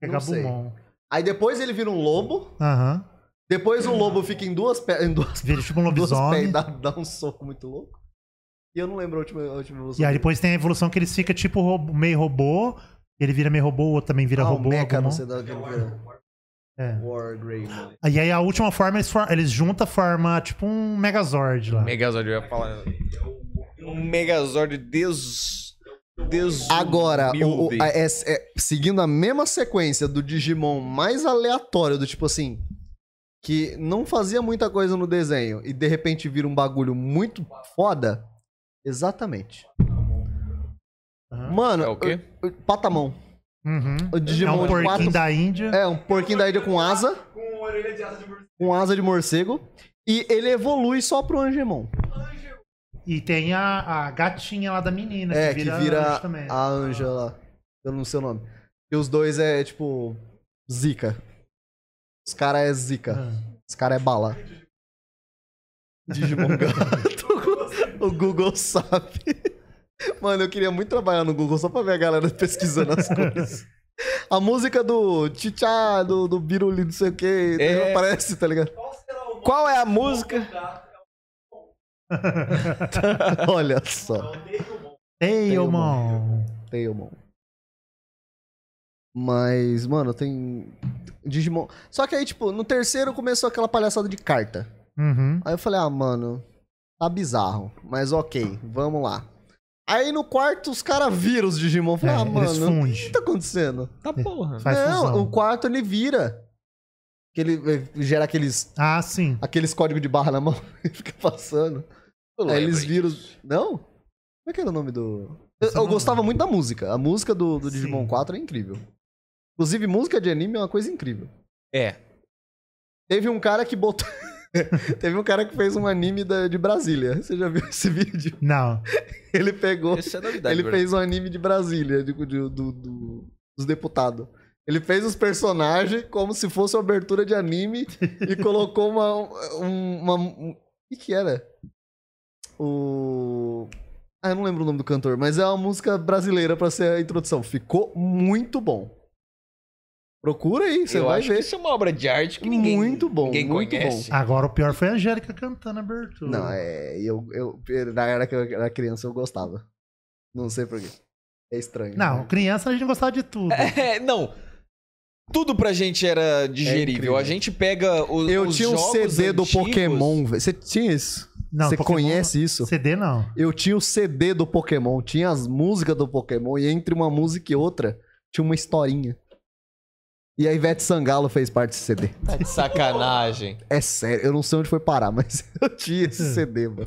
[SPEAKER 3] É
[SPEAKER 1] Não sei.
[SPEAKER 3] Gabumon.
[SPEAKER 1] Aí depois ele vira um lobo.
[SPEAKER 3] Aham.
[SPEAKER 1] Depois o lobo fica em duas, pe- em duas
[SPEAKER 3] Vira tipo um
[SPEAKER 1] Duas pés,
[SPEAKER 3] lobisomem.
[SPEAKER 1] dá, dá um soco muito louco. E eu não lembro a última, a última evolução.
[SPEAKER 3] E aí
[SPEAKER 1] dele.
[SPEAKER 3] depois tem a evolução que eles ficam tipo robô- meio robô. Ele vira meio robô, o outro também vira
[SPEAKER 1] ah,
[SPEAKER 3] robô.
[SPEAKER 1] o Mecha,
[SPEAKER 3] Agumon.
[SPEAKER 1] não sei da né? que era.
[SPEAKER 3] É.
[SPEAKER 1] War Greymon.
[SPEAKER 3] E aí a última forma, eles, for... eles juntam a forma tipo um Megazord lá.
[SPEAKER 2] Megazord, eu ia falar. né? Um Megazord des. des...
[SPEAKER 1] Agora, o- o-
[SPEAKER 2] humilde.
[SPEAKER 1] a- é- é- seguindo a mesma sequência do Digimon mais aleatório, do tipo assim, que não fazia muita coisa no desenho e de repente vira um bagulho muito foda. Exatamente.
[SPEAKER 3] Aham.
[SPEAKER 1] Mano,
[SPEAKER 2] É o quê?
[SPEAKER 1] eu- eu- patamão.
[SPEAKER 3] Uhum.
[SPEAKER 1] O Digimon
[SPEAKER 3] é um
[SPEAKER 1] de
[SPEAKER 3] porquinho
[SPEAKER 1] quatro-
[SPEAKER 3] da Índia.
[SPEAKER 1] É, um porquinho da ilha com asa. Com asa de morcego. E ele evolui só pro Angemon.
[SPEAKER 3] E tem a, a gatinha lá da menina.
[SPEAKER 1] É, que vira
[SPEAKER 3] né, anjo também.
[SPEAKER 1] a Angela. Eu não sei o nome. E os dois é, tipo, zica. Os cara é zica.
[SPEAKER 3] Ah.
[SPEAKER 1] Os cara é bala. Digimon gato. o Google sabe. Mano, eu queria muito trabalhar no Google só pra ver a galera pesquisando as coisas. A música do Tchá, do, do Biruli, não sei o que,
[SPEAKER 2] É.
[SPEAKER 1] aparece, tá ligado?
[SPEAKER 2] Qual é a música?
[SPEAKER 1] Olha só.
[SPEAKER 3] Ei, ô,
[SPEAKER 1] Tem,
[SPEAKER 3] mão.
[SPEAKER 1] Tailmon. Mas, mano, tem. Digimon. Só que aí, tipo, no terceiro começou aquela palhaçada de carta.
[SPEAKER 3] Uhum.
[SPEAKER 1] Aí eu falei, ah, mano, tá bizarro. Mas ok, vamos lá. Aí no quarto os caras viram os Digimon. Eu Falei,
[SPEAKER 3] É,
[SPEAKER 1] ah,
[SPEAKER 3] eles
[SPEAKER 1] mano, o que
[SPEAKER 3] fungem.
[SPEAKER 1] tá acontecendo?
[SPEAKER 2] Tá porra.
[SPEAKER 3] Faz
[SPEAKER 1] não,
[SPEAKER 3] fusão.
[SPEAKER 1] o quarto ele vira. Que ele eh, gera aqueles,
[SPEAKER 3] Ah, sim.
[SPEAKER 1] aqueles códigos de barra na mão <laughs> e fica passando. Aí É, eles viram. Não? Como é que era o nome do. Eu,
[SPEAKER 3] Esse
[SPEAKER 1] eu
[SPEAKER 3] não-
[SPEAKER 1] gostava muito da música. A música do, do
[SPEAKER 3] Sim.
[SPEAKER 1] Digimon 4 é incrível. Inclusive, música de anime é uma coisa incrível.
[SPEAKER 2] É.
[SPEAKER 1] Teve um cara que botou. <laughs> Teve um cara que fez um anime da- de Brasília. Você já viu esse <laughs> vídeo?
[SPEAKER 3] Não.
[SPEAKER 1] Ele pegou.
[SPEAKER 2] Isso é novidade.
[SPEAKER 1] ele
[SPEAKER 2] bro.
[SPEAKER 1] fez um anime de Brasília, de- de- do- do- dos deputados. Ele fez os personagens como se fosse uma abertura de
[SPEAKER 2] <laughs>
[SPEAKER 1] anime e colocou uma. um- uma- um- o que, que era? O. Ah, eu não lembro o nome do cantor, mas é uma música brasileira pra ser a introdução. Ficou muito bom. Procura aí, você
[SPEAKER 2] Eu
[SPEAKER 1] vai
[SPEAKER 2] acho
[SPEAKER 1] ver.
[SPEAKER 2] que isso é uma obra de arte que ninguém
[SPEAKER 1] Muito bom,
[SPEAKER 2] ninguém
[SPEAKER 1] muito
[SPEAKER 2] conhece.
[SPEAKER 3] Agora o pior foi a Angélica cantando a abertura.
[SPEAKER 1] Não, é. Eu, eu, na era que eu era criança eu gostava. Não sei porquê. É estranho.
[SPEAKER 3] Não, criança a gente gostava de tudo.
[SPEAKER 2] É, não. Tudo pra gente era digerível.
[SPEAKER 1] incrível.
[SPEAKER 2] a gente pega os
[SPEAKER 1] É Eu
[SPEAKER 2] os
[SPEAKER 1] tinha um
[SPEAKER 2] jogos
[SPEAKER 1] CD do
[SPEAKER 2] antigos-
[SPEAKER 1] Pokémon, velho. Você tinha isso?
[SPEAKER 3] Não,
[SPEAKER 1] Você
[SPEAKER 3] Pokémon-
[SPEAKER 1] conhece isso?
[SPEAKER 3] CD não.
[SPEAKER 1] Eu tinha o CD do Pokémon, tinha as músicas do Pokémon, e entre uma música e outra tinha uma historinha. E a Ivete Sangalo fez parte desse CD.
[SPEAKER 2] Tá de <laughs> sacanagem.
[SPEAKER 1] É sério, eu não sei onde foi parar, <laughs> mas eu tinha esse CD, mano.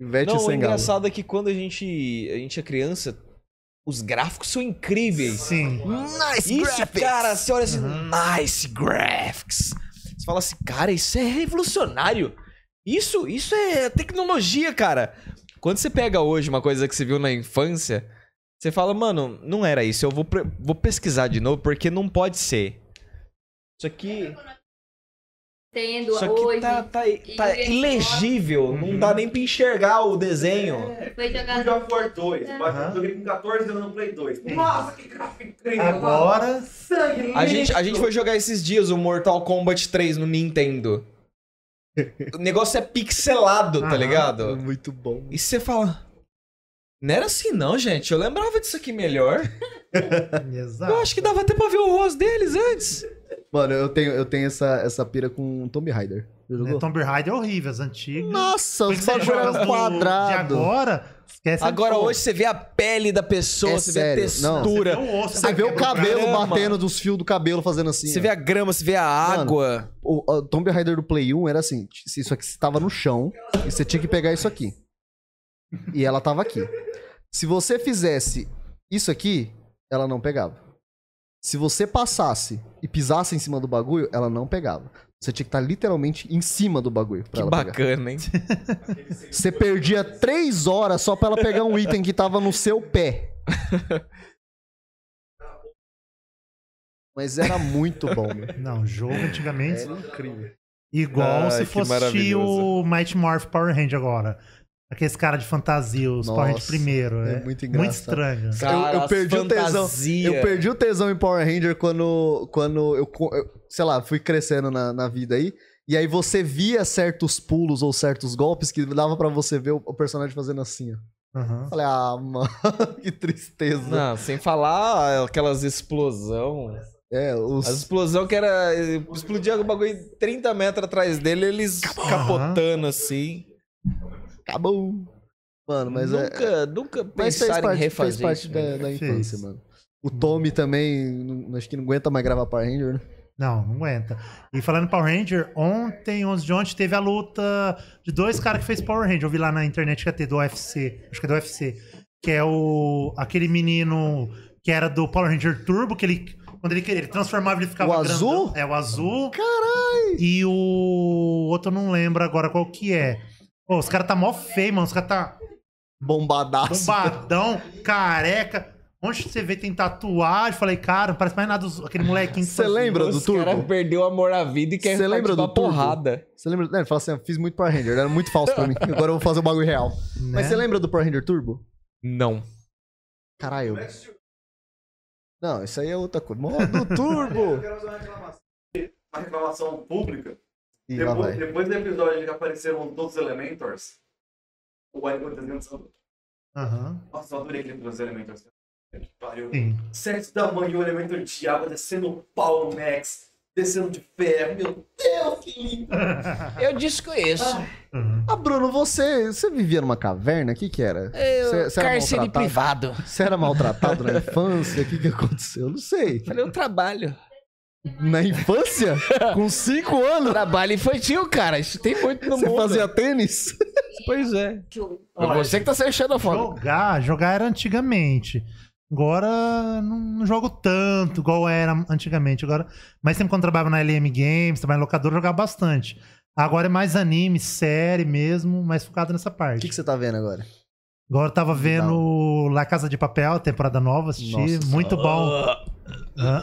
[SPEAKER 1] Ivete
[SPEAKER 2] não, o
[SPEAKER 1] Sangalo.
[SPEAKER 2] engraçado é que quando a gente, a gente é criança, os gráficos são incríveis.
[SPEAKER 3] Sim.
[SPEAKER 1] Hum. Nice
[SPEAKER 2] Isso, cara, você olha assim,
[SPEAKER 3] Uhum.
[SPEAKER 2] nice graphics. Você fala assim, cara, isso é revolucionário. Isso, isso é tecnologia, cara. Quando você pega hoje uma coisa que você viu na infância, você fala, mano, não era isso. Eu vou, pre- vou pesquisar de novo, porque não pode ser. Isso aqui,
[SPEAKER 6] Tendo
[SPEAKER 2] isso aqui
[SPEAKER 6] hoje.
[SPEAKER 2] tá, tá- tá
[SPEAKER 6] e-
[SPEAKER 2] ilegível. Não dá nem pra enxergar o desenho.
[SPEAKER 6] Foi
[SPEAKER 4] God
[SPEAKER 6] jogado.
[SPEAKER 4] of War 2. Eu joguei com 14 anos no Play 2. Nossa, que gráfico incrível.
[SPEAKER 3] Agora.
[SPEAKER 4] Sangue
[SPEAKER 2] A gente, a gente foi jogar esses dias o Mortal Kombat 3 no Nintendo. O negócio é pixelado, tá
[SPEAKER 3] Aham.
[SPEAKER 2] ligado?
[SPEAKER 1] Muito bom.
[SPEAKER 2] E você fala. Não era assim, não, gente. Eu lembrava disso aqui melhor.
[SPEAKER 3] Exato.
[SPEAKER 1] Tá.
[SPEAKER 2] Eu acho que dava até pra ver o rosto deles antes.
[SPEAKER 1] Mano, eu tenho, eu tenho essa, essa pira com Tomb Raider. Já jogou?
[SPEAKER 3] É, Tomb Raider é horrível, as antigas.
[SPEAKER 1] Nossa,
[SPEAKER 3] Quando
[SPEAKER 1] os
[SPEAKER 3] você
[SPEAKER 1] bagulho
[SPEAKER 3] joga
[SPEAKER 1] eram
[SPEAKER 3] do- De
[SPEAKER 1] quadrados.
[SPEAKER 3] agora, esquece.
[SPEAKER 2] Agora
[SPEAKER 3] Pô,
[SPEAKER 2] hoje você vê a pele da pessoa,
[SPEAKER 1] É
[SPEAKER 2] você vê a
[SPEAKER 1] sério, não.
[SPEAKER 2] textura,
[SPEAKER 3] o osso,
[SPEAKER 1] Você vê um o
[SPEAKER 3] quebra braço.
[SPEAKER 1] cabelo
[SPEAKER 2] Grama.
[SPEAKER 1] batendo dos fios do cabelo fazendo assim.
[SPEAKER 2] você
[SPEAKER 1] ó.
[SPEAKER 2] vê a grama, você vê a água.
[SPEAKER 1] O, o Tomb Raider do Play 1 era assim: t- isso aqui estava no chão e você tinha que pegar isso aqui. E ela tava aqui. Se você fizesse isso aqui, ela não pegava. Se você passasse e pisasse em cima do bagulho, ela não pegava. Você tinha que estar literalmente em cima do bagulho pra
[SPEAKER 2] que
[SPEAKER 1] ela pegar.
[SPEAKER 2] bacana, hein?
[SPEAKER 1] Você perdia três horas só pra ela pegar um item que tava no seu
[SPEAKER 2] <laughs>
[SPEAKER 1] pé. Mas era muito bom, mano.
[SPEAKER 3] Não, jogo antigamente.
[SPEAKER 1] Era incrível.
[SPEAKER 3] Igual
[SPEAKER 2] Ai,
[SPEAKER 3] se
[SPEAKER 2] que
[SPEAKER 3] fosse assistir o
[SPEAKER 2] maravilhoso.
[SPEAKER 3] Might Morph Power Ranger agora. Aqueles cara de fantasia, os Power Rangers
[SPEAKER 1] Nossa,
[SPEAKER 3] primeiro.
[SPEAKER 1] é
[SPEAKER 3] É,
[SPEAKER 1] muito engraçado.
[SPEAKER 3] muito estranho.
[SPEAKER 1] Eu- eu
[SPEAKER 2] as
[SPEAKER 1] perdi o tesão.
[SPEAKER 2] fantasia.
[SPEAKER 1] Eu perdi o tesão em Power Ranger quando, quando eu, co- eu, sei lá, fui crescendo na, na vida aí. E aí você via certos pulos ou certos golpes que dava pra você ver o, o personagem fazendo assim, ó.
[SPEAKER 3] Aham.
[SPEAKER 1] Eu Falei, ah, mano, <laughs> que tristeza.
[SPEAKER 2] Não, sem falar aquelas explosão.
[SPEAKER 1] É, os...
[SPEAKER 2] As explosão que era.
[SPEAKER 7] eh,
[SPEAKER 2] Explodia o bagulho 30 metros atrás dele, eles capotando assim.
[SPEAKER 1] Acabou. Mano, mas é...
[SPEAKER 2] nunca, nunca
[SPEAKER 1] Mas fez
[SPEAKER 2] pensaram em
[SPEAKER 1] parte, fez
[SPEAKER 2] refazer.
[SPEAKER 1] parte
[SPEAKER 2] isso,
[SPEAKER 1] da,
[SPEAKER 2] né?
[SPEAKER 1] da
[SPEAKER 3] Fez.
[SPEAKER 1] infância, Hum. mano. O Tommy também, não- acho que não aguenta mais gravar Power Ranger, né?
[SPEAKER 3] Não, não aguenta. E falando em Power Ranger, ontem, 11 de ontem, teve a luta de dois caras que fez Power Ranger. Eu vi lá na internet que ia ter do UFC. Acho que é do UFC. Que é o. aquele menino que era do Power Ranger Turbo, que ele. Quando ele, queria- ele transformava, ele ficava.
[SPEAKER 1] O azul?
[SPEAKER 3] É, o azul.
[SPEAKER 1] Caralho!
[SPEAKER 3] E o outro eu não lembro agora qual que é. Pô, os caras tá mó feio, mano. Os caras tá
[SPEAKER 1] Bombadaço.
[SPEAKER 3] bombadão, careca. Onde você vê tem tatuagem, falei, cara, não parece mais nada dos- aquele molequinho que
[SPEAKER 1] Você
[SPEAKER 3] fazia.
[SPEAKER 1] lembra do
[SPEAKER 7] Os caras
[SPEAKER 1] Turbo?
[SPEAKER 7] perdeu o amor à vida e quer
[SPEAKER 1] Cê lembra
[SPEAKER 7] partir
[SPEAKER 1] do
[SPEAKER 7] pra
[SPEAKER 1] Turbo?
[SPEAKER 7] porrada.
[SPEAKER 1] Você lembra? Não, ele fala assim, "Ah, fiz muito Power Ranger, era muito falso pra mim. Agora eu vou fazer o bagulho real.
[SPEAKER 3] Né?
[SPEAKER 1] Mas você lembra do Power Ranger Turbo?
[SPEAKER 2] Não.
[SPEAKER 1] Caralho.
[SPEAKER 4] é
[SPEAKER 1] Não, isso aí é outra coisa. Modo
[SPEAKER 3] <laughs>
[SPEAKER 1] Turbo!
[SPEAKER 4] quero fazer uma reclamação. Uma reclamação pública.
[SPEAKER 1] Ih, lá
[SPEAKER 4] Depois,
[SPEAKER 1] vai.
[SPEAKER 4] depois do episódio que apareceram todos os Elementors, o Animal desenhando.
[SPEAKER 3] Aham.
[SPEAKER 4] Nossa, eu adorei aquele episódio dos Elementors. É Que pariu.
[SPEAKER 3] Sim. <laughs>
[SPEAKER 4] Sete da manhã, o Elementor Diabo descendo o pau no Max, descendo de ferro. Meu Deus, que lindo!
[SPEAKER 7] Eu desconheço.
[SPEAKER 3] Uhum.
[SPEAKER 1] Ah, Bruno, você, você vivia numa caverna? O que que era? Você você era
[SPEAKER 7] Cárcere
[SPEAKER 1] maltratado?
[SPEAKER 7] privado.
[SPEAKER 1] Você era maltratado na infância? O que que aconteceu? Eu Não sei.
[SPEAKER 7] Falei, eu trabalho.
[SPEAKER 1] Na infância? Com 5 anos?
[SPEAKER 7] Trabalho infantil, cara. Isso tem muito no
[SPEAKER 1] Você
[SPEAKER 7] mundo.
[SPEAKER 1] fazia tênis?
[SPEAKER 7] Pois é.
[SPEAKER 6] Ju.
[SPEAKER 7] Foi
[SPEAKER 3] Olha,
[SPEAKER 7] você que tá sendo
[SPEAKER 1] é
[SPEAKER 7] xenofóbico.
[SPEAKER 3] Jogar, jogar era antigamente. Agora não, não jogo tanto igual era antigamente. Agora, mas sempre quando trabalhava na LM Games, trabalhava em locador, jogava bastante. Agora é mais anime, série mesmo, mais focado nessa
[SPEAKER 1] O
[SPEAKER 3] parte.
[SPEAKER 1] que, que você tá vendo agora?
[SPEAKER 3] Agora eu tava vendo La Casa de Papel, temporada nova, assisti.
[SPEAKER 1] Nossa
[SPEAKER 3] muito bom. Hã?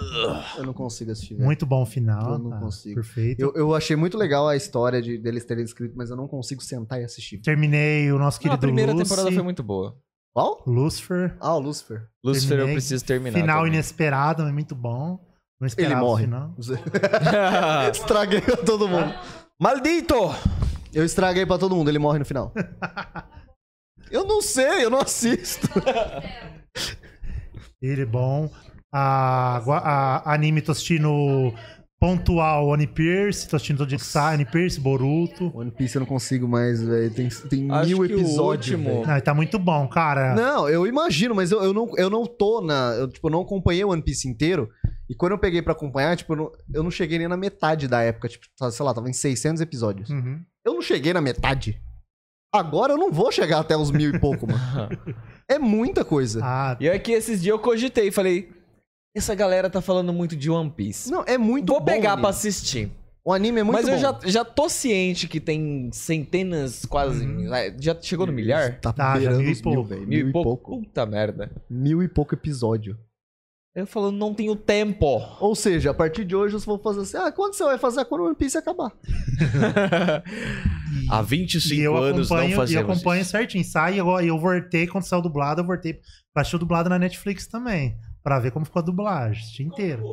[SPEAKER 1] Eu não consigo assistir. velho.
[SPEAKER 3] Muito bom o final.
[SPEAKER 1] Eu não
[SPEAKER 3] tá?
[SPEAKER 1] consigo.
[SPEAKER 3] Perfeito.
[SPEAKER 1] Eu, eu achei muito legal a história de, deles terem escrito, mas eu não consigo sentar e assistir.
[SPEAKER 3] Terminei o nosso
[SPEAKER 7] Não,
[SPEAKER 3] querido Lucy,
[SPEAKER 7] muito boa.
[SPEAKER 1] Qual?
[SPEAKER 3] Lucifer.
[SPEAKER 1] Ah, o Lucifer.
[SPEAKER 7] Lucifer, eu
[SPEAKER 3] Terminei.
[SPEAKER 7] preciso terminar.
[SPEAKER 3] final
[SPEAKER 7] também.
[SPEAKER 3] inesperado, mas muito bom. Não esperava o
[SPEAKER 1] morre.
[SPEAKER 3] final.
[SPEAKER 7] <laughs>
[SPEAKER 1] <laughs>
[SPEAKER 3] Ah.
[SPEAKER 1] estraguei pra todo mundo.
[SPEAKER 2] Maldito!
[SPEAKER 1] Eu estraguei pra todo mundo, ele morre no final. Eu não sei, eu não assisto.
[SPEAKER 3] Ele é bom. A, agora- a, anime tô assistindo pontual One Pierce, tô assistindo todo dia que sai, One Pierce, Boruto.
[SPEAKER 1] One Piece eu não consigo mais, velho. Tem, tem
[SPEAKER 7] Acho
[SPEAKER 1] mil
[SPEAKER 7] que o
[SPEAKER 1] episódios.
[SPEAKER 7] último-
[SPEAKER 1] velho.
[SPEAKER 3] Não, e tá muito bom, cara.
[SPEAKER 1] Não, eu imagino, mas eu, eu, não, eu não tô na. Eu, tipo, não acompanhei o One Piece inteiro. E quando eu peguei pra acompanhar, tipo, eu não, eu não cheguei nem na metade da época. Tipo, tá, sei lá, tava em 600 episódios.
[SPEAKER 3] Uhum.
[SPEAKER 1] Eu não cheguei na metade. Agora eu não vou chegar até os mil e pouco, <laughs> mano. É muita coisa.
[SPEAKER 3] Ah,
[SPEAKER 2] E é que esses dias eu cogitei, falei. Essa galera tá falando muito de One Piece.
[SPEAKER 1] Não, é muito
[SPEAKER 2] Vou
[SPEAKER 1] bom.
[SPEAKER 2] pegar
[SPEAKER 1] o anime.
[SPEAKER 2] pra assistir.
[SPEAKER 1] O anime é muito
[SPEAKER 2] Mas
[SPEAKER 1] bom.
[SPEAKER 2] eu já, já tô ciente que tem centenas, quase. né, Já chegou no milhar?
[SPEAKER 1] Tá,
[SPEAKER 3] Tá, já
[SPEAKER 1] beirando
[SPEAKER 3] Uhum. mil e
[SPEAKER 1] os mil,
[SPEAKER 3] pouco.
[SPEAKER 1] velho.
[SPEAKER 2] Mil e pouco. Puta merda.
[SPEAKER 1] Mil e pouco episódio.
[SPEAKER 2] Eu falando, não tenho tempo.
[SPEAKER 3] <laughs>
[SPEAKER 1] Ou seja, a partir de hoje eu vou fazer assim. Ah, quando você vai fazer? Quando o One Piece acabar.
[SPEAKER 2] Há
[SPEAKER 3] e
[SPEAKER 2] 25
[SPEAKER 3] eu
[SPEAKER 2] anos não
[SPEAKER 3] acompanho, e eu
[SPEAKER 2] fazemos
[SPEAKER 3] acompanho
[SPEAKER 2] isso.
[SPEAKER 3] certinho. Sai e eu, eu voltei quando saiu dublado, eu voltei. Baixei o dublado na Netflix também. Pra ver como ficou a dublagem. Assisti inteiro.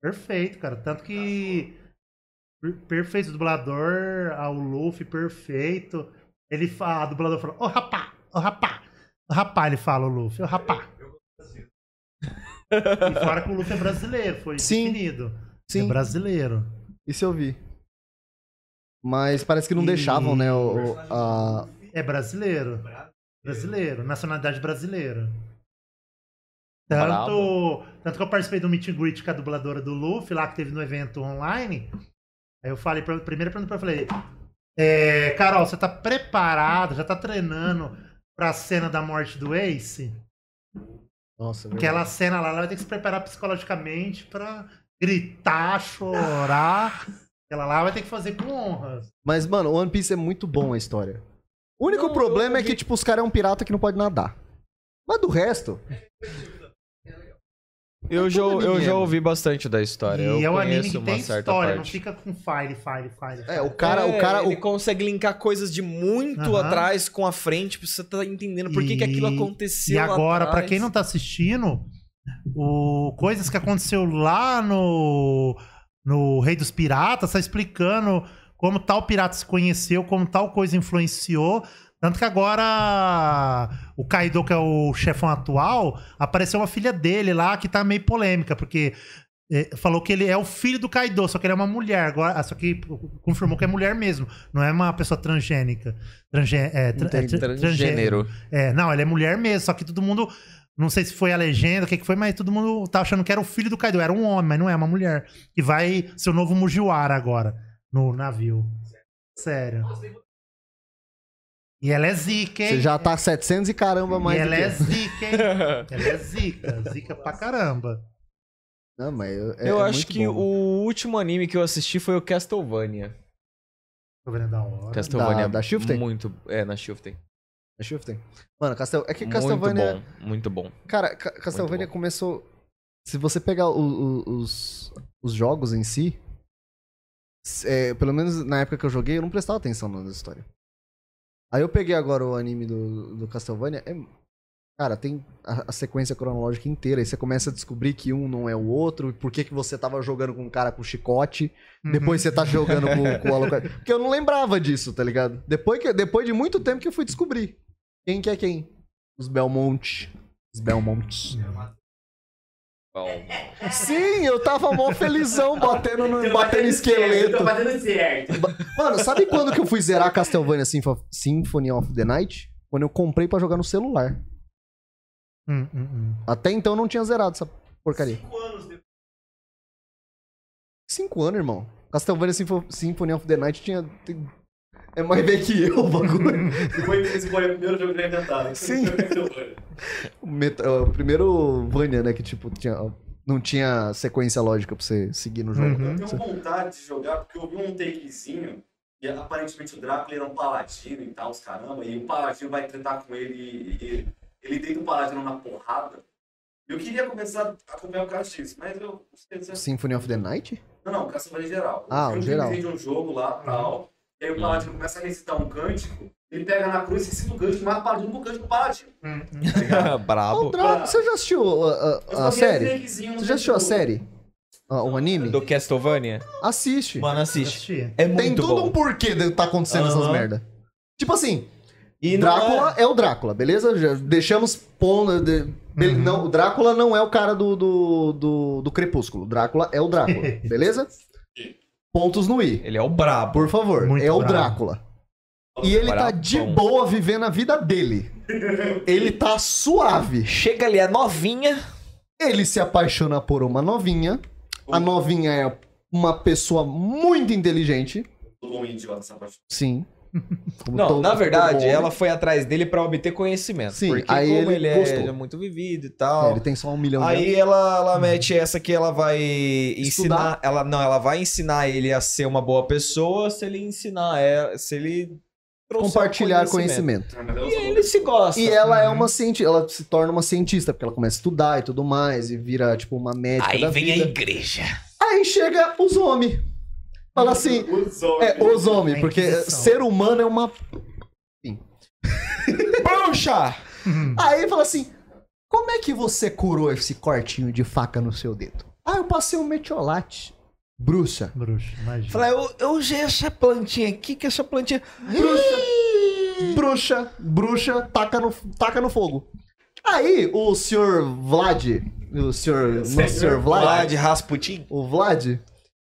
[SPEAKER 3] Perfeito, cara. Tanto que. per- Perfeito, o dublador, ah, o Luffy, perfeito. Ele fala, a dublador falou, ô rapá, ô rapá, ô rapá, ele fala, o Luffy, ô rapá. E fora que o Luffy é brasileiro, foi
[SPEAKER 1] Sim.
[SPEAKER 3] definido.
[SPEAKER 1] Sim.
[SPEAKER 3] É brasileiro.
[SPEAKER 1] Isso eu vi. Mas parece que não
[SPEAKER 3] E-
[SPEAKER 1] deixavam, né? O, o- a...
[SPEAKER 3] É brasileiro. Brasileiro, nacionalidade brasileira. Tanto, tanto que eu participei do meet and greet com a dubladora do Luffy, lá que teve no evento online. Aí eu falei, pra, primeiro pergunta pra ela, eu falei, "É, Carol, você tá preparado, já tá treinando pra cena da morte do Ace?
[SPEAKER 1] Nossa, é velho.
[SPEAKER 3] Aquela cena lá, ela vai ter que se preparar psicologicamente pra gritar,
[SPEAKER 2] <laughs>
[SPEAKER 3] chorar. Aquela lá vai ter que fazer com honra.
[SPEAKER 1] Mas, mano, o One Piece é muito bom a história. O único
[SPEAKER 2] Não,
[SPEAKER 1] problema
[SPEAKER 2] eu-
[SPEAKER 1] é que, tipo, os caras é um pirata que não pode nadar. Mas do resto,
[SPEAKER 2] Eu já,
[SPEAKER 1] tudo
[SPEAKER 2] eu já
[SPEAKER 1] menino.
[SPEAKER 2] ouvi bastante da história. eu
[SPEAKER 3] e é um anime
[SPEAKER 2] conheço
[SPEAKER 3] que
[SPEAKER 2] uma
[SPEAKER 3] tem
[SPEAKER 2] certa
[SPEAKER 3] história, não
[SPEAKER 2] parte.
[SPEAKER 3] fica com file, file, file.
[SPEAKER 1] é, o cara, o
[SPEAKER 2] É,
[SPEAKER 1] cara,
[SPEAKER 2] ele
[SPEAKER 1] o-
[SPEAKER 2] consegue linkar coisas de muito
[SPEAKER 3] Aham.
[SPEAKER 2] atrás com a frente, pra você tá entendendo por que, que aquilo
[SPEAKER 3] E-
[SPEAKER 2] aconteceu.
[SPEAKER 3] E agora,
[SPEAKER 2] lá atrás.
[SPEAKER 3] pra quem não tá assistindo, o coisas que aconteceu lá no no Rei dos Piratas, tá explicando como tal pirata se conheceu, como tal coisa influenciou. Tanto que agora o Kaido, que é o chefão atual, apareceu uma filha dele lá que tá meio polêmica, porque eh, falou que ele é o filho do Kaido, só que ele é uma mulher. Agora, ah, só que confirmou que é mulher mesmo, não é uma pessoa transgênica. Transgê, é, tra- é, tra- transgênero.
[SPEAKER 7] Transgênero.
[SPEAKER 3] É, não, ela é mulher mesmo, só que todo mundo. Não sei se foi a legenda, o que, que foi, mas todo mundo tá achando que era o filho do Kaido. Era um homem, mas não é uma mulher. Que vai ser o novo Mugiwara agora no navio. Sério. E ela é zica, hein?
[SPEAKER 1] você já tá 700 e caramba
[SPEAKER 3] e
[SPEAKER 1] mais. do
[SPEAKER 3] ela
[SPEAKER 1] que-
[SPEAKER 3] é zica,
[SPEAKER 2] <laughs>
[SPEAKER 3] hein? ela é zica, zica pra caramba.
[SPEAKER 1] Não, mas eu- é-
[SPEAKER 2] eu
[SPEAKER 1] é
[SPEAKER 2] acho
[SPEAKER 1] muito
[SPEAKER 2] que
[SPEAKER 1] bom.
[SPEAKER 2] o último anime que eu assisti foi o Castlevania.
[SPEAKER 3] Tô vendo é da hora.
[SPEAKER 2] Castlevania.
[SPEAKER 1] da Shiften?
[SPEAKER 2] Muito. É, na Shiften.
[SPEAKER 1] É Shifting. Mano, Castel... é que
[SPEAKER 2] muito
[SPEAKER 1] Castlevania.
[SPEAKER 2] bom, muito bom.
[SPEAKER 1] Cara, Ca- Castlevania
[SPEAKER 2] bom.
[SPEAKER 1] começou. Se você pegar o- o- os, os jogos em si, s- é, pelo menos na época que eu joguei, eu não prestava atenção na história. Aí eu peguei agora o anime do, do Castlevania. é- cara, tem a, a sequência cronológica inteira. Aí você começa a descobrir que um não é o outro, e por que, que você tava jogando com um cara com chicote, depois você tá jogando com, com o Alucard. Porque eu não lembrava disso, tá ligado? Depois, que, depois de muito tempo que eu fui descobrir quem que é quem. Os Belmonte. Os Belmontes.
[SPEAKER 3] Hum,
[SPEAKER 1] <laughs>
[SPEAKER 2] Bom,
[SPEAKER 1] Sim, eu tava mó felizão batendo no batendo esqueleto.
[SPEAKER 8] batendo certo.
[SPEAKER 1] Mano, sabe quando que eu fui zerar Castlevania Symph- Symphony of the Night? Quando eu comprei pra jogar no celular.
[SPEAKER 3] Hum, hum, hum.
[SPEAKER 1] Até então eu não tinha zerado essa porcaria. Cinco anos depois. Cinco anos, irmão. Castlevania Sympho- Symphony of the Night tinha. tem- É mais velho que eu <laughs> o bagulho.
[SPEAKER 8] Depois que você foi o primeiro jogo que eu inventado.
[SPEAKER 1] Sim. O Met- é o primeiro Vania, né? Que tipo, tinha... não tinha sequência lógica pra você seguir no jogo.
[SPEAKER 3] Uhum.
[SPEAKER 8] Eu tenho vontade de jogar porque eu vi um takezinho e aparentemente o Drácula era um paladino e tal, os caramba, e o paladino vai tentar com ele e ele, ele deita o paladino na porrada. Eu queria começar a acompanhar o caso disso, mas eu não sei se é-
[SPEAKER 1] Symphony of the Night?
[SPEAKER 8] Não, não, Castlevania geral.
[SPEAKER 1] Ah,
[SPEAKER 8] Eu
[SPEAKER 1] o geral. Uhum.
[SPEAKER 8] de um jogo lá, tal, e aí o paladino começa a recitar um cântico, ele pega na cruz, recita o cântico, mata o paladino pro cântico do
[SPEAKER 3] Hum,
[SPEAKER 8] paladino. Tá ligado?
[SPEAKER 1] Ô,
[SPEAKER 2] brabo.
[SPEAKER 1] Dra- Você já assistiu
[SPEAKER 8] Eu
[SPEAKER 1] uh, a- a- a
[SPEAKER 8] só vi esse
[SPEAKER 1] série?
[SPEAKER 8] takezinho no
[SPEAKER 1] Ah, Você já assistiu a
[SPEAKER 8] Facebook.
[SPEAKER 1] série? Ah, o anime?
[SPEAKER 2] Do Castlevania?
[SPEAKER 1] Assiste.
[SPEAKER 2] Mano, assiste.
[SPEAKER 3] Assistia.
[SPEAKER 2] É
[SPEAKER 1] Tem
[SPEAKER 2] muito
[SPEAKER 1] todo
[SPEAKER 2] bom.
[SPEAKER 1] um porquê de tá acontecendo essas
[SPEAKER 2] Aham.
[SPEAKER 1] merda. Tipo assim,
[SPEAKER 2] E não
[SPEAKER 1] Drácula é... o Drácula, beleza? Já deixamos pondo. de- be-
[SPEAKER 3] Uhum.
[SPEAKER 1] Não, o Drácula não é o cara do, do, do, do Crepúsculo. Drácula é o Drácula,
[SPEAKER 2] <laughs>
[SPEAKER 1] beleza? Pontos no
[SPEAKER 2] é-
[SPEAKER 1] I.
[SPEAKER 2] Ele é o brabo.
[SPEAKER 1] Por favor,
[SPEAKER 3] Muito
[SPEAKER 1] é o
[SPEAKER 3] brabo.
[SPEAKER 1] Drácula. E ele tá
[SPEAKER 2] Brabão.
[SPEAKER 1] de boa vivendo a vida dele. Ele tá suave.
[SPEAKER 2] Chega ali, é novinha.
[SPEAKER 1] Ele se apaixona por uma novinha.
[SPEAKER 2] Uhum.
[SPEAKER 1] A novinha é uma pessoa muito inteligente.
[SPEAKER 8] Todo mundo um idiota essa parte.
[SPEAKER 2] <laughs>
[SPEAKER 1] Sim. Como
[SPEAKER 2] Não,
[SPEAKER 1] todo-
[SPEAKER 2] na
[SPEAKER 1] todo
[SPEAKER 2] verdade,
[SPEAKER 1] homem.
[SPEAKER 2] ela foi atrás dele pra obter conhecimento.
[SPEAKER 1] um Sim,
[SPEAKER 2] porque
[SPEAKER 1] aí
[SPEAKER 2] como
[SPEAKER 1] ele
[SPEAKER 2] ele,
[SPEAKER 1] gostou.
[SPEAKER 2] é, já muito vivido e
[SPEAKER 1] É,
[SPEAKER 2] tal.
[SPEAKER 1] ele tem só um milhão de anos.
[SPEAKER 2] Aí ela, ela mete essa que ela vai ensinar.
[SPEAKER 1] Estudar.
[SPEAKER 2] Ela, não, ela vai ensinar ele a ser uma boa pessoa se ele ensinar ela, se ele trouxer
[SPEAKER 1] compartilhar
[SPEAKER 2] o
[SPEAKER 1] conhecimento.
[SPEAKER 8] Ah, mas eu sou
[SPEAKER 2] E ele se gosta.
[SPEAKER 1] E ela é uma cientista, ela se torna uma cientista, porque ela começa a estudar e tudo mais, e vira, tipo, uma médica da vida.
[SPEAKER 2] igreja.
[SPEAKER 1] Aí chega os homens. Fala assim,
[SPEAKER 8] Os homens.
[SPEAKER 1] é, os homens, porque
[SPEAKER 3] É, são.
[SPEAKER 1] ser humano é uma...
[SPEAKER 2] Bruxa!
[SPEAKER 3] Hum,
[SPEAKER 1] Aí fala assim, como é que você curou esse cortinho de faca no seu dedo? Ah, eu passei um metiolate. Bruxa.
[SPEAKER 3] Bruxo, imagina.
[SPEAKER 2] Fala, eu, eu usei essa plantinha aqui, que essa plantinha.
[SPEAKER 1] Bruxa, bruxa, taca no, taca no fogo. Aí, o senhor Vlad, o senhor, o senhor Vlad,
[SPEAKER 2] Vlad Rasputin.
[SPEAKER 1] o Vlad,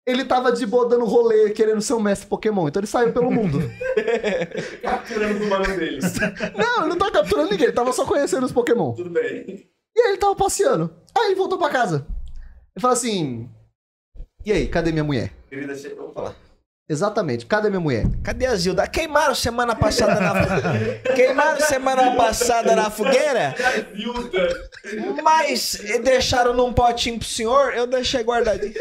[SPEAKER 1] ele tava de boa dando rolê, querendo ser um mestre Pokémon, então ele saiu pelo mundo.
[SPEAKER 8] capturando o mano deles.
[SPEAKER 1] não, ele não tava capturando ninguém, ele tava só conhecendo os Pokémon.
[SPEAKER 8] Tudo bem.
[SPEAKER 1] E aí ele tava passeando. Aí ele voltou pra casa. Ele fala assim, e aí, cadê minha mulher?
[SPEAKER 8] Querida, che... Opa.
[SPEAKER 1] Exatamente, cadê minha mulher?
[SPEAKER 2] Cadê a Zilda? Queimaram semana passada na <laughs> Queimaram semana passada na fogueira,
[SPEAKER 8] Zilda.
[SPEAKER 2] mas deixaram num potinho pro senhor, eu deixei guardadinho.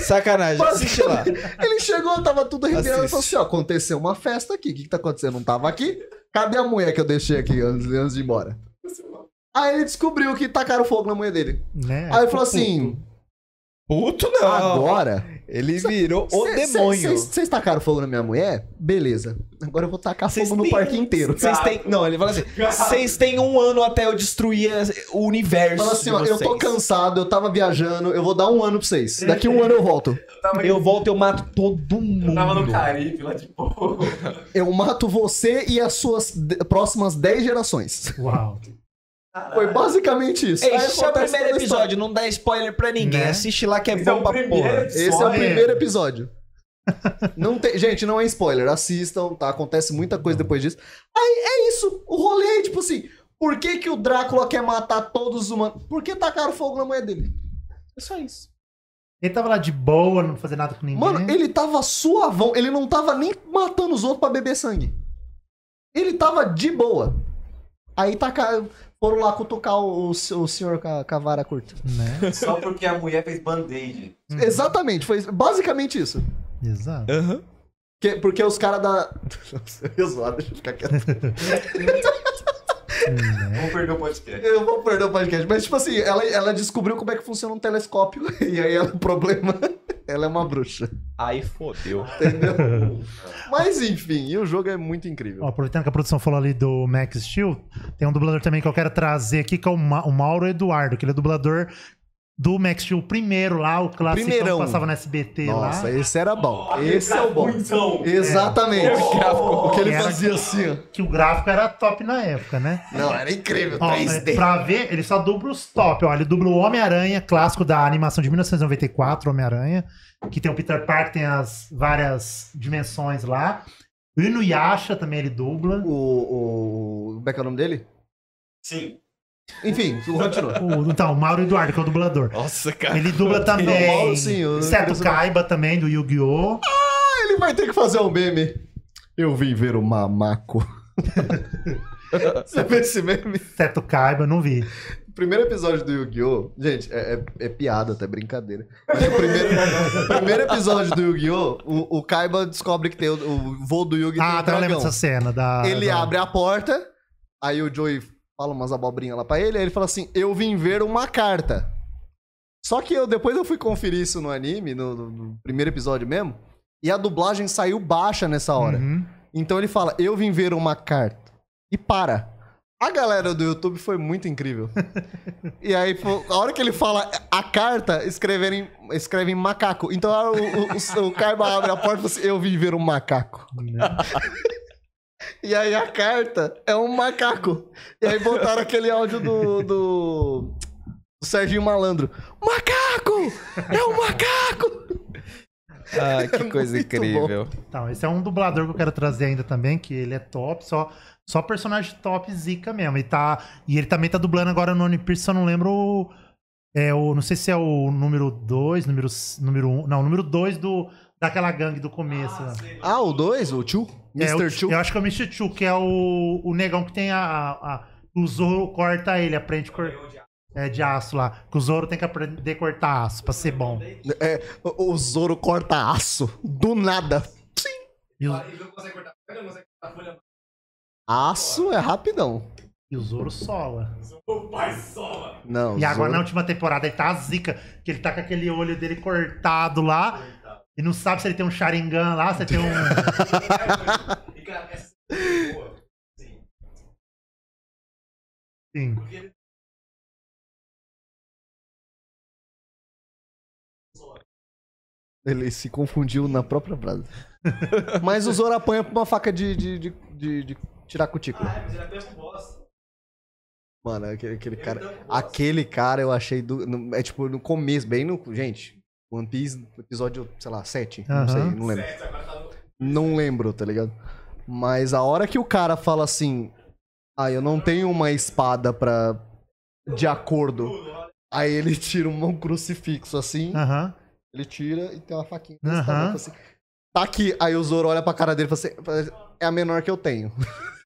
[SPEAKER 2] Sacanagem, assiste lá.
[SPEAKER 1] Ele chegou, tava tudo arrepiado e
[SPEAKER 2] Assiste.
[SPEAKER 1] falou assim: ó, aconteceu uma festa aqui. O que, que tá acontecendo? Não tava aqui? Cadê a mulher que eu deixei aqui antes, antes de ir embora? Aí ele descobriu que tacaram fogo na mulher dele.
[SPEAKER 3] <laughs>
[SPEAKER 2] É,
[SPEAKER 3] Né?
[SPEAKER 1] Aí ele falou assim:
[SPEAKER 2] Puto não.
[SPEAKER 1] agora.
[SPEAKER 2] Ele virou o
[SPEAKER 1] cê- cê-
[SPEAKER 2] demônio.
[SPEAKER 1] Vocês vocês tacaram fogo na minha mulher? Beleza. Agora eu vou tacar
[SPEAKER 2] Vocês
[SPEAKER 1] fogo no
[SPEAKER 2] têm-
[SPEAKER 1] parque inteiro.
[SPEAKER 2] Vocês têm. Não, ele fala assim: vocês têm um ano até eu destruir as- o universo.
[SPEAKER 1] Fala assim,
[SPEAKER 2] de
[SPEAKER 1] ó, eu tô
[SPEAKER 2] vocês.
[SPEAKER 1] cansado, eu tava viajando, eu vou dar um ano pra vocês. Daqui um ano eu volto.
[SPEAKER 8] Eu tava,
[SPEAKER 2] Eu volto, eu mato todo mundo.
[SPEAKER 8] eu tava no Caribe lá de boa.
[SPEAKER 1] Eu mato você e as suas de- próximas 10 gerações.
[SPEAKER 3] Uau.
[SPEAKER 1] Foi basicamente isso. Aí
[SPEAKER 2] Esse é o
[SPEAKER 1] acontece toda a
[SPEAKER 2] primeiro
[SPEAKER 1] história.
[SPEAKER 2] episódio, não dá spoiler pra ninguém.
[SPEAKER 3] Né?
[SPEAKER 2] Assiste lá que é
[SPEAKER 8] Esse é
[SPEAKER 2] bom
[SPEAKER 8] o
[SPEAKER 2] pra
[SPEAKER 8] primeiro
[SPEAKER 2] porra.
[SPEAKER 8] episódio.
[SPEAKER 1] Esse é o
[SPEAKER 3] Spoiler.
[SPEAKER 1] primeiro episódio. Não tem, gente, não é spoiler. Assistam, tá? Acontece muita coisa depois disso. Aí é isso. O rolê é tipo assim: por que, que o Drácula quer matar todos os humanos? Por que tacaram fogo na mulher dele? É só isso.
[SPEAKER 3] Ele tava lá de boa, não fazia nada com ninguém.
[SPEAKER 1] Mano, ele tava suavão. Ele não tava nem matando os outros pra beber sangue. Ele tava de boa. Aí tacaram. Foram lá cutucar o, o, o senhor com a, com a vara curta.
[SPEAKER 3] Né?
[SPEAKER 8] Só porque a mulher fez band-aid.
[SPEAKER 1] Exatamente, foi basicamente isso.
[SPEAKER 3] Exato.
[SPEAKER 2] Aham.
[SPEAKER 1] Que- porque os caras da. <laughs> Nossa, eu ia zoar, deixa eu ficar quieto.
[SPEAKER 4] Vamos perder o podcast.
[SPEAKER 1] Eu vou perder o podcast. Mas, tipo assim, ela, ela descobriu como é que funciona um telescópio. <laughs> E aí ela, o problema. <laughs> Ela é uma bruxa.
[SPEAKER 2] Aí fodeu.
[SPEAKER 1] Entendeu? Mas enfim, e o jogo é muito incrível.
[SPEAKER 3] Ó, aproveitando que a produção falou ali do Max Steel, tem um dublador também que eu quero trazer aqui, que é o, Ma- o Mauro Eduardo, que ele é dublador do Max Steel primeiro lá, o clássico que
[SPEAKER 1] Primeirão.
[SPEAKER 3] passava na SBT
[SPEAKER 1] Nossa,
[SPEAKER 3] lá.
[SPEAKER 1] esse era bom. Esse é o bom.
[SPEAKER 4] Então,
[SPEAKER 1] Exatamente. O que ele
[SPEAKER 3] Era-
[SPEAKER 1] fazia assim, ó.
[SPEAKER 3] Que o gráfico era top na época, né?
[SPEAKER 1] Não, era incrível.
[SPEAKER 3] Ó,
[SPEAKER 1] 3D.
[SPEAKER 3] é, pra ver, ele só dubla os top. Ó, ele dubla o Homem-Aranha, clássico da animação de 1994, Homem-Aranha, que tem o Peter Parker, tem as várias dimensões lá. O Inuyasha também ele dubla.
[SPEAKER 1] O, o. Como é que é o nome dele?
[SPEAKER 4] sim.
[SPEAKER 1] Enfim, <laughs> continua.
[SPEAKER 3] O, então, o Mauro Eduardo, que é o dublador.
[SPEAKER 7] Nossa, cara.
[SPEAKER 3] Ele
[SPEAKER 1] <laughs>
[SPEAKER 3] dubla também.
[SPEAKER 1] O Mauro, sim, eu-
[SPEAKER 3] Seto
[SPEAKER 1] eu-
[SPEAKER 3] Kaiba também, do Yu-Gi-Oh!
[SPEAKER 1] Ah, Ele vai ter que fazer um meme. Eu vim ver o <laughs> mamaco. Você vê esse meme?
[SPEAKER 3] Seto Kaiba, não vi.
[SPEAKER 1] Primeiro episódio do Yu-Gi-Oh! Gente, é, é- é piada, até brincadeira. Mas o
[SPEAKER 3] <laughs>
[SPEAKER 1] primeiro, primeiro episódio do Yu-Gi-Oh! O, o Kaiba descobre que tem o, o voo do Yu-Gi
[SPEAKER 3] Ah, tá,
[SPEAKER 1] tem
[SPEAKER 3] eu
[SPEAKER 1] um
[SPEAKER 3] lembro dessa
[SPEAKER 1] dragão.
[SPEAKER 3] cena. tá. Da,
[SPEAKER 1] Ele é
[SPEAKER 3] da-
[SPEAKER 1] abre a porta, aí o Joey fala umas abobrinhas lá pra ele, aí ele fala assim: Eu vim ver uma carta. Só que eu, depois eu fui conferir isso no anime, no- no- no primeiro episódio mesmo, e a dublagem saiu baixa nessa hora.
[SPEAKER 3] Uhum.
[SPEAKER 1] Então ele fala, eu vim ver uma carta. E para. A galera do YouTube foi muito
[SPEAKER 3] <laughs>
[SPEAKER 1] incrível. e aí, pô, a hora que ele fala a carta, escreverem, escrevem macaco. Então a- o, o, o, o Kaiba abre a porta e fala assim, eu vim ver um macaco. e aí a carta é um macaco. E aí botaram aquele áudio do... do... do Serginho Malandro. Macaco! É um macaco!
[SPEAKER 7] Ah, que coisa
[SPEAKER 1] Muito
[SPEAKER 7] incrível.
[SPEAKER 3] Então, esse é um dublador que eu quero trazer ainda também, que ele é top, só, só personagem top zica mesmo. E, tá, e ele também tá dublando agora no One Piece, só não lembro. o- É o, não sei se é o número 2, número 1. Número um, não, o número 2 do, daquela gangue do começo. né?
[SPEAKER 1] Ah, o dois, o Tio?
[SPEAKER 3] É, o-
[SPEAKER 1] Mr. Tio?
[SPEAKER 3] Eu acho que é o Mr. Chu, que é o, o negão que tem a. a, a- o Zoro corta ele, aprende cor, é, de aço lá. Que o Zoro tem que aprender a cortar aço pra ser bom.
[SPEAKER 1] É, o o Zoro corta aço do nada.
[SPEAKER 3] E o,
[SPEAKER 1] Aço é rapidão.
[SPEAKER 3] e o Zoro sola.
[SPEAKER 1] <laughs> Não,
[SPEAKER 3] E agora na
[SPEAKER 1] Zoro-
[SPEAKER 3] última temporada ele tá zica, que ele tá com aquele olho dele cortado lá. E não sabe se ele tem um Sharingan lá, se ele
[SPEAKER 1] <laughs>
[SPEAKER 3] tem um.
[SPEAKER 4] é E, cara, essa é boa.
[SPEAKER 3] Sim.
[SPEAKER 1] <laughs> Ele se confundiu na própria
[SPEAKER 3] <laughs>
[SPEAKER 1] frase. Mas o Zoro apanha pra uma faca de, de, de, de- de tirar cutícula.
[SPEAKER 4] mas ele é mesmo bosta.
[SPEAKER 1] Mano, aquele, aquele cara.
[SPEAKER 4] dando bosta.
[SPEAKER 1] Aquele cara eu achei. do- no- é tipo no começo, bem no. Gente, One Piece, episódio, sei lá, 7. Não
[SPEAKER 3] Aham.
[SPEAKER 1] sei, não lembro.
[SPEAKER 4] Certo, agora tá no...
[SPEAKER 1] Não lembro, tá ligado? Mas a hora que o cara fala assim. Ah, eu não tenho uma espada pra. De acordo. Aí ele tira um crucifixo assim.
[SPEAKER 3] Aham.
[SPEAKER 1] Ele tira e tem uma faquinha.
[SPEAKER 3] Aham.
[SPEAKER 1] desse tamanho, fala assim, tá aqui. Aí o Zoro olha pra cara dele e fala assim: é a menor que eu tenho. <laughs>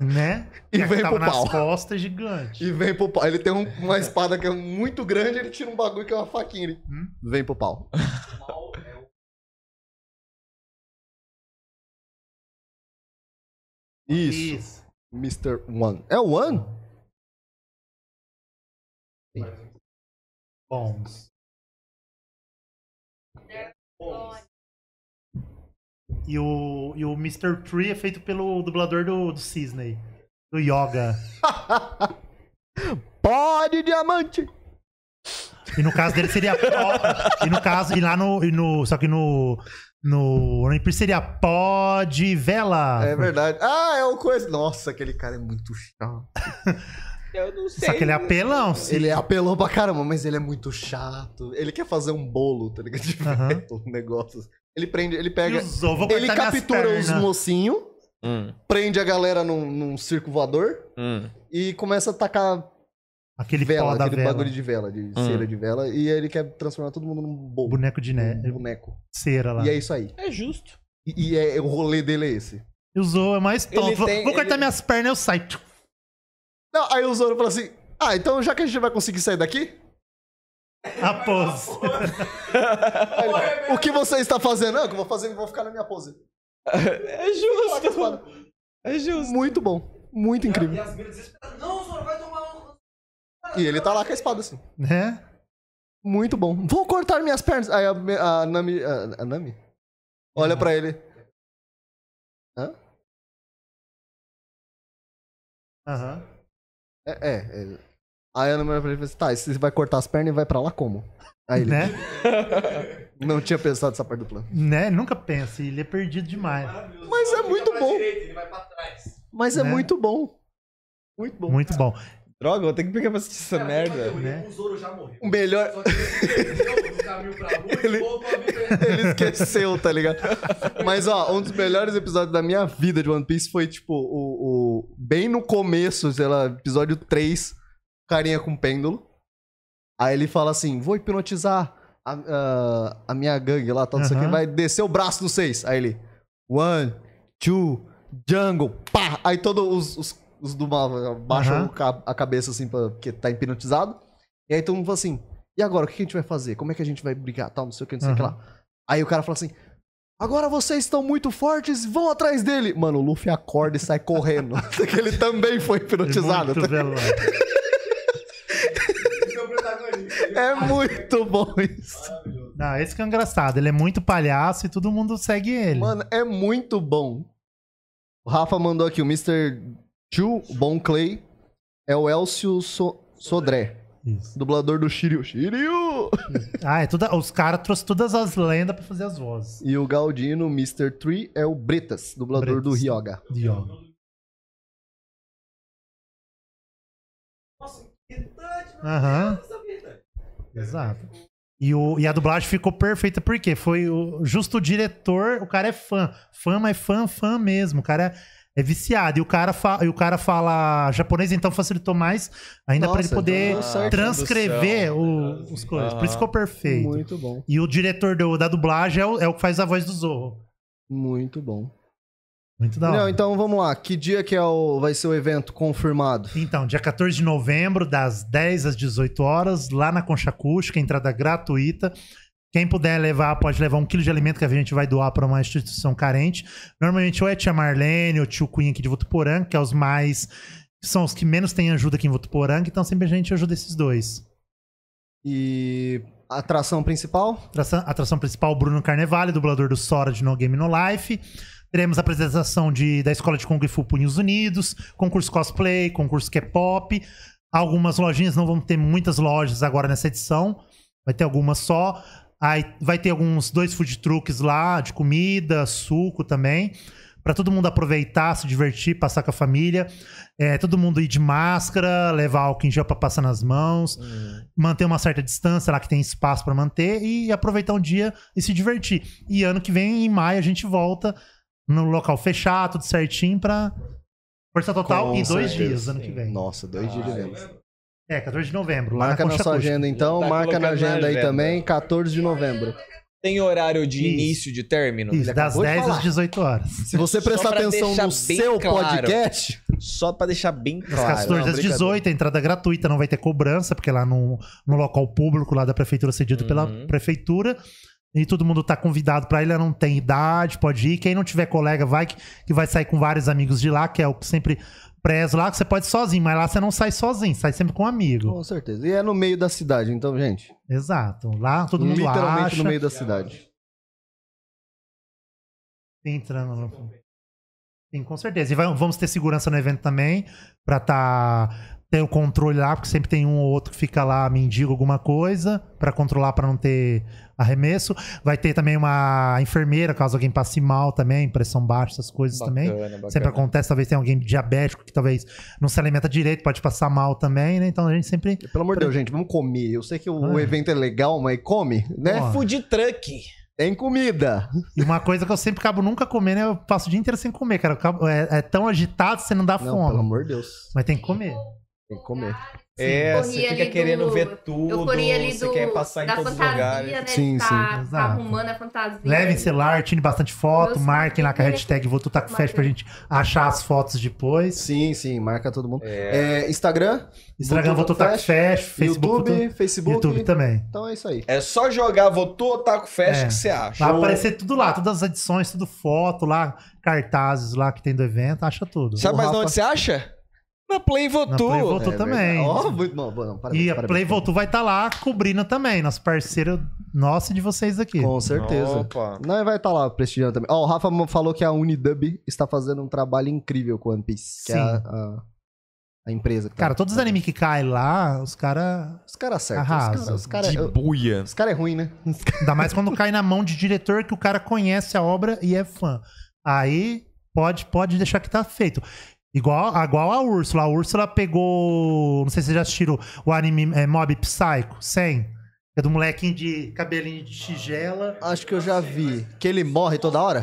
[SPEAKER 3] Né?
[SPEAKER 1] E
[SPEAKER 3] É que
[SPEAKER 1] vem
[SPEAKER 3] tava
[SPEAKER 1] pro
[SPEAKER 3] nas
[SPEAKER 1] pau.
[SPEAKER 3] costas é gigante.
[SPEAKER 1] E vem pro pau. Ele tem um- uma espada que é muito grande, ele tira um bagulho que é uma faquinha. Ele
[SPEAKER 3] Hum?
[SPEAKER 1] vem pro pau. Isso, Mr. One. É o One?
[SPEAKER 3] Bons. E o, e o Mr. Tree é feito pelo dublador do, do Cisney. Do Yoga.
[SPEAKER 1] Pode diamante!
[SPEAKER 3] E no caso dele seria pó. e no caso, e lá no. e no- só que no. No One Piece seria pó de vela.
[SPEAKER 1] É verdade. Ah, é o coisa. Nossa, aquele cara é muito chato.
[SPEAKER 2] Eu não sei.
[SPEAKER 3] Só que ele é apelão, sim.
[SPEAKER 1] Ele apelou pra caramba, mas ele é muito chato. Ele quer fazer um bolo, tá ligado? De
[SPEAKER 3] Aham.
[SPEAKER 1] feto, um negócio. Ele prende, ele
[SPEAKER 3] E
[SPEAKER 1] pega.
[SPEAKER 3] usou, vou
[SPEAKER 1] é Ele
[SPEAKER 3] cortar minhas
[SPEAKER 1] captura os
[SPEAKER 3] pernas.
[SPEAKER 1] mocinhos,
[SPEAKER 7] Hum,
[SPEAKER 1] prende a galera num, num circo voador
[SPEAKER 7] hum.
[SPEAKER 1] e começa a tacar
[SPEAKER 3] Aquele pó
[SPEAKER 1] vela,
[SPEAKER 3] da
[SPEAKER 1] aquele
[SPEAKER 3] vela.
[SPEAKER 1] bagulho de vela, de
[SPEAKER 7] Hum.
[SPEAKER 1] cera de vela. E ele quer transformar todo mundo num bolo.
[SPEAKER 3] Boneco né? de ne...
[SPEAKER 1] num boneco.
[SPEAKER 3] cera lá.
[SPEAKER 1] Hum. E é isso aí.
[SPEAKER 2] É justo.
[SPEAKER 1] E, e é, o rolê dele é esse.
[SPEAKER 3] E usou, é mais
[SPEAKER 2] Ele
[SPEAKER 3] tonto. Vou,
[SPEAKER 2] tem-
[SPEAKER 3] vou cortar
[SPEAKER 2] ele-
[SPEAKER 3] minhas pernas, eu saio. Tchum.
[SPEAKER 1] Não, aí o Zoro fala assim: Ah, então já que a gente vai conseguir sair daqui,
[SPEAKER 3] A pose.
[SPEAKER 1] <laughs> "Ah, aí ele fala, o que você está fazendo? Não, o que eu vou fazer? Eu Vou ficar na minha pose.
[SPEAKER 2] É justo. É justo.
[SPEAKER 1] Muito bom. Muito
[SPEAKER 4] E
[SPEAKER 1] incrível.
[SPEAKER 4] as minas desesperadas. Não, senhor, vai tomar um.
[SPEAKER 1] E ele tá lá com a espada, assim.
[SPEAKER 3] Né?
[SPEAKER 1] Muito bom. Vou cortar minhas pernas. Aí a, a Nami. A, a Nami? Olha pra ele.
[SPEAKER 3] Aham.
[SPEAKER 1] É, é. é. Aí a Nami olha pra ele e fala assim: tá, e você vai cortar as pernas e vai pra lá como? Aí ele.
[SPEAKER 3] Né?
[SPEAKER 1] Não tinha pensado nessa parte do plano.
[SPEAKER 3] Né? Nunca pensa, ele é perdido demais.
[SPEAKER 1] Mas é muito bom.
[SPEAKER 4] ele vai pra trás.
[SPEAKER 1] Mas é
[SPEAKER 3] Né?
[SPEAKER 1] muito bom. Muito bom.
[SPEAKER 3] Muito bom.
[SPEAKER 2] Droga, vou ter que pegar pra assistir
[SPEAKER 4] É,
[SPEAKER 2] essa merda.
[SPEAKER 3] né?
[SPEAKER 4] O um Zoro já morreu.
[SPEAKER 1] O melhor.
[SPEAKER 4] Só que ele perdeu o caminho pra rua
[SPEAKER 1] Ele-
[SPEAKER 4] e voltou a viver.
[SPEAKER 1] <laughs> Ele esqueceu, tá ligado? Mas, ó, um dos melhores episódios da minha vida de One Piece foi, tipo, o, o- bem no começo, sei lá, episódio 3, carinha com pêndulo. Aí ele fala assim, vou hipnotizar a, a- a minha gangue lá, tal, não sei o que,
[SPEAKER 3] Aham.
[SPEAKER 1] vai descer o braço no 6. Aí ele, one, two, jungle, pá! Aí todos os, os, os do mal baixam
[SPEAKER 3] Aham.
[SPEAKER 1] o ca- a cabeça, assim, pra, porque tá hipnotizado. E aí todo mundo fala assim, e agora, o que a gente vai fazer? Como é que a gente vai brigar, tal, não sei o que, não sei o que
[SPEAKER 3] Aham.
[SPEAKER 1] lá. Aí o cara fala assim, Agora vocês estão muito fortes, vão atrás dele. Mano, o Luffy acorda e sai correndo. <laughs> que ele também foi hipnotizado.
[SPEAKER 3] é Muito veloz.
[SPEAKER 1] É
[SPEAKER 4] Ah,
[SPEAKER 1] muito bom isso.
[SPEAKER 3] Não, esse que é engraçado. Ele é muito palhaço e todo mundo segue ele.
[SPEAKER 1] Mano, é muito bom. O Rafa mandou aqui, o Mr. Chu Bon Clay é o Elcio So- Sodré,
[SPEAKER 3] Isso.
[SPEAKER 1] dublador do Shiryu. Shiryu!
[SPEAKER 3] Ah, é tudo, os caras trouxeram todas as lendas pra fazer as vozes.
[SPEAKER 1] E o Galdino, Mr. Tree, é o Bretas, dublador do
[SPEAKER 3] Bretas.
[SPEAKER 1] Ryoga.
[SPEAKER 4] Então,
[SPEAKER 3] Diogo.
[SPEAKER 4] Nossa, que irritante, mano.
[SPEAKER 3] Aham.
[SPEAKER 4] Essa vida.
[SPEAKER 3] Exato. E, o, e a dublagem ficou perfeita, porque foi o, justo o diretor, o cara é fã. Fã, mas fã, fã mesmo. O cara é, é viciado. E o cara, fa, e o cara fala japonês, então facilitou mais ainda pra ele
[SPEAKER 1] Nossa,
[SPEAKER 3] poder
[SPEAKER 1] então deu certo.
[SPEAKER 3] transcrever o- os coisas. Por isso ficou perfeito.
[SPEAKER 1] Ah, Muito bom.
[SPEAKER 3] E o diretor do- da dublagem é o, é o que faz a voz do Zorro.
[SPEAKER 1] Muito bom.
[SPEAKER 3] Muito da hora.
[SPEAKER 1] Não, então vamos lá. Que dia que é o... vai ser o evento confirmado?
[SPEAKER 3] Então, dia 14 de novembro, das 10 às 18 horas, lá na Concha Acústica, entrada gratuita. Quem puder levar, pode levar um quilo de alimento que a gente vai doar para uma instituição carente. Normalmente ou é tia Marlene ou tio Cunha aqui de Votuporanga, que é os mais. que são os que menos têm ajuda aqui em Votuporanga, então sempre a gente ajuda esses dois.
[SPEAKER 1] E a atração principal?
[SPEAKER 3] Atração, atração principal, Bruno Carnevale, dublador do Sora de No Game No Life. Teremos a apresentação de, da Escola de Kung Fu Punhos Unidos, concurso cosplay, concurso K-pop. Algumas lojinhas, não vão ter muitas lojas agora nessa edição, vai ter algumas só. Aí vai ter alguns dois food trucks lá, de comida, suco também, Pra todo mundo aproveitar, se divertir, passar com a família. É, todo mundo ir de máscara, levar álcool em gel pra passar nas mãos manter uma certa distância lá que tem espaço pra manter e aproveitar um dia e se divertir. E ano que vem, em maio, a gente volta no local fechado, tudo certinho pra força total
[SPEAKER 1] Com
[SPEAKER 3] e dois
[SPEAKER 1] certeza,
[SPEAKER 3] dias ano que vem.
[SPEAKER 1] Nossa, dois dias
[SPEAKER 2] Ah,
[SPEAKER 1] de evento.
[SPEAKER 3] É, 14 de novembro, lá
[SPEAKER 1] Marca
[SPEAKER 3] na
[SPEAKER 1] na
[SPEAKER 3] Concha
[SPEAKER 1] sua
[SPEAKER 3] Acústica.
[SPEAKER 1] agenda então,
[SPEAKER 2] Tá
[SPEAKER 1] marca na
[SPEAKER 2] colocando na
[SPEAKER 1] agenda aí
[SPEAKER 2] agenda.
[SPEAKER 1] também, 14 de novembro.
[SPEAKER 2] Tem horário de
[SPEAKER 3] Isso.
[SPEAKER 2] início, de término?
[SPEAKER 3] Isso, das
[SPEAKER 1] né? acabou de
[SPEAKER 3] 10
[SPEAKER 1] falar.
[SPEAKER 3] às 18 horas.
[SPEAKER 1] Se você prestar
[SPEAKER 2] pra
[SPEAKER 1] atenção
[SPEAKER 2] deixar
[SPEAKER 1] no
[SPEAKER 2] bem
[SPEAKER 1] seu
[SPEAKER 2] claro.
[SPEAKER 1] podcast,
[SPEAKER 2] Só pra deixar bem
[SPEAKER 3] Das
[SPEAKER 2] claro.
[SPEAKER 3] 14
[SPEAKER 2] Não,
[SPEAKER 3] às
[SPEAKER 2] brincadeira.
[SPEAKER 3] 18, a entrada é gratuita, não vai ter cobrança, porque lá no, no local público, lá da prefeitura, é cedido pela
[SPEAKER 2] Uhum.
[SPEAKER 3] prefeitura. E todo mundo tá convidado pra ele, não tem idade, pode ir. Quem não tiver colega, vai que, que vai sair com vários amigos de lá, que é o que sempre prezo lá, que você pode ir sozinho, mas lá você não sai sozinho, sai sempre com um amigo.
[SPEAKER 1] com certeza. E é no meio da cidade, então, gente.
[SPEAKER 3] Exato. Lá todo mundo
[SPEAKER 1] literalmente
[SPEAKER 3] acha. é
[SPEAKER 1] no meio da cidade.
[SPEAKER 3] Tem entrando no... Sim, com certeza. E vai- vamos ter segurança no evento também, pra tá ter o controle lá, porque sempre tem um ou outro que fica lá, mendigo alguma coisa, pra controlar pra não ter arremesso. Vai ter também uma enfermeira, caso alguém passe mal também, pressão baixa, essas coisas também. é
[SPEAKER 2] Bacana, bacana.
[SPEAKER 3] Sempre acontece, talvez tenha alguém diabético que talvez não se alimenta direito, pode passar mal também, né? Então a gente sempre.
[SPEAKER 1] Pelo amor de Deus, gente, vamos comer. Eu sei que o
[SPEAKER 3] Ah.
[SPEAKER 1] evento é legal, mas come, né?
[SPEAKER 3] Ó,
[SPEAKER 2] Food truck.
[SPEAKER 1] Tem comida.
[SPEAKER 3] E uma coisa que eu sempre acabo nunca comendo, é eu passo o dia inteiro sem comer, cara. Eu acabo- É, é tão agitado, você não dá
[SPEAKER 1] Não,
[SPEAKER 3] fome.
[SPEAKER 1] pelo amor de Deus.
[SPEAKER 3] Mas tem que comer.
[SPEAKER 1] Tem que comer.
[SPEAKER 2] É,
[SPEAKER 6] Eu
[SPEAKER 2] você
[SPEAKER 6] corri
[SPEAKER 2] fica
[SPEAKER 6] ali
[SPEAKER 2] querendo
[SPEAKER 6] do-
[SPEAKER 2] ver tudo,
[SPEAKER 6] Eu corri ali
[SPEAKER 2] você
[SPEAKER 6] do,
[SPEAKER 2] quer passar em
[SPEAKER 6] da
[SPEAKER 2] todos os
[SPEAKER 6] fantasia,
[SPEAKER 2] lugares.
[SPEAKER 6] né?
[SPEAKER 1] Sim,
[SPEAKER 6] Ele tá,
[SPEAKER 3] sim.
[SPEAKER 6] tá
[SPEAKER 3] Exato.
[SPEAKER 6] arrumando a fantasia.
[SPEAKER 3] Levem celular, tirem bastante foto,
[SPEAKER 6] Meus-
[SPEAKER 3] marquem lá com a hashtag Vou Tutar com Fest pra gente achar as fotos depois.
[SPEAKER 1] Sim, sim, marca todo mundo.
[SPEAKER 2] É.
[SPEAKER 1] É, Instagram,
[SPEAKER 3] Instagram Vou Tutar com Fest, Facebook,
[SPEAKER 1] YouTube,
[SPEAKER 3] YouTube,
[SPEAKER 1] Facebook.
[SPEAKER 3] YouTube tá- também.
[SPEAKER 1] Então é isso aí.
[SPEAKER 2] É só jogar Votou Otaku Fest
[SPEAKER 3] É.
[SPEAKER 2] que você acha.
[SPEAKER 3] Vai aparecer tudo lá, todas as edições, tudo foto lá, cartazes lá que tem do evento, acha tudo.
[SPEAKER 2] Sabe mais
[SPEAKER 1] Rafa-
[SPEAKER 2] onde você acha? Na Play
[SPEAKER 3] Na
[SPEAKER 2] Votou.
[SPEAKER 3] Play Votou também.
[SPEAKER 1] É Ó, muito bom. bom, não, parabéns,
[SPEAKER 3] E a
[SPEAKER 1] parabéns.
[SPEAKER 3] Play Voltou vai estar lá cobrindo também, nosso parceiro nosso e de vocês aqui.
[SPEAKER 1] Com certeza.
[SPEAKER 2] Opa.
[SPEAKER 1] Não, vai estar lá prestigiando também. Ó, o Rafa mo- falou que a Unidub está fazendo um trabalho incrível com One Piece. Que é
[SPEAKER 3] Sim.
[SPEAKER 1] a, a- a empresa. que tá-
[SPEAKER 3] Cara, todos os animes que caem lá, os caras.
[SPEAKER 1] Os caras acertam.
[SPEAKER 3] Arrasa.
[SPEAKER 1] Os caras cara,
[SPEAKER 2] buia.
[SPEAKER 1] os cara é ruim, né?
[SPEAKER 3] Ainda mais quando cai na mão de diretor que o cara conhece a obra e é fã. Aí pode, pode deixar que tá feito. Igual, igual a Úrsula. A Úrsula pegou. Não sei se vocês já assistiram o anime é, Mob Psycho 100. É do molequinho de cabelinho de tigela.
[SPEAKER 1] Acho que eu já vi. Que ele morre toda hora?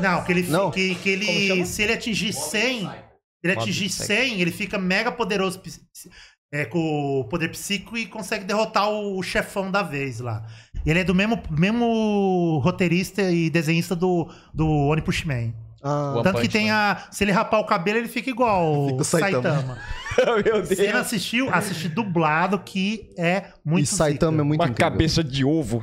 [SPEAKER 3] Não, que ele. fi-
[SPEAKER 1] Não.
[SPEAKER 3] Que, que
[SPEAKER 1] Como chama?
[SPEAKER 3] ele se ele atingir 100. se Ele
[SPEAKER 2] Mob
[SPEAKER 3] atingir
[SPEAKER 2] Psycho.
[SPEAKER 3] 100, ele fica mega poderoso ps- ps- é, com o poder psíquico e consegue derrotar o, o chefão da vez lá. E ele é do mesmo, mesmo roteirista e desenhista do, do One Punch Man.
[SPEAKER 1] Ah,
[SPEAKER 2] One
[SPEAKER 3] Tanto que
[SPEAKER 2] Punch
[SPEAKER 3] tem
[SPEAKER 2] Man.
[SPEAKER 3] a. Se ele rapar o cabelo, ele fica igual
[SPEAKER 1] <laughs> Fica
[SPEAKER 3] o
[SPEAKER 1] o Saitama.
[SPEAKER 3] Saitama.
[SPEAKER 2] <laughs> Meu
[SPEAKER 3] Se não
[SPEAKER 2] Deus.
[SPEAKER 3] assistiu, assiste dublado, que é muito
[SPEAKER 1] e Saitama é
[SPEAKER 3] zica.
[SPEAKER 1] muito
[SPEAKER 2] Uma
[SPEAKER 1] incrível.
[SPEAKER 2] cabeça de ovo.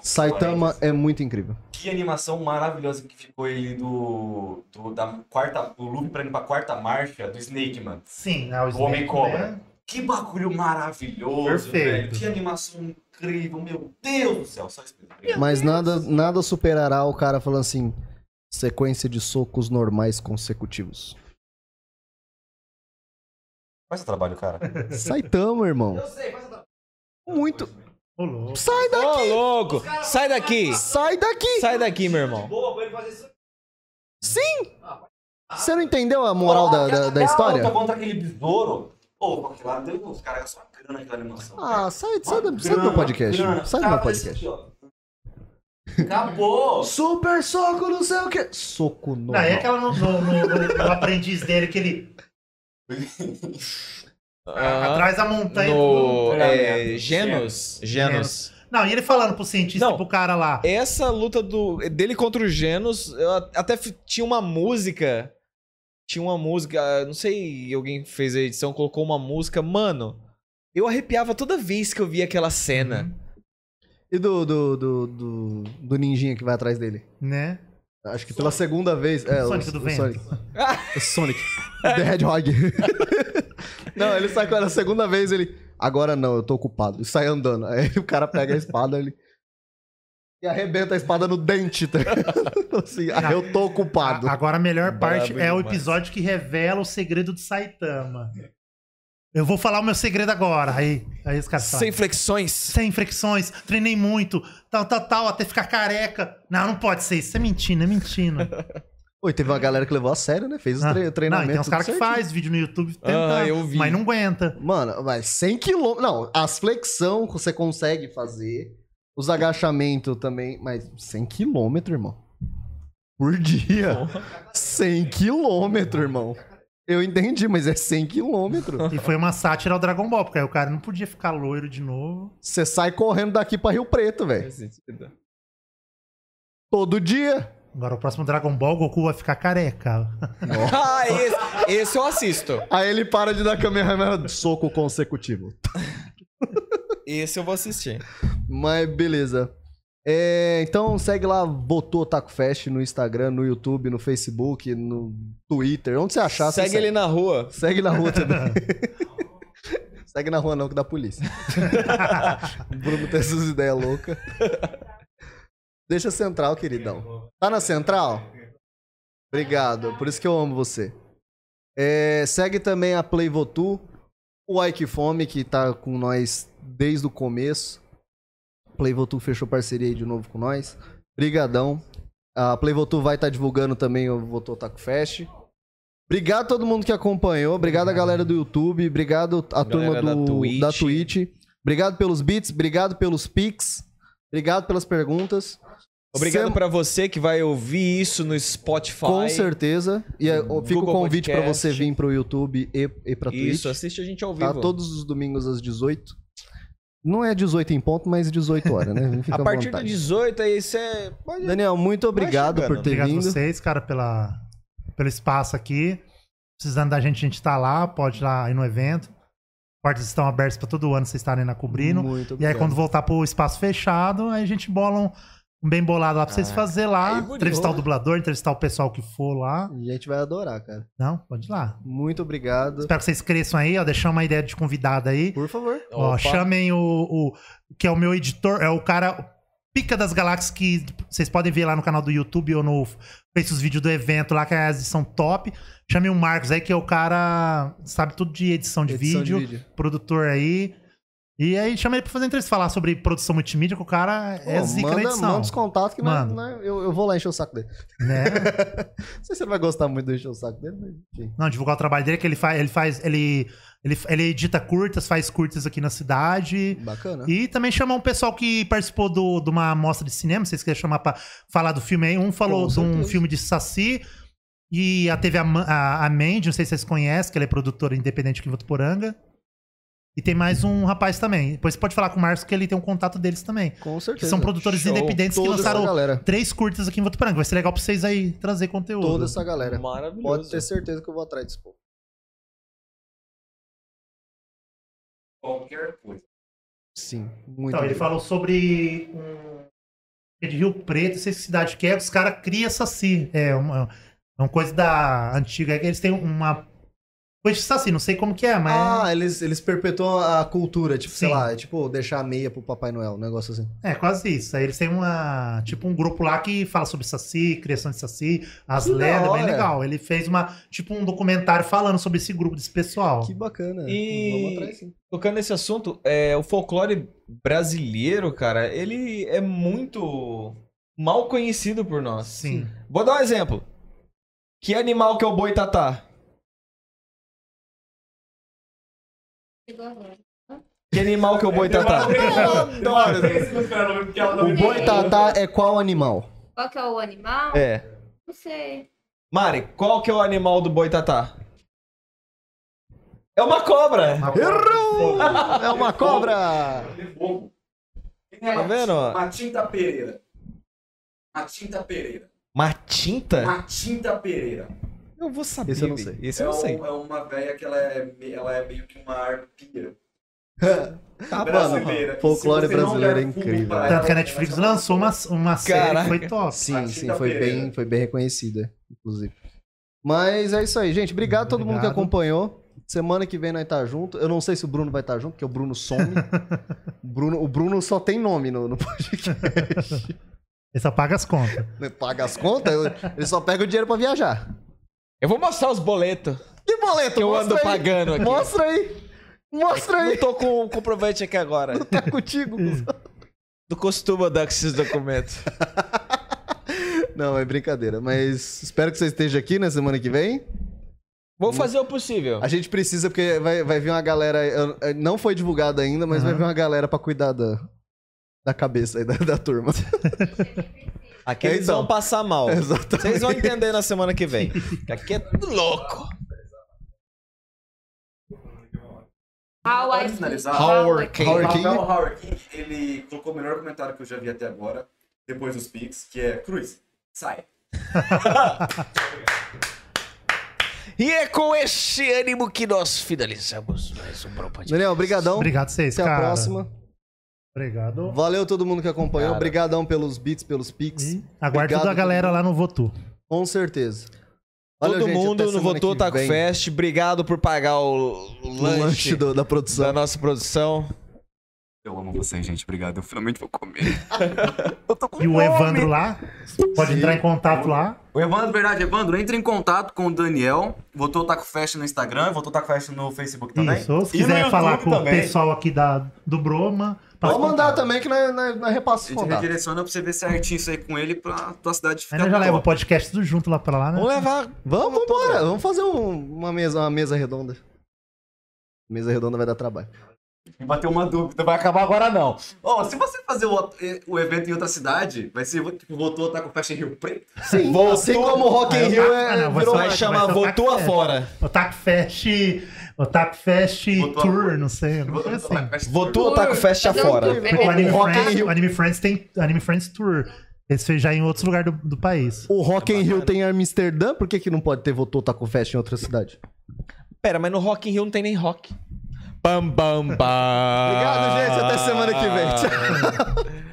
[SPEAKER 1] Saitama é muito incrível.
[SPEAKER 4] Que animação maravilhosa que ficou ele do, do, da quarta, do Luffy pra pra quarta marcha do Snake, mano.
[SPEAKER 3] Sim, é o Snake,
[SPEAKER 4] Homem Cobra.
[SPEAKER 3] né?
[SPEAKER 4] Que bagulho maravilhoso,
[SPEAKER 3] Perfeito.
[SPEAKER 4] velho. Que animação incrível, meu Deus do céu. Só isso mesmo.
[SPEAKER 1] Mas nada, nada superará o cara falando assim: sequência de socos normais
[SPEAKER 3] <laughs>
[SPEAKER 1] consecutivos.
[SPEAKER 4] Faz o trabalho, cara.
[SPEAKER 1] Saitama, irmão.
[SPEAKER 4] Eu sei, faz o trabalho.
[SPEAKER 1] Muito.
[SPEAKER 3] Ô, louco.
[SPEAKER 1] Sai
[SPEAKER 2] Ô,
[SPEAKER 1] daqui!
[SPEAKER 2] louco. Sai daqui.
[SPEAKER 1] Sai daqui!
[SPEAKER 2] Sai daqui, meu irmão.
[SPEAKER 4] Boa pra ele fazer isso. Ah,
[SPEAKER 1] Sim! Você não entendeu a moral da, da, da
[SPEAKER 3] tá
[SPEAKER 1] história?
[SPEAKER 4] Luta contra aquele besouro. Pô, aquele lá deu os caras gastam uma grana aquela animação.
[SPEAKER 1] Ah, sai, sai,
[SPEAKER 4] Uma
[SPEAKER 1] do- sai do meu
[SPEAKER 4] grana,
[SPEAKER 1] podcast.
[SPEAKER 4] grana.
[SPEAKER 1] Sai do
[SPEAKER 4] Cara,
[SPEAKER 1] meu
[SPEAKER 4] faz isso
[SPEAKER 1] podcast.
[SPEAKER 4] aqui, ó. Acabou!
[SPEAKER 1] Super soco, não sei o quê. Soco
[SPEAKER 3] Não,
[SPEAKER 1] normal.
[SPEAKER 3] é aquela no, no- no- no- no aprendiz dele que ele.
[SPEAKER 2] Ah,
[SPEAKER 3] Atrás um da montanha.
[SPEAKER 2] No é,
[SPEAKER 4] Genos.
[SPEAKER 2] Genos. Genos.
[SPEAKER 3] Não, e ele falando pro cientista
[SPEAKER 2] Não.
[SPEAKER 3] e pro cara lá.
[SPEAKER 2] Essa luta do, dele contra o Genos, eu a- até fi- tinha uma música. Tinha uma música. ah, Não sei, alguém fez a edição, colocou uma música. Mano, eu arrepiava toda vez que eu via aquela cena.
[SPEAKER 1] E do, do, do, do, do ninjinha que vai atrás dele?
[SPEAKER 3] Né?
[SPEAKER 1] Acho que pela segunda vez. É,
[SPEAKER 3] Sonic
[SPEAKER 1] o,
[SPEAKER 3] do
[SPEAKER 1] o
[SPEAKER 3] vento.
[SPEAKER 1] Sonic. O Sonic. The Hedgehog. <laughs> não, ele sai com a segunda vez, ele. Agora não, eu tô ocupado. E sai andando. Aí o cara pega a espada ele. E arrebenta a espada no dente. Tá? ligado? <laughs> assim, ah, eu tô ocupado.
[SPEAKER 3] A- Agora a melhor parte
[SPEAKER 2] Brabo
[SPEAKER 3] é o
[SPEAKER 2] demais.
[SPEAKER 3] episódio que revela o segredo do Saitama. Eu vou falar o meu segredo agora. Aí, aí os caras falam.
[SPEAKER 2] Sem flexões.
[SPEAKER 3] Sem fricções, treinei muito, tal, tal, tal, até ficar careca. Não, não pode ser isso. Isso é mentira, é
[SPEAKER 2] <laughs>
[SPEAKER 3] mentira.
[SPEAKER 1] Oi, teve uma galera que levou a sério, né? Fez o tre
[SPEAKER 3] Ah. não, e
[SPEAKER 1] treinamento.
[SPEAKER 3] tem uns caras que
[SPEAKER 1] certinho.
[SPEAKER 3] faz vídeo no YouTube
[SPEAKER 2] Ah,
[SPEAKER 3] tentando,
[SPEAKER 2] eu vi.
[SPEAKER 3] mas não aguenta.
[SPEAKER 1] Mano, vai 100 quilômetros. Não, as flexão você consegue fazer. Os agachamentos também. Mas 100 quilômetros, irmão. Por dia. 100 quilômetros, irmão. Eu entendi, mas é 100 quilômetros.
[SPEAKER 3] E foi uma sátira ao Dragon Ball, porque aí o cara não podia ficar loiro de novo.
[SPEAKER 1] Você sai correndo daqui pra Rio Preto,
[SPEAKER 2] <laughs>
[SPEAKER 1] velho. Todo dia.
[SPEAKER 3] Agora o próximo Dragon Ball, o Goku vai ficar careca.
[SPEAKER 2] Ah, esse, esse eu assisto.
[SPEAKER 1] Aí ele para de dar Kamehameha. Soco consecutivo.
[SPEAKER 2] Esse eu vou assistir.
[SPEAKER 1] Mas beleza. É, então segue lá, botou Taco Fest no Instagram, no YouTube, no Facebook, no Twitter. Onde você achar, você
[SPEAKER 2] Segue ele na rua.
[SPEAKER 1] Segue na rua também. Segue na rua não, que dá polícia. Bruno tem essas ideias loucas. Deixa a central, queridão. Tá na central? Obrigado, por isso que eu amo você. É, segue também a Play Votu, o Ike Fome, que tá com nós desde o começo. Play Votu fechou parceria aí de novo com nós. Brigadão. A Play Votu vai estar divulgando também o Votou Taco Fest. Obrigado a todo mundo que acompanhou. Obrigado a galera do YouTube. Obrigado a turma
[SPEAKER 2] Galera da
[SPEAKER 1] do,
[SPEAKER 2] Twitch.
[SPEAKER 1] da Twitch. Obrigado pelos beats. Obrigado pelos pics. Obrigado pelas perguntas.
[SPEAKER 2] Obrigado
[SPEAKER 1] Sem-
[SPEAKER 2] pra você que vai ouvir isso no Spotify.
[SPEAKER 1] Com certeza. E é, ó, fica
[SPEAKER 2] Google
[SPEAKER 1] o convite pra
[SPEAKER 2] Podcast.
[SPEAKER 1] você vir pro YouTube e, e pra Twitch.
[SPEAKER 2] Isso, assiste a gente ao vivo.
[SPEAKER 1] Tá todos os domingos às 18. Não é 18 em ponto, mas 18 horas,
[SPEAKER 2] <laughs>
[SPEAKER 1] né? Fica
[SPEAKER 2] a
[SPEAKER 1] à
[SPEAKER 2] partir do
[SPEAKER 1] vontade. Né,
[SPEAKER 2] 18 aí você pode
[SPEAKER 1] Daniel, muito obrigado
[SPEAKER 2] chegando.
[SPEAKER 1] por ter
[SPEAKER 3] Obrigado a
[SPEAKER 1] vindo.
[SPEAKER 3] vocês, cara, pela, pelo espaço aqui. Precisando da gente, a gente tá lá, pode ir lá ir no evento. Portas estão abertas pra todo ano vocês estarem na cobrindo.
[SPEAKER 1] Muito
[SPEAKER 3] E aí, quando voltar pro espaço fechado, aí a gente bola um, um bem bolado lá pra vocês fazer lá.
[SPEAKER 2] Ah, aí bonito.
[SPEAKER 3] Entrevistar o dublador, entrevistar o pessoal que for lá.
[SPEAKER 1] A gente vai adorar, cara.
[SPEAKER 3] Não, pode ir lá.
[SPEAKER 1] Muito obrigado.
[SPEAKER 3] Espero que vocês cresçam aí, ó. Deixar uma ideia de convidado aí.
[SPEAKER 1] Por favor.
[SPEAKER 3] Ó,
[SPEAKER 2] Opa.
[SPEAKER 3] chamem o, o- Que é o meu editor, é o cara pica das galáxias que vocês podem ver lá no canal do YouTube ou no. Fez os vídeos do evento lá, que é a edição top. Chamem o Marcos aí, que é o cara. Sabe tudo de edição de,
[SPEAKER 1] Edição
[SPEAKER 3] vídeo,
[SPEAKER 1] de vídeo.
[SPEAKER 3] produtor aí. E aí chama ele pra fazer entrevista, falar sobre produção multimídia, que o cara é
[SPEAKER 1] Pô,
[SPEAKER 3] zica na
[SPEAKER 1] manda,
[SPEAKER 3] edição.
[SPEAKER 1] manda os contatos que nós-
[SPEAKER 3] Manda.
[SPEAKER 1] nós- eu, eu vou lá encher o saco dele.
[SPEAKER 3] né?
[SPEAKER 1] <laughs> Não sei se ele vai gostar muito de encher o saco dele, mas enfim.
[SPEAKER 3] Não, divulgar o trabalho dele, que ele faz. Ele faz. Ele, ele, ele edita curtas, faz curtas aqui na cidade.
[SPEAKER 1] Bacana.
[SPEAKER 3] E também chamar um pessoal que participou do- de uma amostra de cinema, vocês querem chamar pra falar do filme aí. Um falou
[SPEAKER 1] Com
[SPEAKER 3] de um
[SPEAKER 1] certeza.
[SPEAKER 3] filme de Saci. E a, teve a, Ma- a, a Mandy, não sei se vocês conhecem, que ela é produtora independente aqui em Votuporanga. E tem mais um rapaz também. Depois você pode falar com o Márcio que ele tem um contato deles também.
[SPEAKER 1] Com
[SPEAKER 3] Que
[SPEAKER 1] certeza.
[SPEAKER 3] são produtores
[SPEAKER 2] Show.
[SPEAKER 3] independentes que
[SPEAKER 1] Toda essa
[SPEAKER 3] lançaram
[SPEAKER 1] galera.
[SPEAKER 3] três curtas aqui em Votuporanga. Vai ser legal pra vocês aí trazer conteúdo.
[SPEAKER 1] Toda essa galera.
[SPEAKER 2] Maravilhoso.
[SPEAKER 1] Pode ter certeza que eu vou atrás desse povo.
[SPEAKER 4] Qualquer coisa.
[SPEAKER 1] Sim. Muito
[SPEAKER 3] Então, ele
[SPEAKER 1] obrigado.
[SPEAKER 3] falou sobre um. é de Rio Preto, não sei que cidade que é, os caras criam saci. É uma, é uma coisa da antiga. é que Eles têm uma. Coisa de saci, não sei como que é, mas.
[SPEAKER 1] Ah, eles, eles perpetuam a cultura, tipo, sei
[SPEAKER 3] Sim.
[SPEAKER 1] lá, é tipo deixar a meia pro Papai Noel, um negócio assim.
[SPEAKER 3] É, quase isso. Aí eles têm uma. Tipo, um grupo lá que fala sobre saci, criação de saci, as
[SPEAKER 1] Que da
[SPEAKER 3] lendas, bem
[SPEAKER 1] hora.
[SPEAKER 3] legal. Ele fez uma. Tipo, um documentário falando sobre esse grupo, desse pessoal.
[SPEAKER 1] Que bacana.
[SPEAKER 2] E-
[SPEAKER 1] Vamos atrás, sim.
[SPEAKER 2] Tocando nesse assunto, é, o folclore brasileiro, cara, ele é muito mal conhecido por nós.
[SPEAKER 3] Sim.
[SPEAKER 2] Vou dar um exemplo. Que animal que é o boi tatá? Que animal que <laughs> é o boi tatá?
[SPEAKER 1] <laughs>
[SPEAKER 4] Demora, eu não esperava o nome, porque ela não
[SPEAKER 1] tá. O
[SPEAKER 4] me
[SPEAKER 1] boi
[SPEAKER 4] falou.
[SPEAKER 1] tatá é qual animal?
[SPEAKER 6] Qual que é o animal?
[SPEAKER 2] É.
[SPEAKER 6] Não sei.
[SPEAKER 2] Mari, qual que é o animal do boi tatá? É uma cobra.
[SPEAKER 1] É uma <laughs> cobra!
[SPEAKER 4] Ele é bobo. Ele é
[SPEAKER 2] Tá vendo? ó?
[SPEAKER 4] Matinta Pereira. Matinta Pereira.
[SPEAKER 2] Uma
[SPEAKER 1] É.
[SPEAKER 2] tinta?
[SPEAKER 4] Matinta Pereira.
[SPEAKER 2] Eu vou saber.
[SPEAKER 1] Esse eu não
[SPEAKER 2] velho.
[SPEAKER 1] sei.
[SPEAKER 2] Esse eu
[SPEAKER 4] é,
[SPEAKER 2] não sei.
[SPEAKER 4] um- é uma velha que ela é, me- ela é meio que uma arpia um
[SPEAKER 1] Tá, mano.
[SPEAKER 4] brasileira.
[SPEAKER 1] folclore
[SPEAKER 4] Se você não
[SPEAKER 1] brasileiro
[SPEAKER 4] der
[SPEAKER 1] é
[SPEAKER 4] fumo
[SPEAKER 1] incrível.
[SPEAKER 4] pra ela,
[SPEAKER 3] Tanto que Tá, a
[SPEAKER 4] ela
[SPEAKER 3] Netflix
[SPEAKER 4] vai-
[SPEAKER 3] lançou uma, uma série que
[SPEAKER 2] Caraca.
[SPEAKER 3] foi top.
[SPEAKER 1] Sim, sim,
[SPEAKER 4] Martins
[SPEAKER 1] foi
[SPEAKER 4] da
[SPEAKER 1] bem,
[SPEAKER 4] Pereira.
[SPEAKER 1] foi bem reconhecida, inclusive. Mas é isso aí, gente. Obrigado a todo mundo que
[SPEAKER 3] Obrigado.
[SPEAKER 1] acompanhou. Semana que vem nós tá junto. Eu não sei se o Bruno vai estar junto, porque o Bruno some. O Bruno, o Bruno só tem nome no, <laughs> no podcast.
[SPEAKER 3] Ele só paga as contas.
[SPEAKER 1] Então, Paga as contas, ele só pega o dinheiro pra viajar.
[SPEAKER 2] Eu vou mostrar os boletos
[SPEAKER 1] Que boleto,
[SPEAKER 2] que eu
[SPEAKER 1] mostra
[SPEAKER 2] ando
[SPEAKER 1] aí.
[SPEAKER 2] pagando aqui.
[SPEAKER 1] Mostra aí! Mostra aí!
[SPEAKER 2] Não tô com o comprovante aqui agora.
[SPEAKER 1] Tá contigo. cuzão.
[SPEAKER 2] Não costuma dar com esses documentos.
[SPEAKER 1] Não, é brincadeira. Mas espero que você esteja aqui na semana que vem.
[SPEAKER 2] Vou fazer o possível.
[SPEAKER 1] A gente precisa, porque vai, vai vir uma galera. eu- eu- Não foi divulgado ainda, mas
[SPEAKER 3] Aham.
[SPEAKER 1] vai vir uma galera pra cuidar da, da cabeça aí da, da turma.
[SPEAKER 2] <laughs> Aqui eles
[SPEAKER 1] Então.
[SPEAKER 2] vão passar mal.
[SPEAKER 1] Exatamente.
[SPEAKER 2] Vocês vão entender na semana que vem. Que Aqui é tudo louco.
[SPEAKER 6] How I
[SPEAKER 4] Vamos finalizar?
[SPEAKER 2] Howard King.
[SPEAKER 4] O
[SPEAKER 1] Howard King.
[SPEAKER 4] Rafael Howard King, ele colocou o melhor comentário que eu já vi até agora, depois dos Pix, que é Cruz, sai.
[SPEAKER 2] E é com este ânimo que nós finalizamos mais um Bropadinho.
[SPEAKER 1] Daniel, brigadão.
[SPEAKER 3] Obrigado a vocês,
[SPEAKER 1] Até
[SPEAKER 3] cara.
[SPEAKER 1] a próxima.
[SPEAKER 3] Obrigado.
[SPEAKER 1] Valeu todo mundo que acompanhou.
[SPEAKER 2] Cara.
[SPEAKER 1] Obrigadão pelos beats, pelos pics.
[SPEAKER 3] E aguardo
[SPEAKER 1] Obrigado,
[SPEAKER 3] toda a galera
[SPEAKER 1] todo
[SPEAKER 3] lá no Votu.
[SPEAKER 1] Com certeza. Valeu,
[SPEAKER 2] Todo
[SPEAKER 1] gente, até
[SPEAKER 2] mundo no
[SPEAKER 1] semana
[SPEAKER 2] Votou
[SPEAKER 1] que
[SPEAKER 2] Taco
[SPEAKER 1] vem.
[SPEAKER 2] Fest, obrigado por pagar o, o
[SPEAKER 1] O
[SPEAKER 2] lanche,
[SPEAKER 1] lanche, do- da produção.
[SPEAKER 2] da nossa produção.
[SPEAKER 4] Eu amo vocês, gente. Obrigado. Eu finalmente vou <laughs> comer.
[SPEAKER 3] E o Evandro lá. Pode
[SPEAKER 1] Sim.
[SPEAKER 3] entrar em contato lá.
[SPEAKER 4] O Evandro, verdade, Evandro, entre em contato com o Daniel. Voltou o Taco Fest no Instagram, voltou o Taco Fest no Facebook
[SPEAKER 1] Tá
[SPEAKER 4] também.
[SPEAKER 3] Isso. Ou se
[SPEAKER 4] E no
[SPEAKER 3] quiser
[SPEAKER 4] YouTube
[SPEAKER 3] falar com
[SPEAKER 4] também.
[SPEAKER 3] o pessoal aqui da, do Broma.
[SPEAKER 1] Pode
[SPEAKER 3] passa
[SPEAKER 1] mandar
[SPEAKER 3] contato.
[SPEAKER 1] também, que nós, nós, nós
[SPEAKER 4] A
[SPEAKER 1] repassamos
[SPEAKER 4] gente
[SPEAKER 1] o contato.
[SPEAKER 4] redireciona pra você ver certinho isso aí com ele pra tua cidade
[SPEAKER 3] Aí
[SPEAKER 4] ficar
[SPEAKER 3] nós já
[SPEAKER 4] top.
[SPEAKER 3] leva o podcast tudo junto lá pra lá, né?
[SPEAKER 2] Vamos levar.
[SPEAKER 1] Vamos, vambora. Vamos fazer um- uma, mesa, uma mesa redonda. Mesa redonda vai dar trabalho.
[SPEAKER 4] Me bateu uma dúvida, vai acabar agora não. Ó, se você fazer o, eh, o evento em outra cidade, vai ser, tipo, voltou, tá com festa em Rio Preto.
[SPEAKER 1] Sim, Voltou. assim como o Rock in
[SPEAKER 3] Aí
[SPEAKER 1] Rio
[SPEAKER 3] eu-
[SPEAKER 1] é,
[SPEAKER 3] Ah, não,
[SPEAKER 1] virou
[SPEAKER 3] vai
[SPEAKER 2] Vai
[SPEAKER 3] ser
[SPEAKER 2] chamar
[SPEAKER 3] o
[SPEAKER 2] Votou
[SPEAKER 1] é.
[SPEAKER 3] Taco Fest.
[SPEAKER 2] Afora.
[SPEAKER 3] Otaku Fest. Otaku Fest
[SPEAKER 4] Botou
[SPEAKER 3] Tour,
[SPEAKER 4] agora.
[SPEAKER 3] não sei. alguma coisa assim.
[SPEAKER 2] Votou Otaku Fest
[SPEAKER 6] um
[SPEAKER 2] Afora.
[SPEAKER 3] Porque o Anime,
[SPEAKER 1] Rock in
[SPEAKER 3] Friends,
[SPEAKER 1] Rio.
[SPEAKER 3] o Anime Friends tem Anime Friends Tour. Eles fez já em outros lugares do, do país.
[SPEAKER 1] O Rock in Rio tem Amsterdã, por que, que não pode ter votou Taco Fest em outra cidade?
[SPEAKER 2] Pera, mas no Rock in Rio não tem nem rock. Bam, bam, bam.
[SPEAKER 1] <laughs> Obrigado,
[SPEAKER 3] Ah.
[SPEAKER 1] gente. Até semana que vem.
[SPEAKER 2] Tchau.